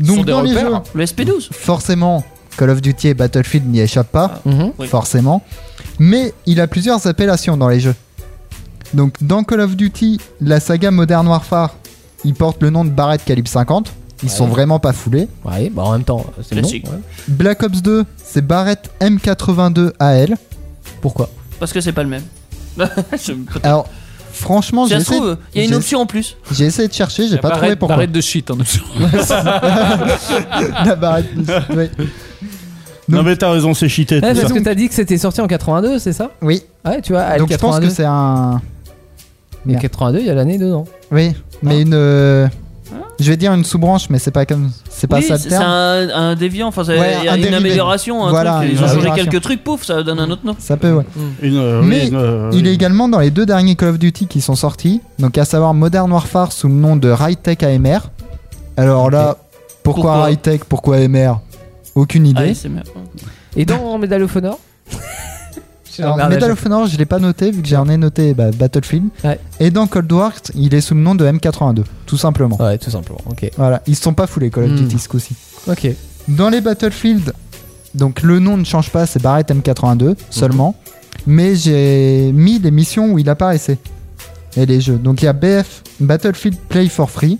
Speaker 5: sont
Speaker 7: Donc
Speaker 5: des
Speaker 7: dans les
Speaker 5: repères.
Speaker 7: jeux,
Speaker 4: Le SP12.
Speaker 7: forcément, Call of Duty et Battlefield n'y échappent pas,
Speaker 3: Mhm.
Speaker 4: Ah, Oui.
Speaker 7: forcément. Mais il a plusieurs appellations dans les jeux. Donc dans Call of Duty, la saga Modern Warfare, il porte le nom de Barrett calibre 50. Ils sont vraiment pas foulés.
Speaker 3: Ouais bah en même temps c'est le nom,
Speaker 4: Classique.
Speaker 3: ouais.
Speaker 7: Black Ops 2, c'est Barrett M82 AL.
Speaker 3: Pourquoi
Speaker 4: Parce que c'est pas le même. *laughs* Je-
Speaker 7: Alors, franchement,
Speaker 4: Si
Speaker 7: j'ai
Speaker 4: ça se
Speaker 7: essayé,
Speaker 4: trouve, il y a une
Speaker 7: j'ai-
Speaker 4: option en plus.
Speaker 7: j'ai essayé de chercher, j'ai pas trouvé
Speaker 5: Barrette,
Speaker 7: pourquoi.
Speaker 5: barrette de *laughs* shit, en dessous.
Speaker 7: La barrette.
Speaker 5: *laughs*
Speaker 7: oui.
Speaker 6: Non, mais t'as raison, c'est cheaté.
Speaker 3: Ouais,
Speaker 6: tout
Speaker 3: Ah, Parce
Speaker 6: ça.
Speaker 3: que t'as dit que c'était sorti en 82 c'est ça
Speaker 7: Oui.
Speaker 3: Ouais tu vois à
Speaker 7: donc je pense
Speaker 3: 82
Speaker 7: que c'est un.
Speaker 3: Et 82 il y a l'année dedans.
Speaker 7: Oui, mais une. euh,
Speaker 5: Hein
Speaker 7: Je vais dire une sous-branche, mais c'est pas comme. C'est pas
Speaker 4: oui,
Speaker 7: ça le
Speaker 4: c'est c'est
Speaker 7: terme.
Speaker 4: un, un déviant. Enfin, ça- il
Speaker 7: Ouais,
Speaker 4: y a
Speaker 7: un
Speaker 4: une
Speaker 7: dérivé.
Speaker 4: amélioration. un
Speaker 7: Voilà,
Speaker 4: truc. Ils
Speaker 6: une
Speaker 4: ont changé
Speaker 7: amélioration.
Speaker 4: quelques trucs, pouf, ça donne un autre nom.
Speaker 7: Ça peut, ouais.
Speaker 6: Une, euh,
Speaker 7: Mais
Speaker 6: oui, une, euh,
Speaker 7: Il
Speaker 6: oui.
Speaker 7: est également dans les deux derniers Call of Duty qui sont sortis, donc à savoir Modern Warfare sous le nom de Hightech AMR. Alors là, pourquoi,
Speaker 4: Pourquoi
Speaker 7: Hightech, pourquoi AMR Aucune
Speaker 4: Ah,
Speaker 7: idée.
Speaker 4: c'est bien.
Speaker 3: Et
Speaker 7: *laughs*
Speaker 3: dans Medal of Honor
Speaker 7: Alors,
Speaker 3: Merde,
Speaker 7: Medal
Speaker 3: j'ai-
Speaker 7: of Honor, je l'ai pas noté vu que j'en ai noté bah, Battlefield.
Speaker 3: Ouais.
Speaker 7: Et dans Cold War, il est sous le nom de M82, tout simplement.
Speaker 3: Ouais tout simplement ok.
Speaker 7: Voilà, ils se sont pas foulés Call of
Speaker 3: Hmm.
Speaker 7: Duty ce coup-ci.
Speaker 3: Ok.
Speaker 7: Dans les Battlefield, donc le nom ne change pas, c'est Barrett M82 seulement.
Speaker 3: Mhm.
Speaker 7: mais j'ai mis les missions où il apparaissait et les jeux. Donc il y a BF Battlefield Play for Free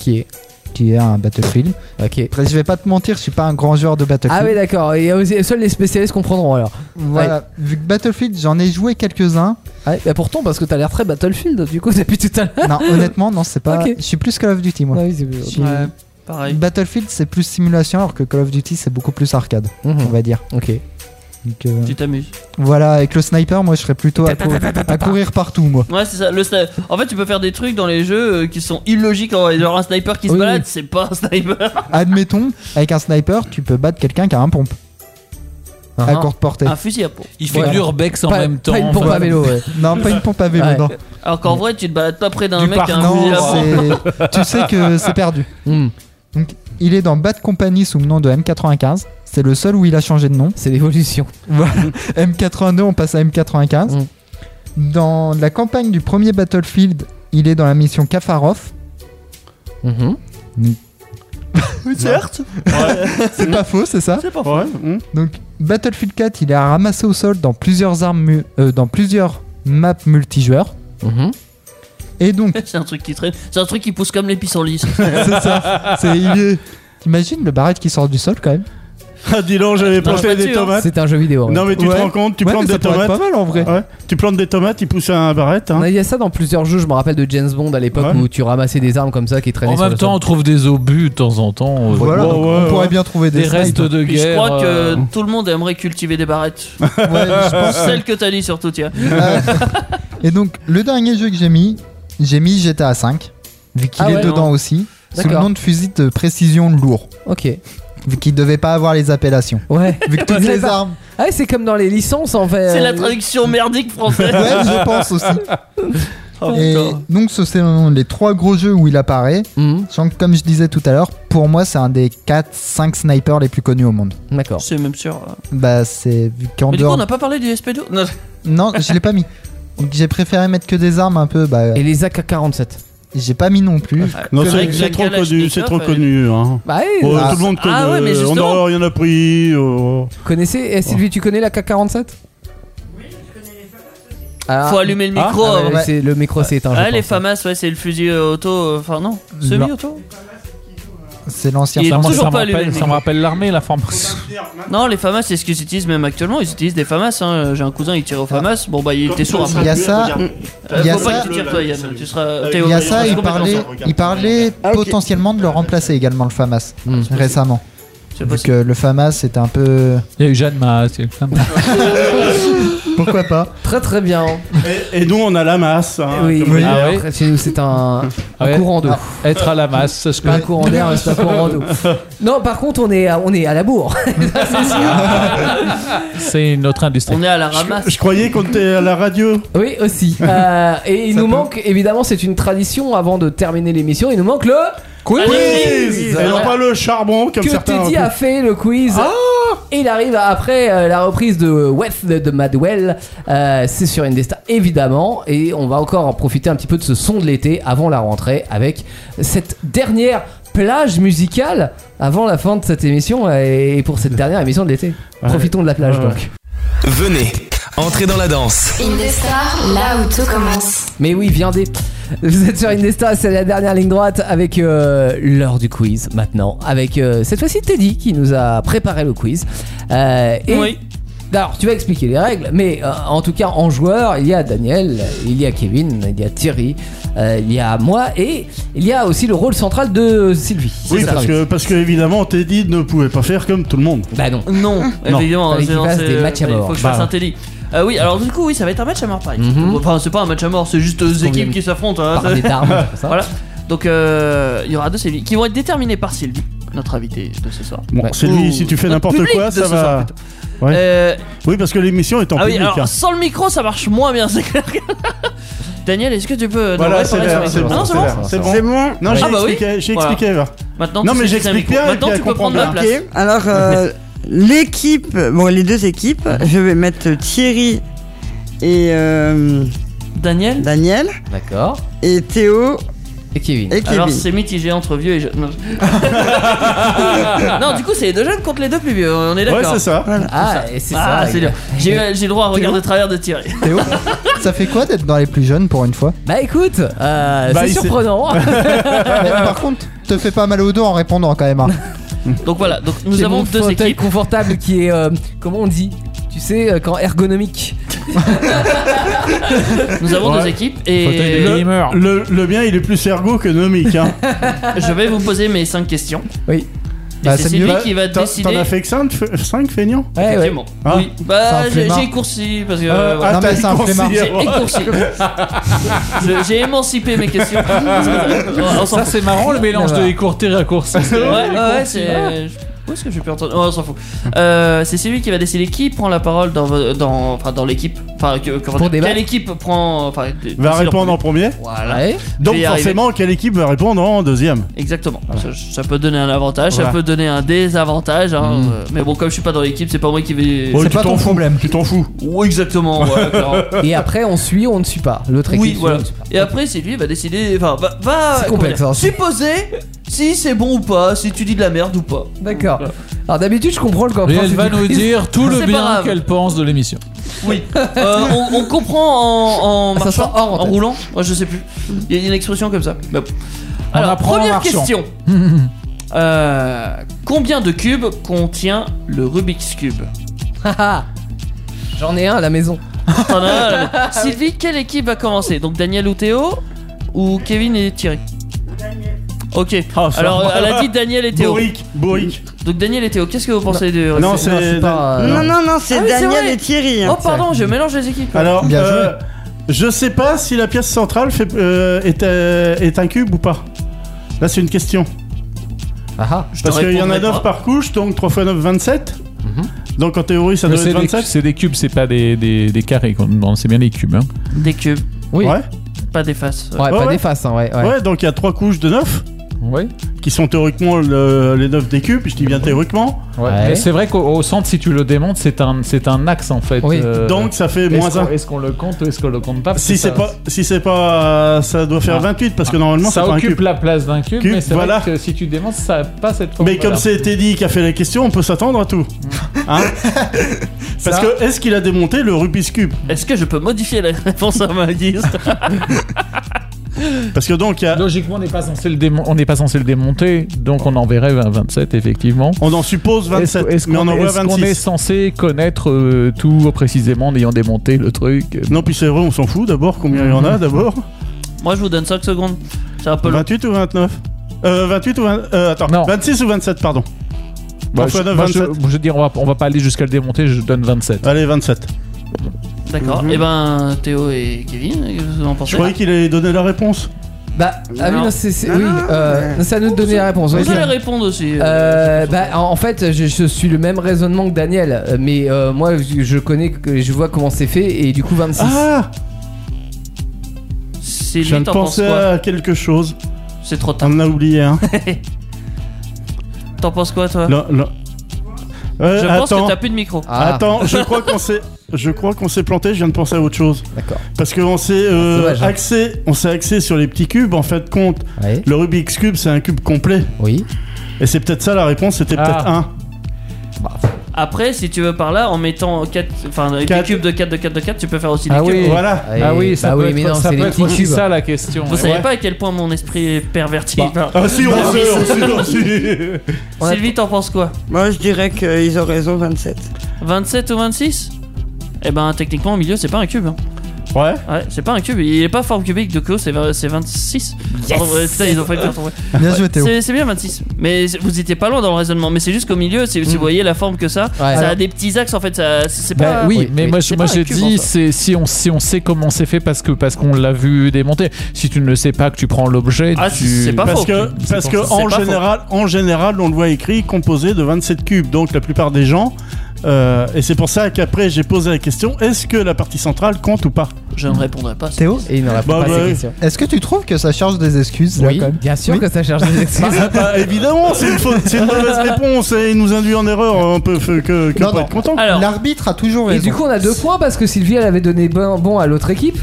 Speaker 3: Qui est
Speaker 7: qui est un Battlefield.
Speaker 3: Ok.
Speaker 7: Après, je vais pas te mentir, je suis pas un grand joueur de Battlefield.
Speaker 3: Ah oui, d'accord. Et aussi- Seuls les spécialistes comprendront alors.
Speaker 7: Voilà, vu que Battlefield, j'en ai joué quelques-uns.
Speaker 3: Ouais, bah pourtant, parce que t'as l'air très Battlefield du coup *laughs* depuis tout à l'heure.
Speaker 7: non, honnêtement, non, c'est pas.
Speaker 3: Ok.
Speaker 7: Je suis plus Call of Duty, moi.
Speaker 3: Ah oui, c'est-
Speaker 7: Je suis-
Speaker 4: Pareil.
Speaker 7: Battlefield, c'est plus simulation, alors que Call of Duty, c'est beaucoup plus arcade,
Speaker 3: Mhm.
Speaker 7: on va dire.
Speaker 3: Ok.
Speaker 7: Donc, euh,
Speaker 4: Tu t'amuses.
Speaker 7: voilà, avec le sniper, moi, je serais plutôt à, cou- à courir
Speaker 3: *laughs*
Speaker 7: partout, moi.
Speaker 4: Ouais, c'est ça. Le sni- En fait, tu peux faire des trucs dans les jeux euh, qui sont illogiques. en vrai. Genre un sniper qui se
Speaker 3: Oui.
Speaker 4: balade, c'est pas un sniper.
Speaker 7: Admettons, avec un sniper, tu peux battre quelqu'un qui a un pompe à
Speaker 3: Ah,
Speaker 7: courte portée.
Speaker 4: Un fusil à pompe.
Speaker 5: Il fait
Speaker 3: Ouais.
Speaker 5: de l'urbex en
Speaker 3: pas-
Speaker 5: même temps.
Speaker 3: Pas une pompe
Speaker 5: enfin,
Speaker 3: à vélo, ouais.
Speaker 7: Non, pas une pompe à vélo,
Speaker 3: Ouais.
Speaker 7: non.
Speaker 4: Alors qu'en vrai, tu te balades pas près d'un
Speaker 6: Du
Speaker 4: mec qui a un fusil à
Speaker 7: Non,
Speaker 4: pompe.
Speaker 7: c'est- tu sais que c'est perdu.
Speaker 3: Hmm.
Speaker 7: Il est dans Bad Company sous le nom de M95. C'est le seul où il a changé de nom.
Speaker 3: C'est l'évolution.
Speaker 7: *laughs* Voilà. M82, on passe à M95.
Speaker 3: Mm.
Speaker 7: Dans la campagne du premier Battlefield, il est dans la mission Kafarov.
Speaker 3: Mhm.
Speaker 4: Certes.
Speaker 7: C'est pas faux, c'est ça
Speaker 4: C'est pas
Speaker 6: Ouais, hum.
Speaker 7: Donc Battlefield 4, il est ramassé au sol dans plusieurs armes, mu- euh, dans plusieurs maps multijoueurs.
Speaker 3: Mhm.
Speaker 4: *laughs*
Speaker 7: Et donc,
Speaker 4: *laughs*
Speaker 7: *laughs*
Speaker 4: C'est un truc qui traîne. C'est un truc qui pousse comme les pissenlits.
Speaker 7: c'est ça. C'est il est- T'imagines le barrette qui sort du sol quand même
Speaker 6: Ah, *laughs* dis donc, j'avais
Speaker 4: Non,
Speaker 6: planté
Speaker 4: je suis
Speaker 6: des
Speaker 4: pas sûr.
Speaker 6: tomates.
Speaker 3: C'est un jeu vidéo. ouais.
Speaker 6: Non, mais tu
Speaker 7: Ouais.
Speaker 6: te rends compte, tu
Speaker 7: Ouais,
Speaker 6: plantes
Speaker 7: mais ça
Speaker 6: des
Speaker 7: pourrait être
Speaker 6: tomates.
Speaker 7: pas mal en vrai.
Speaker 6: Ouais. Tu plantes des tomates, ils poussent un barrette.
Speaker 3: On
Speaker 6: Hein.
Speaker 3: a eu ça dans plusieurs jeux, je me rappelle de James Bond à l'époque
Speaker 6: Ouais.
Speaker 3: où tu ramassais des armes comme ça qui traînaient
Speaker 5: En
Speaker 3: sur
Speaker 5: même
Speaker 3: le
Speaker 5: temps, on
Speaker 3: sol.
Speaker 5: trouve des obus de temps en temps. euh,
Speaker 7: Voilà,
Speaker 6: Ouais,
Speaker 7: donc
Speaker 6: ouais,
Speaker 7: on
Speaker 6: ouais.
Speaker 7: pourrait bien trouver des,
Speaker 5: Des restes
Speaker 7: snipes.
Speaker 5: de
Speaker 4: Puis je
Speaker 5: guerre.
Speaker 4: crois
Speaker 5: euh,
Speaker 4: que tout le monde aimerait cultiver des barrettes.
Speaker 7: Ouais,
Speaker 4: *laughs*
Speaker 7: je pense.
Speaker 4: Celle que t'as dit surtout, tiens.
Speaker 7: Euh, et donc, le dernier jeu que j'ai mis, j'ai mis GTA V, vu qu'il
Speaker 3: Ah
Speaker 7: est
Speaker 3: ouais,
Speaker 7: dedans aussi, sous le
Speaker 3: D'accord.
Speaker 7: nom de fusil de précision lourd,
Speaker 3: Ok.
Speaker 7: vu qu'il devait pas avoir les appellations.
Speaker 3: Ouais.
Speaker 4: *laughs*
Speaker 7: Vu que toutes
Speaker 3: Ouais,
Speaker 7: les
Speaker 3: bah.
Speaker 7: armes.
Speaker 3: Ah, ouais, c'est comme dans les licences en fait.
Speaker 4: C'est la traduction merdique
Speaker 7: Ouais,
Speaker 4: française.
Speaker 7: *laughs* je pense aussi.
Speaker 4: *laughs* Oh,
Speaker 7: et
Speaker 4: putain.
Speaker 7: donc, ce sont les trois gros jeux où il apparaît.
Speaker 3: Mhm.
Speaker 7: Sachant que, comme je disais tout à l'heure, pour moi, c'est un des 4-5 snipers les plus connus au monde.
Speaker 3: D'accord.
Speaker 4: C'est même sûr. euh.
Speaker 7: Bah, c'est vu qu'en
Speaker 4: Mais du coup, on
Speaker 7: dehors.
Speaker 4: n'a pas parlé du SP2. Non,
Speaker 7: Non, je l'ai pas mis. Donc, j'ai préféré mettre que des armes un peu. Bah,
Speaker 3: Et les AK-47.
Speaker 7: j'ai pas mis non plus.
Speaker 6: Non,
Speaker 4: que
Speaker 6: c'est
Speaker 4: avec la
Speaker 6: c'est trop
Speaker 4: Kalachnikov,
Speaker 6: connu, c'est trop
Speaker 4: elle-
Speaker 6: connu. hein.
Speaker 3: Bah ouais,
Speaker 6: Oh,
Speaker 3: ah,
Speaker 6: tout le monde connaît.
Speaker 4: Ah ouais, mais
Speaker 6: on
Speaker 4: justement.
Speaker 6: en, il y en a pris. oh.
Speaker 3: vous connaissez eh, Sylvie, tu connais l'AK-47 Ah,
Speaker 4: Faut allumer le
Speaker 6: Ah,
Speaker 4: micro.
Speaker 3: ah,
Speaker 4: avant.
Speaker 3: ouais, c'est- Le micro c'est éteint. je
Speaker 4: Ah, les
Speaker 3: pense.
Speaker 4: FAMAS, ouais, c'est le fusil euh, auto. euh, Enfin, non, semi-auto.
Speaker 7: C'est l'ancien.
Speaker 4: Il est
Speaker 5: ça me-
Speaker 4: toujours
Speaker 5: ça me
Speaker 4: pas allumé,
Speaker 5: rappelle-
Speaker 4: le
Speaker 5: ça me
Speaker 4: micro.
Speaker 5: rappelle l'armée, la formation.
Speaker 4: Non, les FAMAS, c'est ce qu'ils utilisent même actuellement. Ils utilisent des FAMAS. hein. J'ai un cousin, il tire au FAMAS. Bon, bah, il était sourd après.
Speaker 7: Il y a ça,
Speaker 4: Euh,
Speaker 7: il y a
Speaker 4: faut pas
Speaker 7: Ah. ça- Euh,
Speaker 4: que tu tires, toi, Yann. Tu seras. t'es
Speaker 7: Il y
Speaker 4: au-
Speaker 7: a
Speaker 4: tu
Speaker 7: ça,
Speaker 4: seras
Speaker 7: il
Speaker 4: compétent.
Speaker 7: parlait, il parlait
Speaker 8: Ah, ok.
Speaker 7: potentiellement de le remplacer également, le FAMAS,
Speaker 3: Mm.
Speaker 7: récemment.
Speaker 4: Hmm, C'est
Speaker 7: Vu
Speaker 4: possible.
Speaker 7: que le FAMAS était un peu.
Speaker 5: Il y a eu Jeanne Masse. il y a eu plein de-
Speaker 7: Pourquoi pas
Speaker 3: Très très bien.
Speaker 6: Et, et nous, on a la masse. hein, Ah.
Speaker 3: oui,
Speaker 6: comme-
Speaker 3: oui.
Speaker 5: Ah ouais.
Speaker 3: Après, chez nous, c'est un, un
Speaker 5: Ouais.
Speaker 3: courant d'eau.
Speaker 5: Être à la masse, c'est ce que
Speaker 3: Un courant d'air, c'est un courant d'eau. *laughs* Non, par contre, on est à, on est à la bourre.
Speaker 5: c'est une autre industrie.
Speaker 4: hein. On est à la ramasse.
Speaker 6: Je croyais qu'on était à la radio.
Speaker 3: *laughs* Oui, aussi. Euh, et il
Speaker 7: Ça
Speaker 3: nous
Speaker 7: peut.
Speaker 3: manque, évidemment, c'est une tradition avant de terminer l'émission, il nous manque le
Speaker 4: Ah
Speaker 6: Et non pas le charbon comme
Speaker 3: que
Speaker 6: certains.
Speaker 3: Teddy a fait le quiz. Et il arrive après euh, la reprise de Weth de, de Madwell. Euh, c'est sur Indestar, évidemment. Et on va encore en profiter un petit peu de ce son de l'été avant la rentrée avec cette dernière plage musicale avant la fin de cette émission et pour *laughs* cette dernière émission de l'été. Profitons de la plage donc.
Speaker 1: Venez, entrez dans la danse.
Speaker 9: Indestar, là où tout commence.
Speaker 3: Mais oui, viendez. Vous êtes sur Indesta, c'est la dernière ligne droite avec euh, l'heure du quiz maintenant. Avec euh, cette fois-ci Teddy qui nous a préparé le quiz. Euh, et
Speaker 4: Oui.
Speaker 3: Alors, tu vas expliquer les règles, mais euh, en tout cas, en joueur, il y a Daniel, il y a Kevin, il y a Thierry, euh, il y a moi et il y a aussi le rôle central de Sylvie.
Speaker 6: Oui,
Speaker 3: C'est ça.
Speaker 6: parce que, parce que évidemment, Teddy ne pouvait pas faire comme tout le monde.
Speaker 3: Bah non.
Speaker 4: Non, évidemment,
Speaker 3: Fallait qu'il
Speaker 4: c'est-
Speaker 3: fasse
Speaker 4: c'est-
Speaker 3: des matchs à
Speaker 4: Il
Speaker 3: mort.
Speaker 4: faut que je fasse
Speaker 5: Bah.
Speaker 4: un télé. Euh, oui, alors du coup, oui, ça va être un match à mort, pareil.
Speaker 3: Mhm.
Speaker 4: Enfin, c'est pas un match à mort, c'est juste deux
Speaker 3: Combien
Speaker 4: équipes qui s'affrontent. hein. *laughs*
Speaker 3: Par des darmes, c'est pour ça.
Speaker 4: Voilà. Donc, euh, il y aura deux Sylvie qui vont être déterminées par Sylvie, notre invité de ce soir.
Speaker 6: Bon,
Speaker 3: Ouais.
Speaker 6: c'est
Speaker 4: Ouh.
Speaker 6: lui, si tu fais
Speaker 4: Notre
Speaker 6: n'importe
Speaker 4: public
Speaker 6: quoi,
Speaker 4: de
Speaker 6: ça
Speaker 4: ce soir,
Speaker 6: va.
Speaker 4: plutôt.
Speaker 6: Ouais.
Speaker 4: Euh,
Speaker 6: Oui, parce que l'émission est en
Speaker 4: ah oui,
Speaker 6: public.
Speaker 4: alors
Speaker 6: hein.
Speaker 4: sans le micro, ça marche moins bien, c'est clair. *laughs* Daniel, est-ce que tu peux. nous
Speaker 6: Voilà,
Speaker 4: réparer
Speaker 6: c'est
Speaker 4: sur
Speaker 6: l'air,
Speaker 4: les-
Speaker 6: c'est
Speaker 4: Non,
Speaker 6: bon,
Speaker 4: c'est
Speaker 6: c'est
Speaker 4: bon.
Speaker 6: l'air, c'est bon.
Speaker 8: C'est bon
Speaker 6: Non, j'ai
Speaker 4: Ah bah oui.
Speaker 6: expliqué, j'ai
Speaker 4: Voilà.
Speaker 6: expliqué, va.
Speaker 4: Maintenant,
Speaker 6: Non,
Speaker 4: tu
Speaker 6: mais
Speaker 4: sais que c'est un
Speaker 6: j'explique
Speaker 4: micro.
Speaker 6: bien et
Speaker 4: Maintenant,
Speaker 6: puis
Speaker 4: tu
Speaker 6: elle
Speaker 4: peux prendre ma
Speaker 6: comprend
Speaker 4: place.
Speaker 8: Ok, alors euh, l'équipe, bon les deux équipes, je vais mettre Thierry et euh,
Speaker 4: Daniel
Speaker 8: Daniel
Speaker 3: D'accord.
Speaker 8: et Théo
Speaker 3: et Kevin.
Speaker 10: Et Kevin.
Speaker 4: Alors c'est mitigé entre vieux et jeunes. Non, je-
Speaker 10: non, du coup, c'est les deux jeunes contre les deux plus vieux. On est
Speaker 6: Ouais,
Speaker 10: d'accord.
Speaker 6: c'est ça.
Speaker 3: Ah, et c'est ça.
Speaker 4: Ah, c'est dur. J'ai eu- j'ai le droit à regarder de travers de tirer.
Speaker 7: Théo, ça fait quoi d'être dans les plus jeunes pour une fois
Speaker 3: Bah écoute, euh,
Speaker 6: Bah,
Speaker 3: c'est
Speaker 6: il s'est- *laughs*
Speaker 3: surprenant.
Speaker 7: Mais Par contre, te fais pas mal au dos en répondant quand *laughs* même. hein.
Speaker 4: Donc voilà, donc nous
Speaker 3: J'ai
Speaker 4: avons
Speaker 3: mon
Speaker 4: deux
Speaker 3: fauteuil
Speaker 4: équipes.
Speaker 3: confortable qui est euh, comment on dit Tu sais euh, quand ergonomique.
Speaker 4: Nous avons
Speaker 5: Ouais.
Speaker 4: deux équipes et
Speaker 6: de Le, le mien, il est plus ergo que nomique.
Speaker 4: *laughs*
Speaker 6: Hein.
Speaker 4: je vais vous poser mes cinq questions.
Speaker 3: Oui.
Speaker 4: Et
Speaker 7: Bah,
Speaker 4: c'est
Speaker 7: c'est
Speaker 4: celui
Speaker 7: mieux.
Speaker 4: qui va
Speaker 6: T'en t'en
Speaker 4: décider.
Speaker 6: as fait que 5, feignants
Speaker 3: Ouais, ouais.
Speaker 4: Effectivement.
Speaker 6: Ah.
Speaker 4: Oui.
Speaker 7: Ça en
Speaker 4: Bah
Speaker 7: fait
Speaker 4: j'ai
Speaker 7: marre.
Speaker 4: j'ai écourci parce que
Speaker 6: Euh,
Speaker 4: euh, voilà.
Speaker 6: ah,
Speaker 7: Non,
Speaker 6: t'as
Speaker 7: mais c'est un
Speaker 6: écourci,
Speaker 7: flemmard.
Speaker 6: hein.
Speaker 4: J'ai
Speaker 6: *laughs*
Speaker 4: écourci. Je- J'ai émancipé mes questions. On- on s'en
Speaker 5: Ça,
Speaker 4: fout.
Speaker 5: c'est marrant le mélange
Speaker 3: Voilà.
Speaker 5: de écourté et raccourci.
Speaker 4: Ouais, ouais, c'est. Où est-ce que j'ai pu entendre Oh, on s'en fout. Euh, c'est celui qui va décider qui prend la parole dans, vo- dans, enfin, dans l'équipe. Enfin, que- comment
Speaker 3: Pour
Speaker 4: dire,
Speaker 3: débattre.
Speaker 4: quelle équipe prend. Enfin, dé- décide
Speaker 6: Va
Speaker 4: en
Speaker 6: répondre en
Speaker 4: premier.
Speaker 6: premier.
Speaker 4: Voilà.
Speaker 3: Ouais.
Speaker 6: Donc
Speaker 4: vais y arriver.
Speaker 6: forcément, quelle équipe va répondre en deuxième
Speaker 4: Exactement. Ça, ça peut donner un avantage, ça
Speaker 6: Voilà.
Speaker 4: peut donner un désavantage. hein,
Speaker 5: Mm.
Speaker 4: euh, Mais bon, comme je suis pas dans l'équipe, c'est pas moi qui vais.
Speaker 6: Ouais,
Speaker 7: C'est
Speaker 6: Oh, tu
Speaker 7: pas
Speaker 6: t'en
Speaker 7: ton
Speaker 6: fous,
Speaker 7: problème.
Speaker 6: Tu t'en fous.
Speaker 4: Oh, exactement.
Speaker 6: *laughs*
Speaker 4: ouais, clairement.
Speaker 3: Et après on suit ou on ne suit pas. L'autre équipe.
Speaker 4: oui,
Speaker 3: suit ou
Speaker 4: voilà.
Speaker 3: on ne suit pas.
Speaker 4: Et après, c'est lui qui va décider. Enfin, va. va
Speaker 3: C'est
Speaker 4: comment
Speaker 3: complexe,
Speaker 4: dire,
Speaker 3: hein.
Speaker 4: Supposer si c'est bon ou pas, si tu dis de la merde ou pas.
Speaker 3: D'accord. Alors d'habitude je comprends le
Speaker 5: Et
Speaker 3: corps
Speaker 5: elle va nous
Speaker 3: *laughs*
Speaker 5: dire tout
Speaker 4: C'est
Speaker 5: le
Speaker 4: pas
Speaker 5: bien
Speaker 4: grave.
Speaker 5: qu'elle pense de l'émission.
Speaker 4: Oui. Euh, on, on comprend en, en
Speaker 3: Ah, ça
Speaker 4: marchant,
Speaker 3: sort hors, en
Speaker 4: en
Speaker 3: fait.
Speaker 4: roulant. Moi, je sais plus. Il y a une expression comme ça. Bah, bon.
Speaker 5: On
Speaker 4: Alors,
Speaker 5: apprend en
Speaker 4: première
Speaker 5: marchant. *laughs*
Speaker 4: question. Euh, combien de cubes contient le Rubik's
Speaker 5: *laughs*
Speaker 4: Cube
Speaker 3: Ah, J'en ai un à la maison.
Speaker 4: T'en as un, Oh là. Sylvie, quelle équipe va commencer Donc Daniel ou Théo Ou Kevin et Thierry Daniel. Ok.
Speaker 6: Ah, ça
Speaker 4: Alors,
Speaker 6: va.
Speaker 4: elle
Speaker 6: *laughs*
Speaker 4: a dit Daniel et Théo.
Speaker 6: Bourrique, bourrique.
Speaker 4: Donc Daniel et Théo, qu'est-ce que vous pensez de
Speaker 6: Non, c'est-
Speaker 3: pas, euh,
Speaker 8: Non, non, non, c'est
Speaker 4: Ah oui, c'est
Speaker 8: Daniel
Speaker 4: vrai.
Speaker 8: et Thierry. hein.
Speaker 4: Oh pardon, je mélange les équipes.
Speaker 6: Alors,
Speaker 7: Bien joué.
Speaker 6: euh, je sais pas si la pièce centrale fait, euh, est, euh, est un cube ou pas. Là, c'est une question.
Speaker 3: Ah ah.
Speaker 4: Je te
Speaker 6: Parce qu'il y en a
Speaker 4: répondrai
Speaker 6: 9
Speaker 4: pas.
Speaker 6: par couche, donc 3 x 9, 27. Donc en théorie, ça
Speaker 5: Mais
Speaker 6: doit
Speaker 5: C'est
Speaker 6: être
Speaker 5: des,
Speaker 6: 27.
Speaker 5: c'est des cubes, c'est pas des, des, des carrés. qu'on demande, C'est bien des cubes. hein.
Speaker 4: Des cubes,
Speaker 3: Oui.
Speaker 6: Ouais.
Speaker 4: pas des faces.
Speaker 5: Oh,
Speaker 3: Ouais, pas
Speaker 6: ouais.
Speaker 3: des faces, hein, ouais. ouais.
Speaker 6: ouais. donc il y a 3 couches de 9
Speaker 5: Ouais.
Speaker 6: qui sont théoriquement le- les 9 des cubes. Je dis bien théoriquement.
Speaker 3: Ouais.
Speaker 5: Mais c'est vrai qu'au au centre, si tu le démontes, c'est un, c'est un axe en fait.
Speaker 3: Oui.
Speaker 5: Euh,
Speaker 6: donc ça fait
Speaker 5: est-ce
Speaker 6: moins
Speaker 5: qu'on-
Speaker 6: 1.
Speaker 5: Est-ce qu'on le compte ou est-ce qu'on le compte pas Parce
Speaker 6: Si
Speaker 5: que
Speaker 6: c'est
Speaker 5: ça-
Speaker 6: pas, si c'est pas, euh, ça doit faire
Speaker 5: Ah.
Speaker 6: 28 parce que normalement c'est
Speaker 5: ça
Speaker 6: pas un
Speaker 5: occupe
Speaker 6: cube.
Speaker 5: la place d'un cube,
Speaker 6: Cube,
Speaker 5: mais c'est
Speaker 6: voilà.
Speaker 5: vrai que si tu démontes, ça n'a pas cette forme.
Speaker 6: Mais comme c'est Teddy qui a fait la question, on peut s'attendre à tout.
Speaker 5: *laughs*
Speaker 6: Hein parce
Speaker 5: Mm. Ça-
Speaker 6: que est-ce qu'il a démonté le Rubik's Cube
Speaker 4: Est-ce que je peux modifier la *laughs* réponse à ma guise
Speaker 6: Parce que donc il y a-
Speaker 5: Logiquement, on n'est pas, censé le démon- on n'est pas censé le démonter, donc on en verrait 20, 27, effectivement.
Speaker 6: on en suppose 27,
Speaker 5: Est-ce- Est-ce
Speaker 6: mais on
Speaker 5: qu'on
Speaker 6: en voit
Speaker 5: est-ce qu'on est
Speaker 6: 26.
Speaker 5: censé connaître euh, tout précisément en ayant démonté le truc
Speaker 6: Non, puis c'est vrai, on s'en fout d'abord combien il y en
Speaker 5: Mm.
Speaker 6: a d'abord.
Speaker 4: Moi, je vous donne 5 secondes. C'est un peu long.
Speaker 6: 28 ou 29 euh, 28 ou 20, euh, attends,
Speaker 5: Non.
Speaker 6: 26 ou 27, pardon.
Speaker 5: Bah,
Speaker 6: Parfois,
Speaker 5: je,
Speaker 6: neuf,
Speaker 5: moi, je-
Speaker 6: 27.
Speaker 5: je, veux dire, on va, on va pas aller jusqu'à le démonter, je donne 27.
Speaker 6: Allez, 27.
Speaker 4: D'accord. Et ben, Théo et Kevin, qu'est-ce que vous en pensez
Speaker 6: Je croyais qu'il allait donner la réponse.
Speaker 3: Bah, ah oui,
Speaker 4: Non.
Speaker 3: non, c'est. c'est-
Speaker 8: Non,
Speaker 3: oui,
Speaker 8: non,
Speaker 3: euh,
Speaker 8: mais-
Speaker 3: c'est à nous de donner la réponse.
Speaker 4: Vous
Speaker 3: ok.
Speaker 4: allez répondre aussi. euh,
Speaker 3: Euh, bah, en en fait, je, je suis le même raisonnement que Daniel, euh, mais euh, moi, je je connais, que- je vois comment c'est fait, et du coup, 26.
Speaker 6: Ah
Speaker 4: C'est
Speaker 6: Je viens
Speaker 4: lui,
Speaker 6: de
Speaker 4: t'en penses
Speaker 6: penser
Speaker 4: quoi
Speaker 6: à quelque chose.
Speaker 4: C'est trop tard.
Speaker 6: On a
Speaker 5: *laughs*
Speaker 6: oublié, hein.
Speaker 4: T'en penses quoi, toi
Speaker 6: Le- le- Euh,
Speaker 4: Je pense
Speaker 6: attends,
Speaker 4: que t'as plus de micro.
Speaker 3: Ah,
Speaker 6: attends, je crois qu'on s'est, je crois qu'on s'est planté. Je viens de penser à autre chose
Speaker 3: D'accord.
Speaker 6: parce qu'on s'est euh,
Speaker 3: dommage, hein.
Speaker 6: axé, on s'est axé sur les petits cubes. En fait, compte,
Speaker 3: Ouais.
Speaker 6: le Rubik's cube, c'est un cube complet.
Speaker 3: Oui.
Speaker 6: Et c'est peut-être ça la réponse. C'était
Speaker 5: Ah.
Speaker 6: peut-être un.
Speaker 4: Après, si tu veux par là, en mettant 4, enfin, avec des
Speaker 6: Quatre.
Speaker 4: cubes de 4, de 4, de 4, tu peux faire aussi
Speaker 5: Ah
Speaker 4: des
Speaker 5: oui.
Speaker 4: cubes.
Speaker 6: Voilà.
Speaker 5: Ah oui, ça
Speaker 3: bah
Speaker 5: peut
Speaker 3: oui,
Speaker 5: être,
Speaker 3: mais non,
Speaker 5: ça peut
Speaker 3: c'est les
Speaker 5: être
Speaker 3: petits
Speaker 5: aussi
Speaker 3: cubes.
Speaker 5: ça la question.
Speaker 4: Vous
Speaker 5: Ouais.
Speaker 4: savez pas à quel point mon esprit est perverti. Enfin,
Speaker 6: Ah si, on sait, on sait, on sait.
Speaker 3: on a-
Speaker 4: Sylvie, t'en penses quoi
Speaker 8: Moi, je dirais qu'ils ont raison, 27.
Speaker 4: 27 ou 26 Eh ben, techniquement, au milieu, c'est pas un cube. hein.
Speaker 6: Ouais.
Speaker 4: Ouais, c'est pas un cube. Il est pas forme cubique, donc euh, c'est vingt- c'est 26.
Speaker 3: Yes
Speaker 4: Oh, ouais, putain, ils ont failli faire tomber.
Speaker 7: Bien joué, Théo.
Speaker 4: C'est c'est bien 26. Mais c'est- vous étiez pas loin dans le raisonnement. Mais c'est juste qu'au milieu, c'est- si vous voyez la forme que ça, ça a
Speaker 3: Alors-
Speaker 4: des petits axes en fait. ça- C'est
Speaker 5: Bah
Speaker 4: pas.
Speaker 5: oui,
Speaker 3: oui,
Speaker 5: mais
Speaker 3: oui.
Speaker 5: moi,
Speaker 4: C'est
Speaker 5: je, moi
Speaker 4: pas
Speaker 5: je
Speaker 4: un cube, en
Speaker 5: dis,
Speaker 4: soi.
Speaker 5: c'est si on, si on sait comment c'est fait parce que parce qu'on l'a vu démonter. Si tu ne le sais pas, que tu prends l'objet,
Speaker 4: Ah,
Speaker 5: tu...
Speaker 4: c'est pas
Speaker 6: Parce
Speaker 4: faux.
Speaker 6: que,
Speaker 5: C'est
Speaker 6: parce
Speaker 5: pour
Speaker 6: que
Speaker 5: ça, c'est
Speaker 6: en,
Speaker 4: pas faux.
Speaker 6: général, en général, on le voit écrit composé de 27 cubes. Donc la plupart des gens. euh, et c'est pour ça qu'après j'ai posé la question est-ce que la partie centrale compte ou pas
Speaker 4: Je ne répondrai pas.
Speaker 7: Théo,
Speaker 3: Et il n'en a
Speaker 6: Bah,
Speaker 3: pas
Speaker 6: bah,
Speaker 3: ces
Speaker 6: oui.
Speaker 3: questions.
Speaker 7: est-ce que tu trouves que ça charge des excuses là,
Speaker 3: Oui,
Speaker 7: quand même
Speaker 3: bien sûr
Speaker 7: Oui.
Speaker 3: que ça cherche
Speaker 5: *laughs*
Speaker 3: des excuses.
Speaker 6: Bah, évidemment, c'est une, faute- c'est une mauvaise réponse et il nous induit en erreur. On peut f- que, que
Speaker 7: Non,
Speaker 6: pas
Speaker 7: non.
Speaker 6: être content.
Speaker 4: Alors, Euh,
Speaker 7: L'arbitre a toujours
Speaker 3: Et
Speaker 7: raison.
Speaker 3: du coup, on a deux points parce que Sylvie, elle avait donné bon, bon à l'autre équipe.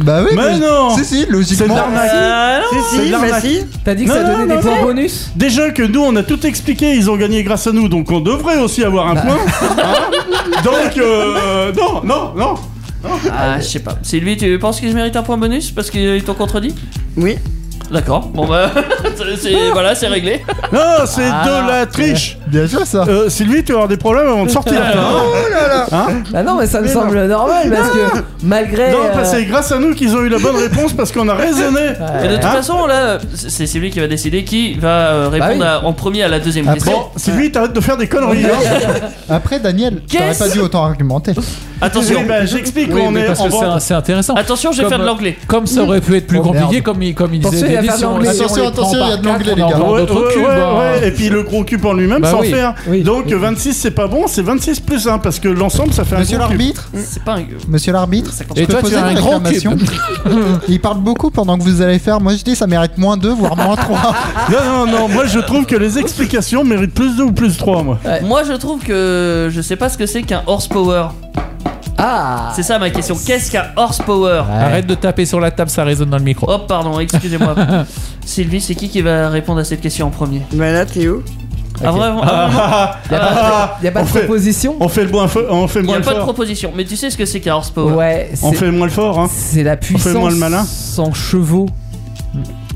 Speaker 7: Bah oui,
Speaker 6: Mais non
Speaker 7: Si, si,
Speaker 6: C'est de
Speaker 7: logiquement.
Speaker 6: l'arnaque.
Speaker 4: Euh, non.
Speaker 8: Si,
Speaker 6: C'est de
Speaker 8: si, mais
Speaker 6: l'arnaque.
Speaker 8: si.
Speaker 3: T'as dit que
Speaker 6: Non,
Speaker 3: ça
Speaker 6: non,
Speaker 3: donnait
Speaker 6: non,
Speaker 3: des points
Speaker 6: non.
Speaker 3: bonus
Speaker 6: Déjà que nous, on a tout expliqué, ils ont gagné grâce à nous, donc on devrait aussi avoir un point. hein. donc, euh, non, non, non.
Speaker 4: Ah, je sais pas. Sylvie, tu penses qu'il mérite un point bonus parce qu'ils t'ont contredit
Speaker 8: Oui.
Speaker 4: D'accord. Bon bah, *laughs* c'est- c'est- voilà, c'est réglé.
Speaker 6: Non, c'est
Speaker 3: Ah,
Speaker 6: de la triche.
Speaker 7: Bien joué ça.
Speaker 6: Euh, Sylvie, tu vas avoir des problèmes avant de sortir. toi, hein.
Speaker 3: Bah non, mais ça me
Speaker 6: Mais
Speaker 3: semble normal parce que malgré.
Speaker 6: Non,
Speaker 3: euh,
Speaker 6: parce que c'est grâce à nous qu'ils ont eu la bonne réponse parce qu'on a raisonné.
Speaker 4: Mais de toute
Speaker 6: Hein
Speaker 4: façon, là, c'est c'est lui qui va décider qui va euh, répondre
Speaker 3: Bah oui.
Speaker 4: à- en premier à la deuxième
Speaker 7: Ah,
Speaker 4: question.
Speaker 6: Bon, Sylvie, t'arrêtes de faire des conneries. hein.
Speaker 7: Après, Daniel, t'aurais
Speaker 4: Qu'est-ce
Speaker 7: pas dû autant argumenter.
Speaker 4: Attention,
Speaker 6: Oui, bah, J'explique,
Speaker 5: Oui,
Speaker 6: on
Speaker 5: mais
Speaker 6: est
Speaker 5: parce
Speaker 6: en
Speaker 5: que c'est
Speaker 6: vente.
Speaker 5: un- c'est intéressant.
Speaker 4: attention, je vais
Speaker 5: Comme,
Speaker 4: faire de
Speaker 5: euh,
Speaker 4: l'anglais.
Speaker 5: Comme ça aurait pu être plus
Speaker 3: Oh,
Speaker 5: compliqué,
Speaker 3: merde.
Speaker 5: comme il, comme il
Speaker 3: Attention,
Speaker 5: disait
Speaker 3: il va
Speaker 5: Denis,
Speaker 3: faire
Speaker 5: si on-
Speaker 3: de l'anglais.
Speaker 5: si on
Speaker 7: Attention,
Speaker 5: les prend
Speaker 7: attention,
Speaker 5: par
Speaker 7: il y a de
Speaker 5: quatre,
Speaker 7: l'anglais,
Speaker 5: on
Speaker 7: les
Speaker 5: en
Speaker 7: gars.
Speaker 5: prend
Speaker 6: Ouais,
Speaker 5: d'autres
Speaker 6: ouais,
Speaker 5: cubes,
Speaker 6: ouais,
Speaker 5: hein.
Speaker 6: ouais. Et puis le gros cube en lui-même,
Speaker 5: Bah
Speaker 6: sans
Speaker 5: oui,
Speaker 6: faire.
Speaker 3: oui.
Speaker 6: Donc 26, c'est pas bon, c'est 26 plus 1, parce que l'ensemble, ça fait un
Speaker 7: Monsieur
Speaker 6: gros cube.
Speaker 7: l'arbitre
Speaker 4: C'est pas un.
Speaker 7: Monsieur l'arbitre
Speaker 5: Et
Speaker 7: je peux
Speaker 5: toi, tu
Speaker 7: poser
Speaker 5: as un
Speaker 7: une
Speaker 5: grand
Speaker 7: réclamation
Speaker 5: cube.
Speaker 7: Il parle beaucoup pendant que vous allez faire. Moi, je dis, ça mérite moins 2, voire moins 3.
Speaker 6: Non, non, non, moi je trouve que les explications méritent plus 2 ou plus 3, moi.
Speaker 4: Moi, je trouve que je sais pas ce que c'est qu'un horsepower.
Speaker 3: Ah
Speaker 4: C'est ça ma question. Qu'est-ce qu'un horsepower
Speaker 3: Ouais.
Speaker 5: Arrête de taper sur la table, ça résonne dans le micro.
Speaker 4: Oh, pardon,
Speaker 3: *laughs*
Speaker 4: excusez-moi. Sylvie, c'est qui qui va répondre à cette question en premier
Speaker 8: Bah là, t'es où
Speaker 4: Ah, vraiment ah, vraiment
Speaker 3: Y a pas,
Speaker 6: Ah,
Speaker 3: y a pas
Speaker 6: on
Speaker 3: de
Speaker 6: fait-
Speaker 3: proposition
Speaker 6: On fait le moins, fo- on fait
Speaker 4: Il
Speaker 6: le
Speaker 4: n'y
Speaker 6: moins
Speaker 4: a
Speaker 6: le
Speaker 4: pas de
Speaker 6: fort.
Speaker 4: proposition, mais tu sais ce que c'est qu'un horsepower
Speaker 3: Ouais,
Speaker 6: On
Speaker 3: c'est
Speaker 6: fait le moins le fort, hein.
Speaker 3: c'est la
Speaker 6: fait moins
Speaker 3: puissance
Speaker 6: le malin.
Speaker 3: sans chevaux.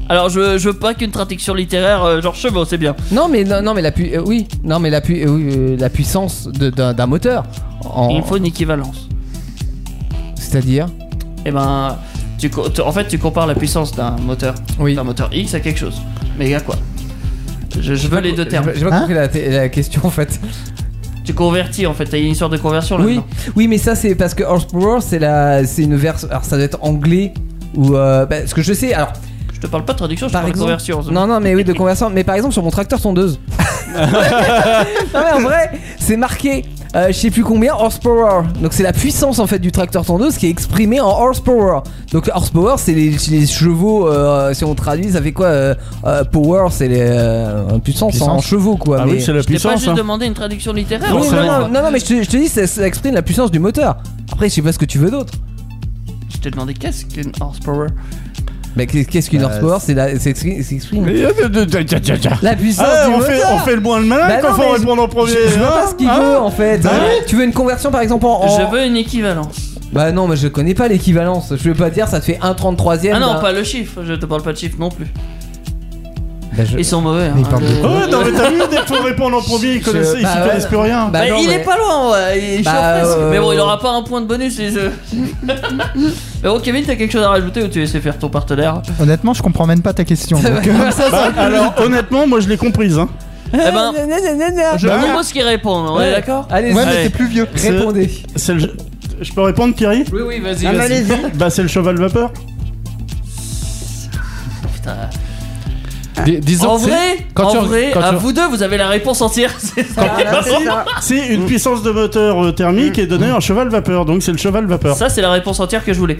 Speaker 4: Alors, je, je veux pas qu'une traduction littéraire, euh, genre chevaux, c'est bien.
Speaker 3: Non mais non, non mais la pu- euh, oui, non mais la pu- euh, oui, euh, la puissance de- d'un d'un moteur. En-
Speaker 4: Il faut une équivalence.
Speaker 3: C'est-à-dire
Speaker 4: Et ben, tu, co- tu- en fait, tu compares la puissance d'un moteur,
Speaker 3: Oui.
Speaker 4: d'un moteur X à quelque chose. Mais à quoi je, je veux les deux
Speaker 3: J'ai
Speaker 4: termes.
Speaker 3: pas- J'ai pas
Speaker 7: Hein
Speaker 3: compris la, la question en fait.
Speaker 4: Tu convertis en fait, t'as une histoire de conversion là
Speaker 3: Oui, oui, mais ça c'est parce que horsepower c'est la, c'est une version. Alors ça doit être anglais ou euh, bah, ce que je sais. Alors
Speaker 4: Je te parle pas de traduction, je
Speaker 3: Par
Speaker 4: parle
Speaker 3: exemple-
Speaker 4: de conversion.
Speaker 3: non, non, mais oui de conversion. Mais par exemple sur mon tracteur sondeuse. non mais en vrai, c'est marqué. euh, je sais plus combien horsepower. Donc c'est la puissance en fait du tracteur sondeuse qui est exprimée en horsepower. Donc horsepower c'est les, les chevaux. euh, si on traduit, ça fait quoi euh, euh, Power c'est les euh, puissance, en
Speaker 7: Puissance.
Speaker 3: chevaux quoi.
Speaker 6: Ah
Speaker 3: mais...
Speaker 6: oui, c'est la
Speaker 4: Je t'ai pas
Speaker 6: puissance.
Speaker 4: juste
Speaker 6: hein.
Speaker 4: demandé une traduction littéraire.
Speaker 3: Oui,
Speaker 6: Non,
Speaker 4: en
Speaker 6: c'est
Speaker 4: fait.
Speaker 3: non,
Speaker 6: vrai.
Speaker 3: non, non, non, mais je te, je te dis, ça, ça exprime la puissance du moteur. Après, je sais pas ce que tu veux d'autre.
Speaker 4: Je t'ai demandé qu'est-ce qu'une horsepower
Speaker 3: Mais qu'est- qu'est-ce qu'une
Speaker 7: Bah,
Speaker 3: horsepower C'est la, c'est exprime, c'est exprime
Speaker 6: Mais, euh, de- de- de- de- de-
Speaker 3: la puissance
Speaker 6: Ah,
Speaker 3: du
Speaker 6: on fait,
Speaker 3: moteur.
Speaker 6: on fait le moins le malin
Speaker 3: Bah
Speaker 6: quand
Speaker 3: non,
Speaker 6: faut
Speaker 3: mais
Speaker 6: répondre en premier.
Speaker 3: Je vois
Speaker 6: hein.
Speaker 3: pas ce qu'il
Speaker 6: Hein
Speaker 3: veut en fait.
Speaker 6: Ah
Speaker 3: tu veux une conversion par exemple en. en-
Speaker 4: Je veux une équivalence.
Speaker 3: Bah non, mais je connais pas l'équivalence. Je veux pas dire, ça te fait 1,33ème.
Speaker 4: Ah non,
Speaker 3: d'un-
Speaker 4: pas le chiffre, je te parle pas de chiffre non plus.
Speaker 3: Bah, je-
Speaker 4: Ils sont mauvais. hein.
Speaker 7: Mais il parle de-
Speaker 4: Je-
Speaker 6: Ah, Ouais, non, mais t'as vu, dès qu'il faut répondre en premier, ils
Speaker 3: Je-
Speaker 6: connaissent, ils
Speaker 3: bah
Speaker 6: s'y
Speaker 3: ouais.
Speaker 6: connaissent plus rien.
Speaker 3: Bah
Speaker 10: Bah,
Speaker 3: non,
Speaker 10: il
Speaker 3: mais-
Speaker 10: est
Speaker 3: *laughs*
Speaker 10: pas loin, ouais, il est
Speaker 3: Bah,
Speaker 10: chaud presque.
Speaker 3: euh,
Speaker 4: Mais bon, il aura pas un point de bonus. Les... *laughs* euh. Mais bon, Kevin, t'as quelque chose à rajouter ou tu laisses faire ton partenaire
Speaker 7: *laughs* Honnêtement, je comprends même pas ta question. donc, euh,
Speaker 6: Bah, alors, honnêtement, moi je l'ai comprise. Hein.
Speaker 4: Eh
Speaker 3: *laughs*
Speaker 4: ben, je
Speaker 6: Bah oui.
Speaker 4: propose qu'il réponde, on est
Speaker 3: Ouais,
Speaker 4: d'accord
Speaker 3: Allez,
Speaker 7: Ouais, mais
Speaker 4: Allez.
Speaker 7: t'es plus vieux.
Speaker 6: C'est-
Speaker 3: répondez.
Speaker 6: C'est le- Je peux répondre, Thierry
Speaker 4: Oui, oui, vas-y.
Speaker 8: Ah, mais
Speaker 4: vas-y.
Speaker 8: allez-y.
Speaker 6: Bah, c'est le cheval vapeur.
Speaker 4: Putain.
Speaker 5: Dis- disons
Speaker 4: En
Speaker 5: que c'est-
Speaker 4: vrai,
Speaker 5: quand tu-
Speaker 4: en vrai
Speaker 5: quand
Speaker 4: à
Speaker 5: tu-
Speaker 4: vous deux, vous avez la réponse entière. *laughs* c'est ça.
Speaker 8: Voilà, c'est ça.
Speaker 3: Ah
Speaker 6: C'est
Speaker 3: Mm.
Speaker 6: une puissance de moteur euh, thermique est donnée en cheval vapeur, donc c'est le cheval vapeur.
Speaker 4: Ça, c'est la réponse entière que je voulais.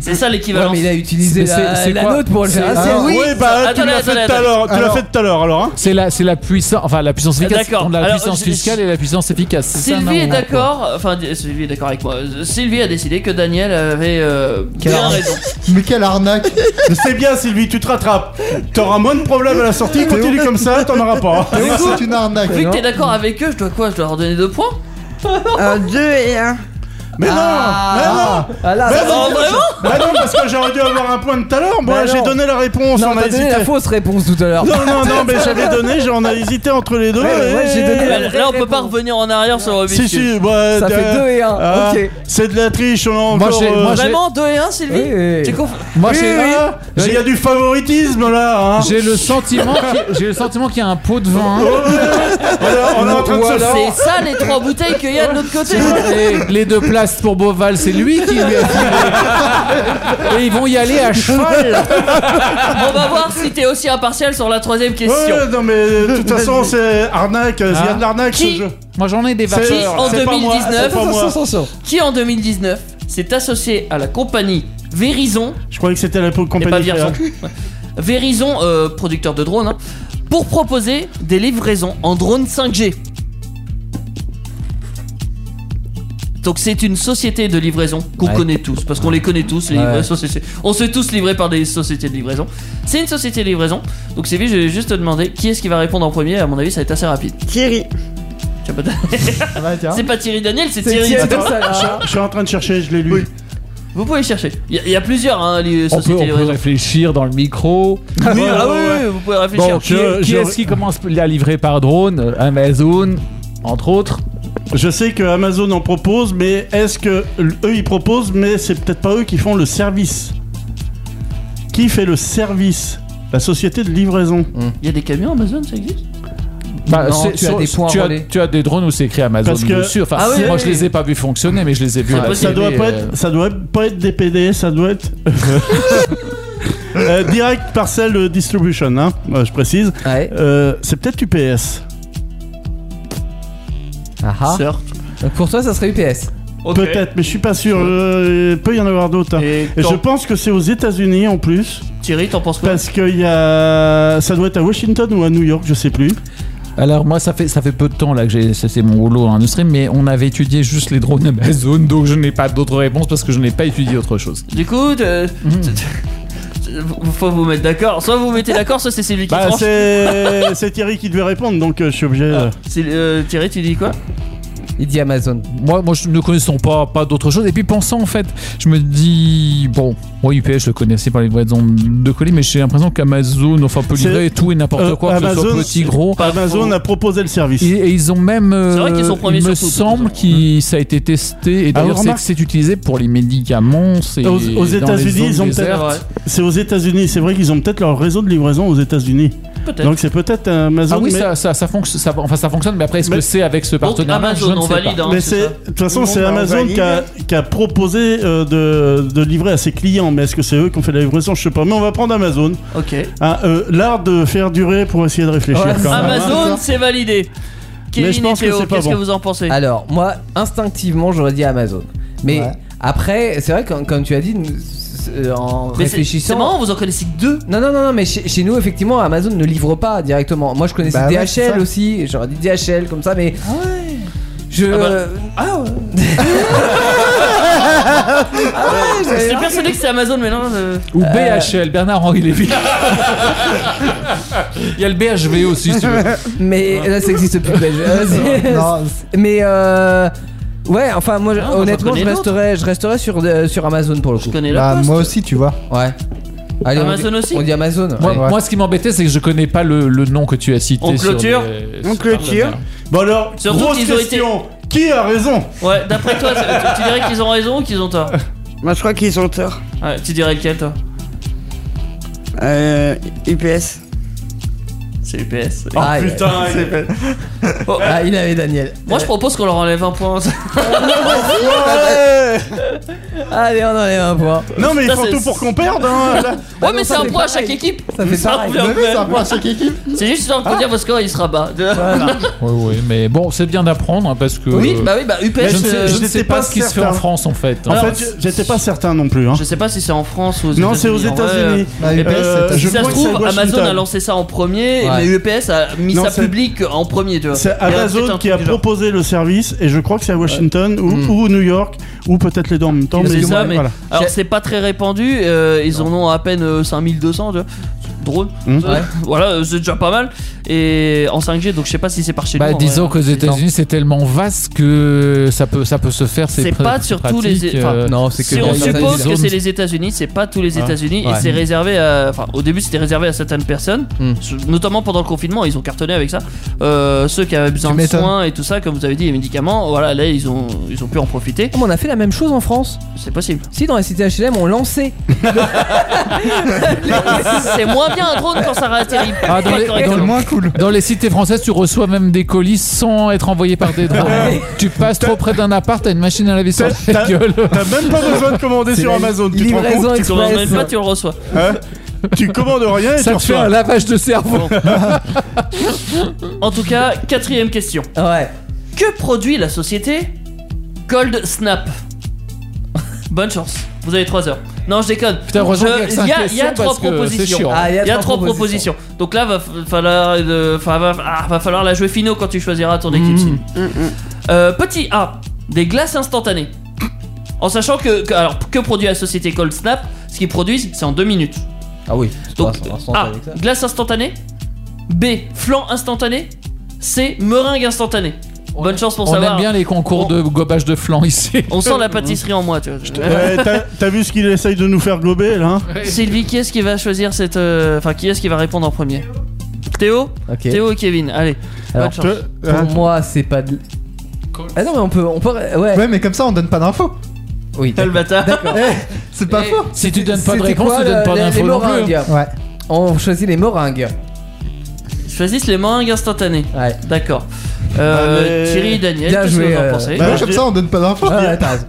Speaker 4: C'est ça
Speaker 3: Ouais,
Speaker 4: l'équivalence.
Speaker 3: mais il a utilisé
Speaker 5: Mais c'est-
Speaker 3: la,
Speaker 5: c'est
Speaker 3: la
Speaker 5: quoi
Speaker 3: note pour le faire.
Speaker 7: C'est-
Speaker 3: Ah, c'est-
Speaker 7: Ah,
Speaker 6: Oui, bah tu
Speaker 4: Attendez,
Speaker 6: l'as fait
Speaker 4: attendez,
Speaker 6: tout à l'heure, tu l'as
Speaker 7: Alors-
Speaker 6: fait tout à l'heure alors hein.
Speaker 5: C'est la, c'est la puissance, enfin la puissance efficace.
Speaker 4: D'accord.
Speaker 5: La
Speaker 4: Alors,
Speaker 5: puissance
Speaker 4: je-
Speaker 5: fiscale et la puissance efficace. C'est ça, non,
Speaker 4: Sylvie est
Speaker 5: non,
Speaker 4: d'accord, enfin di- Sylvie est d'accord avec moi. Euh, Sylvie a décidé que Daniel avait euh,
Speaker 7: Quelle
Speaker 4: bien
Speaker 7: arme.
Speaker 4: raison.
Speaker 7: Mais quelle *laughs* arnaque
Speaker 6: Je sais bien Sylvie, tu te rattrapes. T'auras moins de problèmes à la sortie, continue comme ça, t'en auras pas. hein.
Speaker 7: Théo, C'est une arnaque.
Speaker 4: Vu que t'es d'accord avec eux, je dois quoi Je dois leur donner deux points
Speaker 8: Euh, Deux et un.
Speaker 6: Mais non
Speaker 3: Ah, ah, là,
Speaker 6: Mais
Speaker 3: ça-
Speaker 6: non
Speaker 4: *laughs* Oh, vraiment
Speaker 6: Mais non Bah non, parce que j'aurais dû avoir un point tout à l'heure, moi
Speaker 3: Bah
Speaker 6: j'ai
Speaker 3: non.
Speaker 6: donné la réponse,
Speaker 3: Non,
Speaker 6: on a
Speaker 3: t'as donné
Speaker 6: hésité.
Speaker 3: la fausse réponse tout à l'heure.
Speaker 6: Non, non, non,
Speaker 3: *laughs*
Speaker 6: mais j'avais donné, j'ai- on a hésité entre les deux.
Speaker 3: Ouais, mais moi,
Speaker 6: et-
Speaker 3: j'ai donné la-
Speaker 4: Là,
Speaker 3: vraie
Speaker 4: là, on peut
Speaker 3: réponse.
Speaker 4: pas revenir en arrière sur le
Speaker 6: Si, si, bah,
Speaker 3: Ça fait
Speaker 6: euh,
Speaker 3: 2 et 1.
Speaker 6: ah,
Speaker 3: ok.
Speaker 6: C'est de la triche, on a encore.
Speaker 5: j'ai- moi,
Speaker 6: euh,
Speaker 5: j'ai-
Speaker 4: Vraiment 2 et 1, Sylvie
Speaker 3: Oui, oui.
Speaker 4: T'es conf-
Speaker 5: non. Moi,
Speaker 6: oui,
Speaker 5: j'ai-
Speaker 6: hein, Il y a du favoritisme là. hein.
Speaker 5: j'ai le sentiment, qu'il- j'ai le sentiment qu'il y a un pot de vin. hein.
Speaker 6: On est- on est en train de se
Speaker 5: Voilà.
Speaker 4: C'est ça les trois bouteilles qu'il y a de l'autre côté
Speaker 5: Et les deux places pour Beauval, c'est lui qui lui a filé. Et ils vont y aller à cheval.
Speaker 4: On va voir si t'es aussi impartial sur la troisième question.
Speaker 6: Ouais, non, mais de toute façon, c'est arnaque. Il y a de l'arnaque ce
Speaker 4: Qui
Speaker 6: jeu.
Speaker 5: Moi, j'en ai des
Speaker 6: C'est-
Speaker 4: Qui
Speaker 5: vapeurs.
Speaker 4: en
Speaker 6: c'est pas moi,
Speaker 4: 2019
Speaker 6: c'est pas moi.
Speaker 4: Qui en 2019 s'est associé à la compagnie Verizon
Speaker 6: Je croyais que c'était la
Speaker 4: et pas
Speaker 6: compagnie
Speaker 4: Verizon
Speaker 6: frère.
Speaker 4: Verizon, euh, producteur de drones, hein, pour proposer des livraisons en drone 5G. Donc c'est une société de livraison qu'on
Speaker 3: Ouais.
Speaker 4: connaît tous, parce qu'on les connaît tous, les
Speaker 3: Ouais.
Speaker 4: euh, sociétés. On se fait tous livrer par des sociétés de livraison. C'est une société de livraison. Donc Sylvie, je vais juste te demander qui est-ce qui va répondre en premier. À mon avis, ça va être assez rapide.
Speaker 8: Thierry.
Speaker 4: Tiens, peut-être-
Speaker 5: Hein
Speaker 4: *laughs* C'est pas Thierry Daniel, c'est hein.
Speaker 3: C'est
Speaker 4: Thierry.
Speaker 3: Thierry
Speaker 4: Attends.
Speaker 3: Daniel.
Speaker 6: Je suis en train de chercher, je l'ai lu.
Speaker 4: Vous pouvez chercher. Il y a- il y, a plusieurs hein, les
Speaker 5: On peut,
Speaker 4: sociétés de
Speaker 5: on peut
Speaker 4: livraison.
Speaker 5: réfléchir dans le micro.
Speaker 4: Oui, ah oui, oui, vous pouvez réfléchir.
Speaker 5: Bon, qui,
Speaker 6: Je-
Speaker 5: qui
Speaker 6: je-
Speaker 5: est-ce qui commence à livrer par drone Euh, Amazon, entre autres.
Speaker 6: Je sais que Amazon en propose, mais est-ce que l- eux ils proposent, mais c'est peut-être pas eux qui font le service Qui fait le service La société de livraison.
Speaker 4: Il y a des camions Amazon, ça existe
Speaker 5: Bah,
Speaker 3: Non,
Speaker 5: c'est-
Speaker 3: tu as
Speaker 5: sur-
Speaker 3: des points
Speaker 5: tu, as,
Speaker 3: relais.
Speaker 5: tu as des drones où c'est écrit Amazon
Speaker 6: Parce que-
Speaker 5: dessus. Enfin,
Speaker 4: Ah oui,
Speaker 5: moi
Speaker 4: oui.
Speaker 5: je les ai pas vus fonctionner, mais je les ai vus.
Speaker 4: Ah, C'est
Speaker 5: à
Speaker 4: possible.
Speaker 5: la
Speaker 6: Ça
Speaker 5: télé,
Speaker 6: doit pas
Speaker 5: euh,
Speaker 6: être, ça doit pas être des PD, ça
Speaker 4: *laughs*
Speaker 6: doit être Euh, direct parcel distribution. hein, euh, je précise.
Speaker 3: Ouais.
Speaker 6: Euh, c'est peut-être UPS.
Speaker 3: Aha.
Speaker 4: Sœur.
Speaker 3: Donc pour toi, ça serait UPS.
Speaker 4: Ok.
Speaker 6: Peut-être, mais je suis pas sûr. Euh, Il peut y en avoir d'autres. hein.
Speaker 4: Et
Speaker 6: Et je
Speaker 4: t'en-
Speaker 6: pense que c'est aux États-Unis en plus,
Speaker 4: Thierry, t'en penses quoi
Speaker 6: parce que y a... ça doit être à Washington ou à New York, je sais plus.
Speaker 5: Alors moi ça fait ça fait peu de temps là que j'ai ça, c'est mon boulot en industrie mais on avait étudié juste les drones Amazon donc je n'ai pas d'autres réponses parce que je n'ai pas étudié autre chose.
Speaker 4: Du coup, t'es- faut euh, vous mettre d'accord. Soit vous vous mettez d'accord, soit c'est celui qui
Speaker 6: Bah,
Speaker 4: tranche.
Speaker 6: c'est c'est Thierry qui devait répondre, donc euh, je suis obligé. euh,
Speaker 4: C'est, euh, Thierry, tu dis quoi
Speaker 3: Il dit Amazon.
Speaker 5: Moi moi je ne connaissons pas pas d'autre chose et puis pensant en fait je me dis bon moi UPS je le connaissais par les livraisons de colis mais j'ai l'impression qu'Amazon enfin peut livrer
Speaker 6: C'est-
Speaker 5: tout et n'importe
Speaker 6: euh,
Speaker 5: quoi que ce soit
Speaker 6: Amazon,
Speaker 5: petit gros.
Speaker 4: Pas
Speaker 6: Amazon euh,
Speaker 4: faux.
Speaker 6: a proposé le service.
Speaker 5: Et, et ils ont même euh,
Speaker 4: C'est vrai qu'ils sont premiers
Speaker 5: il me
Speaker 4: sur tout, de toute
Speaker 5: semble
Speaker 4: façon.
Speaker 5: que ça a été testé et d'ailleurs c'est
Speaker 6: Mmh. Ah, remarque-
Speaker 5: c'est utilisé pour les médicaments c'est
Speaker 6: Aux- aux
Speaker 5: dans les
Speaker 6: États-Unis,
Speaker 5: zones
Speaker 6: ils ont peut-être-
Speaker 5: désertes.
Speaker 4: Ouais.
Speaker 6: C'est aux États-Unis, c'est vrai qu'ils ont peut-être leur réseau de livraison aux États-Unis.
Speaker 4: Peut-être.
Speaker 6: Donc c'est peut-être Amazon.
Speaker 5: Ah oui,
Speaker 6: mais...
Speaker 5: ça, ça, ça fonctionne. ça- enfin, ça fonctionne, mais après, est-ce que
Speaker 6: Mais-
Speaker 5: c'est avec ce
Speaker 4: Donc
Speaker 5: partenaire
Speaker 4: Amazon, on valide. hein,
Speaker 6: mais
Speaker 4: c'est
Speaker 6: c'est
Speaker 4: ça.
Speaker 6: de toute façon
Speaker 8: Bon,
Speaker 6: c'est
Speaker 8: bah, on
Speaker 6: Amazon qui a, qui a proposé euh, de, de livrer à ses clients mais est-ce que c'est eux qui ont fait la livraison je sais pas mais on va prendre Amazon
Speaker 4: Ok.
Speaker 6: Hein, euh, l'art de faire durer pour essayer de réfléchir
Speaker 3: Ouais,
Speaker 6: quand même. hein.
Speaker 4: Amazon, c'est validé.
Speaker 6: Mais je
Speaker 4: Kevin et
Speaker 6: pense que
Speaker 4: Théo,
Speaker 6: c'est pas
Speaker 4: qu'est-ce que
Speaker 6: bon.
Speaker 4: vous en pensez
Speaker 3: Alors, moi, instinctivement, j'aurais dit Amazon. Mais
Speaker 7: Ouais.
Speaker 3: après, c'est vrai que, comme, comme tu as dit, nous, euh, en
Speaker 4: Mais c'est- C'est
Speaker 3: réfléchissant.
Speaker 4: marrant, vous en connaissez que deux.
Speaker 3: non, non, non, non, mais chez, chez nous, effectivement, Amazon ne livre pas directement. Moi, je connaissais
Speaker 7: Bah ouais, c'est
Speaker 3: DHL
Speaker 7: ça.
Speaker 3: aussi, j'aurais dit DHL comme ça, mais. Je.
Speaker 4: Ah bah.
Speaker 3: Ah ouais. *laughs* Ah ouais, j'avais-
Speaker 4: J'ai persuadé que c'est Amazon, mais non. euh,
Speaker 5: Ou BHL, Bernard-Henri Lévy. *laughs* Il y a le BHV aussi, si tu
Speaker 7: *laughs*
Speaker 5: veux.
Speaker 3: Mais là, ça existe plus. mais je- *laughs*
Speaker 7: Non,
Speaker 3: Mais euh, ouais, enfin moi je-
Speaker 4: Ah, bah, j'en
Speaker 3: honnêtement
Speaker 4: connais
Speaker 3: je resterai, je resterai sur euh, sur Amazon pour le
Speaker 4: Je
Speaker 3: coup.
Speaker 4: connais la
Speaker 7: bah,
Speaker 4: poste.
Speaker 7: moi aussi, tu vois.
Speaker 3: Ouais. Allez, on
Speaker 4: Amazon
Speaker 3: dit-
Speaker 4: aussi
Speaker 3: On dit Amazon.
Speaker 5: Moi,
Speaker 3: allez.
Speaker 5: moi, ce qui m'embêtait, c'est que je connais pas le, le nom que tu as cité.
Speaker 4: On
Speaker 5: sur
Speaker 4: clôture
Speaker 5: les-
Speaker 8: On
Speaker 5: sur
Speaker 8: clôture.
Speaker 5: Internet.
Speaker 6: bon alors
Speaker 4: Surtout
Speaker 6: grosse
Speaker 4: qu'ils ont été-
Speaker 6: question qui a raison
Speaker 4: Ouais, d'après toi, tu tu dirais qu'ils ont raison ou qu'ils ont tort
Speaker 8: Moi, je crois qu'ils ont tort.
Speaker 4: Ouais, tu dirais lequel, toi
Speaker 8: Euh, UPS.
Speaker 4: C'est UPS.
Speaker 3: Ah, il-
Speaker 6: putain
Speaker 3: ah, il avait Daniel.
Speaker 4: Moi, je propose qu'on leur enlève un point.
Speaker 3: Allez, on enlève un point. Bah
Speaker 6: non mais ils
Speaker 4: Ça,
Speaker 6: font
Speaker 4: c'est-
Speaker 6: tout pour qu'on perde
Speaker 4: *laughs*
Speaker 6: hein, là.
Speaker 4: Ouais, mais
Speaker 3: non,
Speaker 4: c'est
Speaker 3: ça
Speaker 4: un
Speaker 3: fait
Speaker 4: point à
Speaker 3: pareil.
Speaker 4: chaque équipe.
Speaker 3: Ça fait
Speaker 4: Ça
Speaker 3: pareil.
Speaker 4: revient au même.
Speaker 7: à chaque équipe.
Speaker 4: C'est juste histoire de
Speaker 6: Ah.
Speaker 4: dire votre score, il sera bas.
Speaker 5: Oui, oui, mais bon, c'est bien d'apprendre hein, parce que.
Speaker 4: Oui,
Speaker 5: euh,
Speaker 4: bah oui, bah UPS.
Speaker 5: je ne
Speaker 4: euh,
Speaker 5: sais, je ne
Speaker 6: j'étais
Speaker 5: sais pas,
Speaker 6: pas
Speaker 5: ce qui se fait
Speaker 6: certain.
Speaker 5: en France en fait. hein.
Speaker 6: en
Speaker 5: Alors,
Speaker 6: fait j- j'étais pas certain non plus hein.
Speaker 4: Je sais pas si c'est en France ou aux
Speaker 6: non c'est aux
Speaker 4: États-Unis, en vrai,
Speaker 6: États-Unis
Speaker 7: Bah, UPS,
Speaker 6: Euh,
Speaker 7: c'est-
Speaker 4: Si
Speaker 6: je
Speaker 4: ça se
Speaker 6: crois que
Speaker 4: trouve,
Speaker 6: c'est à
Speaker 4: Amazon
Speaker 6: Washington.
Speaker 4: a lancé ça en premier,
Speaker 3: Ouais.
Speaker 4: mais UPS a mis
Speaker 6: Non,
Speaker 4: ça
Speaker 6: c'est-
Speaker 4: public en premier, tu vois.
Speaker 6: C'est
Speaker 4: euh, Il y a peut-être un
Speaker 6: Amazon qui
Speaker 4: truc
Speaker 6: a
Speaker 4: du genre.
Speaker 6: proposé le service et je crois que c'est à Washington ou, ou New York ou peut-être les deux en même temps.
Speaker 4: C'est ça, mais
Speaker 6: voilà.
Speaker 4: alors
Speaker 3: J'ai-
Speaker 4: c'est pas très répandu, euh, ils en ont à peine euh, 5200, tu vois. C'est Drôle.
Speaker 6: Mm.
Speaker 4: Euh, Voilà, euh, c'est déjà pas mal. Et en 5G, donc je sais pas si c'est par chez
Speaker 5: bah,
Speaker 4: nous. en
Speaker 5: disons
Speaker 4: vrai.
Speaker 5: qu'aux États-Unis, c'est tellement vaste que ça peut, ça peut se faire.
Speaker 4: C'est
Speaker 5: pr-
Speaker 4: pas sur tous les- e-
Speaker 5: pratique,
Speaker 4: enfin,
Speaker 5: euh,
Speaker 3: Non, c'est que
Speaker 4: Si
Speaker 5: dans
Speaker 4: on
Speaker 5: certaines
Speaker 4: suppose que
Speaker 5: zones.
Speaker 4: c'est les États-Unis, c'est pas tous les
Speaker 6: Ouais.
Speaker 4: États-Unis
Speaker 5: Ouais.
Speaker 4: et c'est réservé à. Enfin, au début, c'était réservé à certaines personnes,
Speaker 3: Mm.
Speaker 4: notamment pendant le confinement, ils ont cartonné avec ça. Euh, ceux qui avaient besoin
Speaker 7: Tu
Speaker 4: de
Speaker 7: m'étonnes.
Speaker 4: soins et tout ça, comme vous avez dit, les médicaments, voilà, là, ils ont, ils ont pu en profiter.
Speaker 3: Oh, mais on a fait la même chose en France.
Speaker 4: C'est possible.
Speaker 3: Si dans la cité HLM on lançait.
Speaker 4: c'est moins bien un drone quand ça réatterrit.
Speaker 5: Ah, dans
Speaker 4: pas
Speaker 5: les-
Speaker 4: correctement.
Speaker 5: dans le-
Speaker 7: Moins cool.
Speaker 5: Dans les cités françaises, tu reçois même des colis sans être envoyé par des drones. tu passes trop près d'un appart, t'as une machine à laver sur
Speaker 6: T'as-
Speaker 5: la
Speaker 6: t'as-
Speaker 5: gueule.
Speaker 6: T'as même pas besoin de commander sur
Speaker 3: la
Speaker 6: Amazon. Tu te rends
Speaker 3: livraison
Speaker 6: compte
Speaker 4: Tu commandes même pas,
Speaker 3: express.
Speaker 4: tu le reçois.
Speaker 6: Hein Tu commandes rien et tu
Speaker 5: Ça te fait un
Speaker 6: reçois.
Speaker 5: lavage de cerveau.
Speaker 4: En tout cas, quatrième question.
Speaker 3: Ouais.
Speaker 4: Que produit la société Cold Snap *laughs* Bonne chance. Vous avez 3 heures. Non, je déconne.
Speaker 5: Putain, heureusement
Speaker 4: Je-
Speaker 5: qu'il y a que cinq
Speaker 4: il y a- Il y
Speaker 5: questions
Speaker 4: a trois
Speaker 5: parce que c'est
Speaker 4: propositions.
Speaker 5: chiant. hein.
Speaker 3: Ah,
Speaker 4: Il y a trois propositions. Donc là, va f- falloir,
Speaker 5: Hmm.
Speaker 4: euh, fa- va, ah, va falloir la jouer finaux quand tu choisiras ton équipe. Sylvie. Euh, petit A. des glaces instantanées. En sachant que, que- alors, que produit la société Cold Snap Ce qu'ils produisent, c'est en deux minutes.
Speaker 3: Ah oui, c'est
Speaker 4: Donc,
Speaker 3: pas
Speaker 4: A.
Speaker 3: instantané que ça.
Speaker 4: Glace instantanée. B. Flan instantané. C. Meringue instantanée. Bonne chance pour
Speaker 5: On
Speaker 4: savoir.
Speaker 5: aime bien les concours de gobage de flanc ici.
Speaker 4: On sent la pâtisserie en moi, tu vois.
Speaker 6: Ouais, t'as- T'as vu ce qu'il essaye de nous faire glober là hein
Speaker 4: *laughs* Sylvie, qui est-ce qui va choisir cette. euh, Enfin, qui est-ce qui va répondre en premier Théo
Speaker 3: Ok.
Speaker 4: Théo et Kevin, allez.
Speaker 3: Alors,
Speaker 4: bonne chance.
Speaker 3: Pour
Speaker 6: Hein
Speaker 3: moi, c'est pas de. Ah non, mais on peut. On peut ouais.
Speaker 7: Ouais, mais comme ça, on donne pas d'infos.
Speaker 3: Oui.
Speaker 4: *laughs* Quel bâtard
Speaker 7: Eh, c'est pas
Speaker 3: Et-
Speaker 7: faux.
Speaker 5: Si tu donnes pas de
Speaker 3: C'était
Speaker 5: réponse,
Speaker 3: quoi,
Speaker 5: tu
Speaker 3: la-
Speaker 5: donnes pas
Speaker 3: la-
Speaker 5: d'infos
Speaker 3: les
Speaker 5: non plus.
Speaker 3: meringues
Speaker 7: Ouais.
Speaker 3: On choisit les meringues.
Speaker 4: Choisissent les meringues instantanées.
Speaker 3: Ouais.
Speaker 4: D'accord. Euh,
Speaker 6: Bah, mais-
Speaker 4: Thierry et Daniel,
Speaker 3: Bien
Speaker 4: qu'est-ce que
Speaker 3: joué,
Speaker 4: vous en
Speaker 3: euh,
Speaker 4: pensez
Speaker 6: Bah,
Speaker 7: Ouais,
Speaker 6: je
Speaker 7: comme
Speaker 6: dis-
Speaker 7: ça, on donne pas d'infos.
Speaker 3: Ouais, ouais, t'as raison.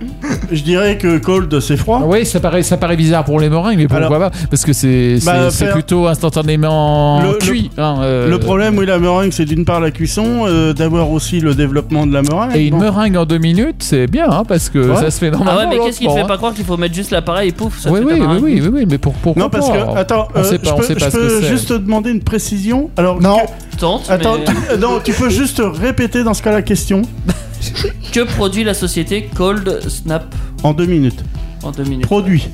Speaker 6: Je dirais que Cold c'est froid.
Speaker 5: Ah Oui, ça paraît, ça paraît bizarre pour les meringues, mais pourquoi pas Parce que c'est c'est-
Speaker 6: Bah,
Speaker 5: c'est
Speaker 6: faire-
Speaker 5: plutôt instantanément
Speaker 6: Le- le-
Speaker 5: cuit. hein, euh,
Speaker 6: Le problème, oui, la meringue, c'est d'une part la cuisson, euh, d'avoir aussi le développement de la meringue.
Speaker 5: Et une
Speaker 6: Bon.
Speaker 5: meringue en deux minutes, c'est bien, hein, parce que
Speaker 6: Ouais.
Speaker 5: ça se fait
Speaker 4: Ah
Speaker 5: normalement.
Speaker 4: ouais, mais qu'est-ce qui
Speaker 5: l'autre,
Speaker 4: te fait
Speaker 5: hein.
Speaker 4: pas croire qu'il faut mettre juste l'appareil et pouf ça
Speaker 5: oui,
Speaker 4: fait
Speaker 5: oui,
Speaker 4: ta
Speaker 5: oui,
Speaker 4: meringue
Speaker 5: oui, oui, oui, mais pour, pourquoi
Speaker 6: Non, parce
Speaker 5: pas
Speaker 6: que, attends,
Speaker 5: On
Speaker 6: euh,
Speaker 5: sait pas- on
Speaker 6: je
Speaker 5: sait
Speaker 6: peux,
Speaker 5: pas
Speaker 6: je
Speaker 5: ce que
Speaker 6: peux
Speaker 5: c'est.
Speaker 6: juste te demander une précision. Alors,
Speaker 7: Non.
Speaker 6: que-
Speaker 4: Tente,
Speaker 6: attends,
Speaker 4: mais
Speaker 6: tu, non, tu peux juste répéter dans ce cas la question
Speaker 4: que produit la société Cold Snap
Speaker 6: en deux minutes.
Speaker 4: en deux minutes
Speaker 6: Produit.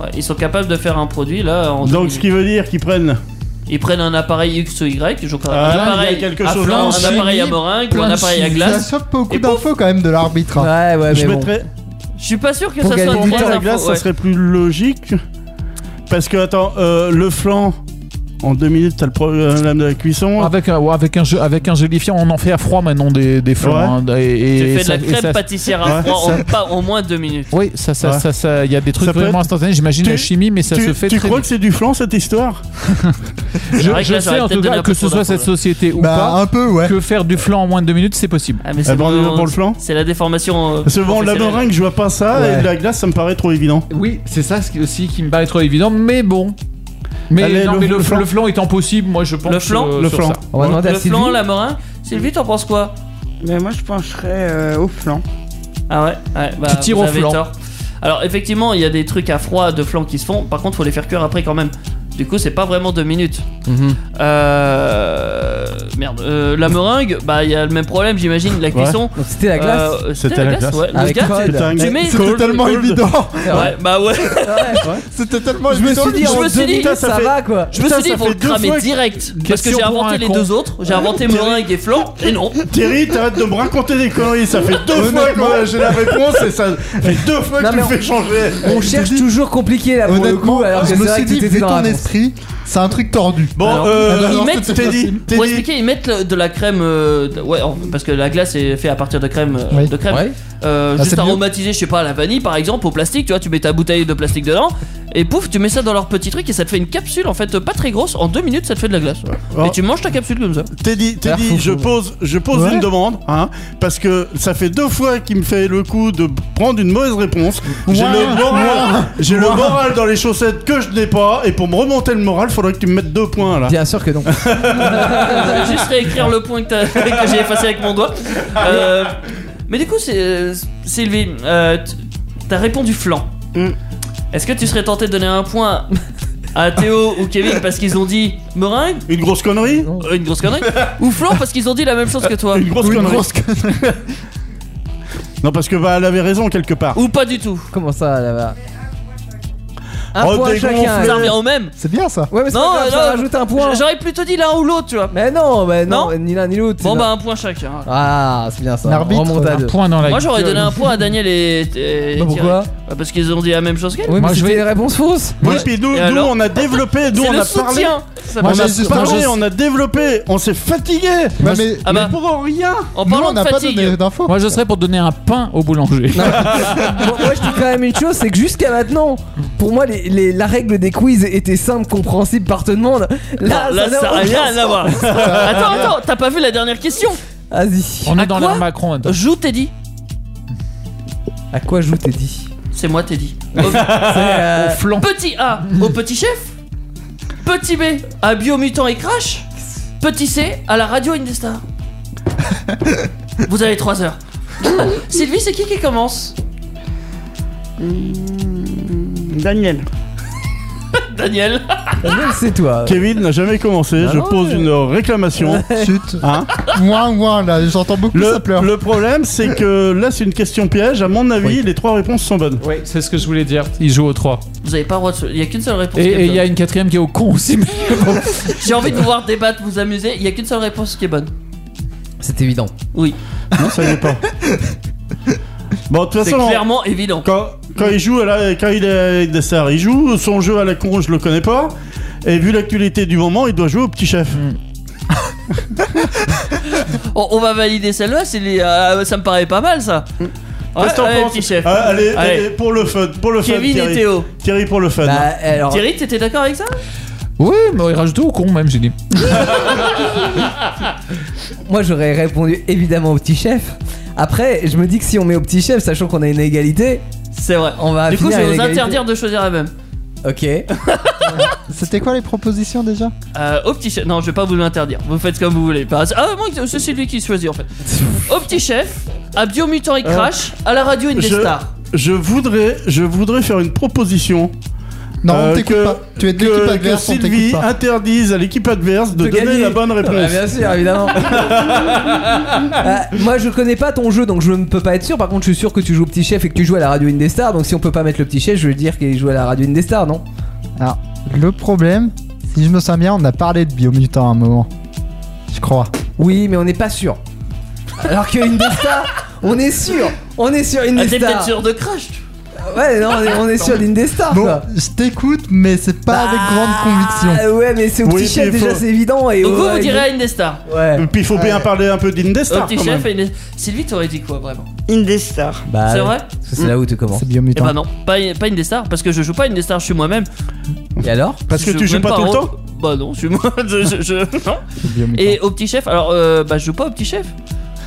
Speaker 4: Ouais, ils sont capables de faire un produit là en deux
Speaker 6: Donc,
Speaker 4: minutes.
Speaker 6: ce qui veut dire qu'ils prennent.
Speaker 4: Ils prennent un appareil X ou Y, je crois, un
Speaker 6: Ah, là, il y a
Speaker 4: appareil
Speaker 6: quelque
Speaker 4: à flan,
Speaker 6: chose.
Speaker 5: Plein
Speaker 4: un
Speaker 5: de
Speaker 4: appareil à
Speaker 5: chimie,
Speaker 4: meringue ou
Speaker 5: plein
Speaker 4: un
Speaker 5: de
Speaker 4: appareil à
Speaker 5: chimie.
Speaker 7: Ça
Speaker 4: glace.
Speaker 7: sauve beaucoup
Speaker 4: Et pouf.
Speaker 7: d'infos quand même de l'arbitre. hein.
Speaker 3: Ouais,
Speaker 5: Eh ben
Speaker 3: ouais,
Speaker 6: je
Speaker 3: mais bon.
Speaker 6: mettrais.
Speaker 4: Je suis pas sûr que
Speaker 3: Pour
Speaker 4: ça
Speaker 3: gagner
Speaker 4: soit
Speaker 3: du
Speaker 4: très
Speaker 6: Pour la
Speaker 4: info-
Speaker 6: glace,
Speaker 4: ouais.
Speaker 6: ça serait plus logique. Parce que, attends, euh, le flan, en deux minutes, t'as le problème de la cuisson.
Speaker 5: Avec un, ouais, avec, un, jeu- avec un gélifiant, on en fait à froid maintenant des, des flancs. hein, et,
Speaker 4: Tu
Speaker 5: et
Speaker 4: fais de
Speaker 5: ça-
Speaker 4: la
Speaker 5: et
Speaker 4: crêpe
Speaker 5: ça-
Speaker 4: pâtissière à
Speaker 6: Ouais,
Speaker 4: froid
Speaker 6: ça-
Speaker 4: en pas au moins deux minutes.
Speaker 5: Oui, ça, ça,
Speaker 6: Ouais.
Speaker 5: ça, ça- il y a des trucs
Speaker 6: Ça peut
Speaker 5: vraiment
Speaker 6: être-
Speaker 5: instantanés. J'imagine
Speaker 6: Tu-
Speaker 5: la chimie, mais ça
Speaker 6: tu
Speaker 5: se fait
Speaker 6: tu
Speaker 5: très
Speaker 6: crois que c'est du flan cette histoire
Speaker 5: vite.
Speaker 4: C'est
Speaker 5: Je,
Speaker 4: vrai que
Speaker 5: je
Speaker 4: là, j'aurais
Speaker 5: sais en
Speaker 4: peut-être
Speaker 5: tout
Speaker 4: donné
Speaker 5: cas
Speaker 4: un
Speaker 5: que
Speaker 4: peu
Speaker 5: ce
Speaker 4: trop
Speaker 5: soit cette
Speaker 4: d'infos,
Speaker 5: société ou
Speaker 7: Bah,
Speaker 5: pas,
Speaker 7: un peu,
Speaker 5: *laughs*
Speaker 7: ouais.
Speaker 5: que faire du flan en moins de deux minutes, c'est possible.
Speaker 4: Ah mais
Speaker 6: Eh ben, on y va pour le flan
Speaker 4: C'est la déformation. euh,
Speaker 6: Parce que bon, la
Speaker 4: professionnelle.
Speaker 6: meringue, je vois pas ça,
Speaker 7: Ouais.
Speaker 6: et de la glace, ça me paraît trop évident.
Speaker 5: Oui, c'est ça ce qui- aussi qui me paraît trop évident, mais bon. Mais,
Speaker 6: Allez,
Speaker 5: non,
Speaker 6: le-
Speaker 5: mais
Speaker 6: le
Speaker 5: le,
Speaker 6: flan.
Speaker 5: le flan étant possible, moi je pense.
Speaker 4: Le flan
Speaker 5: euh,
Speaker 6: Le
Speaker 5: sur
Speaker 6: flan.
Speaker 5: ça.
Speaker 3: On va demander à
Speaker 4: Le flan,
Speaker 3: Sylvie.
Speaker 4: la meringue. Sylvie, t'en penses quoi
Speaker 8: Mais moi, je pencherais euh, au flanc.
Speaker 4: Ah ouais, ouais bah,
Speaker 5: Tu tires
Speaker 4: vous
Speaker 5: au
Speaker 4: avez
Speaker 5: flanc.
Speaker 4: tort. Alors effectivement, il y a des trucs à froid de flanc qui se font. Par contre, faut les faire cuire après quand même. Du coup, c'est pas vraiment deux minutes.
Speaker 3: Mhm.
Speaker 4: Euh... Merde. Euh, la meringue, bah il y a le même problème, j'imagine. La cuisson.
Speaker 3: Donc, C'était la glace.
Speaker 4: euh,
Speaker 6: C'était la glace.
Speaker 4: ouais. Le
Speaker 3: Avec
Speaker 4: gars,
Speaker 3: Cold.
Speaker 4: tu-
Speaker 6: Putain,
Speaker 4: tu mets-
Speaker 7: C'était tellement
Speaker 6: cold.
Speaker 7: évident.
Speaker 4: Ouais, bah ouais.
Speaker 7: C'était tellement
Speaker 3: Je me
Speaker 7: évident.
Speaker 3: suis dit,
Speaker 4: Je
Speaker 3: en
Speaker 4: me suis
Speaker 3: deux
Speaker 4: dit,
Speaker 3: minutes,
Speaker 6: putain,
Speaker 3: ça,
Speaker 6: ça fait-
Speaker 3: va quoi.
Speaker 4: Je me
Speaker 6: Putain,
Speaker 4: suis dit,
Speaker 6: ça
Speaker 4: faut le
Speaker 6: fait deux
Speaker 4: cramer
Speaker 6: fois que-
Speaker 4: direct. Parce que
Speaker 5: Question
Speaker 4: j'ai
Speaker 5: pour
Speaker 4: inventé
Speaker 5: un
Speaker 4: les
Speaker 5: con.
Speaker 4: deux autres. J'ai inventé meringue et flan. Et non.
Speaker 6: Thierry, t'arrêtes de me raconter des conneries, ça fait deux fois que j'ai la réponse et
Speaker 7: *laughs*
Speaker 6: ça fait deux fois
Speaker 3: Non,
Speaker 6: que tu
Speaker 3: mais
Speaker 6: me
Speaker 3: on-
Speaker 6: fais changer.
Speaker 3: On cherche toujours compliqué là pour le
Speaker 7: Honnêtement,
Speaker 3: coup, alors que
Speaker 7: je
Speaker 3: c'est
Speaker 7: me
Speaker 3: vrai
Speaker 7: suis
Speaker 3: que
Speaker 7: dit,
Speaker 3: tout était
Speaker 7: vu
Speaker 3: dans la
Speaker 7: ton
Speaker 3: réponse.
Speaker 7: esprit, c'est un truc tordu.
Speaker 6: Bon,
Speaker 4: Alors,
Speaker 6: euh,
Speaker 4: ils
Speaker 6: alors,
Speaker 4: mettent-
Speaker 6: t'es dit, t'es
Speaker 4: Pour
Speaker 6: dit-
Speaker 4: expliquer, ils mettent le- de la crème, euh, de- ouais, en- parce que la glace est faite à partir de crème, euh,
Speaker 7: Oui.
Speaker 4: de crème,
Speaker 3: Ouais.
Speaker 4: Euh,
Speaker 7: Ah,
Speaker 4: juste
Speaker 7: c'est mieux.
Speaker 4: aromatisée, je sais pas, à la vanille par exemple, au plastique, tu vois, tu mets ta bouteille de plastique dedans, et pouf, tu mets ça dans leur petit truc et ça te fait une capsule en fait pas très grosse, en deux minutes ça te fait de la glace.
Speaker 6: Oh.
Speaker 4: Et tu manges ta capsule comme ça.
Speaker 6: t'es dit, t'es dit, je pose, je pose
Speaker 7: Ouais.
Speaker 6: une demande, hein, parce que ça fait deux fois qu'il me fait le coup de prendre une mauvaise réponse. J'ai le moral, j'ai le moral dans les chaussettes que je n'ai pas, et pour me remonter le moral, faudrait que tu me mettes deux points là.
Speaker 3: Bien sûr que non.
Speaker 6: Ah.
Speaker 4: Je vais juste réécrire le point que, t'as- *laughs* que j'ai effacé avec mon doigt.
Speaker 6: Ah.
Speaker 4: Euh, mais du coup, c'est- euh, Sylvie, euh, t- t'as répondu flan.
Speaker 8: Mm.
Speaker 4: Est-ce que tu serais tenté de donner un point à
Speaker 6: *laughs*
Speaker 4: Théo ou Kevin parce qu'ils ont dit meringue
Speaker 6: Une grosse connerie,
Speaker 4: Euh, une grosse connerie Ou flan parce qu'ils ont dit la même chose que toi
Speaker 6: une grosse
Speaker 7: Ou une
Speaker 6: connerie.
Speaker 7: grosse connerie.
Speaker 6: Non, parce que bah elle avait raison quelque part.
Speaker 4: Ou pas du tout
Speaker 3: Comment ça là-bas Un
Speaker 6: Oh,
Speaker 3: point
Speaker 6: t'es
Speaker 3: chacun.
Speaker 6: gonflé.
Speaker 4: Ça revient au même
Speaker 7: C'est bien ça.
Speaker 3: Ouais, mais c'est
Speaker 4: Non, euh,
Speaker 3: pas grave,
Speaker 4: non.
Speaker 3: ça rajoute un Ah, point.
Speaker 4: J'aurais plutôt dit l'un ou l'autre, tu vois
Speaker 3: Mais non, mais non,
Speaker 4: Non
Speaker 3: ni l'un ni l'autre.
Speaker 4: Bon
Speaker 3: c'est
Speaker 4: bah un point chacun
Speaker 3: Ah, c'est bien ça.
Speaker 7: L'arbitre,
Speaker 3: on remonte à deux.
Speaker 5: Un point dans la
Speaker 4: Moi j'aurais
Speaker 5: gueule.
Speaker 4: donné un point à Daniel et... et-
Speaker 3: Bah,
Speaker 4: et Thierry.
Speaker 3: pourquoi
Speaker 4: Bah, Parce qu'ils ont dit la même chose qu'elle
Speaker 3: Oui,
Speaker 5: Moi,
Speaker 3: mais
Speaker 5: je
Speaker 3: c'était
Speaker 5: vais-
Speaker 3: des réponses fausses.
Speaker 6: Oui, puis
Speaker 4: Et
Speaker 6: nous, nous,
Speaker 4: alors Ah,
Speaker 6: on a développé, nous
Speaker 4: C'est
Speaker 6: on
Speaker 4: le
Speaker 6: a parlé.
Speaker 4: soutien Ça
Speaker 5: Moi,
Speaker 6: on
Speaker 5: j'ai-
Speaker 6: a
Speaker 5: j'ai-
Speaker 6: parlé,
Speaker 5: j'ai-
Speaker 6: on a développé, on s'est fatigué.
Speaker 7: Bah, mais
Speaker 4: Ah bah,
Speaker 6: Pour rien.
Speaker 4: en
Speaker 7: nous, on
Speaker 4: parlant de
Speaker 7: n'a pas donné
Speaker 4: fatigue
Speaker 7: d'infos.
Speaker 5: Moi, je serais pour donner un pain au boulanger.
Speaker 3: Bon, moi, je dis quand même une chose, c'est que jusqu'à maintenant, pour moi, les- les- la règle des quiz était simple, compréhensible par tout le monde. Là,
Speaker 4: Là
Speaker 3: n'a
Speaker 4: ça a
Speaker 3: aucun
Speaker 4: rien à
Speaker 3: sens.
Speaker 4: voir Attends, attends, t'as pas vu la dernière question
Speaker 3: Vas-y.
Speaker 5: On
Speaker 4: À
Speaker 5: est dans
Speaker 4: quoi
Speaker 5: l'ère Macron. attends.
Speaker 4: Joue Teddy
Speaker 3: À quoi je vous t'ai dit
Speaker 4: C'est moi Teddy
Speaker 3: C'est, euh,
Speaker 5: Flan.
Speaker 4: Petit A au petit chef. Petit B à Biomutant et Crash. Petit C à la radio Indestar. Vous avez 3 heures. Sylvie, c'est qui qui commence
Speaker 8: Daniel.
Speaker 4: Daniel.
Speaker 6: *laughs*
Speaker 3: C'est toi.
Speaker 6: Kevin n'a jamais commencé, je
Speaker 3: non,
Speaker 6: pose
Speaker 3: ouais.
Speaker 6: une réclamation.
Speaker 7: Chut.
Speaker 6: Hein
Speaker 7: Ouin, ouin, là, j'entends beaucoup
Speaker 6: le,
Speaker 7: ça pleure.
Speaker 6: le problème, c'est que là, c'est une question piège. À mon avis,
Speaker 5: Oui.
Speaker 6: les trois réponses sont bonnes.
Speaker 5: Oui, c'est ce que je voulais dire. Il joue au 3.
Speaker 4: Vous avez pas le droit de. se- Il y a qu'une seule réponse.
Speaker 5: Et
Speaker 4: qui
Speaker 5: et
Speaker 4: est
Speaker 5: il y a une quatrième qui est au con aussi. *laughs* mais bon.
Speaker 4: bonne. J'ai envie de pouvoir débattre, vous amuser. Il y a qu'une seule réponse qui est bonne.
Speaker 3: C'est évident.
Speaker 4: Oui.
Speaker 6: Non, ça
Speaker 4: *laughs*
Speaker 6: n'est pas. Bon, de toute
Speaker 4: C'est
Speaker 6: façon, on-
Speaker 4: clairement évident.
Speaker 6: quand, quand il joue, à la- quand il est avec des stars, il joue. Son jeu à la con, je le connais pas. Et vu l'actualité du moment, il doit jouer au petit chef.
Speaker 4: Mm. On, on va valider celle-là. c'est les- euh, ça me paraît pas mal ça. Ouais,
Speaker 6: Qu'est-ce que t'en
Speaker 4: ouais,
Speaker 6: penses
Speaker 4: petit chef.
Speaker 6: Ah, allez,
Speaker 4: Allez.
Speaker 6: allez, pour le fun, pour le fun,
Speaker 4: Kevin
Speaker 6: Thierry.
Speaker 4: et Théo. Ah
Speaker 6: Thierry pour le fun.
Speaker 3: Bah, alors,
Speaker 4: Thierry, t'étais d'accord avec ça
Speaker 5: Oui, mais il rajoute tout au con même, j'ai dit.
Speaker 3: moi j'aurais répondu évidemment au petit chef. Après, je me dis que si on met au petit chef, sachant qu'on a une égalité,
Speaker 4: C'est vrai.
Speaker 3: on va
Speaker 4: du coup, je
Speaker 3: finir à
Speaker 4: vais vous
Speaker 3: l'égalité.
Speaker 4: interdire de choisir la même.
Speaker 3: Ok.
Speaker 7: C'était quoi les propositions déjà
Speaker 4: Euh, au petit chef. Non, je vais pas vous l'interdire. Vous faites comme vous voulez. Pas- Ah, moi, c'est celui qui choisit
Speaker 3: *laughs*
Speaker 4: en fait. au petit chef, à Biomutant
Speaker 3: Ah.
Speaker 4: et Crash, à la radio
Speaker 6: je-
Speaker 4: Indestar.
Speaker 6: Je voudrais, je voudrais faire une proposition
Speaker 7: Non,
Speaker 6: Euh,
Speaker 7: on t'écoute
Speaker 6: que-
Speaker 7: pas. Tu es de l'équipe
Speaker 6: que, que
Speaker 7: adverse, on t'écoute
Speaker 6: Sylvie
Speaker 7: pas.
Speaker 6: interdise à l'équipe adverse de,
Speaker 3: De
Speaker 6: donner
Speaker 3: gagner.
Speaker 6: la bonne
Speaker 3: Ouais,
Speaker 6: réponse.
Speaker 3: bien sûr,
Speaker 6: *laughs*
Speaker 3: évidemment. Euh, moi, je connais pas ton jeu, donc je ne peux pas être sûr. Par contre, je suis sûr que tu joues au petit chef et que tu joues à la radio Indestar. Donc, si on peut pas mettre le petit chef, je vais dire qu'il joue à la radio Indestar, non
Speaker 7: Alors, le problème, si je me souviens bien, on a parlé de Biomutant à un moment. Je crois.
Speaker 3: Oui, mais on n'est pas sûr. Alors que Indestar, on est sûr. On est sur
Speaker 4: Ah, t'es peut-être
Speaker 3: Indestar.
Speaker 4: sûr de Crash.
Speaker 3: Ouais, non, on est, on est sur
Speaker 6: Ah.
Speaker 3: l'Indestar.
Speaker 7: Bon,
Speaker 3: quoi.
Speaker 7: je t'écoute, mais c'est pas
Speaker 6: Bah.
Speaker 7: avec grande conviction.
Speaker 3: Ah, ouais, mais c'est au
Speaker 6: Oui,
Speaker 3: petit chef
Speaker 6: mais
Speaker 3: déjà,
Speaker 6: faut-
Speaker 3: c'est évident. Et
Speaker 4: Donc,
Speaker 3: ouais,
Speaker 4: vous, vous
Speaker 3: et-
Speaker 4: direz à Indestar.
Speaker 3: Ouais.
Speaker 6: Puis il faut bien parler un peu
Speaker 4: Au
Speaker 6: d'Indestar
Speaker 4: petit
Speaker 6: quand
Speaker 4: chef
Speaker 6: même.
Speaker 4: et Indestar. Sylvie, t'aurais dit quoi vraiment
Speaker 8: Indestar.
Speaker 3: Bah,
Speaker 4: C'est
Speaker 3: ouais.
Speaker 4: vrai
Speaker 3: Parce que c'est là où tu commences.
Speaker 7: C'est
Speaker 4: Eh ben
Speaker 7: Biomutant.
Speaker 4: non, pas, pas Indestar, parce que je joue pas Indestar, je suis moi-même.
Speaker 3: Et alors
Speaker 6: Parce que
Speaker 4: Je
Speaker 6: tu
Speaker 4: joue
Speaker 6: joues
Speaker 4: même
Speaker 6: pas tout le
Speaker 4: en-
Speaker 6: temps
Speaker 4: Bah non, je suis moi. *laughs* Je, je- je- non.
Speaker 7: C'est Biomutant.
Speaker 4: Et au petit chef, alors euh, bah je joue pas au petit chef.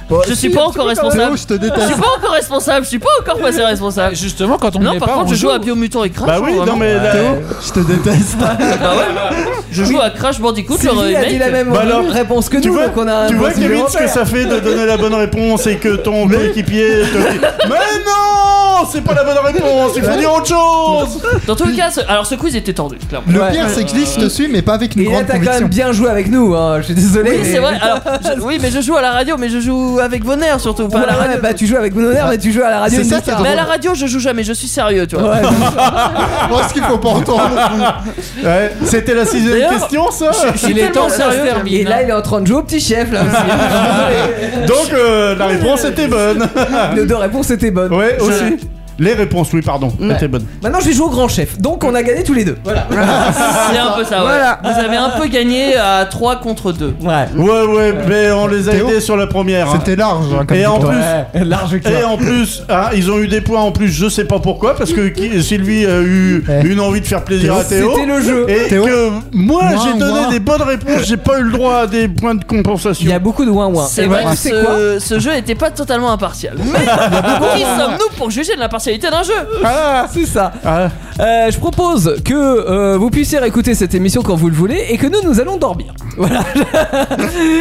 Speaker 3: Bon,
Speaker 4: je suis
Speaker 3: Bah, si,
Speaker 4: pas
Speaker 3: un
Speaker 4: encore
Speaker 3: petit peu quand
Speaker 4: responsable.
Speaker 7: Théo, je te
Speaker 4: Je
Speaker 7: déteste.
Speaker 4: suis pas encore responsable, je suis pas encore passé responsable.
Speaker 5: Justement, quand on
Speaker 4: Non,
Speaker 5: n'est
Speaker 4: par
Speaker 5: pas,
Speaker 4: contre,
Speaker 5: on
Speaker 4: je joue
Speaker 5: joue.
Speaker 4: à Biomutant et Crash.
Speaker 6: Bah oui,
Speaker 4: hein,
Speaker 6: non
Speaker 4: vraiment.
Speaker 3: euh,
Speaker 6: mais là-
Speaker 7: Théo, je te déteste.
Speaker 4: Bah ouais. Je joue à Crash Bandicoot, le
Speaker 3: Sylvie a dit la
Speaker 4: remake.
Speaker 3: même
Speaker 6: Bah alors,
Speaker 3: réponse que
Speaker 6: tu
Speaker 3: nous,
Speaker 6: vois,
Speaker 3: donc on a un
Speaker 6: tu vois
Speaker 3: principe
Speaker 6: Kevin ce que
Speaker 3: européen.
Speaker 6: ça fait de donner la bonne réponse et que ton coéquipier te *laughs* dit Mais non C'est pas la bonne réponse, il faut dire autre chose
Speaker 4: Dans tous les cas, ce- alors ce quiz était tendu, clairement.
Speaker 7: Le
Speaker 3: Ouais.
Speaker 7: pire, c'est que je dis, je te suis, mais pas avec une
Speaker 3: Et là,
Speaker 7: grande
Speaker 3: t'as quand
Speaker 7: conviction.
Speaker 3: même bien joué avec nous, hein. je suis désolé.
Speaker 4: Oui,
Speaker 3: mais-
Speaker 4: c'est vrai. Alors, je- oui, mais je joue à la radio, mais je joue avec Bonheur surtout, pas à la
Speaker 3: Ouais,
Speaker 4: radio.
Speaker 3: bah, tu joues avec mon honneur, mais tu joues à la radio.
Speaker 7: C'est ça,
Speaker 3: Indestar.
Speaker 7: t'as
Speaker 4: Mais à la radio, je joue jamais, je suis sérieux, tu vois.
Speaker 3: Ouais,
Speaker 4: *laughs*
Speaker 7: Moi, ce qu'il faut pas
Speaker 6: *laughs*
Speaker 7: entendre.
Speaker 6: Ouais, C'était la sixième
Speaker 4: D'ailleurs,
Speaker 6: question ça
Speaker 4: Je suis tellement sérieux.
Speaker 3: Et là,
Speaker 4: hein.
Speaker 3: il est en train de jouer au petit chef, là aussi.
Speaker 6: Donc euh, la réponse était bonne
Speaker 3: *laughs* Nos deux réponses étaient bonnes.
Speaker 6: Ouais
Speaker 3: Je-
Speaker 6: aussi Les réponses, oui, pardon, étaient bonnes.
Speaker 3: Maintenant, je vais jouer au grand chef. Donc, on a gagné tous les deux. Voilà.
Speaker 4: C'est un peu ça, ouais.
Speaker 3: Voilà.
Speaker 4: Vous avez un peu gagné à 3 contre 2.
Speaker 3: Ouais.
Speaker 6: Ouais, ouais, mais on les a
Speaker 7: Théo
Speaker 6: aidés sur la première. hein.
Speaker 7: C'était large. hein, comme
Speaker 6: Et en
Speaker 7: victoire.
Speaker 6: plus,
Speaker 3: Large
Speaker 6: Et en plus, hein, ils ont eu des points en plus, je sais pas pourquoi, parce que qui- Sylvie a eu
Speaker 7: Eh.
Speaker 6: une envie de faire plaisir à Théo.
Speaker 3: C'était le jeu.
Speaker 6: Et
Speaker 7: Théo.
Speaker 6: que moi,
Speaker 7: Ouin,
Speaker 6: j'ai donné
Speaker 7: ouin.
Speaker 6: des bonnes réponses, j'ai pas eu le droit à des points de
Speaker 3: Il y a
Speaker 6: compensation.
Speaker 3: beaucoup de ouin-ouin.
Speaker 4: C'est
Speaker 3: Et
Speaker 4: vrai
Speaker 3: bah,
Speaker 4: que
Speaker 3: tu sais quoi
Speaker 4: Hein. ce, ce jeu n'était pas totalement impartial. Mais qui sommes-nous pour juger de l'impartialité d'un jeu
Speaker 3: *laughs* C'est ça.
Speaker 6: Ah,
Speaker 3: Euh, je propose que euh, vous puissiez réécouter cette émission quand vous le voulez et que nous, nous allons dormir. Voilà.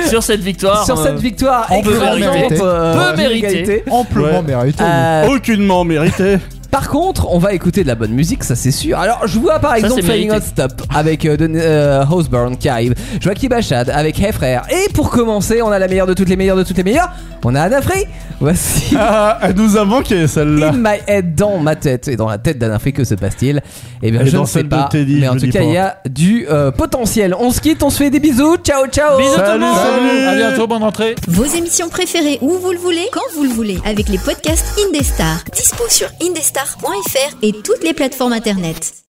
Speaker 4: Sur cette victoire.
Speaker 3: Sur
Speaker 4: euh,
Speaker 3: cette victoire
Speaker 4: on peut
Speaker 3: écrasante,
Speaker 7: mériter.
Speaker 3: euh,
Speaker 4: Peut mériter.
Speaker 3: d'égalité.
Speaker 7: amplement
Speaker 6: Ouais.
Speaker 7: mérité.
Speaker 3: Euh,
Speaker 6: Aucunement mérité.
Speaker 3: Par contre, on va écouter de la bonne musique, ça c'est sûr. Alors, je vois par
Speaker 4: c'est
Speaker 3: exemple Flying Hot
Speaker 4: mérité.
Speaker 3: Stop avec euh, Don- euh, Houseburn qui arrive, Joachim Bachad avec Hey Frère. Et pour commencer, on a la meilleure de toutes les meilleures de toutes les meilleures. On a Anna Free. Voici
Speaker 6: Ah, elle nous a manqué
Speaker 3: In
Speaker 6: celle-là.
Speaker 3: My Head dans ma tête et dans la tête d'Anna Free. Que se passe-t-il Eh bien,
Speaker 6: Et
Speaker 3: je
Speaker 6: dans
Speaker 3: ne sais
Speaker 6: celle de
Speaker 3: pas.
Speaker 6: Teddy,
Speaker 3: mais en
Speaker 6: je
Speaker 3: tout
Speaker 6: dis
Speaker 3: cas,
Speaker 6: pas.
Speaker 3: il y a du euh, potentiel. On se quitte, on se fait des bisous. Ciao, ciao.
Speaker 4: Bisous.
Speaker 6: Salut,
Speaker 4: Exactement.
Speaker 6: salut.
Speaker 5: À bientôt, bonne rentrée.
Speaker 9: Vos émissions préférées où vous le voulez, quand vous le voulez, avec les podcasts Indestar. Dispo sur indestar.fr et toutes les plateformes internet.